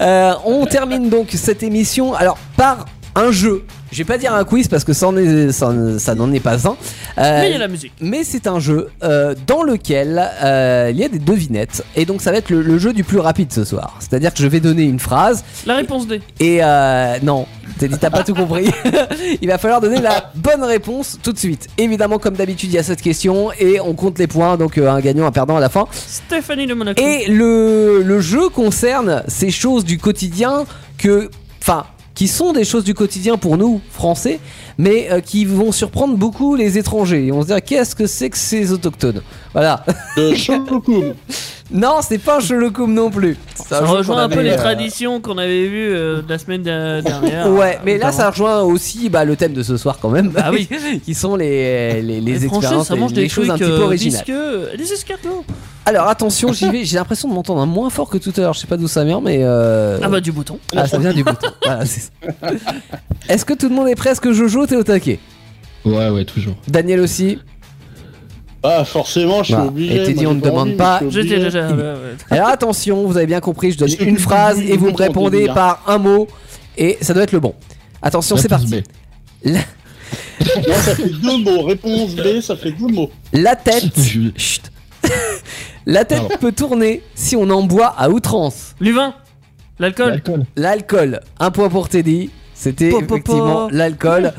Speaker 2: Euh, on termine donc cette émission alors par un jeu. Je vais pas dire un quiz parce que ça en est- ça en- ça n'en est pas un. Euh,
Speaker 3: Mais il y a la musique.
Speaker 2: mais c'est un jeu euh, dans lequel euh, il y a des devinettes. Et donc ça va être le, le jeu du plus rapide ce soir. C'est-à-dire que je vais donner une phrase
Speaker 3: La réponse D.
Speaker 2: et euh, non, t'as dit t'as pas tout compris. (laughs) il va falloir donner la bonne réponse tout de suite. Évidemment, comme d'habitude, il y a cette question et on compte les points, donc euh, un gagnant, un perdant à la fin.
Speaker 3: Stéphanie de Monaco.
Speaker 2: Et le, le jeu concerne ces choses du quotidien que, enfin, qui sont des choses du quotidien pour nous, Français, mais euh, qui vont surprendre beaucoup les étrangers. Et on se dit ah, qu'est-ce que c'est que ces autochtones Voilà. (laughs)
Speaker 3: (laughs)
Speaker 4: De Cholokoum.
Speaker 2: non, c'est pas un Cholokoum non plus. C'est un
Speaker 3: ça
Speaker 2: jeu qu'on
Speaker 3: rejoint un peu
Speaker 2: avait,
Speaker 3: les
Speaker 2: euh,
Speaker 3: traditions qu'on avait vues euh, de la semaine de- dernière.
Speaker 2: Ouais, mais là
Speaker 3: notamment.
Speaker 2: ça rejoint aussi bah, le thème de ce soir quand même. (laughs)
Speaker 3: Ah oui.
Speaker 2: qui sont les, les, les
Speaker 3: Les Français,
Speaker 2: expériences,
Speaker 3: ça
Speaker 2: les,
Speaker 3: mange
Speaker 2: les
Speaker 3: des
Speaker 2: choses
Speaker 3: trucs
Speaker 2: un petit peu
Speaker 3: euh,
Speaker 2: originales. Euh.
Speaker 3: visqueux. Des escargots.
Speaker 2: Alors attention, j'y vais. J'ai l'impression de m'entendre moins fort que tout à l'heure. Je sais pas d'où ça vient, mais euh,
Speaker 3: Ah bah du bouton.
Speaker 2: ah, ça vient du
Speaker 3: (laughs)
Speaker 2: bouton. Voilà, c'est ça. Est-ce que tout le monde est prêt Est-ce que Jojo t'es au taquet
Speaker 5: Ouais, ouais, toujours.
Speaker 2: Daniel aussi.
Speaker 4: Ah, forcément, je suis
Speaker 2: Voilà.
Speaker 4: obligé.
Speaker 2: Bah, Et t'es dit,
Speaker 4: moi,
Speaker 2: on
Speaker 4: j'ai
Speaker 2: ne demande
Speaker 4: envie,
Speaker 2: pas.
Speaker 4: mais je suis
Speaker 3: J'étais
Speaker 4: obligé.
Speaker 3: déjà. ouais, ouais.
Speaker 2: Alors attention, vous avez bien compris. Je donne
Speaker 4: Est-ce que
Speaker 2: une
Speaker 4: tu
Speaker 2: phrase
Speaker 4: dis
Speaker 2: et vous me
Speaker 4: bouton,
Speaker 2: répondez
Speaker 4: Denis, hein
Speaker 2: par un mot et ça doit être le bon. Attention, c'est
Speaker 5: Réponse
Speaker 2: parti.
Speaker 5: B.
Speaker 4: Non, ça fait deux mots. Réponse B, ça fait deux mots.
Speaker 2: La tête.
Speaker 5: Je-
Speaker 2: Chut. (laughs) La tête
Speaker 5: Pardon.
Speaker 2: peut tourner si on en boit à outrance.
Speaker 3: L'uvin. L'alcool.
Speaker 5: L'alcool.
Speaker 2: L'alcool, un point pour Teddy, c'était
Speaker 3: Po, po, po.
Speaker 2: effectivement
Speaker 3: (laughs)
Speaker 2: l'alcool.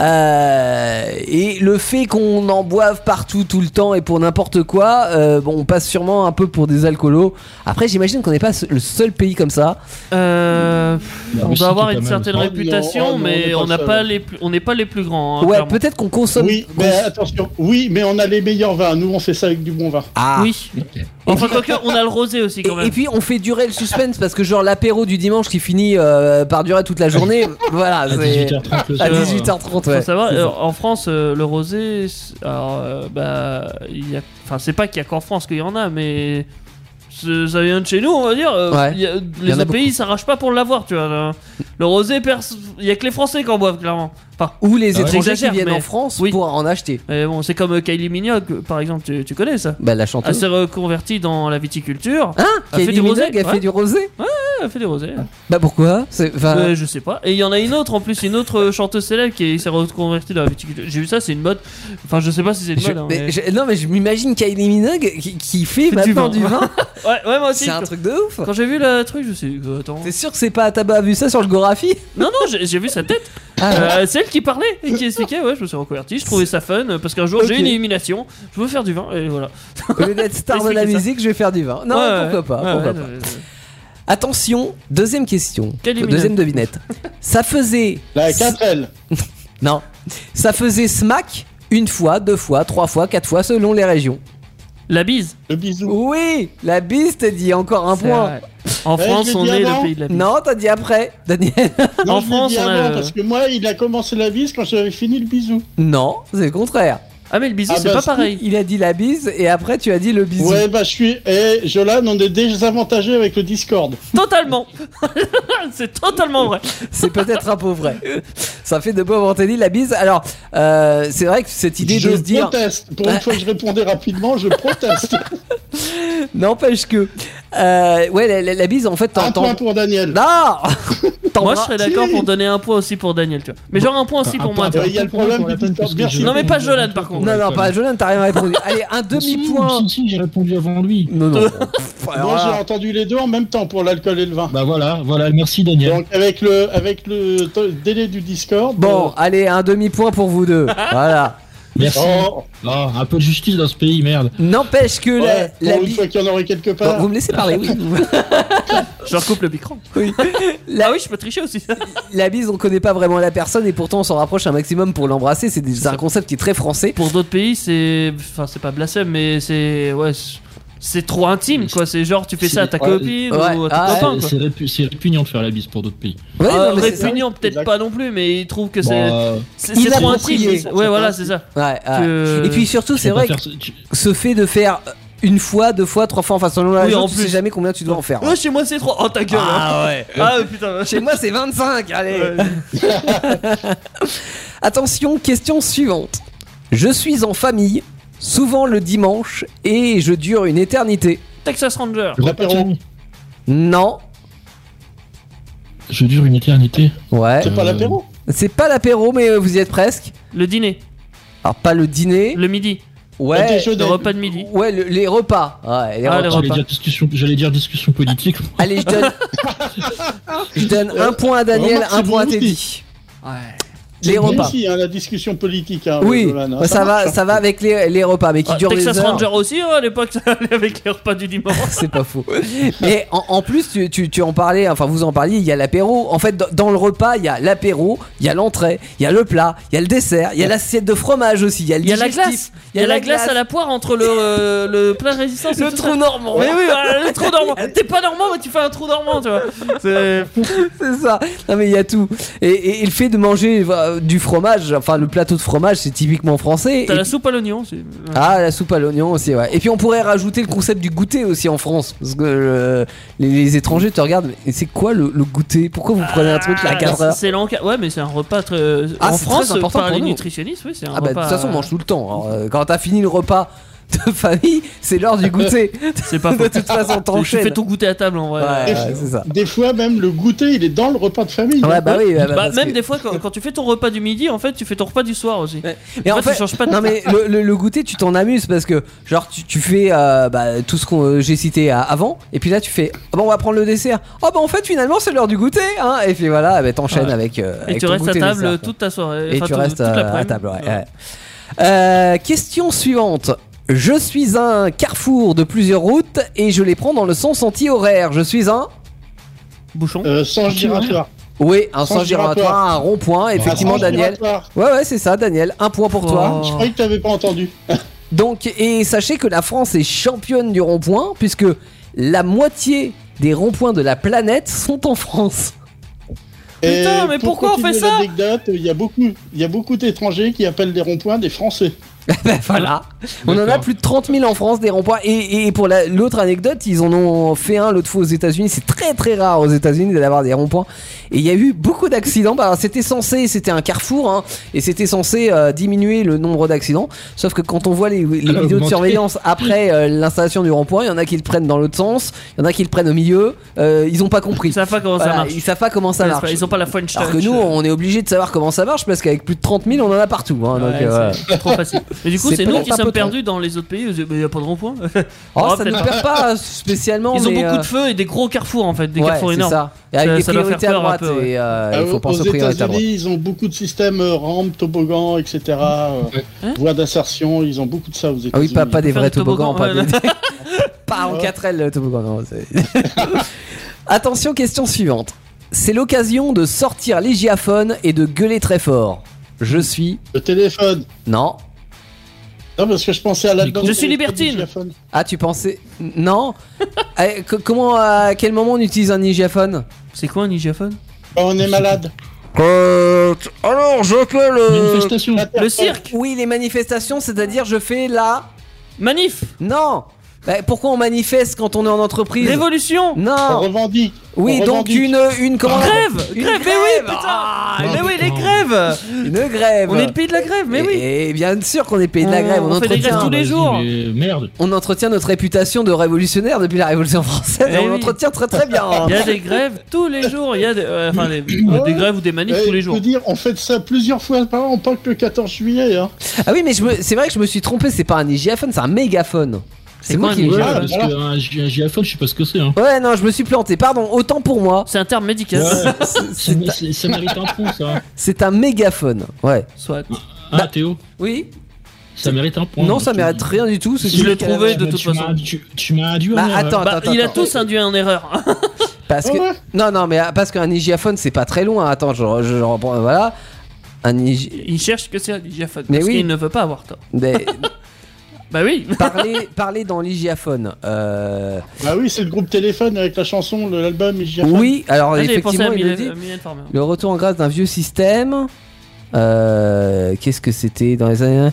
Speaker 2: Euh, et le fait qu'on en boive partout, tout le temps et pour n'importe quoi, euh, bon, on passe sûrement un peu pour des alcoolos. Après, j'imagine qu'on n'est pas le seul pays comme ça.
Speaker 3: Euh,
Speaker 5: La
Speaker 3: on
Speaker 5: Russie
Speaker 3: doit avoir
Speaker 5: qui est
Speaker 3: une
Speaker 5: pas mal
Speaker 3: certaine
Speaker 5: aussi.
Speaker 4: Oh non,
Speaker 3: réputation,
Speaker 4: oh non, on est
Speaker 3: mais
Speaker 4: pas
Speaker 3: on n'a
Speaker 4: seul.
Speaker 3: pas les plus, on n'est pas les plus grands. hein,
Speaker 2: ouais,
Speaker 3: clairement.
Speaker 2: peut-être qu'on consomme.
Speaker 4: Oui,
Speaker 2: qu'on-
Speaker 4: mais attention. Oui, mais on a les meilleurs vins. Nous, on fait ça avec du bon vin.
Speaker 2: Ah.
Speaker 3: Oui. Enfin,
Speaker 2: (laughs)
Speaker 3: quoique, on a le rosé aussi quand
Speaker 2: Et, et
Speaker 3: même.
Speaker 2: puis on fait durer le suspense parce que genre l'apéro du dimanche qui finit euh, par durer toute la
Speaker 3: (laughs)
Speaker 2: journée, voilà,
Speaker 5: À
Speaker 2: c'est
Speaker 5: 18h30 le
Speaker 2: à
Speaker 5: soir,
Speaker 2: 18h30,
Speaker 3: Faut
Speaker 2: ouais.
Speaker 3: savoir,
Speaker 2: c'est
Speaker 3: euh,
Speaker 2: ça.
Speaker 3: en France, euh, le rosé, c'est- alors, euh, bah, il y a- enfin, c'est pas qu'il y a qu'en France qu'il y en a, mais ce- ça vient de chez nous, on va dire. euh,
Speaker 2: Ouais.
Speaker 3: il y
Speaker 2: y
Speaker 3: a-
Speaker 2: en
Speaker 3: les
Speaker 2: a
Speaker 3: autres pays s'arrachent pas pour l'avoir, tu vois. là. Le rosé, pers- il y a que les Français qui en boivent, clairement. Enfin,
Speaker 2: Ou les
Speaker 5: Ah ouais.
Speaker 2: étrangers qui
Speaker 3: J'exagère,
Speaker 2: viennent
Speaker 3: mais-
Speaker 2: en France
Speaker 3: oui.
Speaker 2: pour en acheter.
Speaker 3: mais bon, c'est comme euh, Kylie Minogue, par exemple, tu, tu connais ça.
Speaker 2: Bah la
Speaker 3: Elle
Speaker 2: chanteuse.
Speaker 3: s'est reconvertie dans la viticulture.
Speaker 2: Hein
Speaker 3: Ah, Elle fait
Speaker 2: Kylie
Speaker 3: du rosé,
Speaker 2: Minogue, elle
Speaker 3: ouais.
Speaker 2: fait du rosé
Speaker 3: Elle fait des rosés.
Speaker 2: Bah pourquoi C'est- enfin,
Speaker 3: Euh, je sais pas. Et il y en a une autre en plus, une autre euh, chanteuse célèbre qui s'est reconvertie dans la viticulture. J'ai vu ça, c'est une mode. Enfin, je sais pas si c'est une
Speaker 2: je-
Speaker 3: mode. hein,
Speaker 2: mais
Speaker 3: mais-
Speaker 2: je- non mais je m'imagine Kylie Minogue qui, qui fait
Speaker 3: Fait du
Speaker 2: maintenant
Speaker 3: vin.
Speaker 2: du
Speaker 3: (laughs)
Speaker 2: vin.
Speaker 3: Ouais, ouais, moi aussi.
Speaker 2: c'est un
Speaker 3: quand-
Speaker 2: truc de ouf.
Speaker 3: Quand j'ai vu le truc, je me suis dit, euh, attends.
Speaker 2: T'es sûr que c'est pas Taba a vu ça Ah sur le Gorafi
Speaker 3: Non, non, j'ai j'ai vu sa tête. Euh, celle qui parlait et qui expliquait, ouais, je me suis reconverti, je trouvais ça fun euh, parce qu'un jour j'ai
Speaker 2: Ok.
Speaker 3: une élimination, je veux faire du vin et voilà.
Speaker 2: Au lieu d'être star de la
Speaker 3: Expliquez ça.
Speaker 2: musique, je vais faire du vin. Non,
Speaker 3: Ouais,
Speaker 2: pourquoi
Speaker 3: ouais.
Speaker 2: pas,
Speaker 3: Ouais,
Speaker 2: pourquoi
Speaker 3: ouais,
Speaker 2: pas.
Speaker 3: ouais, ouais.
Speaker 2: Attention, deuxième question.
Speaker 3: Quelle devinette
Speaker 2: deuxième devinette. ça faisait.
Speaker 4: La 4L.
Speaker 2: Non. Ça faisait smack une fois, deux fois, trois fois, quatre fois selon les régions.
Speaker 3: La bise.
Speaker 4: Le bisou.
Speaker 2: Oui, la bise te dit encore un
Speaker 3: C'est
Speaker 2: point.
Speaker 3: vrai. En
Speaker 4: Ouais,
Speaker 3: France,
Speaker 4: je l'ai
Speaker 3: on
Speaker 4: dit
Speaker 3: est
Speaker 4: avant.
Speaker 3: le pays de la bise.
Speaker 2: Non, t'as dit après, Daniel. (laughs)
Speaker 4: Non,
Speaker 3: En
Speaker 4: je l'ai
Speaker 3: France,
Speaker 4: dit
Speaker 3: on a
Speaker 4: avant,
Speaker 3: le-
Speaker 4: parce que moi, il a commencé la bise quand j'avais fini le bisou.
Speaker 2: non, c'est le contraire.
Speaker 3: Ah mais le bisou,
Speaker 4: Ah
Speaker 3: c'est
Speaker 4: bah,
Speaker 3: pas
Speaker 4: si.
Speaker 3: pareil.
Speaker 2: Il a dit la bise et après tu as dit le bisou.
Speaker 4: Ouais, bah je suis. Et Jolan, on est désavantagé avec le Discord.
Speaker 3: Totalement. (laughs) c'est totalement vrai.
Speaker 2: (laughs) C'est peut-être un peu vrai. Ça fait de Bob Anthony la bise. Alors, euh, c'est vrai que cette idée
Speaker 4: je
Speaker 2: de se dire. Bah.
Speaker 4: proteste. Pour une fois que je répondais rapidement, je proteste.
Speaker 2: N'empêche que. euh, ouais, la, la- la bise, en fait, (laughs)
Speaker 4: un point
Speaker 2: t'entends.
Speaker 4: pour Daniel.
Speaker 2: Non
Speaker 3: (laughs) Moi, je
Speaker 2: T'embrasses-
Speaker 3: serais d'accord pour donner un point aussi pour Daniel, tu vois. Mais genre un point aussi
Speaker 5: Un
Speaker 3: pour moi,
Speaker 5: point
Speaker 3: tu
Speaker 5: pour-
Speaker 3: vois.
Speaker 4: Il y a le
Speaker 5: un point
Speaker 4: problème
Speaker 5: pour la
Speaker 4: du
Speaker 5: peine,
Speaker 4: Discord,
Speaker 5: parce que
Speaker 4: merci.
Speaker 5: j'ai
Speaker 3: Non, mais pas
Speaker 5: répondu
Speaker 3: Jolan,
Speaker 5: avant
Speaker 3: par
Speaker 5: toi.
Speaker 3: contre.
Speaker 2: Non, non, pas Jolan, t'as rien
Speaker 4: (laughs)
Speaker 2: répondu. Allez, un
Speaker 5: Si,
Speaker 2: demi-point.
Speaker 5: Si, si, j'ai répondu avant lui.
Speaker 2: Non, non.
Speaker 4: Moi,
Speaker 2: Ah.
Speaker 4: j'ai entendu les deux en même temps pour l'alcool et le vin.
Speaker 5: Bah voilà, voilà, merci Daniel.
Speaker 4: Donc avec le avec le t- délai du Discord.
Speaker 2: Bon,
Speaker 4: euh,
Speaker 2: allez, un demi-point pour vous
Speaker 4: (laughs)
Speaker 2: deux. Voilà.
Speaker 5: Merci.
Speaker 4: oh,
Speaker 5: Ah, un peu de justice dans ce pays, merde.
Speaker 2: N'empêche que la-
Speaker 4: ouais,
Speaker 2: la,
Speaker 4: pour une
Speaker 2: bise.
Speaker 4: fois qu'il y en aurait quelque part.
Speaker 2: vous me laissez parler, oui.
Speaker 4: (laughs)
Speaker 3: Je recoupe le micro.
Speaker 2: Oui.
Speaker 3: (laughs) Ah oui, je peux tricher aussi.
Speaker 2: (laughs) La bise, on connaît pas vraiment la personne et pourtant on s'en rapproche un maximum pour l'embrasser. C'est des- c'est un concept qui est très français.
Speaker 3: Pour d'autres pays, c'est. Enfin, c'est pas blasphème, mais c'est. Ouais. c'est- C'est trop intime, quoi. C'est genre, tu fais ça à ta
Speaker 5: Ouais.
Speaker 3: copine ou
Speaker 2: Ouais.
Speaker 3: à ton
Speaker 2: Ah,
Speaker 3: copain,
Speaker 5: C'est-
Speaker 3: quoi.
Speaker 5: c'est répu- c'est répugnant de faire la bise pour d'autres pays.
Speaker 2: Ouais,
Speaker 3: Euh,
Speaker 2: non, mais c'est ça.
Speaker 3: répugnant, peut-être
Speaker 4: Exact.
Speaker 3: pas non plus, mais il trouve que
Speaker 5: Bon,
Speaker 3: c'est.
Speaker 5: euh,
Speaker 3: c'est c'est trop intime.
Speaker 2: inapproprié.
Speaker 3: c'est- Ouais, voilà, c'est ça.
Speaker 2: Ouais, ouais.
Speaker 3: Que-
Speaker 2: Et puis surtout,
Speaker 5: tu
Speaker 2: c'est
Speaker 5: peux pas
Speaker 2: vrai que
Speaker 5: faire ça- tu-
Speaker 2: ce fait de faire une fois, deux fois, trois fois, enfin selon la
Speaker 3: Oui,
Speaker 2: région,
Speaker 3: en
Speaker 2: tu
Speaker 3: plus.
Speaker 2: sais jamais combien tu dois en faire. hein.
Speaker 3: Ouais, chez moi, c'est trop. Oh, ta gueule. hein.
Speaker 2: Ah ouais.
Speaker 3: Ah, putain.
Speaker 2: Chez moi, c'est 25, allez.
Speaker 3: Ouais.
Speaker 2: Attention, question suivante. Je suis en famille, souvent le dimanche, et je dure une éternité.
Speaker 3: Texas Ranger.
Speaker 4: L'apéro.
Speaker 2: Non.
Speaker 5: Je dure une éternité.
Speaker 2: Ouais.
Speaker 4: C'est pas l'apéro.
Speaker 2: C'est pas l'apéro, mais euh, vous y êtes presque.
Speaker 3: Le dîner.
Speaker 2: Alors, pas le dîner.
Speaker 3: Le midi.
Speaker 4: Le
Speaker 2: Ouais.
Speaker 4: déjeuner.
Speaker 3: Le repas de midi.
Speaker 2: Ouais, le- les repas. Ouais, les
Speaker 3: Ah,
Speaker 2: repas.
Speaker 3: les
Speaker 5: J'allais
Speaker 3: repas.
Speaker 5: dire discussion, j'allais dire discussion politique.
Speaker 2: Allez, je
Speaker 4: (laughs)
Speaker 2: donne. je donne un point à Daniel,
Speaker 4: Remarque,
Speaker 2: un
Speaker 4: c'est
Speaker 2: point à
Speaker 4: bon
Speaker 2: Teddy.
Speaker 3: Ouais.
Speaker 2: Les
Speaker 4: Bien
Speaker 2: repas.
Speaker 4: Aussi, hein, la discussion politique. hein,
Speaker 2: Oui,
Speaker 4: Jolan, hein,
Speaker 2: bah, ça,
Speaker 4: marche,
Speaker 2: va,
Speaker 4: hein.
Speaker 2: ça va avec les, les repas, mais qui
Speaker 3: Ah,
Speaker 2: durent des
Speaker 3: Texas
Speaker 2: heures.
Speaker 3: Ranger aussi, hein, à l'époque, (laughs) ça allait avec les repas du dimanche.
Speaker 2: C'est pas
Speaker 3: (laughs)
Speaker 2: faux. Mais en, en plus, tu, tu- tu en parlais, enfin vous en parliez, il y a l'apéro. En fait, dans, dans le repas, il y a l'apéro, il y a l'entrée, il y a le plat, il y a le dessert, il y a l'assiette de fromage aussi, il y a le
Speaker 3: Il y a la
Speaker 2: digestif,
Speaker 3: glace. Il y a la glace à la poire entre le, euh, le plein résistance et
Speaker 2: Le
Speaker 3: tout
Speaker 2: trou
Speaker 3: ça.
Speaker 2: normand.
Speaker 3: Oui, oui, voilà, le trou
Speaker 2: (laughs)
Speaker 3: normand. T'es pas normand, mais tu fais un trou normand, tu vois. C'est.
Speaker 2: C'est ça. Non mais il y a tout. Et, et- et le fait de manger euh, du fromage, enfin le plateau de fromage, c'est typiquement français.
Speaker 3: T'as
Speaker 2: Et-
Speaker 3: la soupe à l'oignon. c'est-
Speaker 2: Ah, la soupe à l'oignon aussi, ouais. Et puis on pourrait rajouter le concept du goûter aussi en France. Parce que euh, les, les étrangers te regardent, mais c'est quoi le, le goûter Pourquoi vous prenez un truc là à
Speaker 3: Ah,
Speaker 2: 4 heures
Speaker 3: C'est l'enca- Ouais, mais c'est un repas très. euh,
Speaker 2: Ah,
Speaker 3: en
Speaker 2: c'est
Speaker 3: France,
Speaker 2: très important
Speaker 3: par
Speaker 2: pour
Speaker 3: les
Speaker 2: nous.
Speaker 3: nutritionnistes, oui, c'est un
Speaker 2: Ah bah de
Speaker 3: repas.
Speaker 2: toute façon on mange tout le temps. Alors, euh, quand t'as fini le repas de (laughs) famille, c'est l'heure du goûter.
Speaker 3: euh, C'est
Speaker 2: (laughs)
Speaker 3: pas
Speaker 2: de
Speaker 3: faux.
Speaker 2: toute façon
Speaker 3: Tu
Speaker 2: t'enchaînes.
Speaker 3: fais ton goûter à table en vrai. Bah,
Speaker 2: Ouais, ouais, c'est
Speaker 3: (laughs)
Speaker 2: ça.
Speaker 4: Des fois même le goûter, il est dans le repas de famille.
Speaker 2: Ouais bah oui. ouais, bah,
Speaker 3: Bah,
Speaker 2: parce
Speaker 3: même
Speaker 2: que-
Speaker 3: des fois, quand, quand tu fais ton repas du midi, en fait, tu fais ton repas du soir aussi.
Speaker 2: Et
Speaker 3: en
Speaker 2: en fait,
Speaker 3: fait, tu changes pas de
Speaker 2: non mais le, le- le goûter tu t'en amuses parce que genre tu, tu fais euh, bah, tout ce que j'ai cité à- avant et puis là tu fais ah bah on va prendre le dessert. Oh bah en fait finalement c'est l'heure du goûter hein et puis voilà bah, t'enchaînes
Speaker 5: Ouais.
Speaker 2: avec. euh,
Speaker 3: Et
Speaker 2: avec
Speaker 3: tu
Speaker 2: ton
Speaker 3: restes à
Speaker 2: goûter
Speaker 3: table
Speaker 2: dessert, quoi.
Speaker 3: toute ta soirée.
Speaker 2: Et
Speaker 3: enfin,
Speaker 2: tu
Speaker 3: tout-
Speaker 2: restes
Speaker 3: toute
Speaker 2: euh,
Speaker 3: l'après-midi.
Speaker 2: à table, ouais. ouais. Euh, question suivante. Je suis un carrefour de plusieurs routes et je les prends dans le sens anti-horaire. Je suis un.
Speaker 3: Bouchon.
Speaker 4: Euh, sans
Speaker 5: Tu vois.
Speaker 4: giratoire.
Speaker 2: Oui, un sens
Speaker 4: Sens
Speaker 2: giratoire,
Speaker 4: giratoire.
Speaker 2: un rond-point, effectivement,
Speaker 4: Ah, sans
Speaker 2: Daniel. Oh.
Speaker 4: giratoire. Ah,
Speaker 2: Ouais, ouais, c'est ça, Daniel. Un point
Speaker 3: Oh.
Speaker 2: pour toi.
Speaker 4: Je croyais que t'avais pas entendu.
Speaker 2: Donc, et sachez que la France est championne du rond-point, puisque la moitié des ronds-points de la planète sont en France.
Speaker 3: Putain, mais
Speaker 4: pour
Speaker 3: pourquoi on fait
Speaker 4: continuer
Speaker 3: ça
Speaker 4: l'anecdote, Il y a beaucoup, il y a beaucoup d'étrangers qui appellent des ronds-points des Français.
Speaker 2: (laughs) Ben voilà. On en a
Speaker 5: D'accord.
Speaker 2: plus de 30 000 en France des ronds-points. Et, et pour la- l'autre anecdote, ils en ont fait un l'autre fois aux États-Unis. C'est très très rare aux États-Unis d'avoir des ronds-points. Et il y a eu beaucoup d'accidents. Bah, alors, c'était censé, c'était un carrefour, hein, et c'était censé euh, diminuer le nombre d'accidents. Sauf que quand on voit les, les
Speaker 5: Ah,
Speaker 2: vidéos de
Speaker 5: augmenter.
Speaker 2: surveillance après euh, l'installation du rond-point, il y en a qui le prennent dans l'autre sens, il y en a qui le prennent au milieu. Euh, ils ont pas compris.
Speaker 3: Ils savent pas comment
Speaker 2: Voilà,
Speaker 3: ça marche.
Speaker 2: Ils savent pas comment ça
Speaker 3: Ils savent
Speaker 2: marche.
Speaker 3: pas- Ils ont pas la French
Speaker 2: Alors que
Speaker 3: touch.
Speaker 2: nous, on est obligé de savoir comment ça marche parce qu'avec plus de 30 000, on en a partout. hein, donc,
Speaker 3: Ouais,
Speaker 2: euh,
Speaker 3: (laughs) c'est trop facile. Mais du coup,
Speaker 2: C'est
Speaker 3: c'est nous
Speaker 2: peut-être
Speaker 3: qui
Speaker 2: un peu
Speaker 3: sommes
Speaker 2: trop.
Speaker 3: perdus dans les autres pays. Il n'y a pas
Speaker 2: (laughs)
Speaker 3: de rond-point.
Speaker 2: Oh,
Speaker 3: Oh,
Speaker 2: ça ne
Speaker 3: peut-être
Speaker 2: perd pas spécialement.
Speaker 3: Ils ont
Speaker 2: mais,
Speaker 3: beaucoup
Speaker 2: euh,
Speaker 3: de feux et des gros carrefours en fait, des
Speaker 2: ouais,
Speaker 3: carrefours
Speaker 2: c'est
Speaker 3: énormes.
Speaker 2: ça. Et avec
Speaker 3: Ça-
Speaker 2: des
Speaker 3: ça doit faire
Speaker 2: priorités à
Speaker 3: peur un
Speaker 2: droite.
Speaker 3: peu, ouais.
Speaker 2: et, euh,
Speaker 4: Ah,
Speaker 2: il faut
Speaker 4: aux-
Speaker 2: penser
Speaker 4: aux
Speaker 2: aux priorités à droite.
Speaker 4: États-Unis, ils ont beaucoup de systèmes euh, rampes, toboggans, etc. euh,
Speaker 3: Hein
Speaker 4: voies d'insertion, ils ont beaucoup de ça aux
Speaker 2: Ah
Speaker 4: États-Unis.
Speaker 2: oui, pas, pas des
Speaker 3: Faire
Speaker 2: vrais
Speaker 3: du toboggan,
Speaker 2: toboggans, pas,
Speaker 3: ouais,
Speaker 2: des- (laughs) pas en
Speaker 4: Ouais.
Speaker 2: 4L le toboggan. non, c'est- (laughs) Attention, question suivante. C'est l'occasion de sortir les giaphones et de gueuler très fort. Je suis.
Speaker 4: Le téléphone.
Speaker 2: Non.
Speaker 4: Non, parce que je pensais à la.
Speaker 3: Je suis libertine.
Speaker 2: Ah, tu pensais.
Speaker 3: (laughs)
Speaker 2: Non Eh, co- Comment. À quel moment on utilise un ninjaphone
Speaker 3: C'est quoi un ninjaphone
Speaker 4: Quand on est malade.
Speaker 2: Alors, je fais
Speaker 5: Manifestation.
Speaker 3: Le cirque
Speaker 2: Oui, les manifestations, c'est-à-dire je fais la.
Speaker 3: Manif
Speaker 2: Non Bah, Pourquoi on manifeste quand on est en entreprise
Speaker 3: Révolution
Speaker 4: On
Speaker 2: Non
Speaker 4: revendique.
Speaker 2: Ah. Oui,
Speaker 4: on
Speaker 2: donc
Speaker 4: revendique.
Speaker 2: une. une comment
Speaker 3: Grève
Speaker 2: Une
Speaker 3: Grève, mais oui,
Speaker 2: grève.
Speaker 3: putain
Speaker 2: Ah,
Speaker 3: Mais oui, les
Speaker 5: putain.
Speaker 3: grèves
Speaker 2: Une grève
Speaker 3: On est le pays de la grève, mais oui
Speaker 2: Et bien sûr qu'on est le pays de la
Speaker 3: On-
Speaker 2: grève, on,
Speaker 3: on fait des
Speaker 2: entretient,
Speaker 3: grèves tous les jours.
Speaker 5: Mais merde.
Speaker 2: on entretient notre réputation de révolutionnaire depuis la Révolution française,
Speaker 3: Eh
Speaker 2: et on
Speaker 3: oui.
Speaker 2: l'entretient très très bien.
Speaker 3: (laughs) Il y a des grèves tous les jours, il y a des, euh,
Speaker 2: (coughs)
Speaker 3: enfin, des, des grèves ou des manifs
Speaker 4: Eh,
Speaker 3: tous les
Speaker 4: je
Speaker 3: jours.
Speaker 4: peux dire, on fait ça plusieurs fois par an, pas que le 14 juillet. Hein.
Speaker 2: Ah oui, mais je me- c'est vrai que je me suis trompé, c'est pas un IGFone, c'est un mégaphone. C'est
Speaker 3: C'est
Speaker 2: moi
Speaker 3: quoi
Speaker 2: qui.
Speaker 3: un
Speaker 5: Ouais,
Speaker 4: Voilà,
Speaker 5: parce
Speaker 4: voilà.
Speaker 5: qu'un G- un GFO, je sais pas ce que c'est. Hein.
Speaker 2: Ouais, non, je me suis planté, pardon, autant pour moi.
Speaker 3: C'est un terme médical.
Speaker 5: Ouais,
Speaker 2: (laughs) C'est-
Speaker 5: ça,
Speaker 2: c'est-
Speaker 5: ça- ça mérite un point, ça.
Speaker 2: C'est un mégaphone, ouais.
Speaker 3: Soit.
Speaker 5: Ah, Théo,
Speaker 2: Oui
Speaker 5: ça mérite un point. hein,
Speaker 2: Non, ça
Speaker 5: Tu-
Speaker 2: mérite rien du tout. c'est
Speaker 3: Je l'ai
Speaker 2: juste-
Speaker 3: trouvé.
Speaker 5: tu
Speaker 3: de
Speaker 5: m'as-
Speaker 3: toute
Speaker 5: Ah, tu m'as-
Speaker 3: façon.
Speaker 5: Tu tu m'as induit en
Speaker 2: Bah,
Speaker 5: erreur.
Speaker 2: attends,
Speaker 3: Bah,
Speaker 2: attends, attends.
Speaker 3: il a tous induit en erreur. (laughs)
Speaker 2: Parce que.
Speaker 4: Ouais.
Speaker 2: Non, non, mais ah, parce qu'un IGFone, c'est pas très loin. Attends, je, je reprends. Voilà. Un IG.
Speaker 3: Il cherche que c'est un ninjaphone.
Speaker 2: Mais
Speaker 3: Parce
Speaker 2: oui.
Speaker 3: qu'il ne veut pas avoir tort. (laughs)
Speaker 2: des-
Speaker 3: Bah oui
Speaker 2: parler, parler dans l'IGFone. Euh,
Speaker 4: Bah oui, c'est le groupe téléphone avec la chanson de l'album. il y a-
Speaker 2: oui, alors
Speaker 3: Ah, J'avais pensé à
Speaker 2: effectivement, il le
Speaker 3: Mylène
Speaker 2: dit.
Speaker 3: à Mylène Farmer.
Speaker 2: Le retour en grâce d'un vieux système. Euh, Qu'est-ce que c'était dans les années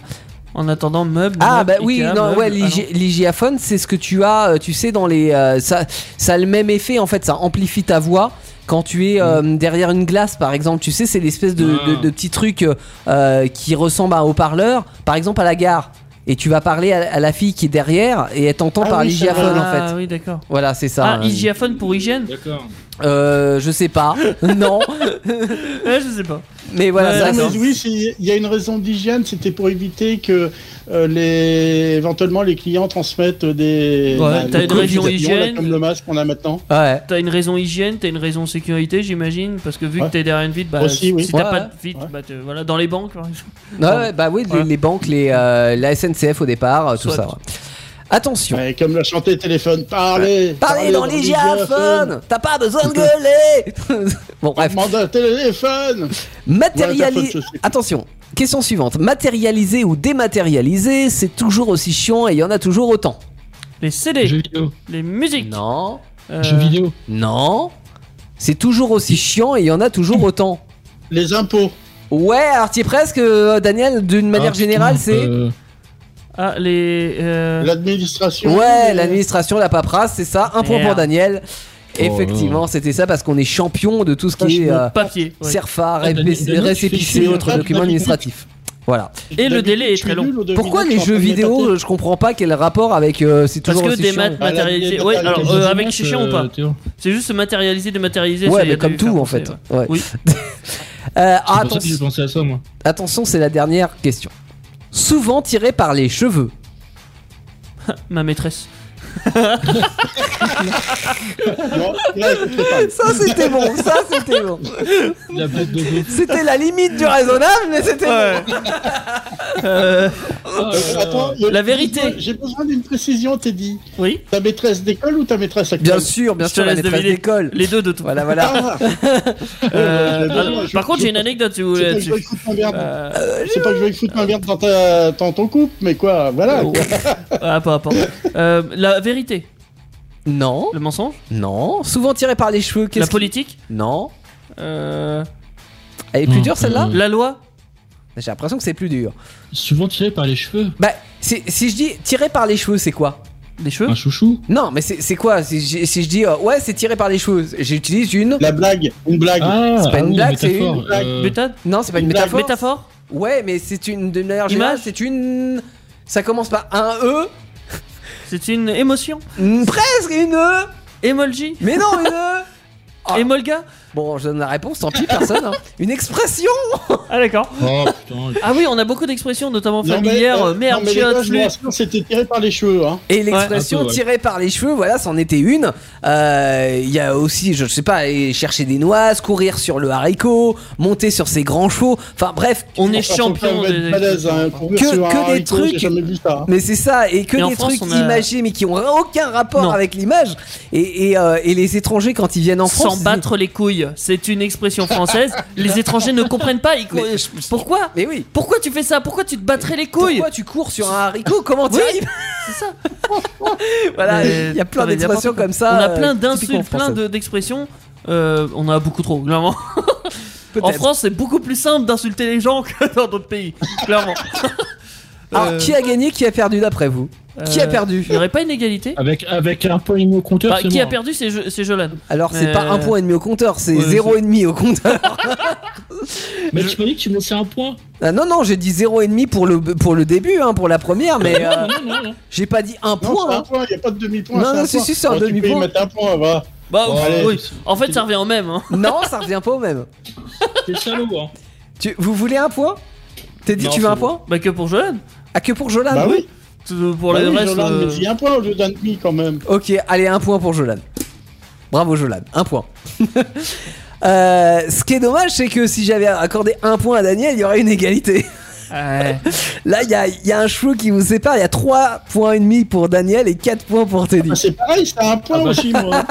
Speaker 3: En attendant, meuble.
Speaker 2: Ah
Speaker 3: meuble,
Speaker 2: bah oui
Speaker 3: Ikea,
Speaker 2: non
Speaker 3: meuble.
Speaker 2: ouais
Speaker 3: Ah, non.
Speaker 2: l'igiaphone c'est ce que tu as euh, tu sais dans les euh, ça ça a le même effet en fait ça amplifie ta voix quand tu es
Speaker 3: Mm.
Speaker 2: euh, derrière une glace par exemple tu sais c'est l'espèce de,
Speaker 5: Ah.
Speaker 2: de, de petit truc euh, euh, qui ressemble à un haut-parleur par exemple à la gare et tu vas parler à, à la fille qui est derrière et elle t'entend
Speaker 4: Ah
Speaker 2: par
Speaker 4: oui, c'est
Speaker 2: l'igiaphone en fait
Speaker 3: Ah oui, d'accord.
Speaker 2: voilà c'est ça
Speaker 3: Ah,
Speaker 2: hein.
Speaker 3: hygiaphone pour hygiène
Speaker 5: D'accord.
Speaker 2: Euh, je sais
Speaker 3: (laughs)
Speaker 2: pas. non.
Speaker 3: Ouais, Je sais pas.
Speaker 2: Mais voilà,
Speaker 3: Ouais,
Speaker 2: c'est vrai
Speaker 4: Non,
Speaker 2: que
Speaker 4: Ah, mais oui, c'est- il y a une raison d'hygiène, c'était pour éviter que euh, les éventuellement les clients transmettent des.
Speaker 3: Ouais, t'as
Speaker 4: le
Speaker 3: une
Speaker 4: Covid,
Speaker 3: raison
Speaker 4: là,
Speaker 3: hygiène.
Speaker 4: comme le masque qu'on a maintenant.
Speaker 2: c'est- Ouais.
Speaker 3: T'as une raison hygiène, t'as une raison sécurité, j'imagine, parce que vu que
Speaker 4: Ouais.
Speaker 3: t'es derrière une vitre, bah,
Speaker 4: Aussi,
Speaker 3: si
Speaker 4: oui.
Speaker 3: si t'as
Speaker 2: Ouais,
Speaker 3: pas
Speaker 2: ouais.
Speaker 3: de vitre,
Speaker 4: Ouais.
Speaker 3: bah, te- voilà, dans les banques, par exemple.
Speaker 2: Ouais, ouais, bah oui, les-
Speaker 3: Ouais.
Speaker 2: les, banques, les, euh, la SNCF au départ, euh, tout
Speaker 3: Soit.
Speaker 2: ça. ouais. Attention.
Speaker 4: Ouais, comme la chanter téléphone, parlez.
Speaker 2: Parlez dans les
Speaker 4: l'hygiène.
Speaker 2: giaphones T'as pas besoin de (laughs) gueuler Bon, bref.
Speaker 4: Mandat téléphone.
Speaker 2: (laughs)
Speaker 4: Ouais,
Speaker 2: Matérialiser.
Speaker 4: t'as pas de soucis.
Speaker 2: Attention. Question suivante. Matérialiser ou dématérialiser, c'est toujours aussi chiant et il y en a toujours autant.
Speaker 3: Les CD,
Speaker 5: Jeux vidéo.
Speaker 3: les musiques.
Speaker 2: Non.
Speaker 3: euh,
Speaker 5: Jeux vidéo.
Speaker 2: Non. C'est toujours aussi chiant et il y en a toujours autant.
Speaker 4: Les impôts.
Speaker 2: Ouais, alors t'y es presque, euh, Daniel, d'une manière
Speaker 5: Ah,
Speaker 2: générale,
Speaker 5: putain,
Speaker 2: c'est.
Speaker 5: euh,
Speaker 3: Ah, les. euh,
Speaker 4: L'administration.
Speaker 2: Ouais,
Speaker 4: les-
Speaker 2: l'administration, la paperasse, c'est ça. Un point pour
Speaker 3: Merde.
Speaker 2: Daniel.
Speaker 5: Oh,
Speaker 2: Effectivement, c'était ça parce qu'on est champion de tout ce qui est euh,
Speaker 3: Papier. ouais.
Speaker 2: CERFA,
Speaker 5: Ah, Daniel,
Speaker 2: RPC,
Speaker 5: Daniel, tu fais
Speaker 2: récépissé et
Speaker 5: chier,
Speaker 2: autres
Speaker 4: hein,
Speaker 2: documents
Speaker 4: Daniel.
Speaker 2: administratifs. Voilà.
Speaker 3: Et le délai est très long.
Speaker 2: Pourquoi les jeux vidéo, euh je comprends pas quel rapport avec euh, c'est
Speaker 3: Parce
Speaker 2: toujours
Speaker 3: que
Speaker 2: aussi
Speaker 3: des
Speaker 2: chiant.
Speaker 3: maths
Speaker 4: Ah, la
Speaker 3: matérialisés.
Speaker 4: vie
Speaker 3: Ouais,
Speaker 4: est
Speaker 3: alors
Speaker 5: quel
Speaker 3: euh,
Speaker 5: jeu
Speaker 3: avec
Speaker 5: dimanche,
Speaker 3: chichon ou
Speaker 5: euh,
Speaker 3: pas
Speaker 5: Théo
Speaker 3: C'est juste se matérialiser, dématérialiser. ça,
Speaker 2: Ouais,
Speaker 3: il y a
Speaker 2: mais
Speaker 3: dû
Speaker 2: comme
Speaker 3: faire
Speaker 2: tout en
Speaker 3: penser,
Speaker 2: fait.
Speaker 3: ouais.
Speaker 2: Ouais.
Speaker 3: Oui.
Speaker 2: Euh,
Speaker 5: C'est pour
Speaker 2: atten-
Speaker 5: ça que j'ai pensé à ça, moi.
Speaker 2: attention, c'est la dernière question. Souvent tiré par les cheveux.
Speaker 3: Ma maîtresse.
Speaker 4: Non, là, je sais pas.
Speaker 2: Ça c'était bon, ça c'était bon.
Speaker 5: La bête de Go.
Speaker 2: C'était la limite du raisonnable, mais c'était
Speaker 3: Euh,
Speaker 4: Euh, attends, il y a-
Speaker 3: La vérité.
Speaker 4: J'ai besoin d'une précision, Teddy.
Speaker 3: oui,
Speaker 4: Ta maîtresse d'école ou ta maîtresse actuelle
Speaker 2: Bien sûr, bien
Speaker 3: Je te
Speaker 2: sûr, la
Speaker 3: laisse
Speaker 2: maîtresse
Speaker 3: deviner.
Speaker 2: d'école.
Speaker 3: les deux de tout.
Speaker 2: Voilà, voilà.
Speaker 4: Ah,
Speaker 3: Euh,
Speaker 4: je-
Speaker 3: alors,
Speaker 4: je-
Speaker 3: par contre,
Speaker 4: je-
Speaker 3: j'ai une anecdote si vous
Speaker 4: c'est
Speaker 3: voulez
Speaker 4: pas que je
Speaker 3: là-dessus.
Speaker 4: vais foutre ma merde.
Speaker 3: Euh,
Speaker 4: C'est pas que je vais foutre ma merde dans, ta, dans ton couple, mais quoi, voilà.
Speaker 3: Ouais. Ah, pas, pas. Euh, la vérité,
Speaker 2: Non,
Speaker 3: le mensonge,
Speaker 2: non. Souvent tiré par les cheveux.
Speaker 3: la
Speaker 2: Qu'est-ce qui-
Speaker 3: politique,
Speaker 2: Non.
Speaker 3: euh,
Speaker 2: Elle est plus
Speaker 5: Non,
Speaker 2: dure celle-là
Speaker 5: euh,
Speaker 3: la loi.
Speaker 2: J'ai l'impression que c'est plus dur.
Speaker 5: Souvent tiré par les cheveux.
Speaker 2: Bah, c'est- si je dis tiré par les cheveux, c'est quoi
Speaker 3: Des
Speaker 2: Hein
Speaker 3: cheveux
Speaker 5: Un chouchou.
Speaker 2: Non, mais c'est c'est quoi si je, si je dis euh, ouais, c'est tiré par les cheveux, j'utilise une.
Speaker 4: La blague, une blague.
Speaker 5: Ah,
Speaker 2: C'est pas une
Speaker 5: ah oui,
Speaker 2: blague,
Speaker 5: la
Speaker 2: c'est une
Speaker 5: métaphore,
Speaker 4: blague.
Speaker 5: euh,
Speaker 3: Méthode
Speaker 2: Non, c'est pas une
Speaker 4: Une
Speaker 2: métaphore.
Speaker 3: Métaphore
Speaker 2: Ouais, mais c'est une de manière générale,
Speaker 3: Image
Speaker 2: c'est une. Ça commence par un E,
Speaker 3: C'est une émotion
Speaker 2: mm, presque une E,
Speaker 3: Emoji
Speaker 5: (laughs)
Speaker 2: mais non une E. Oh,
Speaker 3: Et Molga
Speaker 2: Bon, je donne la réponse, tant pis, personne. hein. Une expression
Speaker 3: Ah, d'accord.
Speaker 5: Oh putain.
Speaker 3: Ah, oui, on a beaucoup d'expressions, notamment
Speaker 4: Non, mais,
Speaker 3: familières.
Speaker 4: euh,
Speaker 3: euh, merde,
Speaker 4: non, mais les
Speaker 3: chiottes,
Speaker 4: gars, je vous
Speaker 3: flûte.
Speaker 4: rassure, c'était tiré par les cheveux. Hein.
Speaker 2: Et l'expression
Speaker 5: Un peu, ouais.
Speaker 2: tirée par les cheveux, voilà, c'en était une. Euh, Il y a aussi, je sais pas, aller chercher des noises, courir sur le haricot, monter sur ses grands chevaux. Enfin bref,
Speaker 3: On est
Speaker 4: Enfin, faut
Speaker 3: champion
Speaker 4: quand même être
Speaker 3: des.
Speaker 4: balèze, hein, courir
Speaker 2: Que-
Speaker 4: sur un
Speaker 2: que des
Speaker 4: haricot,
Speaker 2: trucs-
Speaker 4: J'ai jamais vu ça. hein.
Speaker 2: mais c'est ça, et que
Speaker 3: Et en
Speaker 2: des
Speaker 3: France,
Speaker 2: trucs
Speaker 3: on a-
Speaker 2: imagés mais qui ont aucun rapport
Speaker 3: Non.
Speaker 2: avec l'image. Et, et, euh, et les étrangers quand ils viennent en France,
Speaker 3: S'en
Speaker 2: ils-
Speaker 3: battre les couilles, c'est une expression française. les étrangers ne comprennent pas. ils cro-
Speaker 2: Mais-
Speaker 3: Pourquoi
Speaker 2: Mais oui.
Speaker 3: Pourquoi tu fais ça Pourquoi tu te battrais les couilles
Speaker 2: Pourquoi tu cours sur un haricot Comment tu
Speaker 3: Oui,
Speaker 2: arrives
Speaker 3: C'est ça.
Speaker 2: (laughs) Voilà,
Speaker 3: Mais-
Speaker 2: il y a plein
Speaker 3: Non, mais
Speaker 2: d'expressions
Speaker 3: n'importe quoi.
Speaker 2: comme ça.
Speaker 3: On a
Speaker 2: euh,
Speaker 3: plein
Speaker 2: typiquement
Speaker 3: d'insultes, plein
Speaker 2: françaises.
Speaker 3: de- d'expressions. Euh, on en a beaucoup trop, clairement. En
Speaker 2: Peut-être.
Speaker 3: France, c'est beaucoup plus simple d'insulter les gens que (laughs) dans d'autres pays, clairement.
Speaker 2: Alors,
Speaker 3: Euh,
Speaker 2: qui a gagné, qui a perdu d'après vous (laughs) Qui a
Speaker 3: euh,
Speaker 2: perdu
Speaker 3: Il n'y aurait pas une égalité
Speaker 4: Ah,
Speaker 5: Avec, avec un point et demi au compteur,
Speaker 3: Bah,
Speaker 5: c'est
Speaker 3: Qui
Speaker 5: mort.
Speaker 3: a perdu, c'est Jo- c'est Jolan.
Speaker 2: Alors, c'est
Speaker 3: Mais-
Speaker 2: pas un point et demi au compteur, c'est
Speaker 3: euh, Ouais,
Speaker 2: zéro et demi au compteur. (laughs)
Speaker 5: Mais tu m'as dit que tu me laissais un point.
Speaker 2: Ah, non, non, j'ai dit zéro et demi pour le, pour le début, hein, pour la première, mais
Speaker 3: (laughs)
Speaker 2: euh,
Speaker 5: Non, non, non.
Speaker 2: j'ai pas dit un
Speaker 4: Non, c'est
Speaker 2: point.
Speaker 4: un
Speaker 2: hein.
Speaker 4: point, il n'y a pas de demi-point.
Speaker 2: Non, non,
Speaker 4: un
Speaker 2: si,
Speaker 4: point.
Speaker 2: si, c'est un
Speaker 4: Bon, Tu peux
Speaker 2: demi-point.
Speaker 4: y mettre un point, va.
Speaker 3: Bah,
Speaker 5: Bon,
Speaker 3: pff,
Speaker 5: allez.
Speaker 3: oui. En fait, ça revient au même. hein.
Speaker 2: Non, ça revient pas au même.
Speaker 5: T'es salaud, hein.
Speaker 2: Tu, vous voulez un point T'as dit
Speaker 5: Non,
Speaker 2: tu veux
Speaker 5: c'est
Speaker 2: un
Speaker 5: bon.
Speaker 2: point
Speaker 3: Bah, que pour Jolan.
Speaker 2: Ah, que pour Jolan
Speaker 4: Bah oui,
Speaker 3: Tout- Pour
Speaker 4: bah
Speaker 3: le
Speaker 4: oui,
Speaker 3: reste.
Speaker 4: Jolan,
Speaker 3: euh,
Speaker 4: mais il y a un point au lieu d'un demi quand même.
Speaker 2: Ok, allez, un point pour Jolan. Bravo Jolan, un point. (laughs) Euh, ce qui est dommage, c'est que si j'avais accordé un point à Daniel, il y aurait une égalité.
Speaker 3: (laughs) ouais.
Speaker 2: (laughs) Là, il y a, il y a un cheveu qui vous sépare. Il y a 3 points et demi pour Daniel et 4 points pour Teddy.
Speaker 4: Ah, c'est pareil, c'est un
Speaker 3: Ah,
Speaker 5: Ah,
Speaker 3: bah,
Speaker 4: point
Speaker 5: bah,
Speaker 4: aussi, moi.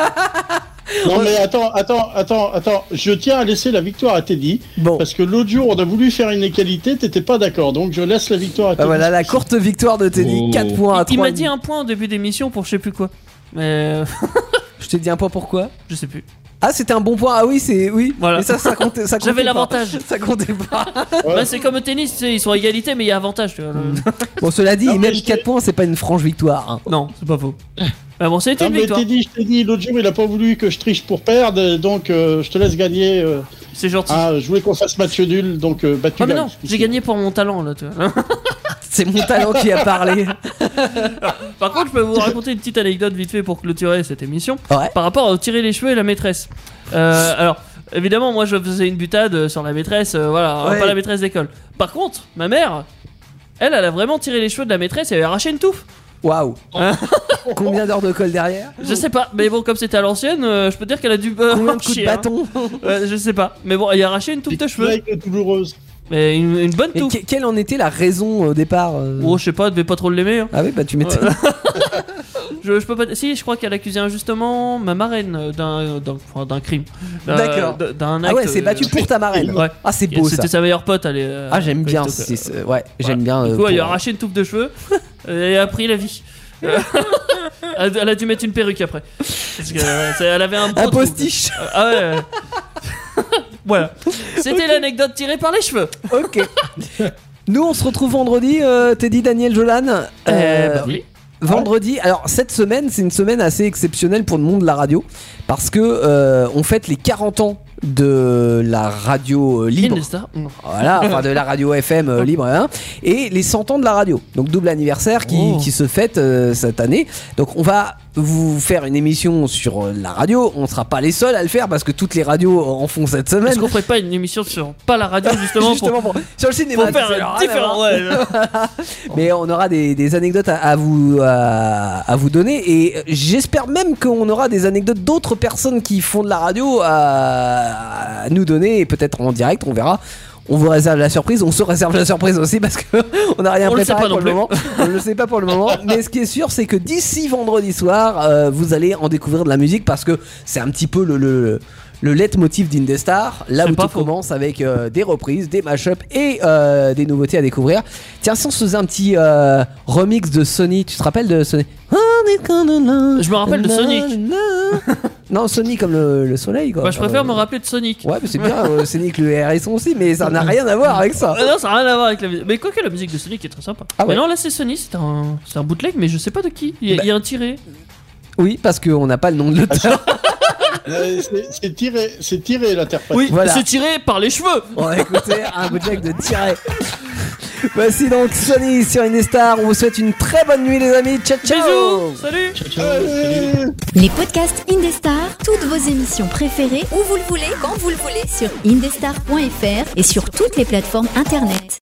Speaker 4: Non mais attends, attends, attends, attends. Je tiens à laisser la victoire à Teddy
Speaker 2: Bon,
Speaker 4: parce que l'autre jour on a voulu faire une égalité, t'étais pas d'accord, donc je laisse la victoire à
Speaker 2: bah
Speaker 4: Teddy.
Speaker 2: voilà la courte victoire de Teddy.
Speaker 5: Oh.
Speaker 2: 4 points à 3.
Speaker 3: Il- Il m'a dit un point au début d'émission pour je sais plus quoi. Mais euh, (laughs)
Speaker 2: Je t'ai dit un point pourquoi
Speaker 3: je sais plus.
Speaker 2: Ah, c'était un bon point. Ah oui, c'est. Oui,
Speaker 3: Voilà.
Speaker 2: mais ça, ça comptait. ça comptait
Speaker 3: (laughs) J'avais
Speaker 2: pas.
Speaker 3: l'avantage.
Speaker 2: (laughs) Ça comptait pas.
Speaker 4: Ouais.
Speaker 3: Bah, c'est comme au tennis, tu sais, ils sont à égalité, mais il y a avantage. tu vois.
Speaker 4: (laughs)
Speaker 2: Bon, cela dit,
Speaker 4: Non, mais
Speaker 2: même
Speaker 4: je-
Speaker 2: 4 points, c'est pas une franche victoire. hein.
Speaker 3: Non, c'est pas
Speaker 4: (laughs)
Speaker 3: faux. Bah, bon, c'est
Speaker 4: Non
Speaker 3: une
Speaker 4: mais
Speaker 3: victoire.
Speaker 4: Teddy, je t'ai dit l'autre jour il a pas voulu que je triche pour perdre, donc euh, je te laisse gagner. euh,
Speaker 3: C'est gentil.
Speaker 4: ah, je voulais qu'on fasse match nul, donc euh, bah tu
Speaker 3: Ah mais
Speaker 4: gagnes.
Speaker 3: non, j'ai gagné pour mon talent là, tu vois.
Speaker 2: C'est mon talent qui a parlé.
Speaker 3: Par contre, je peux vous raconter une petite anecdote vite fait pour clôturer cette émission.
Speaker 2: Ouais.
Speaker 3: Par rapport à tirer les cheveux et la maîtresse. Euh, alors, évidemment, moi je faisais une butade euh, sur la maîtresse, euh, voilà,
Speaker 2: Ouais.
Speaker 3: pas la maîtresse d'école. Par contre, ma mère, elle, elle a vraiment tiré les cheveux de la maîtresse et elle a arraché une touffe. (laughs)
Speaker 2: Waouh.
Speaker 3: Hein
Speaker 2: Combien d'heures de colle derrière
Speaker 3: Je sais pas, mais bon, comme c'était à l'ancienne, euh, je peux dire qu'elle a dû. euh,
Speaker 2: Combien
Speaker 3: (laughs)
Speaker 2: de coups de
Speaker 3: chier, hein.
Speaker 2: bâton
Speaker 3: Ouais, Je sais pas, mais bon, elle a arraché une touffe de cheveux.
Speaker 4: Blague douloureuse.
Speaker 3: Mais une, une bonne
Speaker 2: Et
Speaker 3: touffe.
Speaker 2: que- quelle en était la raison au départ euh
Speaker 3: Oh, je sais pas, elle devait pas trop l'aimer. hein.
Speaker 2: Ah oui, bah tu m'étais.
Speaker 3: Je, je peux pas. Si, je crois qu'elle accusait injustement ma marraine euh, d'un euh, d'un enfin, d'un crime. D'un-
Speaker 2: D'accord.
Speaker 3: d- D'un acte.
Speaker 2: Ah ouais, c'est battu
Speaker 3: euh,
Speaker 2: pour ta marraine.
Speaker 3: Ouais.
Speaker 2: Ah, c'est beau ça.
Speaker 3: C'était sa meilleure pote, elle est. euh,
Speaker 2: Ah, j'aime bien.
Speaker 3: plutôt que-
Speaker 2: c'est- c'est- Ouais, j'aime bien.
Speaker 3: Du
Speaker 2: euh,
Speaker 3: coup, elle lui a
Speaker 2: pour-
Speaker 3: arraché une touffe de
Speaker 2: (laughs)
Speaker 3: cheveux et a pris la vie. Euh, (laughs) elle elle a dû mettre une perruque après. Parce que, euh, c'est- elle avait un beau
Speaker 2: Un
Speaker 3: trou.
Speaker 2: postiche. (laughs)
Speaker 3: Euh, Ah ouais. ouais. voilà. C'était l'anecdote tirée par les cheveux.
Speaker 2: Ok. Nous, on se retrouve vendredi, euh, Teddy, Daniel, Jolan. Euh,
Speaker 3: bah oui.
Speaker 2: Vendredi. Alors, cette semaine, c'est une semaine assez exceptionnelle pour le monde de la radio. Parce que euh, on fête les 40 ans de la radio euh, libre.
Speaker 3: Indestar.
Speaker 2: Voilà, enfin de la radio FM euh, libre, hein, et les 100 ans de la radio. Donc double anniversaire qui,
Speaker 3: Oh.
Speaker 2: qui se fête euh, cette année. Donc on va vous faire une émission sur euh, la radio. On ne sera pas les seuls à le faire parce que toutes les radios en font cette semaine.
Speaker 3: Est-ce qu'on ferait pas une émission sur pas la radio justement,
Speaker 2: (laughs)
Speaker 3: pour,
Speaker 2: Justement pour, Ah, sur le cinéma.
Speaker 3: pour
Speaker 2: tu sais, alors,
Speaker 3: faire
Speaker 2: rien à voir.
Speaker 3: différent ouais, ouais.
Speaker 2: Mais on aura des, des anecdotes à, à vous, à, à vous donner et j'espère même qu'on aura des anecdotes d'autres personnes qui font de la radio à, à nous donner et peut-être en direct, on verra. On vous réserve la surprise, on se réserve la surprise aussi parce que (laughs) on n'a rien
Speaker 3: On le sait
Speaker 2: préparé
Speaker 3: pas
Speaker 2: pour
Speaker 3: non
Speaker 2: le moment. On ne le sait pas pour le moment.
Speaker 3: (laughs)
Speaker 2: Mais ce qui est sûr, c'est que d'ici vendredi soir, euh, vous allez en découvrir de la musique parce que c'est un petit peu le, le, le leitmotiv d'Indestar. Là
Speaker 3: C'est
Speaker 2: où
Speaker 3: pas
Speaker 2: tout
Speaker 3: faux.
Speaker 2: commence avec euh, des reprises, des mashups et euh, des nouveautés à découvrir. Tiens, si on se faisait un petit euh, remix de Sony, tu te rappelles de Sony Je
Speaker 3: me rappelle de Sonic.
Speaker 2: (laughs) non, Sony comme le, le soleil quoi.
Speaker 3: Bah, je préfère me
Speaker 2: Euh,
Speaker 3: rappeler de Sonic.
Speaker 2: Ouais, mais c'est bien, euh, Sonic le hérisson aussi, mais ça n'a rien à voir avec
Speaker 3: (laughs)
Speaker 2: ça.
Speaker 3: Ah non, ça n'a rien à voir avec la musique. Mais quoique la musique de Sonic est très sympa.
Speaker 2: Ah ouais.
Speaker 3: Mais non, là c'est Sony, c'est un, c'est un bootleg, mais je sais pas de qui. Il y a,
Speaker 2: Bah.
Speaker 3: il y a un tiré.
Speaker 2: Oui, parce qu'on n'a pas le nom de l'auteur.
Speaker 4: Euh, c'est- C'est tiré, c'est tiré l'interprète.
Speaker 3: Oui,
Speaker 2: Voilà.
Speaker 3: c'est tiré par les cheveux.
Speaker 2: On va écouter un bootleg de tirer. Voici donc Sony sur Indestar. On vous souhaite une très bonne nuit, les amis. Ciao, ciao.
Speaker 3: Bisous, salut
Speaker 5: Ciao, ciao, salut.
Speaker 1: Les podcasts Indestar, toutes vos émissions préférées, où vous le voulez, quand vous le voulez, sur indestar.fr et sur toutes les plateformes internet.